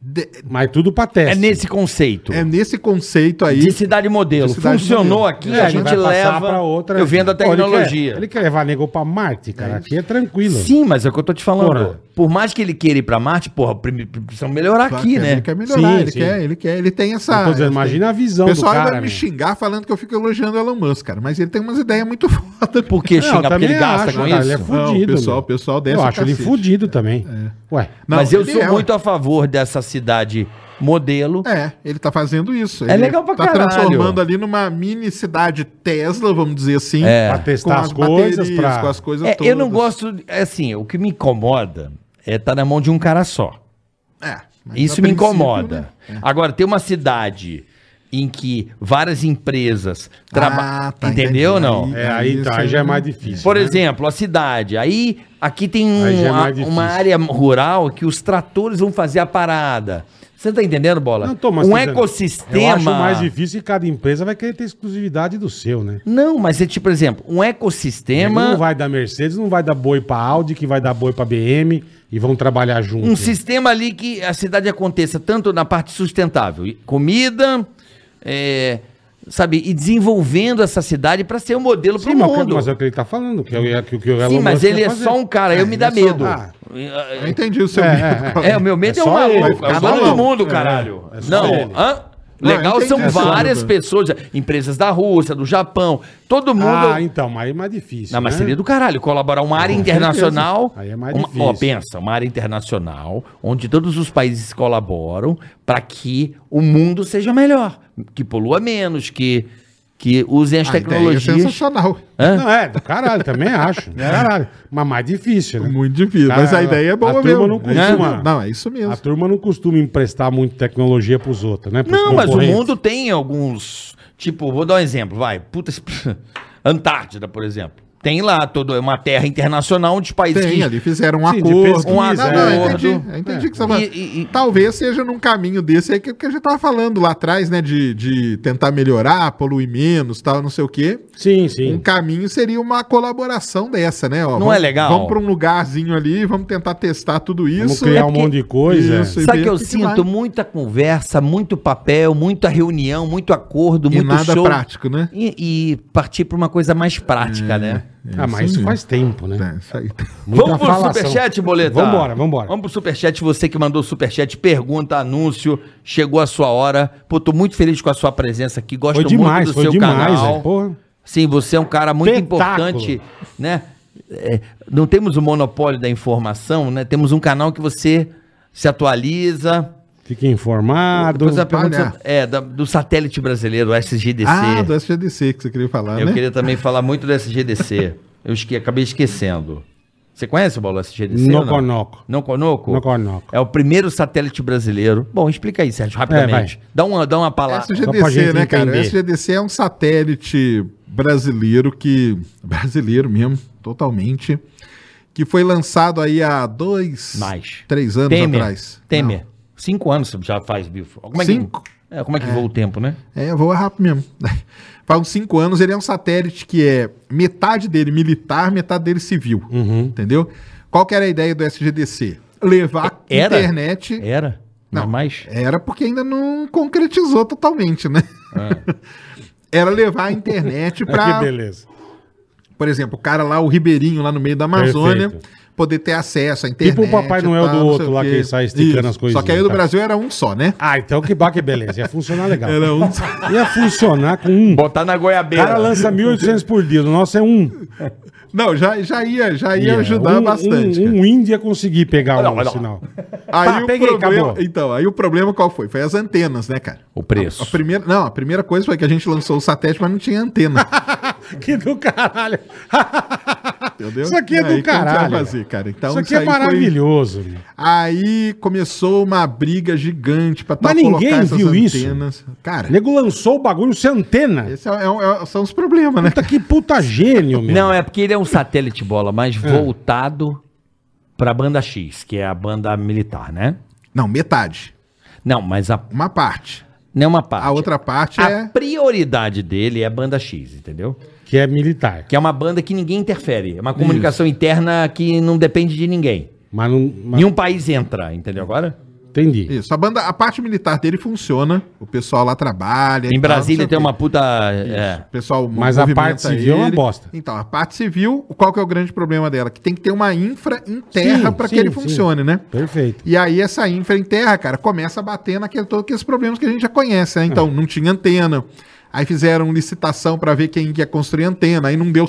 S5: De-
S2: Mas tudo pra teste.
S3: É nesse conceito.
S5: é nesse conceito aí.
S3: de cidade modelo.
S5: De cidade
S3: Funcionou
S5: modelo.
S3: aqui,
S2: É,
S3: a
S2: ele
S3: gente
S2: vai passar
S3: leva.
S2: pra outra.
S3: Eu vendo a
S2: Pô, ele quer- Ele
S3: tecnologia.
S2: quer, levar nego pra Marte, cara. Aqui é tranquilo.
S3: Sim, mas é o que eu tô te falando.
S2: Porra.
S3: Por mais que ele queira ir pra Marte, porra, prime- precisamos melhorar
S5: Claro
S3: aqui,
S5: que é,
S3: né?
S5: Ele quer melhorar,
S2: Sim,
S5: ele
S2: sim.
S5: quer, ele quer, ele tem essa.
S2: Eu tô dizendo,
S5: essa-
S2: imagina a visão
S5: O pessoal
S2: do cara. né?
S5: vai me
S2: meu.
S5: xingar falando que eu fico elogiando o Elon Musk, cara, mas ele tem umas ideias muito foda.
S3: Por que
S2: Não, eu
S3: xingar? Porque
S2: também
S3: ele gasta
S2: acho,
S3: com
S2: cara,
S3: isso?
S2: Ele é fudido.
S5: o pessoal-
S2: meu.
S5: o pessoal desce
S2: Eu
S5: o
S2: acho ele
S5: cacete.
S2: fudido também. Ué.
S3: mas eu
S5: ele
S3: sou
S5: é-
S2: um-
S3: muito a favor dessa cidade modelo.
S5: É, ele tá fazendo isso.
S3: É
S5: ele
S3: legal pra
S5: tá
S3: caralho.
S5: transformando ali numa mini cidade Tesla, vamos dizer assim.
S3: É.
S2: Pra
S5: Com
S2: testar
S5: as
S2: as coisas,
S5: baterias,
S2: pra...
S5: com as coisas
S3: É, eu não
S5: todas.
S3: gosto. é Assim, o que me incomoda é estar na mão de um cara só.
S5: É, mas a
S3: Isso
S5: princípio,
S3: me incomoda.
S5: né?
S3: Agora, tem uma cidade em que várias empresas trabalham.
S5: Ah, tá,
S3: entendeu ou
S5: entendi.
S3: não?
S2: É, aí, tá,
S5: Isso
S2: aí já é
S5: aí,
S2: mais
S5: né?
S2: difícil.
S3: Por
S2: né?
S3: exemplo, a cidade. Aí aqui tem um-
S2: Aí já é mais
S3: a-
S2: difícil.
S3: uma área rural que os tratores vão fazer a parada. Você tá entendendo, Bola?
S2: Não, Thomas,
S3: um
S2: tô dizendo,
S3: ecossistema.
S2: Eu acho mais difícil que cada empresa vai querer ter exclusividade do seu, né?
S3: Não, mas é tipo, por exemplo, um ecossistema.
S2: Não vai dar Mercedes, não vai dar boi pra Audi, que vai dar boi pra BM e vão trabalhar juntos.
S3: um sistema ali que a cidade aconteça tanto na parte sustentável, e comida, é, sabe, e desenvolvendo essa cidade para ser um modelo para
S2: Sim,
S3: o
S2: mas, o que-
S3: mundo.
S2: mas é o que ele tá falando, que, é o que, que o Elon
S3: Sim, mas
S2: Musk
S3: ele
S2: quer
S3: é
S2: fazer.
S3: só um cara, eu me dá
S5: ele é só-
S3: medo.
S2: Ah.
S5: Eu entendi o seu
S2: É,
S5: medo,
S2: é,
S5: cara.
S3: É, o meu medo
S2: É
S3: é, um
S2: só ele,
S3: maluco,
S5: é
S3: é
S5: só
S3: todo
S5: ele.
S3: mundo,
S2: É,
S3: caralho.
S2: é só ele. É
S3: Não, hã?
S5: Não,
S3: Legal
S5: eu
S3: são
S5: entendi,
S3: várias
S5: Sandro.
S3: pessoas, empresas da Rússia, do Japão, todo mundo.
S2: Ah, então, mas aí é mais difícil.
S3: Não, mas
S2: né?
S3: seria do caralho colaborar uma área internacional.
S2: Aí é mais
S3: uma,
S2: difícil.
S3: Ó, pensa, uma área internacional onde todos os países colaboram para que o mundo seja melhor, que polua menos, que que usem as
S5: A ideia é
S3: tecnologias.
S5: sensacional.
S3: Hã? É.
S2: Não, é, do caralho, também acho. do Caralho. Mas mais difícil, né?
S5: Muito difícil, mas
S2: Cara,
S5: a ideia é boa
S2: a turma
S5: mesmo.
S2: não
S5: É isso
S2: costuma-
S3: Né?
S5: mesmo. Não, é isso mesmo.
S2: A turma não costuma emprestar muito tecnologia pros outros, né? Pros
S3: Não, mas o
S2: concorrentes.
S3: mundo tem alguns, tipo, vou dar um exemplo, vai, puta, Antártida, por exemplo. Tem lá todo é uma terra internacional onde os países
S5: Tem,
S3: que-
S5: ali fizeram um
S2: Sim, de
S5: acordo.
S2: pesquisa,
S5: um acordo.
S2: é.
S5: eu entendi, eu entendi
S2: É.
S5: que você vai-
S3: E- e- e-
S5: Talvez seja num caminho desse aí que, que a gente tava falando lá atrás, né? De, de tentar melhorar, poluir menos, tal, não sei o quê.
S2: Sim, sim.
S5: Um caminho seria uma colaboração dessa, né? Ó,
S3: Não
S5: vamos-
S3: é legal?
S5: Vamos pra um lugarzinho ali, vamos tentar testar tudo isso. é
S2: Vamos criar um monte de coisa.
S5: Isso,
S3: Sabe
S5: e
S3: que eu
S5: ver o que que
S3: sinto?
S5: vai.
S3: Muita conversa, muito papel, muita reunião, muito acordo,
S5: E
S3: muito
S5: nada
S3: show.
S5: prático, né?
S3: E, e partir para uma coisa mais prática, né?
S2: Ah, mas isso faz tempo, né?
S5: É, isso aí.
S2: Muita
S3: vamos pro
S2: falação.
S3: superchat, boleta.
S2: Vambora, vambora.
S3: Vamos pro superchat. Você que mandou o superchat, pergunta, anúncio. Chegou a sua hora. Pô, tô muito feliz com a sua presença aqui. Gosto
S2: Foi demais,
S3: muito do
S2: foi
S3: seu
S2: demais,
S3: canal.
S2: é, porra.
S3: Sim, você é um cara muito
S2: Espetáculo.
S3: importante, né? É, não temos o monopólio da informação, né? Temos um canal que você se atualiza.
S2: Fique informado.
S3: Depois a pergunta
S5: palhaço.
S3: é, da- do satélite brasileiro, o SGDC.
S5: Ah, do SGDC que você queria falar,
S3: Eu
S5: né?
S3: queria também falar muito do SGDC. Eu esque- acabei esquecendo. Você conhece, Paulo, o SGDC? ou não?
S2: Noconoco.
S3: Não conoco?
S2: Noconoco.
S3: É o primeiro satélite brasileiro. Bom, explica aí, Sérgio, rapidamente.
S2: vai.
S3: dá, uma, dá uma palavra.
S2: Só pra gente
S5: SGDC, né, cara? O
S2: entender.
S5: SGDC é um satélite brasileiro que. Brasileiro mesmo, totalmente. Que foi lançado aí há dois,
S3: Mais.
S5: três anos
S3: Temer.
S5: atrás.
S3: Temer. Cinco anos já faz, Bifo. Como é que-
S5: Cinco?
S3: É, como é que voa o tempo, né?
S5: É, voa rápido mesmo. Faz uns cinco anos, ele é um satélite que é metade dele militar, metade dele civil.
S2: Uhum.
S5: Entendeu? Qual que era a ideia do SGDC? Levar
S3: É, Era?
S5: internet.
S3: Era? Não, é
S5: Não.
S3: mais?
S5: Era porque ainda não concretizou totalmente, né?
S3: Ah.
S5: Era levar a
S3: É,
S5: internet
S2: É, Que
S5: para,
S2: beleza.
S5: por exemplo, o cara lá, o Ribeirinho, lá no meio da Amazônia,
S2: Perfeito.
S5: poder ter acesso à internet.
S2: Tipo o Papai
S5: e
S2: Noel
S5: tal,
S2: do
S5: não
S2: outro
S5: sei o
S2: lá
S5: quê.
S2: que sai esticando as
S5: Só que aí
S2: coisinhas,
S5: o do
S2: tá.
S5: Brasil era um só, né?
S2: Ah, então que baque beleza. Ia funcionar legal.
S5: Era um só.
S2: Ia funcionar com um.
S3: Botar na
S2: O
S3: goiabeira.
S2: cara lança 1.800 por dia. O nosso é um.
S5: Não, já, já ia, já ia
S2: Ia.
S5: ajudar
S2: Um-
S5: bastante.
S2: Um,
S5: cara.
S2: um índio ia conseguir pegar
S3: Olha
S2: o
S3: lá, olha lá.
S2: sinal.
S5: Aí
S2: Pá,
S5: o
S2: peguei,
S5: problema,
S2: acabou.
S5: então, aí o problema qual foi? Foi as antenas, né, cara?
S3: O preço.
S5: A primeira, não, a primeira coisa foi que a gente lançou o satélite, mas não tinha antena.
S2: Que do caralho.
S5: Entendeu?
S2: Isso aqui é
S5: E
S2: do
S5: aí, como que vai
S2: caralho.
S5: fazer, cara? Então,
S2: isso aqui é
S5: aí foi-
S2: maravilhoso. meu.
S5: Aí começou uma briga gigante pra
S2: Mas ninguém viu isso.
S5: antenas. Cara,
S2: O nego lançou o bagulho sem antena.
S5: esses um, são os problemas, né?
S2: Puta que puta gênio, meu.
S3: Não, é porque ele é um satélite bola, mas voltado pra banda X, que é a banda militar, né?
S5: Não, metade.
S3: Não, mas a,
S5: Uma parte.
S3: não é uma parte.
S5: A outra parte
S3: A
S5: é.
S3: prioridade dele é a banda X, entendeu?
S2: Que é militar.
S3: Que é uma banda que ninguém interfere. É uma comunicação interna que não depende de ninguém.
S2: Mas não. mas-
S3: Nenhum país entra, entendeu agora?
S2: Entendi.
S5: Isso. A, banda, a parte militar dele funciona. O pessoal lá trabalha. e
S3: Em
S5: tal,
S3: Brasília
S5: não sei
S3: tem
S5: o quê.
S3: uma puta. é.
S5: O pessoal
S2: Mas a
S5: movimenta
S2: parte civil é uma
S5: ele.
S2: bosta.
S5: Então, a parte civil, qual que é o grande problema dela? Que tem que ter uma infra em terra
S2: Sim,
S5: pra que
S2: sim,
S5: ele
S2: sim.
S5: funcione, né?
S2: Perfeito.
S5: E aí essa infra em terra, cara, começa a bater naquele todo aqueles problemas que a gente já conhece, né? Então,
S2: Uhum.
S5: não tinha antena. Aí fizeram licitação pra ver quem ia construir antena, aí não deu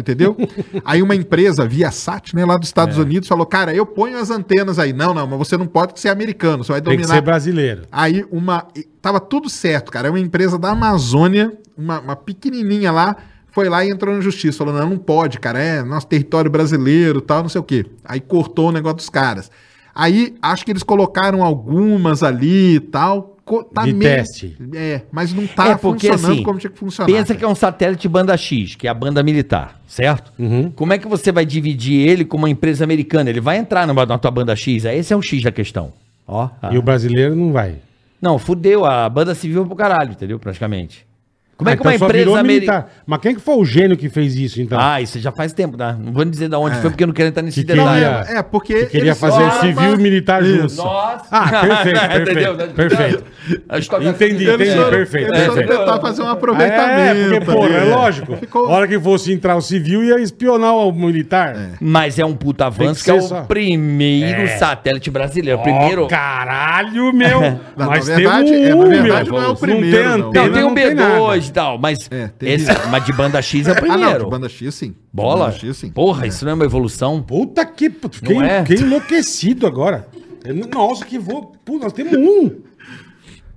S5: entendeu? aí uma empresa, ViaSat, né, lá dos Estados
S2: É.
S5: Unidos, falou: "Cara, eu ponho as antenas aí". Não, não, mas você não pode ser americano, você vai
S2: Tem que ser
S5: dominar.
S2: brasileiro.
S5: Aí uma tava tudo certo, cara, é uma empresa da Amazônia, uma, uma pequenininha lá, foi lá e entrou na justiça, falou: "Não, não pode, cara, é nosso território brasileiro, tal, não sei o quê". Aí cortou o negócio dos caras. Aí, acho que eles colocaram algumas ali e tal. co- Tá
S2: De teste.
S5: É, mas não tá
S3: É, porque,
S5: funcionando
S3: assim,
S5: como tinha que funcionar.
S3: Pensa
S5: cara.
S3: que é um satélite banda X, que é a banda militar, certo?
S2: Uhum.
S3: Como é que você vai dividir ele com uma empresa americana? Ele vai entrar numa- na tua banda X, aí esse é o X da questão. Ó, tá.
S5: Ah.
S2: E o brasileiro não vai.
S3: Não, fudeu, a banda civil pro caralho, entendeu? Praticamente. Como é
S2: Ah,
S3: que
S2: então
S3: uma
S2: só
S3: empresa
S2: virou
S3: americana.
S2: militar. Mas quem que foi o gênio que fez isso, então?
S3: Ah, isso já faz tempo, né? Não vou dizer de onde foi, porque eu não quero entrar nesse
S2: É. Que
S5: Não,
S3: detalhe.
S2: queria-
S5: é, é, porque
S2: que queria
S5: eles
S2: fazer
S5: arma-
S2: civil e militar juntos.
S3: Nossa!
S2: Ah, perfeito, perfeito.
S3: Entendeu?
S2: perfeito.
S3: A história-
S2: Entendi,
S5: Eles
S2: entendi,
S5: foram-
S2: perfeito,
S5: Eles foram
S2: perfeito.
S5: tentar fazer um
S2: É,
S5: aproveitamento.
S2: porque, porra, é
S5: ali.
S2: lógico.
S5: Ficou-
S2: A hora que fosse entrar o civil, ia espionar o militar.
S3: Mas é um puta avanço
S2: que
S3: que, é
S2: ser
S3: o
S2: só.
S3: primeiro
S2: É.
S3: satélite brasileiro.
S2: Ó,
S3: Primeiro.
S2: caralho, meu!
S5: na
S2: Mas
S5: verdade,
S2: teve
S5: é,
S2: um,
S5: na
S2: meu.
S5: verdade, não é o primeiro, não.
S2: Não tem antena,
S3: não, tem um
S2: não tem nada.
S3: B2 e tal, mas.
S5: É, tem
S3: esse, mas de banda X é o
S5: Ah, não,
S3: primeiro.
S5: de banda X, sim. De
S3: Bola?
S5: Banda X, sim.
S3: Porra, isso não é uma evolução?
S2: Puta que... puta, Fiquei,
S3: Não é?
S2: fiquei enlouquecido agora. Eu não- Nossa, que vou... Pô, nós temos um.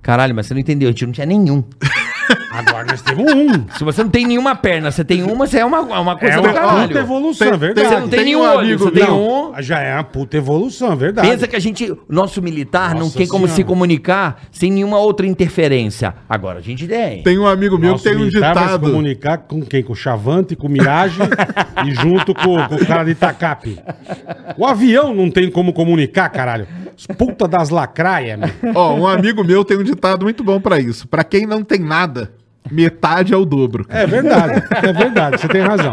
S3: Caralho, mas você não entendeu, a gente não tinha nenhum.
S2: Agora nós temos um.
S3: Se você não tem nenhuma perna, você tem uma, você é uma, uma coisa
S2: É
S3: do
S2: uma
S3: caralho.
S2: puta evolução, é
S5: Tem-
S2: verdade.
S3: Você não tem,
S5: Tem
S3: nenhum
S5: um
S3: olho,
S5: amigo
S3: você tem
S2: Não,
S3: um.
S2: já é uma puta evolução, é verdade.
S3: Pensa que a gente, o nosso militar não
S2: Nossa
S3: tem como
S2: Senhora.
S3: se comunicar sem nenhuma outra interferência. Agora a gente tem.
S5: Tem um amigo meu que
S2: Nosso
S5: tem um
S2: militar vai se
S5: ditado.
S2: comunicar com quem? Com o Chavante, com o Mirage e junto com, com o cara de Itacape. O avião não tem como comunicar, caralho. Os puta das lacraias, meu.
S5: Ó, um amigo meu tem um ditado muito bom pra isso. Pra quem não tem nada, metade é o dobro.
S2: É verdade, é verdade, você tem razão.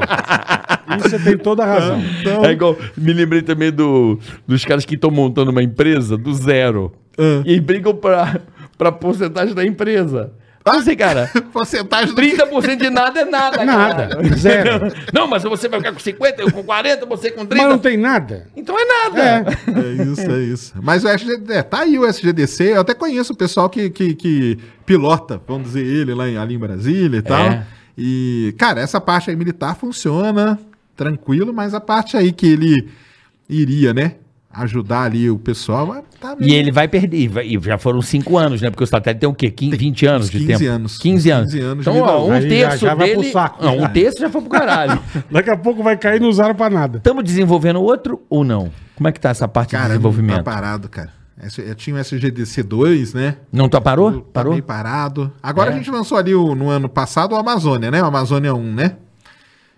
S2: Isso você tem toda a razão.
S5: Então,
S3: É igual, me lembrei também do, dos caras que estão montando uma empresa do zero.
S2: Ah.
S3: E brigam pra, pra porcentagem da empresa. Não
S2: Ah.
S3: sei, cara.
S5: porcentagem do
S3: 30% de nada é nada,
S2: Nada,
S3: cara.
S2: zero.
S3: Não, mas você vai ficar com 50, eu com 40, você com 30.
S2: Mas não tem nada.
S3: Então é nada.
S5: É isso, é isso. Mas o SGD, é, tá aí o SGDC, eu até conheço o pessoal que, que, que pilota, vamos dizer, ele lá em, ali em Brasília e tal.
S3: É.
S5: E, cara, essa parte aí militar funciona tranquilo, mas a parte aí que ele iria, né? ajudar ali o pessoal, mas tá
S3: E ele vai perder. E vai- E já foram 5 anos, né? Porque o satélite tem o quê? 15, 20 anos de
S5: 15
S3: tempo?
S5: anos.
S3: 15 anos.
S5: 15 anos de
S3: então, ó,
S5: vida
S3: um
S2: útil. Aí já-
S3: terço
S2: já vai pro
S3: dele...
S2: saco,
S3: não,
S2: já.
S3: um terço já foi pro caralho.
S2: Daqui a pouco vai cair e não usaram pra nada.
S3: Estamos desenvolvendo outro ou não? Como é que tá essa parte de
S5: Cara,
S3: desenvolvimento?
S5: tá parado, cara. Essa- Eu tinha um o SGDC 2, né?
S3: Não tá parou?
S5: Tá
S3: Parou?
S5: meio parado. Agora a gente lançou ali o- no ano passado o Amazônia, né? O Amazônia 1, né?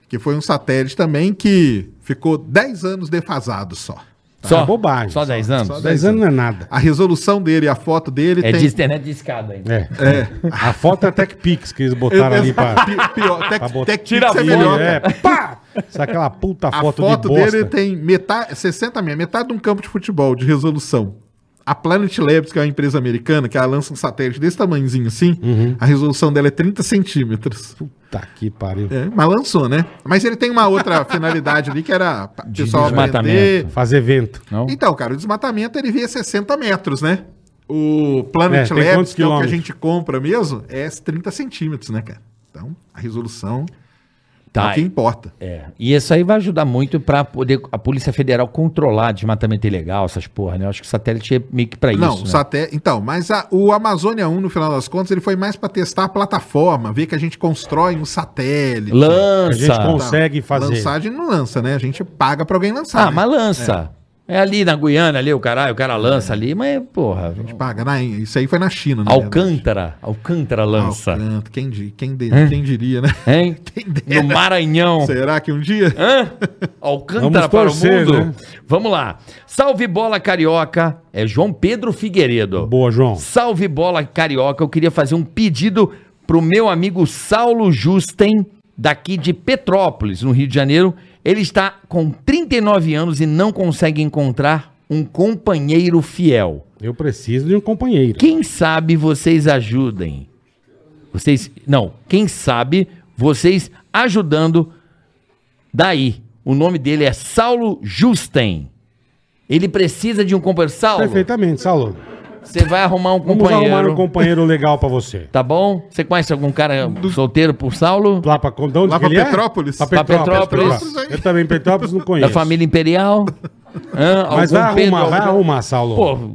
S5: Que foi um satélite também que ficou 10 anos defasado só.
S2: É bobagem.
S3: Só 10 anos?
S5: Só
S2: 10 anos não é nada.
S5: A resolução dele, a foto dele
S3: É
S5: tem...
S3: de internet de escada ainda.
S2: É. A foto é Tech Pix que eles botaram ali pra.
S5: Pi- pior, Tec-
S2: pra botar-
S5: Tec-
S2: Tira
S5: Pix é
S2: a
S5: melhor,
S2: foto, é.
S5: cara.
S2: Pá! Sai aquela puta
S5: A
S2: foto,
S5: foto,
S2: de bosta.
S5: dele tem metade, 60 mil, metade de um campo de futebol de resolução. A Planet Labs, que é uma empresa americana, que ela lança um satélite desse tamanhozinho assim, a resolução dela é 30 centímetros.
S2: Uhum. Puta que pariu.
S5: É, mas lançou, né? Mas ele tem uma outra finalidade ali, que era pra- o pessoal aprender.
S3: desmatamento.
S2: Fazer vento.
S3: Não?
S5: Então, cara, o desmatamento ele via 60 metros, né? O Planet
S2: É, tem
S5: Labs,
S2: quantos
S5: que é o que a
S2: quilômetros?
S5: gente compra mesmo, é 30 centímetros, né, cara? Então, a resolução é o
S3: Tá.
S5: que importa.
S3: É. E isso aí vai ajudar muito pra poder a Polícia Federal controlar desmatamento ilegal, essas porra, né? Eu acho que o satélite é meio que pra
S5: Não,
S3: isso.
S5: o
S3: né?
S5: satélite. Então, mas a- o Amazônia 1, no final das contas, ele foi mais pra testar a plataforma, ver que a gente constrói um satélite.
S2: A
S3: Lança.
S2: gente consegue
S5: Tá.
S2: fazer.
S5: Lançar a gente não lança, né? A gente paga pra alguém lançar.
S3: Ah,
S5: né?
S3: mas lança. É. ali na Guiana, ali, o caralho, o cara
S2: É.
S3: lança ali, mas, porra.
S5: Paga. Na, isso aí foi na China, né?
S3: Alcântara. Alcântara lança.
S5: Alcântara, quem, di- quem, de- quem diria, né?
S3: Hein?
S5: Quem dera.
S3: Hum. É. No Maranhão.
S5: Será que um dia?
S3: Hã? Alcântara
S2: Vamos torcer,
S3: para o mundo.
S2: né?
S3: Vamos lá. Salve bola carioca. É João Pedro Figueiredo.
S2: Boa, João.
S3: Salve bola carioca. Eu queria fazer um pedido pro meu amigo Saulo Justen, daqui de Petrópolis, no Rio de Janeiro. Ele está com 39 anos e não consegue encontrar um companheiro fiel.
S2: Eu preciso de um companheiro.
S3: Quem sabe vocês ajudem. Vocês. Não, quem sabe vocês ajudando. Daí. O nome dele é Saulo Justen. Ele precisa de um companheiro. Saulo,
S2: Perfeitamente, Saulo.
S3: você vai arrumar um
S2: Vamos arrumar
S3: companheiro.
S2: um companheiro legal pra você.
S3: Tá bom? Você conhece algum cara solteiro por Saulo?
S2: Lá pra, de onde
S5: Lá
S2: que
S5: pra
S2: ele é?
S5: Petrópolis?
S2: Pra
S3: Pra
S2: Petrópolis.
S3: Petrópolis.
S2: Petrópolis. Eu também, Petrópolis, não conheço.
S3: Da família Imperial? Hã? Algum
S2: Mas vai arrumar,
S3: Pedro
S2: vai
S3: Alcântara?
S2: arrumar, Saulo.
S3: Pô,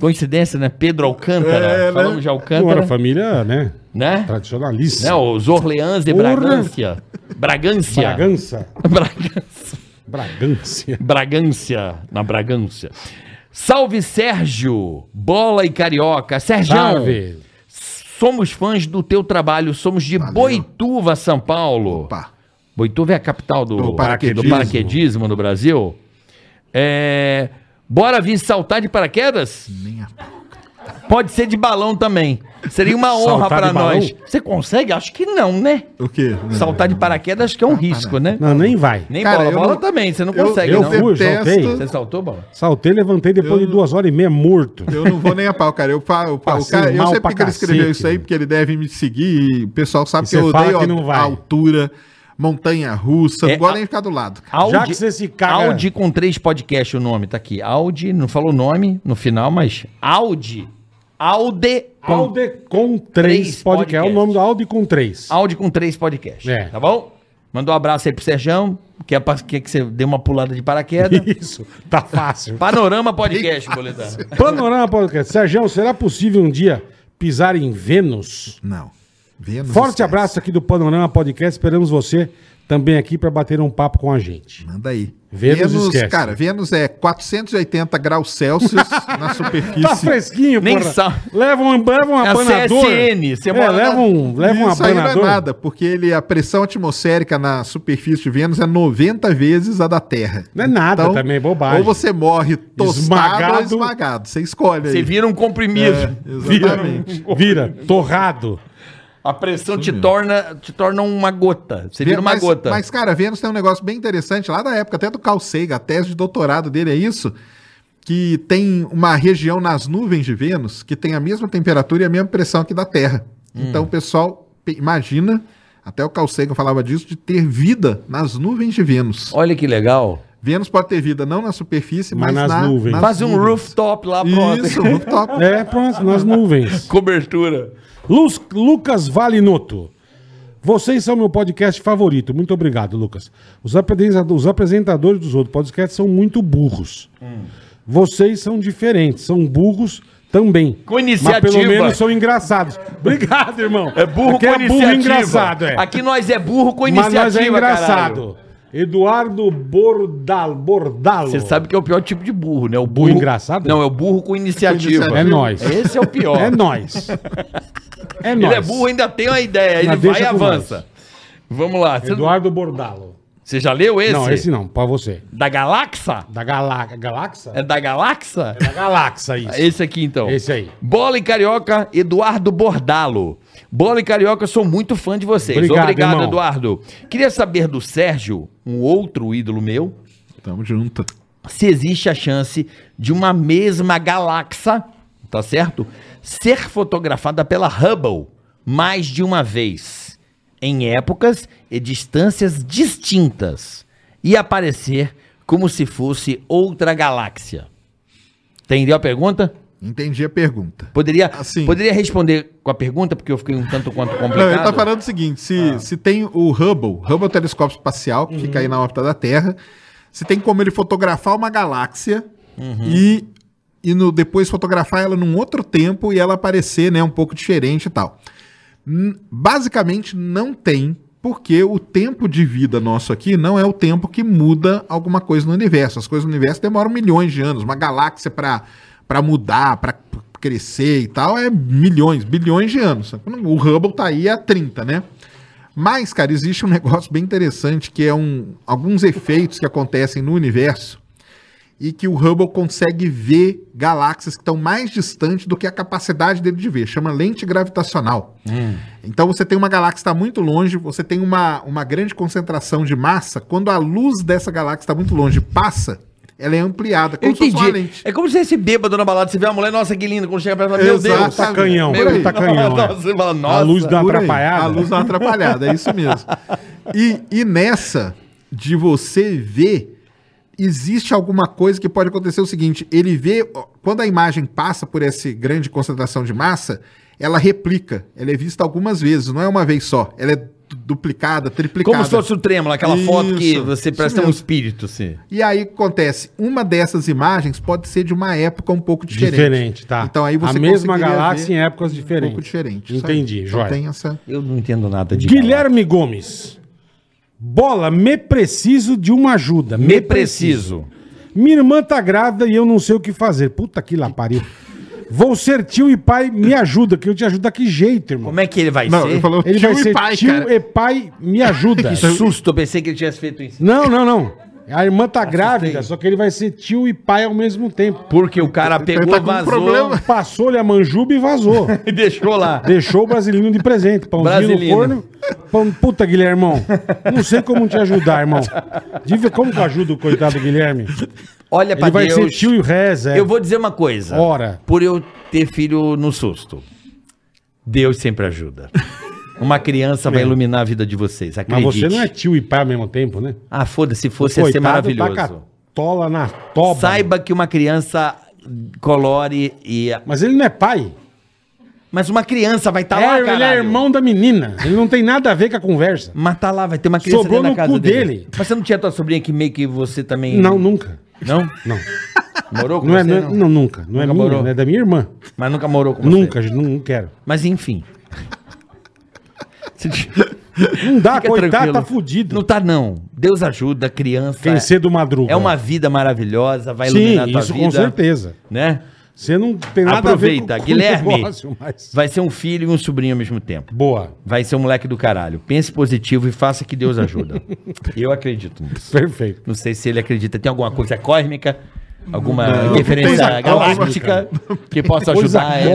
S3: coincidência, né? Pedro Alcântara.
S5: É, né?
S3: Falamos de
S2: Agora,
S3: Alcântara.
S2: família, né?
S3: Né?
S2: Tradicionalista.
S3: Né, os Orleans de
S2: Porra.
S3: Bragância. Bragância.
S2: Bragança.
S3: Bragância.
S2: Bragância.
S3: Bragância. Na Bragância. Salve Sérgio, bola e carioca. Sérgio,
S2: Chave.
S3: somos fãs do teu trabalho, somos de
S5: Valeu.
S3: Boituva, São Paulo.
S5: Opa.
S3: Boituva é a capital do,
S5: Do paraquedismo.
S3: do paraquedismo no Brasil. É, Bora vir saltar de paraquedas?
S5: Nem a-
S3: Pode ser de balão também. Seria uma honra
S2: Saltar
S3: pra
S2: de balão?
S3: nós. Você consegue? Acho que não, né?
S5: O quê?
S3: Saltar de paraquedas acho que é um risco, né?
S2: Não, nem vai.
S3: Nem
S5: Cara,
S3: bola.
S5: eu
S3: Bola
S5: não-
S3: também, você não
S5: Eu,
S3: consegue,
S5: eu
S3: não.
S2: fui.
S3: Você
S5: detesto.
S3: saltou, bola?
S2: Saltei, levantei depois de duas horas e meia morto.
S5: Eu não vou nem a pau, cara. Eu, fa- eu, fa- o
S2: Passei
S5: cara, eu
S2: mal
S5: sei
S2: pra
S5: porque ele escreveu
S2: cacete,
S5: isso aí,
S2: mano.
S5: porque ele deve me seguir. E o pessoal sabe
S2: E
S5: que eu
S2: você fala
S5: odeio
S2: que não
S5: a,
S2: vai.
S5: a altura, montanha russa.
S3: É,
S5: não gosto
S3: a-
S5: nem de ficar do lado. cara.
S3: Audi,
S2: Já que você se caga-
S3: Audi com três podcast o nome, tá aqui. Audi, não falou o nome no final, mas Audi. Audi com, Audi.
S2: Alde com
S3: Três
S2: 3 podcast. É o nome do Alde com 3.
S3: com três podcast.
S2: É.
S3: Tá bom? Mandou um abraço aí pro Serjão, que é pra- que, que você deu uma pulada de paraquedas.
S2: Isso, tá fácil.
S3: Panorama Podcast, boletano.
S2: Panorama Podcast. Sérgio, será possível um dia pisar em Vênus?
S5: Não. Vênus
S2: Forte
S5: esquece.
S2: abraço aqui do Panorama Podcast. Esperamos você também aqui para bater um papo com a gente.
S5: Manda aí.
S2: Vênus esquece.
S5: cara, Vênus é 480 graus Celsius na
S2: Tá
S5: superfície.
S2: fresquinho,
S3: Nem
S2: porra.
S3: sabe.
S2: Leva um, leva um
S3: É a
S2: abanador.
S3: CSN, você
S2: é,
S3: mora na-
S2: leva um, leva um
S5: isso aí não é
S2: abanador.
S5: nada, porque ele, a pressão atmosférica na superfície de Vênus é 90 vezes a da Terra.
S2: Não é nada, também é bobagem.
S5: Então, Ou você morre tostado ou
S2: Esmagado.
S5: esmagado. Você escolhe aí.
S3: Você vira um comprimido.
S5: É,
S2: Vira,
S5: exatamente.
S2: vira, torrado.
S3: A pressão te torna, te torna uma gota. Você vira uma
S5: mas,
S3: gota.
S5: Mas, cara, Vênus tem um negócio bem interessante lá da época, até do Carl Sagan, a tese de doutorado dele é isso, que tem uma região nas nuvens de Vênus que tem a mesma temperatura e a mesma pressão que da Terra.
S3: Hum.
S5: Então, o pessoal pe- imagina, até o Carl Sagan falava disso, de ter vida nas nuvens de Vênus.
S3: Olha que legal.
S5: Vênus pode ter vida não na superfície, mas,
S2: Mas nas
S5: na,
S2: nuvens.
S5: nas
S3: Faz um
S5: nuvens.
S3: rooftop lá pronto.
S5: Isso, um rooftop.
S2: É, pronto, nas nuvens.
S3: Cobertura.
S2: Luz- Lucas Valinoto. Vocês são meu podcast favorito. Muito obrigado, Lucas. Os, apresen- os apresentadores dos outros podcasts são muito burros. Vocês são diferentes, são burros também.
S3: Com iniciativa.
S2: Mas pelo menos são engraçados. Obrigado, irmão.
S3: É burro
S2: Aqui
S3: com
S2: é
S3: iniciativa.
S2: burro engraçado, é.
S3: Aqui nós é burro com
S2: Mas
S3: iniciativa,
S2: nós é
S3: engraçado.
S2: engraçado. Eduardo Bordal, Bordalo.
S3: Você sabe que é o pior tipo de burro, né? O burro
S2: engraçado?
S3: Não, é o burro com iniciativa.
S2: É nós.
S3: Esse é o pior.
S2: É nós. É
S3: Ele
S2: nós.
S3: é burro, ainda tem uma ideia. Ele
S2: Mas
S3: vai e
S2: deixa com
S3: avança. Vamos lá. Você,
S2: Eduardo Bordalo.
S3: você já leu esse?
S2: Não, esse não, pra você.
S3: Da Galáxa?
S2: Da galá Galáxa?
S3: É da Galáxa?
S2: Da Galáxa, isso.
S3: Esse aqui, então.
S2: Esse aí.
S3: Bola e Carioca, Eduardo Bordalo. Bola e Carioca, sou muito fã de vocês.
S2: Obrigado,
S3: Obrigado,
S2: irmão.
S3: Eduardo. Queria saber do Sérgio, um outro ídolo meu,
S5: Tamo junto.
S3: se existe a chance de uma mesma galáxia, tá certo? Ser fotografada pela Hubble mais de uma vez, em épocas e distâncias distintas, e aparecer como se fosse outra galáxia. Entendeu a pergunta?
S5: Entendi a pergunta.
S3: Poderia,
S5: Assim.
S3: poderia responder com a pergunta, porque eu fiquei um tanto quanto
S5: Não,
S3: complicado.
S5: ele tá falando o seguinte: se, se tem o Hubble, Hubble é o telescópio espacial, que fica aí na órbita da Terra, se tem como ele fotografar uma galáxia e, e no, depois fotografar ela num outro tempo e ela aparecer né, um pouco diferente e tal. N- Basicamente, não tem, porque o tempo de vida nosso aqui não é o tempo que muda alguma coisa no universo. As coisas no universo demoram milhões de anos. Uma galáxia para para mudar, para crescer e tal, é milhões, bilhões de anos. O Hubble tá aí há 30, né? Mas, cara, existe um negócio bem interessante que é um, alguns efeitos que acontecem no universo e que o Hubble consegue ver galáxias que estão mais distantes do que a capacidade dele de ver. Chama lente gravitacional.
S3: Hum.
S5: Então você tem uma galáxia que está muito longe, você tem uma, uma grande concentração de massa. Quando a luz dessa galáxia está muito longe passa, ela é ampliada,
S3: Eu
S5: como se fosse uma
S3: entendi.
S5: lente.
S3: É como se você bêbado na balada, você vê uma mulher, nossa, que linda, quando chega perto, fala, meu Deus.
S5: Exatamente.
S2: Tá canhão,
S5: Meu
S2: tá canhão. é.
S3: Nossa, você fala,
S2: A
S3: nossa.
S2: luz da
S5: Por aí.
S2: tá atrapalhada.
S5: A luz dá uma atrapalhada, é isso mesmo. E, e nessa de você ver, existe alguma coisa que pode acontecer o seguinte: ele vê, ó, quando a imagem passa por essa grande concentração de massa, ela replica, ela é vista algumas vezes, não é uma vez só, ela é du- duplicada, triplicada.
S3: Como se fosse o trêmula, aquela foto que
S5: Isso,
S3: você
S5: isso
S3: parece ter um
S5: mesmo.
S3: espírito, assim.
S5: E aí o que acontece, uma dessas imagens pode ser de uma época um pouco diferente.
S2: Diferente. tá?
S5: Então aí você
S2: A mesma
S5: conseguiria
S2: galáxia
S5: ver
S2: em épocas
S5: um
S2: diferentes.
S5: pouco diferente. isso aí.
S2: Entendi,
S5: Então
S2: joia.
S5: tem essa
S3: Eu não entendo nada de
S2: é. Guilherme Gomes. Bola, me preciso de uma ajuda.
S3: Me preciso.
S2: Minha irmã tá grávida e eu não sei o que fazer. Puta que lá pariu. Vou ser tio e pai, me ajuda, que eu te ajudo que jeito, irmão.
S3: Como é que ele vai
S5: Não,
S3: ser?
S5: ele falou
S2: Ele vai
S5: tio e
S2: ser
S5: pai,
S2: tio
S5: cara. é
S2: e pai, me ajuda.
S3: Que susto, eu pensei que ele tivesse feito isso.
S2: não, não, não. A irmã tá grávida, só que ele vai ser tio e pai ao mesmo tempo.
S3: Porque o cara pegou,
S5: tá com um
S3: vazou
S5: problema.
S2: Passou-lhe a manjuba e vazou.
S3: e deixou lá.
S2: Deixou o brasileiro de presente. Pãozinho
S3: Brasilino.
S2: no forno. Pão, puta, Guilhermão. Não sei como te ajudar, irmão. Diga como que eu ajudo o coitado do Guilherme.
S5: Tá
S3: Olha pra
S2: Ele vai ser
S3: Deus.
S2: tio e reza. é.
S3: Eu vou dizer uma coisa.
S2: Ora.
S3: Por eu ter filho no susto. Deus sempre ajuda. Uma criança vai iluminar a vida de vocês,
S2: Mas
S3: acredite.
S2: você não é tio e pai ao mesmo tempo, né?
S3: Ah, foda-se, se
S5: é
S3: fosse ia ser maravilhoso.
S2: Tá com a tola na toba.
S3: Saiba que uma criança colore e...
S2: Mas ele não é pai.
S3: Mas uma criança vai estar
S2: é,
S3: Tá lá,
S2: ele
S3: caralho.
S2: é irmão da menina. Ele não tem nada a ver com a conversa.
S3: Mas tá lá, vai ter uma criança
S2: Sobrou
S3: dentro da
S2: no
S3: casa
S2: cu
S3: dele.
S2: dele.
S3: Mas você não tinha tua sobrinha que meio que você também...
S2: Não, nunca.
S3: Não?
S2: Não.
S3: Morou com
S2: Não é,
S3: você?
S2: não, é- não, nunca. Não é minha,
S3: assim, morou. assim?
S2: não é da minha irmã.
S3: Mas nunca morou com você?
S2: Nunca, não, não quero.
S3: Mas enfim.
S2: Não dá,
S3: Fica
S2: coitado,
S3: tranquilo.
S2: tá fudido.
S3: Não tá, não. Deus ajuda, a criança.
S2: Quem cedo madruga.
S3: É uma vida maravilhosa, vai iluminar
S2: Sim,
S3: tua
S2: isso
S3: vida.
S2: com certeza.
S3: Né?
S2: Você não tem nada
S3: Aproveita,
S2: a ver com, com
S3: Guilherme.
S2: o negócio, mas...
S3: Vai ser um filho e um sobrinho ao mesmo tempo.
S2: Boa,
S3: Vai ser um moleque do caralho. Pense positivo e faça que Deus ajuda. Eu acredito nisso.
S2: perfeito.
S3: Não sei se ele acredita. Tem alguma coisa cósmica? Alguma
S5: coisa
S3: referência galáctica que possa ajudar ele?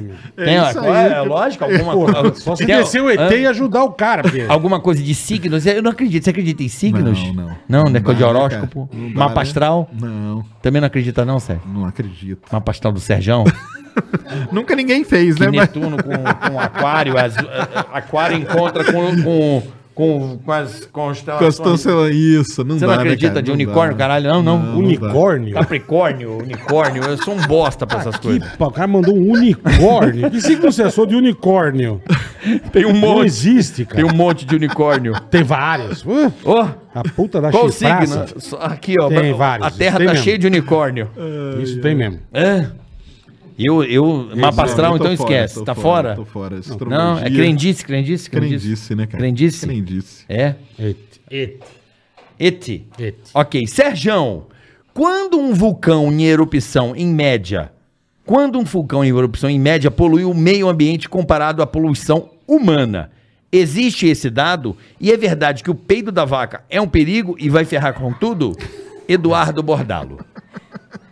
S2: meu.
S3: Tem,
S5: É
S3: ó,
S5: isso aí.
S3: é lógico, alguma
S2: Porra,
S3: coisa.
S2: só se
S3: Tem, ó,
S2: descer o ET e ajudar o cara, porque...
S3: Alguma coisa de signos? Eu não acredito. Você acredita em signos?
S5: é. Não, não.
S3: Não, não é coisa de
S5: dá, né,
S3: horóscopo?
S5: cara? Não dá,
S3: Mapa
S5: né?
S3: astral?
S5: Não,
S3: Também não acredita não, Sérgio?
S5: não acredito.
S3: Mapa astral do Serjão?
S5: Nunca ninguém fez,
S3: Que
S5: né? Mas-
S3: Netuno com, com um aquário, azul- a- a- aquário encontra com, com, com, com as constelações.
S5: Gostou, sei lá, isso, não
S3: Você
S5: dá,
S3: não acredita
S5: né, cara?
S3: de
S5: Não
S3: unicórnio,
S5: dá.
S3: caralho? Não, não. Uni-
S2: unicórnio?
S3: Capricórnio, unicórnio. Eu sou um bosta pra essas coisas.
S2: Pô, o cara mandou um unicórnio. Que signo você é? Sou de unicórnio.
S3: Tem um
S2: Não
S3: monte.
S2: existe, cara.
S3: Tem um monte de unicórnio.
S2: Tem vários. Uh,
S3: Ô,
S2: a puta da
S3: qual o
S2: chifraça.
S3: signo? Só Aqui, ó.
S2: Tem
S3: a
S2: vários,
S3: terra
S2: tem
S3: tá
S2: mesmo.
S3: cheia de unicórnio.
S2: Isso tem mesmo.
S5: É?
S3: Hã? Eu, eu, mapa astral,
S5: Eu tô
S3: então
S5: fora,
S3: esquece.
S5: tô
S3: tá fora?
S5: Tô
S3: Não,
S5: fora.
S3: é
S5: Astrologia,
S3: crendice, crendice, crendice.
S5: Crendice, né, cara?
S3: Crendice?
S5: Crendice.
S3: É.
S2: Eita.
S3: Eti.
S2: Eti.
S3: Ok. Serjão, quando um vulcão em erupção, em média, quando um vulcão em erupção, em média, polui o meio ambiente comparado à poluição humana, existe esse dado? E é verdade que o peido da vaca é um perigo e vai ferrar com tudo? Eduardo Bordalo.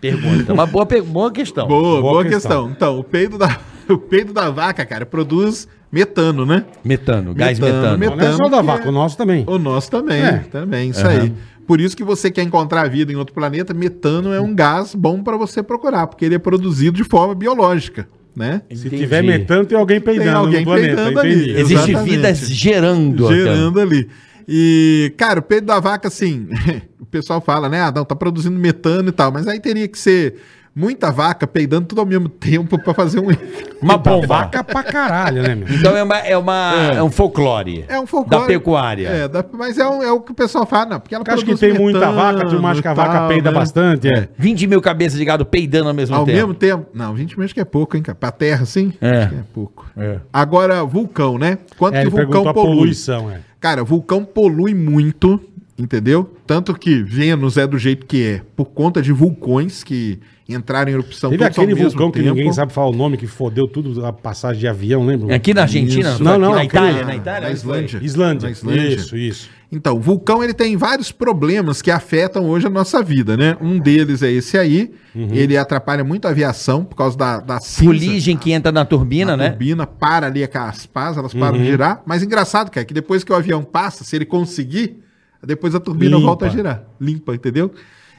S3: Pergunta. Uma boa, per- boa questão.
S5: Boa, boa,
S2: boa
S5: questão.
S2: questão.
S5: Então, o peido, da, o peido da vaca, cara, produz metano, né?
S3: Metano, gás
S5: Metano,
S3: metano.
S5: met-
S2: Não é só
S5: Tanto
S2: da
S5: que-
S2: vaca, o nosso também.
S5: O nosso também,
S2: É.
S5: também, isso aí. Por isso que você quer encontrar vida em outro planeta, metano é um gás bom para você procurar, porque ele é produzido de forma biológica, né?
S2: Se tiver metano, tem alguém peidando
S5: alguém
S2: no planeta.
S5: peidando ali.
S2: entendi.
S5: Ex-
S3: Existe
S5: Exatamente.
S3: vida gerando. até.
S5: Gerando ali. E, cara, o peido da vaca, assim, o pessoal fala, né? Ah, não, tá produzindo metano e tal, mas aí teria que ser muita vaca peidando tudo ao mesmo tempo para fazer um.
S3: Uma bomba.
S2: Vaca pra caralho, né, meu?
S3: Então é, uma, é, uma, é. um folclore.
S5: É um folclore.
S3: Da pecuária.
S5: É, da- mas é, um- é o que o pessoal fala, não, porque ela
S2: Eu acho que tem muita vaca, tu acha que a vaca peida
S5: bastante.
S2: bastante. É.
S3: 20 mil cabeças de gado peidando ao mesmo
S5: né? Ao
S3: tempo.
S5: mesmo tempo? Não, 20 minutos que é pouco, hein, cara? Pra terra, sim?
S3: É.
S5: Acho que é pouco. Agora, vulcão, né? Quanto
S2: É,
S5: que
S2: ele perguntou
S5: vulcão
S2: a
S5: polui?
S2: poluição, é.
S5: Cara, vulcão polui muito, entendeu? Tanto que Vênus é do jeito que é, por conta de vulcões que entraram em erupção
S2: Teve
S5: todos Então, ao
S2: aquele
S5: mesmo
S2: vulcão que
S5: tempo.
S2: ninguém sabe falar o nome, que fodeu tudo a passagem de avião, lembra?
S3: É Aqui na Argentina?
S5: Isso.
S3: Foi
S2: Não,
S3: aqui
S2: não,
S3: Na
S2: aquele-
S3: Itália, né?
S5: Ah,
S3: na Itália?
S5: na
S3: onde foi?
S5: Islândia.
S2: Islândia.
S5: Na Islândia.
S2: Isso, isso.
S5: Então, o vulcão ele tem vários problemas que afetam hoje a nossa vida, né? Um deles é esse aí,
S2: Uhum.
S5: ele atrapalha muito a aviação por causa da, da cinza.
S3: Fuligem que entra na turbina,
S5: A
S3: né?
S5: turbina para ali com as pás, elas param
S2: Uhum.
S5: de girar. Mas engraçado, cara, que depois que o avião passa, se ele conseguir, depois a turbina
S2: Limpa.
S5: volta a girar. Limpa, entendeu?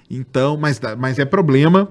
S5: Então, mas, dá- mas é problema.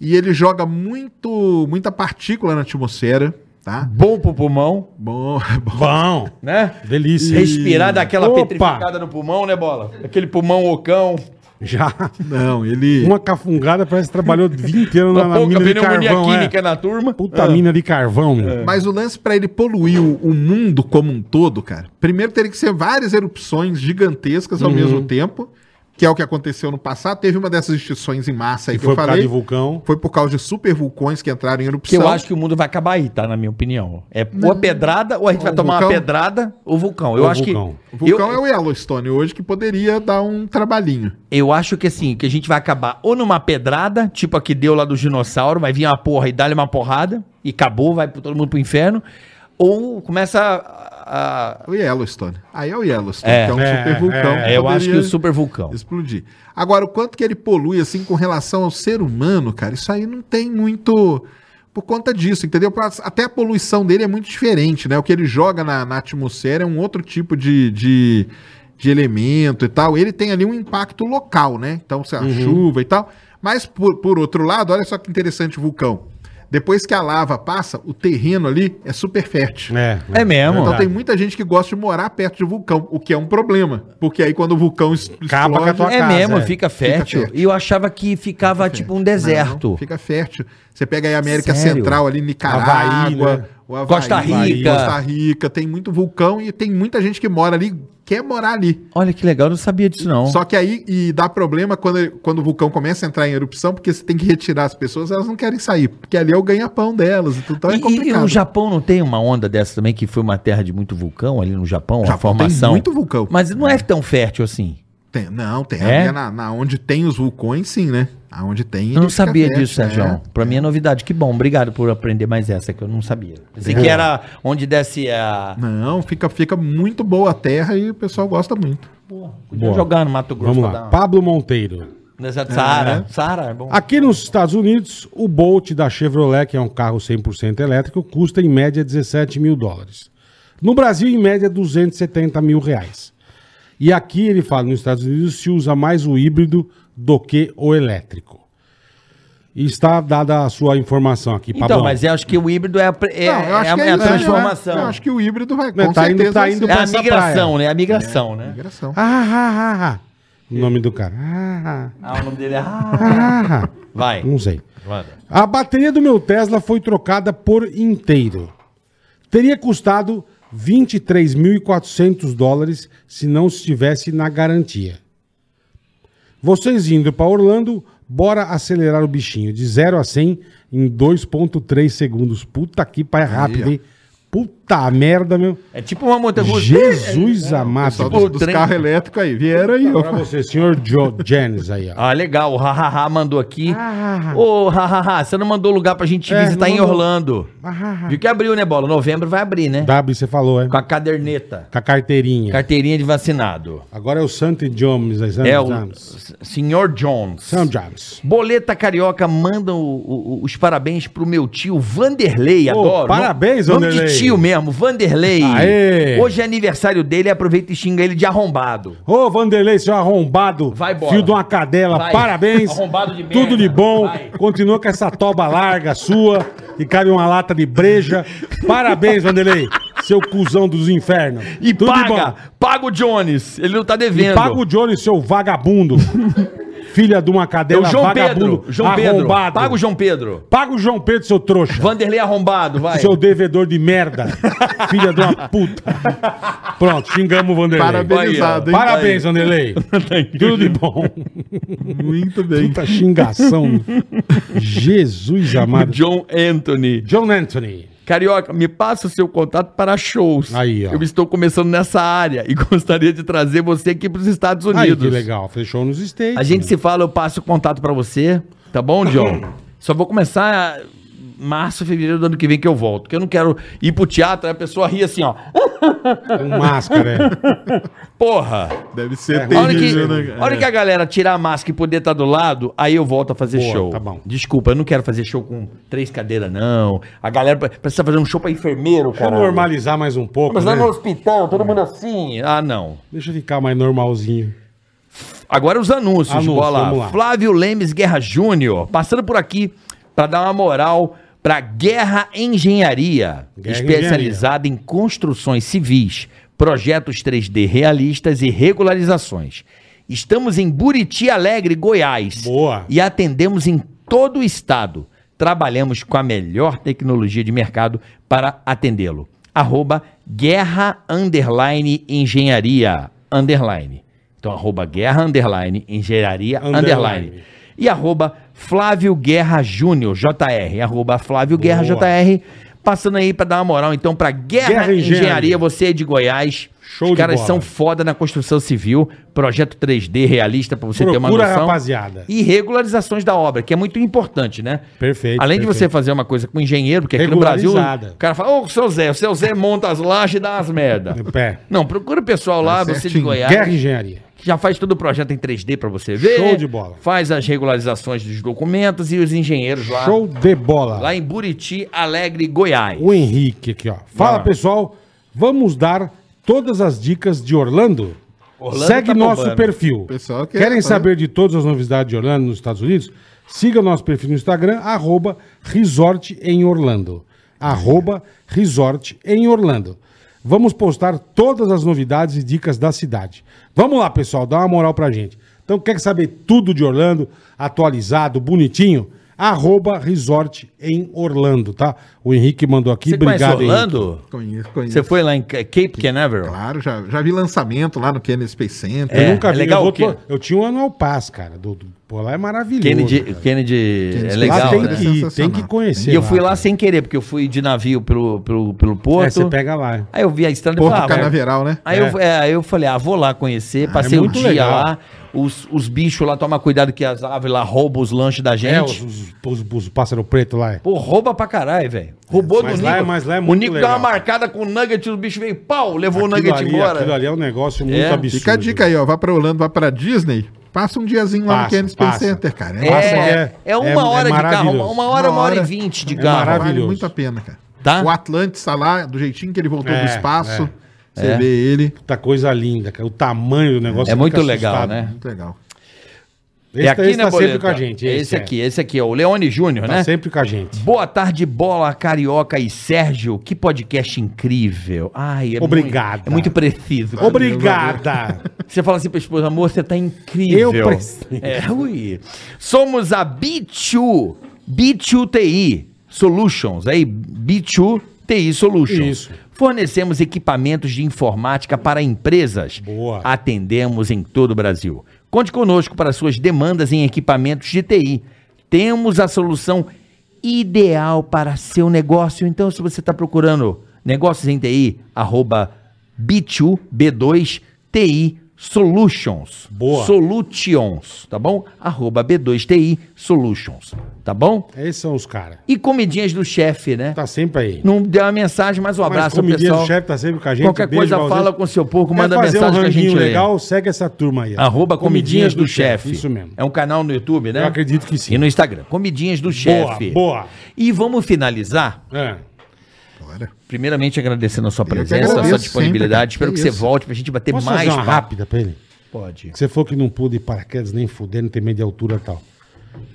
S5: E ele joga muito, muita partícula na atmosfera, tá?
S3: Bom pro pulmão,
S5: Bom, bom.
S2: Bom,
S3: né?
S2: delícia. hein?
S3: Respirar daquela
S2: Opa!
S3: petrificada no pulmão, né, Bola? Aquele pulmão ocão.
S2: Já.
S5: Não, ele.
S2: Uma cafungada parece que trabalhou 20 anos na, na
S3: pouca
S2: mina de
S3: pneumonia
S2: carvão. É.
S3: química Ah. É. na turma.
S2: Puta mina de carvão, meu.
S5: Mas o lance pra ele poluir o, o mundo como um todo, cara, primeiro teria que ser várias erupções gigantescas
S2: Uhum.
S5: ao mesmo tempo, que é o que aconteceu no passado. Teve uma dessas extinções em massa aí
S2: E
S5: que
S2: foi
S5: eu
S2: por causa
S5: falei.
S2: de vulcão.
S5: Foi por causa de supervulcões que entraram em
S3: Que
S5: erupção.
S3: eu acho que o mundo vai acabar aí, tá? Na minha opinião. É ou a pedrada, ou a gente vai
S5: O
S3: tomar uma
S5: vulcão?
S3: pedraada, ou vulcão. Eu
S2: Ou
S3: acho
S2: vulcão.
S3: que.
S5: O vulcão
S3: eu,
S5: é o Yellowstone hoje que poderia dar um trabalhinho.
S3: Eu acho que assim, que a gente vai acabar ou numa pedrada, tipo a que deu lá do dinossauro, vai vir uma porra e dá-lhe uma porrada, e acabou, vai pro- todo mundo pro inferno, ou começa a. a-
S5: O Yellowstone. Aí é o Yellowstone,
S3: É.
S5: que é um
S2: É,
S5: supervulcão.
S2: é,
S5: que
S3: eu acho que
S5: poderia
S3: o super
S2: Então.
S3: vulcão.
S5: explodir. Agora, o quanto que ele polui assim com relação ao ser humano, cara, isso aí não tem muito por conta disso, entendeu? Pra- Até a poluição dele é muito diferente, né? O que ele joga na, na atmosfera é um outro tipo de, de, de elemento e tal. Ele tem ali um impacto local, né? Então, sei lá,
S2: Uhum.
S5: chuva e tal. Mas, por, por outro lado, olha só que interessante o vulcão. Depois que a lava passa, o terreno ali é super fértil.
S3: É mesmo.
S5: Então
S2: Verdade.
S5: tem muita gente que gosta de morar perto de vulcão, o que é um problema. Porque aí quando o vulcão es- explode...
S2: Acaba com a tua
S3: É
S2: casa,
S3: mesmo,
S2: é.
S3: fica fértil.
S5: fértil.
S3: E eu achava que ficava tipo um deserto.
S5: Não, fica fértil. Você pega aí a América
S3: Sério?
S5: Central ali,
S2: Havaí,
S5: Nicarágua,
S2: né?
S5: o Havaí,
S3: Costa Rica.
S5: Costa Rica, tem muito vulcão e tem muita gente que mora ali, quer morar ali.
S3: Olha que legal, eu não sabia disso não.
S5: Só que aí e dá problema quando, ele- quando o vulcão começa a entrar em erupção, porque você tem que retirar as pessoas, elas não querem sair, porque ali é o ganha-pão delas, então, então
S3: E-
S5: é
S3: e, e
S5: complicado.
S3: o Japão não tem uma onda dessa também, que foi uma terra de muito vulcão ali no Japão, a
S5: Japão
S3: formação.
S5: tem muito vulcão.
S3: Mas não é tão fértil assim.
S5: Tem- não, tem
S3: É?
S5: ali na, na onde tem os vulcões, sim, né? Aonde tem.
S3: Eu não
S5: ele fica
S3: sabia
S5: fértil,
S3: disso, Sérgio.
S5: né?
S3: Pra mim é novidade. Que bom. Obrigado por aprender mais essa que eu não sabia. Pensei que era onde desce a.
S5: Não, fica, fica muito boa a terra e o pessoal gosta muito.
S3: Podia
S2: Boa.
S3: jogar no Mato Grosso
S2: Vamos
S3: pra dar
S2: lá.
S3: uma-
S2: Pablo Monteiro.
S3: Deserto do Saara. Saara é bom.
S2: Aqui nos Estados Unidos, o Bolt da Chevrolet, que é um carro 100% elétrico, custa em média 17 mil dólares. No Brasil, em média, 270 mil reais. E aqui ele fala, nos Estados Unidos se usa mais o híbrido do que o elétrico. E está dada a sua informação aqui,
S3: então,
S2: Pablão.
S3: mas eu acho que o híbrido é a, pre- é,
S5: Não, eu
S3: é
S5: acho
S3: a-
S5: que
S3: é a
S5: isso, né?
S3: transformação.
S5: Eu acho que o híbrido vai
S2: Não, tá indo- tá
S5: vai
S2: indo
S5: ser. É,
S3: É a
S2: essa
S3: migração,
S2: praia.
S3: né? A migração, né?
S5: migração.
S2: Ah, ah, ah, ah. O nome do cara. Ah, ah,
S3: Ah, o nome dele é.
S2: ah, ah.
S3: Vai.
S2: Não sei.
S3: Manda.
S2: A bateria do meu Tesla foi trocada por inteiro. Teria custado 23.400 dólares se não estivesse na garantia. Vocês indo para Orlando, bora acelerar o bichinho de 0 a 100 em 2.3 segundos. Puta que pai rápido, hein? Puta merda, meu.
S3: É tipo uma montanha russa.
S2: Jesus amado.
S5: Ah, Só dos, dos
S3: trem-
S5: carros elétricos aí. Vieram aí,
S2: Tá Pra
S5: ó.
S2: você, senhor Joe Jennings aí, ó.
S3: Ah, legal. O Hahaha mandou aqui. Ô, hahaha, você não mandou lugar pra gente
S2: É,
S3: visitar
S2: não
S3: em
S2: mandou.
S3: Orlando. Viu que abriu, né, Bola? Novembro vai abrir, né?
S2: W, você falou, é?
S3: Com a caderneta.
S2: Com a carteirinha.
S3: Carteirinha de vacinado.
S2: Agora é o Santi Jones, aí, Sam
S3: É o
S2: Jones.
S3: S- Sr. Jones.
S2: Sam Jones.
S3: Boleta Carioca manda o- o- o- os parabéns pro meu tio Vanderlei,
S2: Ô,
S3: adoro.
S2: parabéns,
S3: nome, nome de
S2: Vanderlei.
S3: tio mesmo, Vanderlei.
S2: Aê.
S3: Hoje é aniversário dele, aproveita e xinga ele de arrombado.
S2: Ô, Vanderlei, seu arrombado.
S3: Vai, bola.
S2: Fio de uma cadela,
S3: Vai.
S2: parabéns.
S3: Arrombado de merda.
S2: Tudo de bom.
S3: Vai.
S2: Continua com essa toba larga sua e cabe uma lata de breja. Parabéns, Vanderlei. Seu cuzão dos infernos.
S3: E
S2: Tudo de
S3: paga, paga o Jones, ele não tá devendo.
S2: E paga o Jones, seu vagabundo. Filha de uma
S3: É o
S2: cadela,
S3: João
S2: vagabundo.
S3: Pedro, João Pedro.
S2: arrombado.
S3: Paga o João Pedro.
S2: Paga o João Pedro, seu trouxa.
S3: Vanderlei arrombado, vai.
S2: Seu devedor de merda. Filha de uma puta. Pronto, xingamos o Vanderlei.
S5: Parabenizado, hein?
S2: Parabéns, Vanderlei. Tudo de bom.
S5: Muito bem.
S2: Puta xingação. Jesus amado.
S3: John Anthony.
S2: John Anthony.
S3: Carioca, me passa o seu contato para shows.
S2: Aí, ó.
S3: Eu estou começando nessa área e gostaria de trazer você aqui para os Estados
S2: Aí,
S3: Unidos.
S2: que legal. Fechou nos States.
S3: A gente se fala, eu passo o contato pra você, tá bom, John? Só vou começar março, fevereiro do ano que vem que eu volto, porque eu não quero ir pro teatro, aí a pessoa ri assim, ó.
S2: Com máscara. é.
S3: Porra!
S5: Deve ser
S2: É,
S3: A hora, que,
S5: terrível, né, cara?
S3: a hora que a galera tirar a máscara e poder estar do lado, aí eu volto a fazer
S2: Boa,
S3: show.
S2: tá bom.
S3: Desculpa, eu não quero fazer show com três cadeiras, não. A galera pre- precisa fazer um show pra enfermeiro,
S2: Deixa eu
S3: cara.
S2: normalizar mais um pouco.
S3: Mas lá
S2: né?
S3: no hospital, todo mundo assim. Ah, não.
S2: Deixa eu ficar mais normalzinho.
S3: Agora os anúncios,
S2: Anúncio,
S3: bola.
S2: vamos lá.
S3: Flávio Lemes Guerra Júnior, passando por aqui para dar uma moral para Guerra Engenharia,
S2: Guerra
S3: especializada em construções civis, projetos 3D realistas e regularizações. Estamos em Buriti Alegre, Goiás.
S2: Boa.
S3: E atendemos em todo o estado. Trabalhamos com a melhor tecnologia de mercado para atendê-lo. Arroba guerra underline engenharia underline. Então, arroba guerra underline engenharia
S2: Underline.
S3: underline. E arroba Flávio Guerra Júnior, JR. Arroba Flávio Guerra
S2: Boa.
S3: JR. Passando aí para dar uma moral, então, para Guerra,
S2: Guerra Engenharia.
S3: engenharia. Você é de Goiás.
S2: Show
S3: Os
S2: de
S3: caras
S2: bola.
S3: são foda na construção civil. Projeto 3D realista, para você ter uma
S2: Procura,
S3: noção
S2: rapaziada.
S3: e regularizações da obra, que é muito importante, né?
S2: Perfeito,
S3: Além de você
S2: perfeito.
S3: fazer uma coisa com engenheiro, porque aqui no Brasil,
S2: Regularizada.
S3: o cara fala, ô, seu Zé, o seu Zé monta as lajes e dá as merda.
S2: De É, pé.
S3: Não, procura o pessoal lá, você de
S5: certinho.
S3: Goiás,
S2: Tá Guerra e Engenharia.
S3: que já faz todo o projeto em 3D pra você ver.
S2: Show de bola.
S3: Faz as regularizações dos documentos e os engenheiros lá.
S2: Show de bola.
S3: Lá em Buriti, Alegre, Goiás.
S2: O Henrique aqui, ó. Fala,
S3: lá.
S2: pessoal. Vamos dar todas as dicas de Orlando.
S3: Orlando
S2: Segue
S3: tá
S2: nosso
S3: bombando.
S2: perfil.
S5: Pessoal quer
S2: Querem
S5: fazer.
S2: saber de todas as novidades de Orlando nos Estados Unidos? Siga nosso perfil no Instagram, arroba Resort em Orlando. Arroba Resort em Orlando. Vamos postar todas as novidades e dicas da cidade. Vamos lá, pessoal, dá uma moral pra gente. Então, quer saber tudo de Orlando, atualizado, bonitinho? Arroba Resort em Orlando, tá? O Henrique mandou aqui.
S3: Você conhece
S2: Obrigado, Henrique.
S3: Orlando?
S5: Conheço, conheço.
S3: Você foi lá em Ca- Cape Canaveral?
S5: Claro, já, já vi lançamento lá no Kennedy Space Center.
S2: Eu
S3: É,
S2: nunca vi.
S3: legal
S2: eu, vou
S3: o quê?
S2: to- eu tinha um anual pass, cara. Do, do- Pô, lá é maravilhoso.
S3: Kennedy,
S2: cara.
S3: Kennedy, é
S5: Kennedy
S2: lá
S3: legal,
S2: tem,
S3: né?
S2: que ir, tem
S5: Sensacional.
S2: que conhecer.
S3: E eu fui lá sem querer, porque eu fui de navio pelo, pelo, pelo porto.
S2: É, você pega lá.
S3: Aí eu vi a estrada e
S5: Porto
S3: falei, ah, vai-
S5: Canaveral, né?
S3: Aí, eu, é, aí eu falei, ah, vou lá conhecer, passei o
S2: é muito
S3: dia
S2: legal.
S3: lá, os, os bichos lá, toma cuidado que as aves lá roubam os lanches da
S2: É, os,
S3: gente.
S2: os, os, os pássaros pretos lá. é.
S3: Pô, rouba pra caralho, velho. Roubou
S2: Mas
S3: do
S2: lá é-
S3: Nico.
S2: mas lá é
S3: o
S2: muito
S3: Nico
S2: legal.
S3: deu uma marcada com o nugget, o bicho veio, pau, levou o nugget
S2: ali,
S3: embora.
S2: aquilo ali é um negócio muito
S3: É.
S2: absurdo.
S5: Fica a dica aí, ó. Vá pra Orlando, vá pra Disney. Passa um diazinho
S2: Passa,
S5: lá no Kennedy Space
S2: passa.
S5: Center, cara.
S3: É,
S2: Passa,
S3: é,
S2: é-
S3: uma
S2: é-
S3: hora
S2: é
S3: de carro, uma,
S2: maravilhoso.
S3: uma hora,
S5: Uma
S3: uma hora e
S5: hora.
S3: vinte de
S2: É
S3: carro.
S2: maravilhoso.
S5: Vale muito a pena, cara.
S3: Tá?
S5: O Atlantis tá lá, do jeitinho que ele voltou
S2: É,
S5: do espaço.
S2: é.
S5: Você vê ele.
S2: Puta coisa linda, cara. O tamanho do negócio.
S3: É
S2: fica
S3: muito legal,
S2: assustado.
S3: né?
S5: Muito legal.
S2: Esse,
S3: é
S2: tá-
S3: aqui,
S2: esse
S3: né,
S2: tá sempre
S3: Boleta?
S2: com a gente.
S3: Esse,
S2: é.
S3: aqui, esse aqui, é o Leone Júnior,
S2: Tá
S3: né?
S2: sempre com a gente.
S3: Boa tarde, bola carioca e Sérgio. Que podcast incrível. Ai, é
S2: Obrigada.
S3: Muito, é muito preciso.
S2: Obrigada.
S3: Você fala assim pra esposa, amor, você tá incrível.
S2: Eu preciso.
S3: É, ui. Somos a B2, é B2TI Solutions, aí, B2TI Solutions.
S2: Isso.
S3: Fornecemos equipamentos de informática para empresas.
S2: Boa.
S3: Atendemos em todo o Brasil. Conte conosco para suas demandas em equipamentos de TI. Temos a solução ideal para seu negócio. Então, se você está procurando negócios em TI, arroba B2TI Solutions.
S2: Boa.
S3: Solutions, tá bom? Arroba B2TI Solutions, tá bom?
S2: Esses são os caras.
S3: E comidinhas do chefe, né?
S2: Tá sempre aí.
S3: Não deu uma mensagem, mas um abraço ao
S2: comidinha do
S3: pessoal.
S2: chefe tá sempre com a gente.
S3: Qualquer
S2: Beijo
S3: coisa,
S2: pra vocês.
S3: fala com seu porco,
S2: Quer um
S3: manda mensagem que a
S2: ranguinho
S3: gente lê.
S2: legal, segue essa turma aí. ó.
S3: Arroba Comidinhas, do, Chefe.
S2: Isso mesmo.
S3: É um canal no YouTube, né?
S2: Eu acredito que sim.
S3: E no Instagram. Comidinhas do
S2: Boa,
S3: Chefe.
S2: boa.
S3: E vamos finalizar,
S2: É.
S5: Bora.
S3: primeiramente agradecendo a sua presença, a
S5: agradeço
S3: sua
S5: sempre,
S3: disponibilidade.
S5: cara.
S3: Espero
S5: Que
S3: que, você
S5: isso.
S3: volte pra gente bater
S2: Posso
S3: mais
S2: fazer uma
S3: papo.
S2: rápida pra ele?
S3: Pode.
S2: Que Você falou que não pula de paraquedas, nem fuder, não tem medo de altura e tal.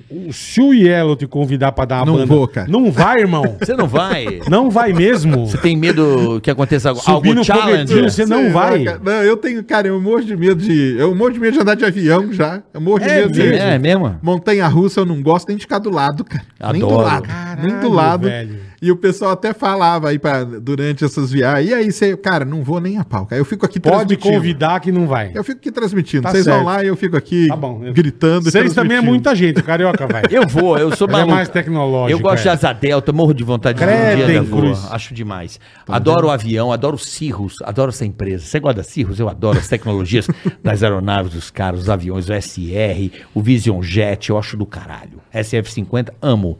S2: O- Se o Yellow te convidar pra dar uma
S5: Não
S2: banda...
S5: vou, cara.
S2: Não vai, irmão.
S3: Você não vai?
S2: não vai mesmo.
S3: Você tá tem medo que aconteça algo,
S2: Subir
S3: algo
S2: no
S3: challenge? É,
S2: foguetinho, Você não
S5: Sei lá,
S2: vai.
S5: cara. É. Não, eu tenho, cara, eu morro de medo de. Eu morro de medo de andar de avião já. Eu morro de medo de.
S3: É mesmo?
S5: Montanha russa eu não gosto nem de ficar do lado, cara. Nem do
S3: Adoro.
S5: lado. nem do
S2: Caralho,
S5: lado.
S2: velho.
S5: E o pessoal até falava aí pra, durante essas viagens. E aí, você, cara, não vou nem a pau, cara. Eu fico aqui
S2: Pode convidar que não vai.
S5: Eu fico aqui transmitindo.
S2: Tá
S5: Vocês
S2: certo.
S5: vão lá e eu fico aqui
S2: Tá bom.
S5: gritando. e
S2: Vocês também é
S5: transmitindo.
S2: muita gente, o carioca vai.
S3: Eu vou, eu sou
S2: Ele é
S3: maluco.
S2: mais tecnológico,
S3: Eu gosto de
S2: é.
S3: asa delta, morro de vontade de
S2: Credo, hein,
S3: da
S2: Cruz? Tá
S3: voa, Acho demais. adoro o avião, adoro o Cirrus, adoro essa empresa. Você gosta da Cirrus? Eu adoro as tecnologias das aeronaves, dos carros, os aviões, o SR, o Vision Jet, eu acho do caralho. SF-50, amo.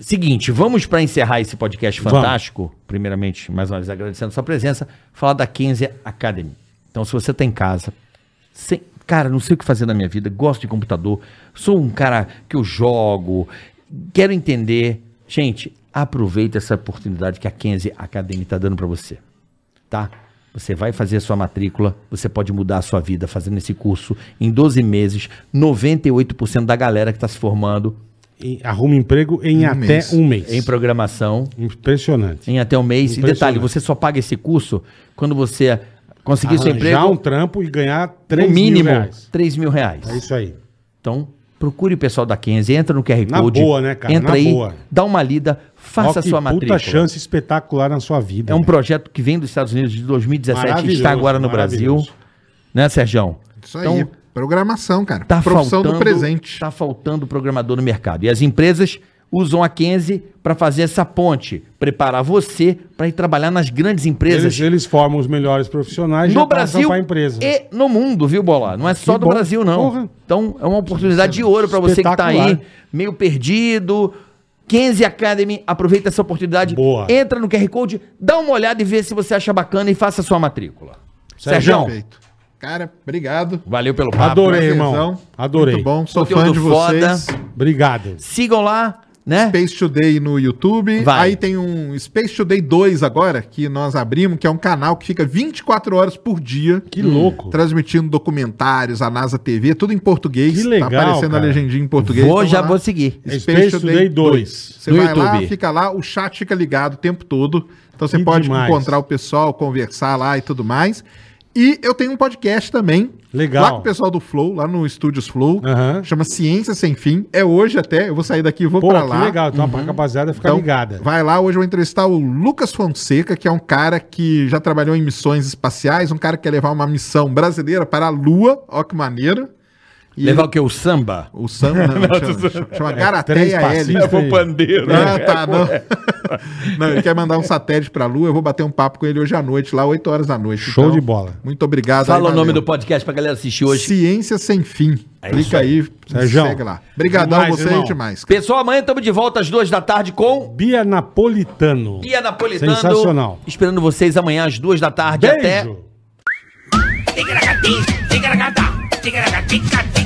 S3: Seguinte, vamos para encerrar esse podcast
S2: Vamos.
S3: fantástico. Primeiramente, mais uma vez agradecendo a sua presença, falar da Kenzie Academy. Então, se você está em casa, sem- cara, não sei o que fazer na minha vida, gosto de computador, sou um cara que eu jogo, quero entender. Gente, aproveita essa oportunidade que a Kenzie Academy está dando para você tá? Você vai fazer a sua matrícula, você pode mudar a sua vida fazendo esse curso. Em 12 meses, 98% da galera que está se formando
S2: E Arruma emprego em até
S5: mês.
S2: um mês.
S3: em programação,
S2: Impressionante.
S3: em até um mês. E
S2: Impressionante.
S3: detalhe, você só paga esse curso quando você conseguir seu
S2: Arranjar
S3: emprego
S2: um trampo e ganhar
S3: no
S2: 3 mil
S3: mínimo
S2: reais.
S3: 3 mil reais.
S2: É isso aí.
S3: Então, procure o pessoal da Kenzie, entra no QR
S2: Na
S3: Code.
S2: boa, né, cara?
S3: Entra
S2: Na
S3: aí,
S2: boa.
S3: dá uma lida, faça
S2: Ó,
S3: a
S2: que
S3: sua matrícula.
S2: Puta chance espetacular na sua vida.
S3: É um
S2: velho.
S3: projeto que vem dos Estados Unidos de 2017 e
S2: Maravilhoso,
S3: está agora no Brasil.
S2: maravilhoso.
S3: Né, Serjão?
S5: Isso aí.
S2: Então,
S5: programação, cara.
S3: Tá
S5: Profissão
S3: faltando,
S5: do presente.
S3: Tá faltando programador no mercado. E as empresas usam a Kenzie para fazer essa ponte, preparar você para ir trabalhar nas grandes empresas
S2: Eles, eles formam os melhores profissionais
S3: no
S2: já passam
S3: Brasil
S2: pra empresa.
S3: e no mundo, viu, Bola? Não é só
S2: Que
S3: do
S2: bom.
S3: Brasil, não.
S2: Porra.
S3: Então, é uma oportunidade de ouro para você que tá aí,
S2: Espetacular.
S3: meio perdido. Kenzie Academy, aproveita essa oportunidade.
S2: Boa.
S3: Entra no QR Code, dá uma olhada e vê se você acha bacana e faça a sua matrícula. Serjão,
S5: Perfeito. Cara, obrigado.
S3: valeu pelo papo.
S2: Adorei, irmão.
S5: Prazerzão.
S2: Adorei.
S5: Muito bom. Sou
S3: Conteúdo
S5: fã de vocês.
S3: foda.
S2: Obrigado.
S3: Sigam lá, né?
S5: Space Today no YouTube.
S3: Vai.
S5: Aí tem um Space Today 2 agora, que nós abrimos, que é um canal que fica 24 horas por dia.
S2: Que louco.
S5: Transmitindo documentários, a NASA TV, tudo em português.
S2: Que legal,
S5: Tá aparecendo
S2: cara.
S5: a legendinha em português.
S3: vou,
S5: então
S3: já
S5: vai
S3: vou
S5: lá.
S3: seguir.
S2: É Space Today 2.
S5: Você
S3: no
S5: vai lá,
S3: YouTube.
S5: fica lá, o chat fica ligado o tempo todo. Então você
S2: Que
S5: pode
S2: demais.
S5: encontrar o pessoal, conversar lá e tudo mais. E eu tenho um podcast também.
S2: Legal.
S5: Lá com o pessoal do Flow, lá no Estúdios Flow.
S2: Aham.
S5: Chama Ciência Sem Fim. É hoje até. Eu vou sair daqui e vou
S2: Pô,
S5: pra
S2: que
S5: lá. Uhum.
S2: legal. Então a rapaziada fica
S5: Então,
S2: ligada.
S5: Vai lá, hoje eu vou entrevistar o Lucas Fonseca, que é um cara que já trabalhou em missões espaciais, um cara que quer levar uma missão brasileira para a Lua, ó que maneiro. E
S3: Levar o
S5: ele-
S3: que? O samba?
S5: o Sam, não, chama, chama,
S2: É, três
S5: Garateia
S2: passinhos.
S5: L.
S2: É pro
S3: pandeiro.
S5: Ah, tá, não. não, ele quer mandar um satélite pra Lua, eu vou bater um papo com ele hoje à noite, lá 8 horas da noite. Então,
S2: Show de bola.
S5: Muito obrigado. aí,
S3: Fala o nome
S5: valeu.
S3: do podcast pra galera assistir hoje.
S5: Ciência Sem Fim.
S3: É isso
S5: Clica aí,
S2: Sérgio,
S5: segue lá. Obrigadão
S2: demais,
S5: vocês
S2: irmão.
S5: demais. cara.
S3: Pessoal, amanhã estamos de volta às duas da tarde com
S2: Bia Napolitano.
S3: Bia Napolitano.
S2: Sensacional.
S3: Esperando vocês amanhã às duas da tarde. Até.
S2: Beijo.
S1: Ticaracati, ticaracata, ticaracati,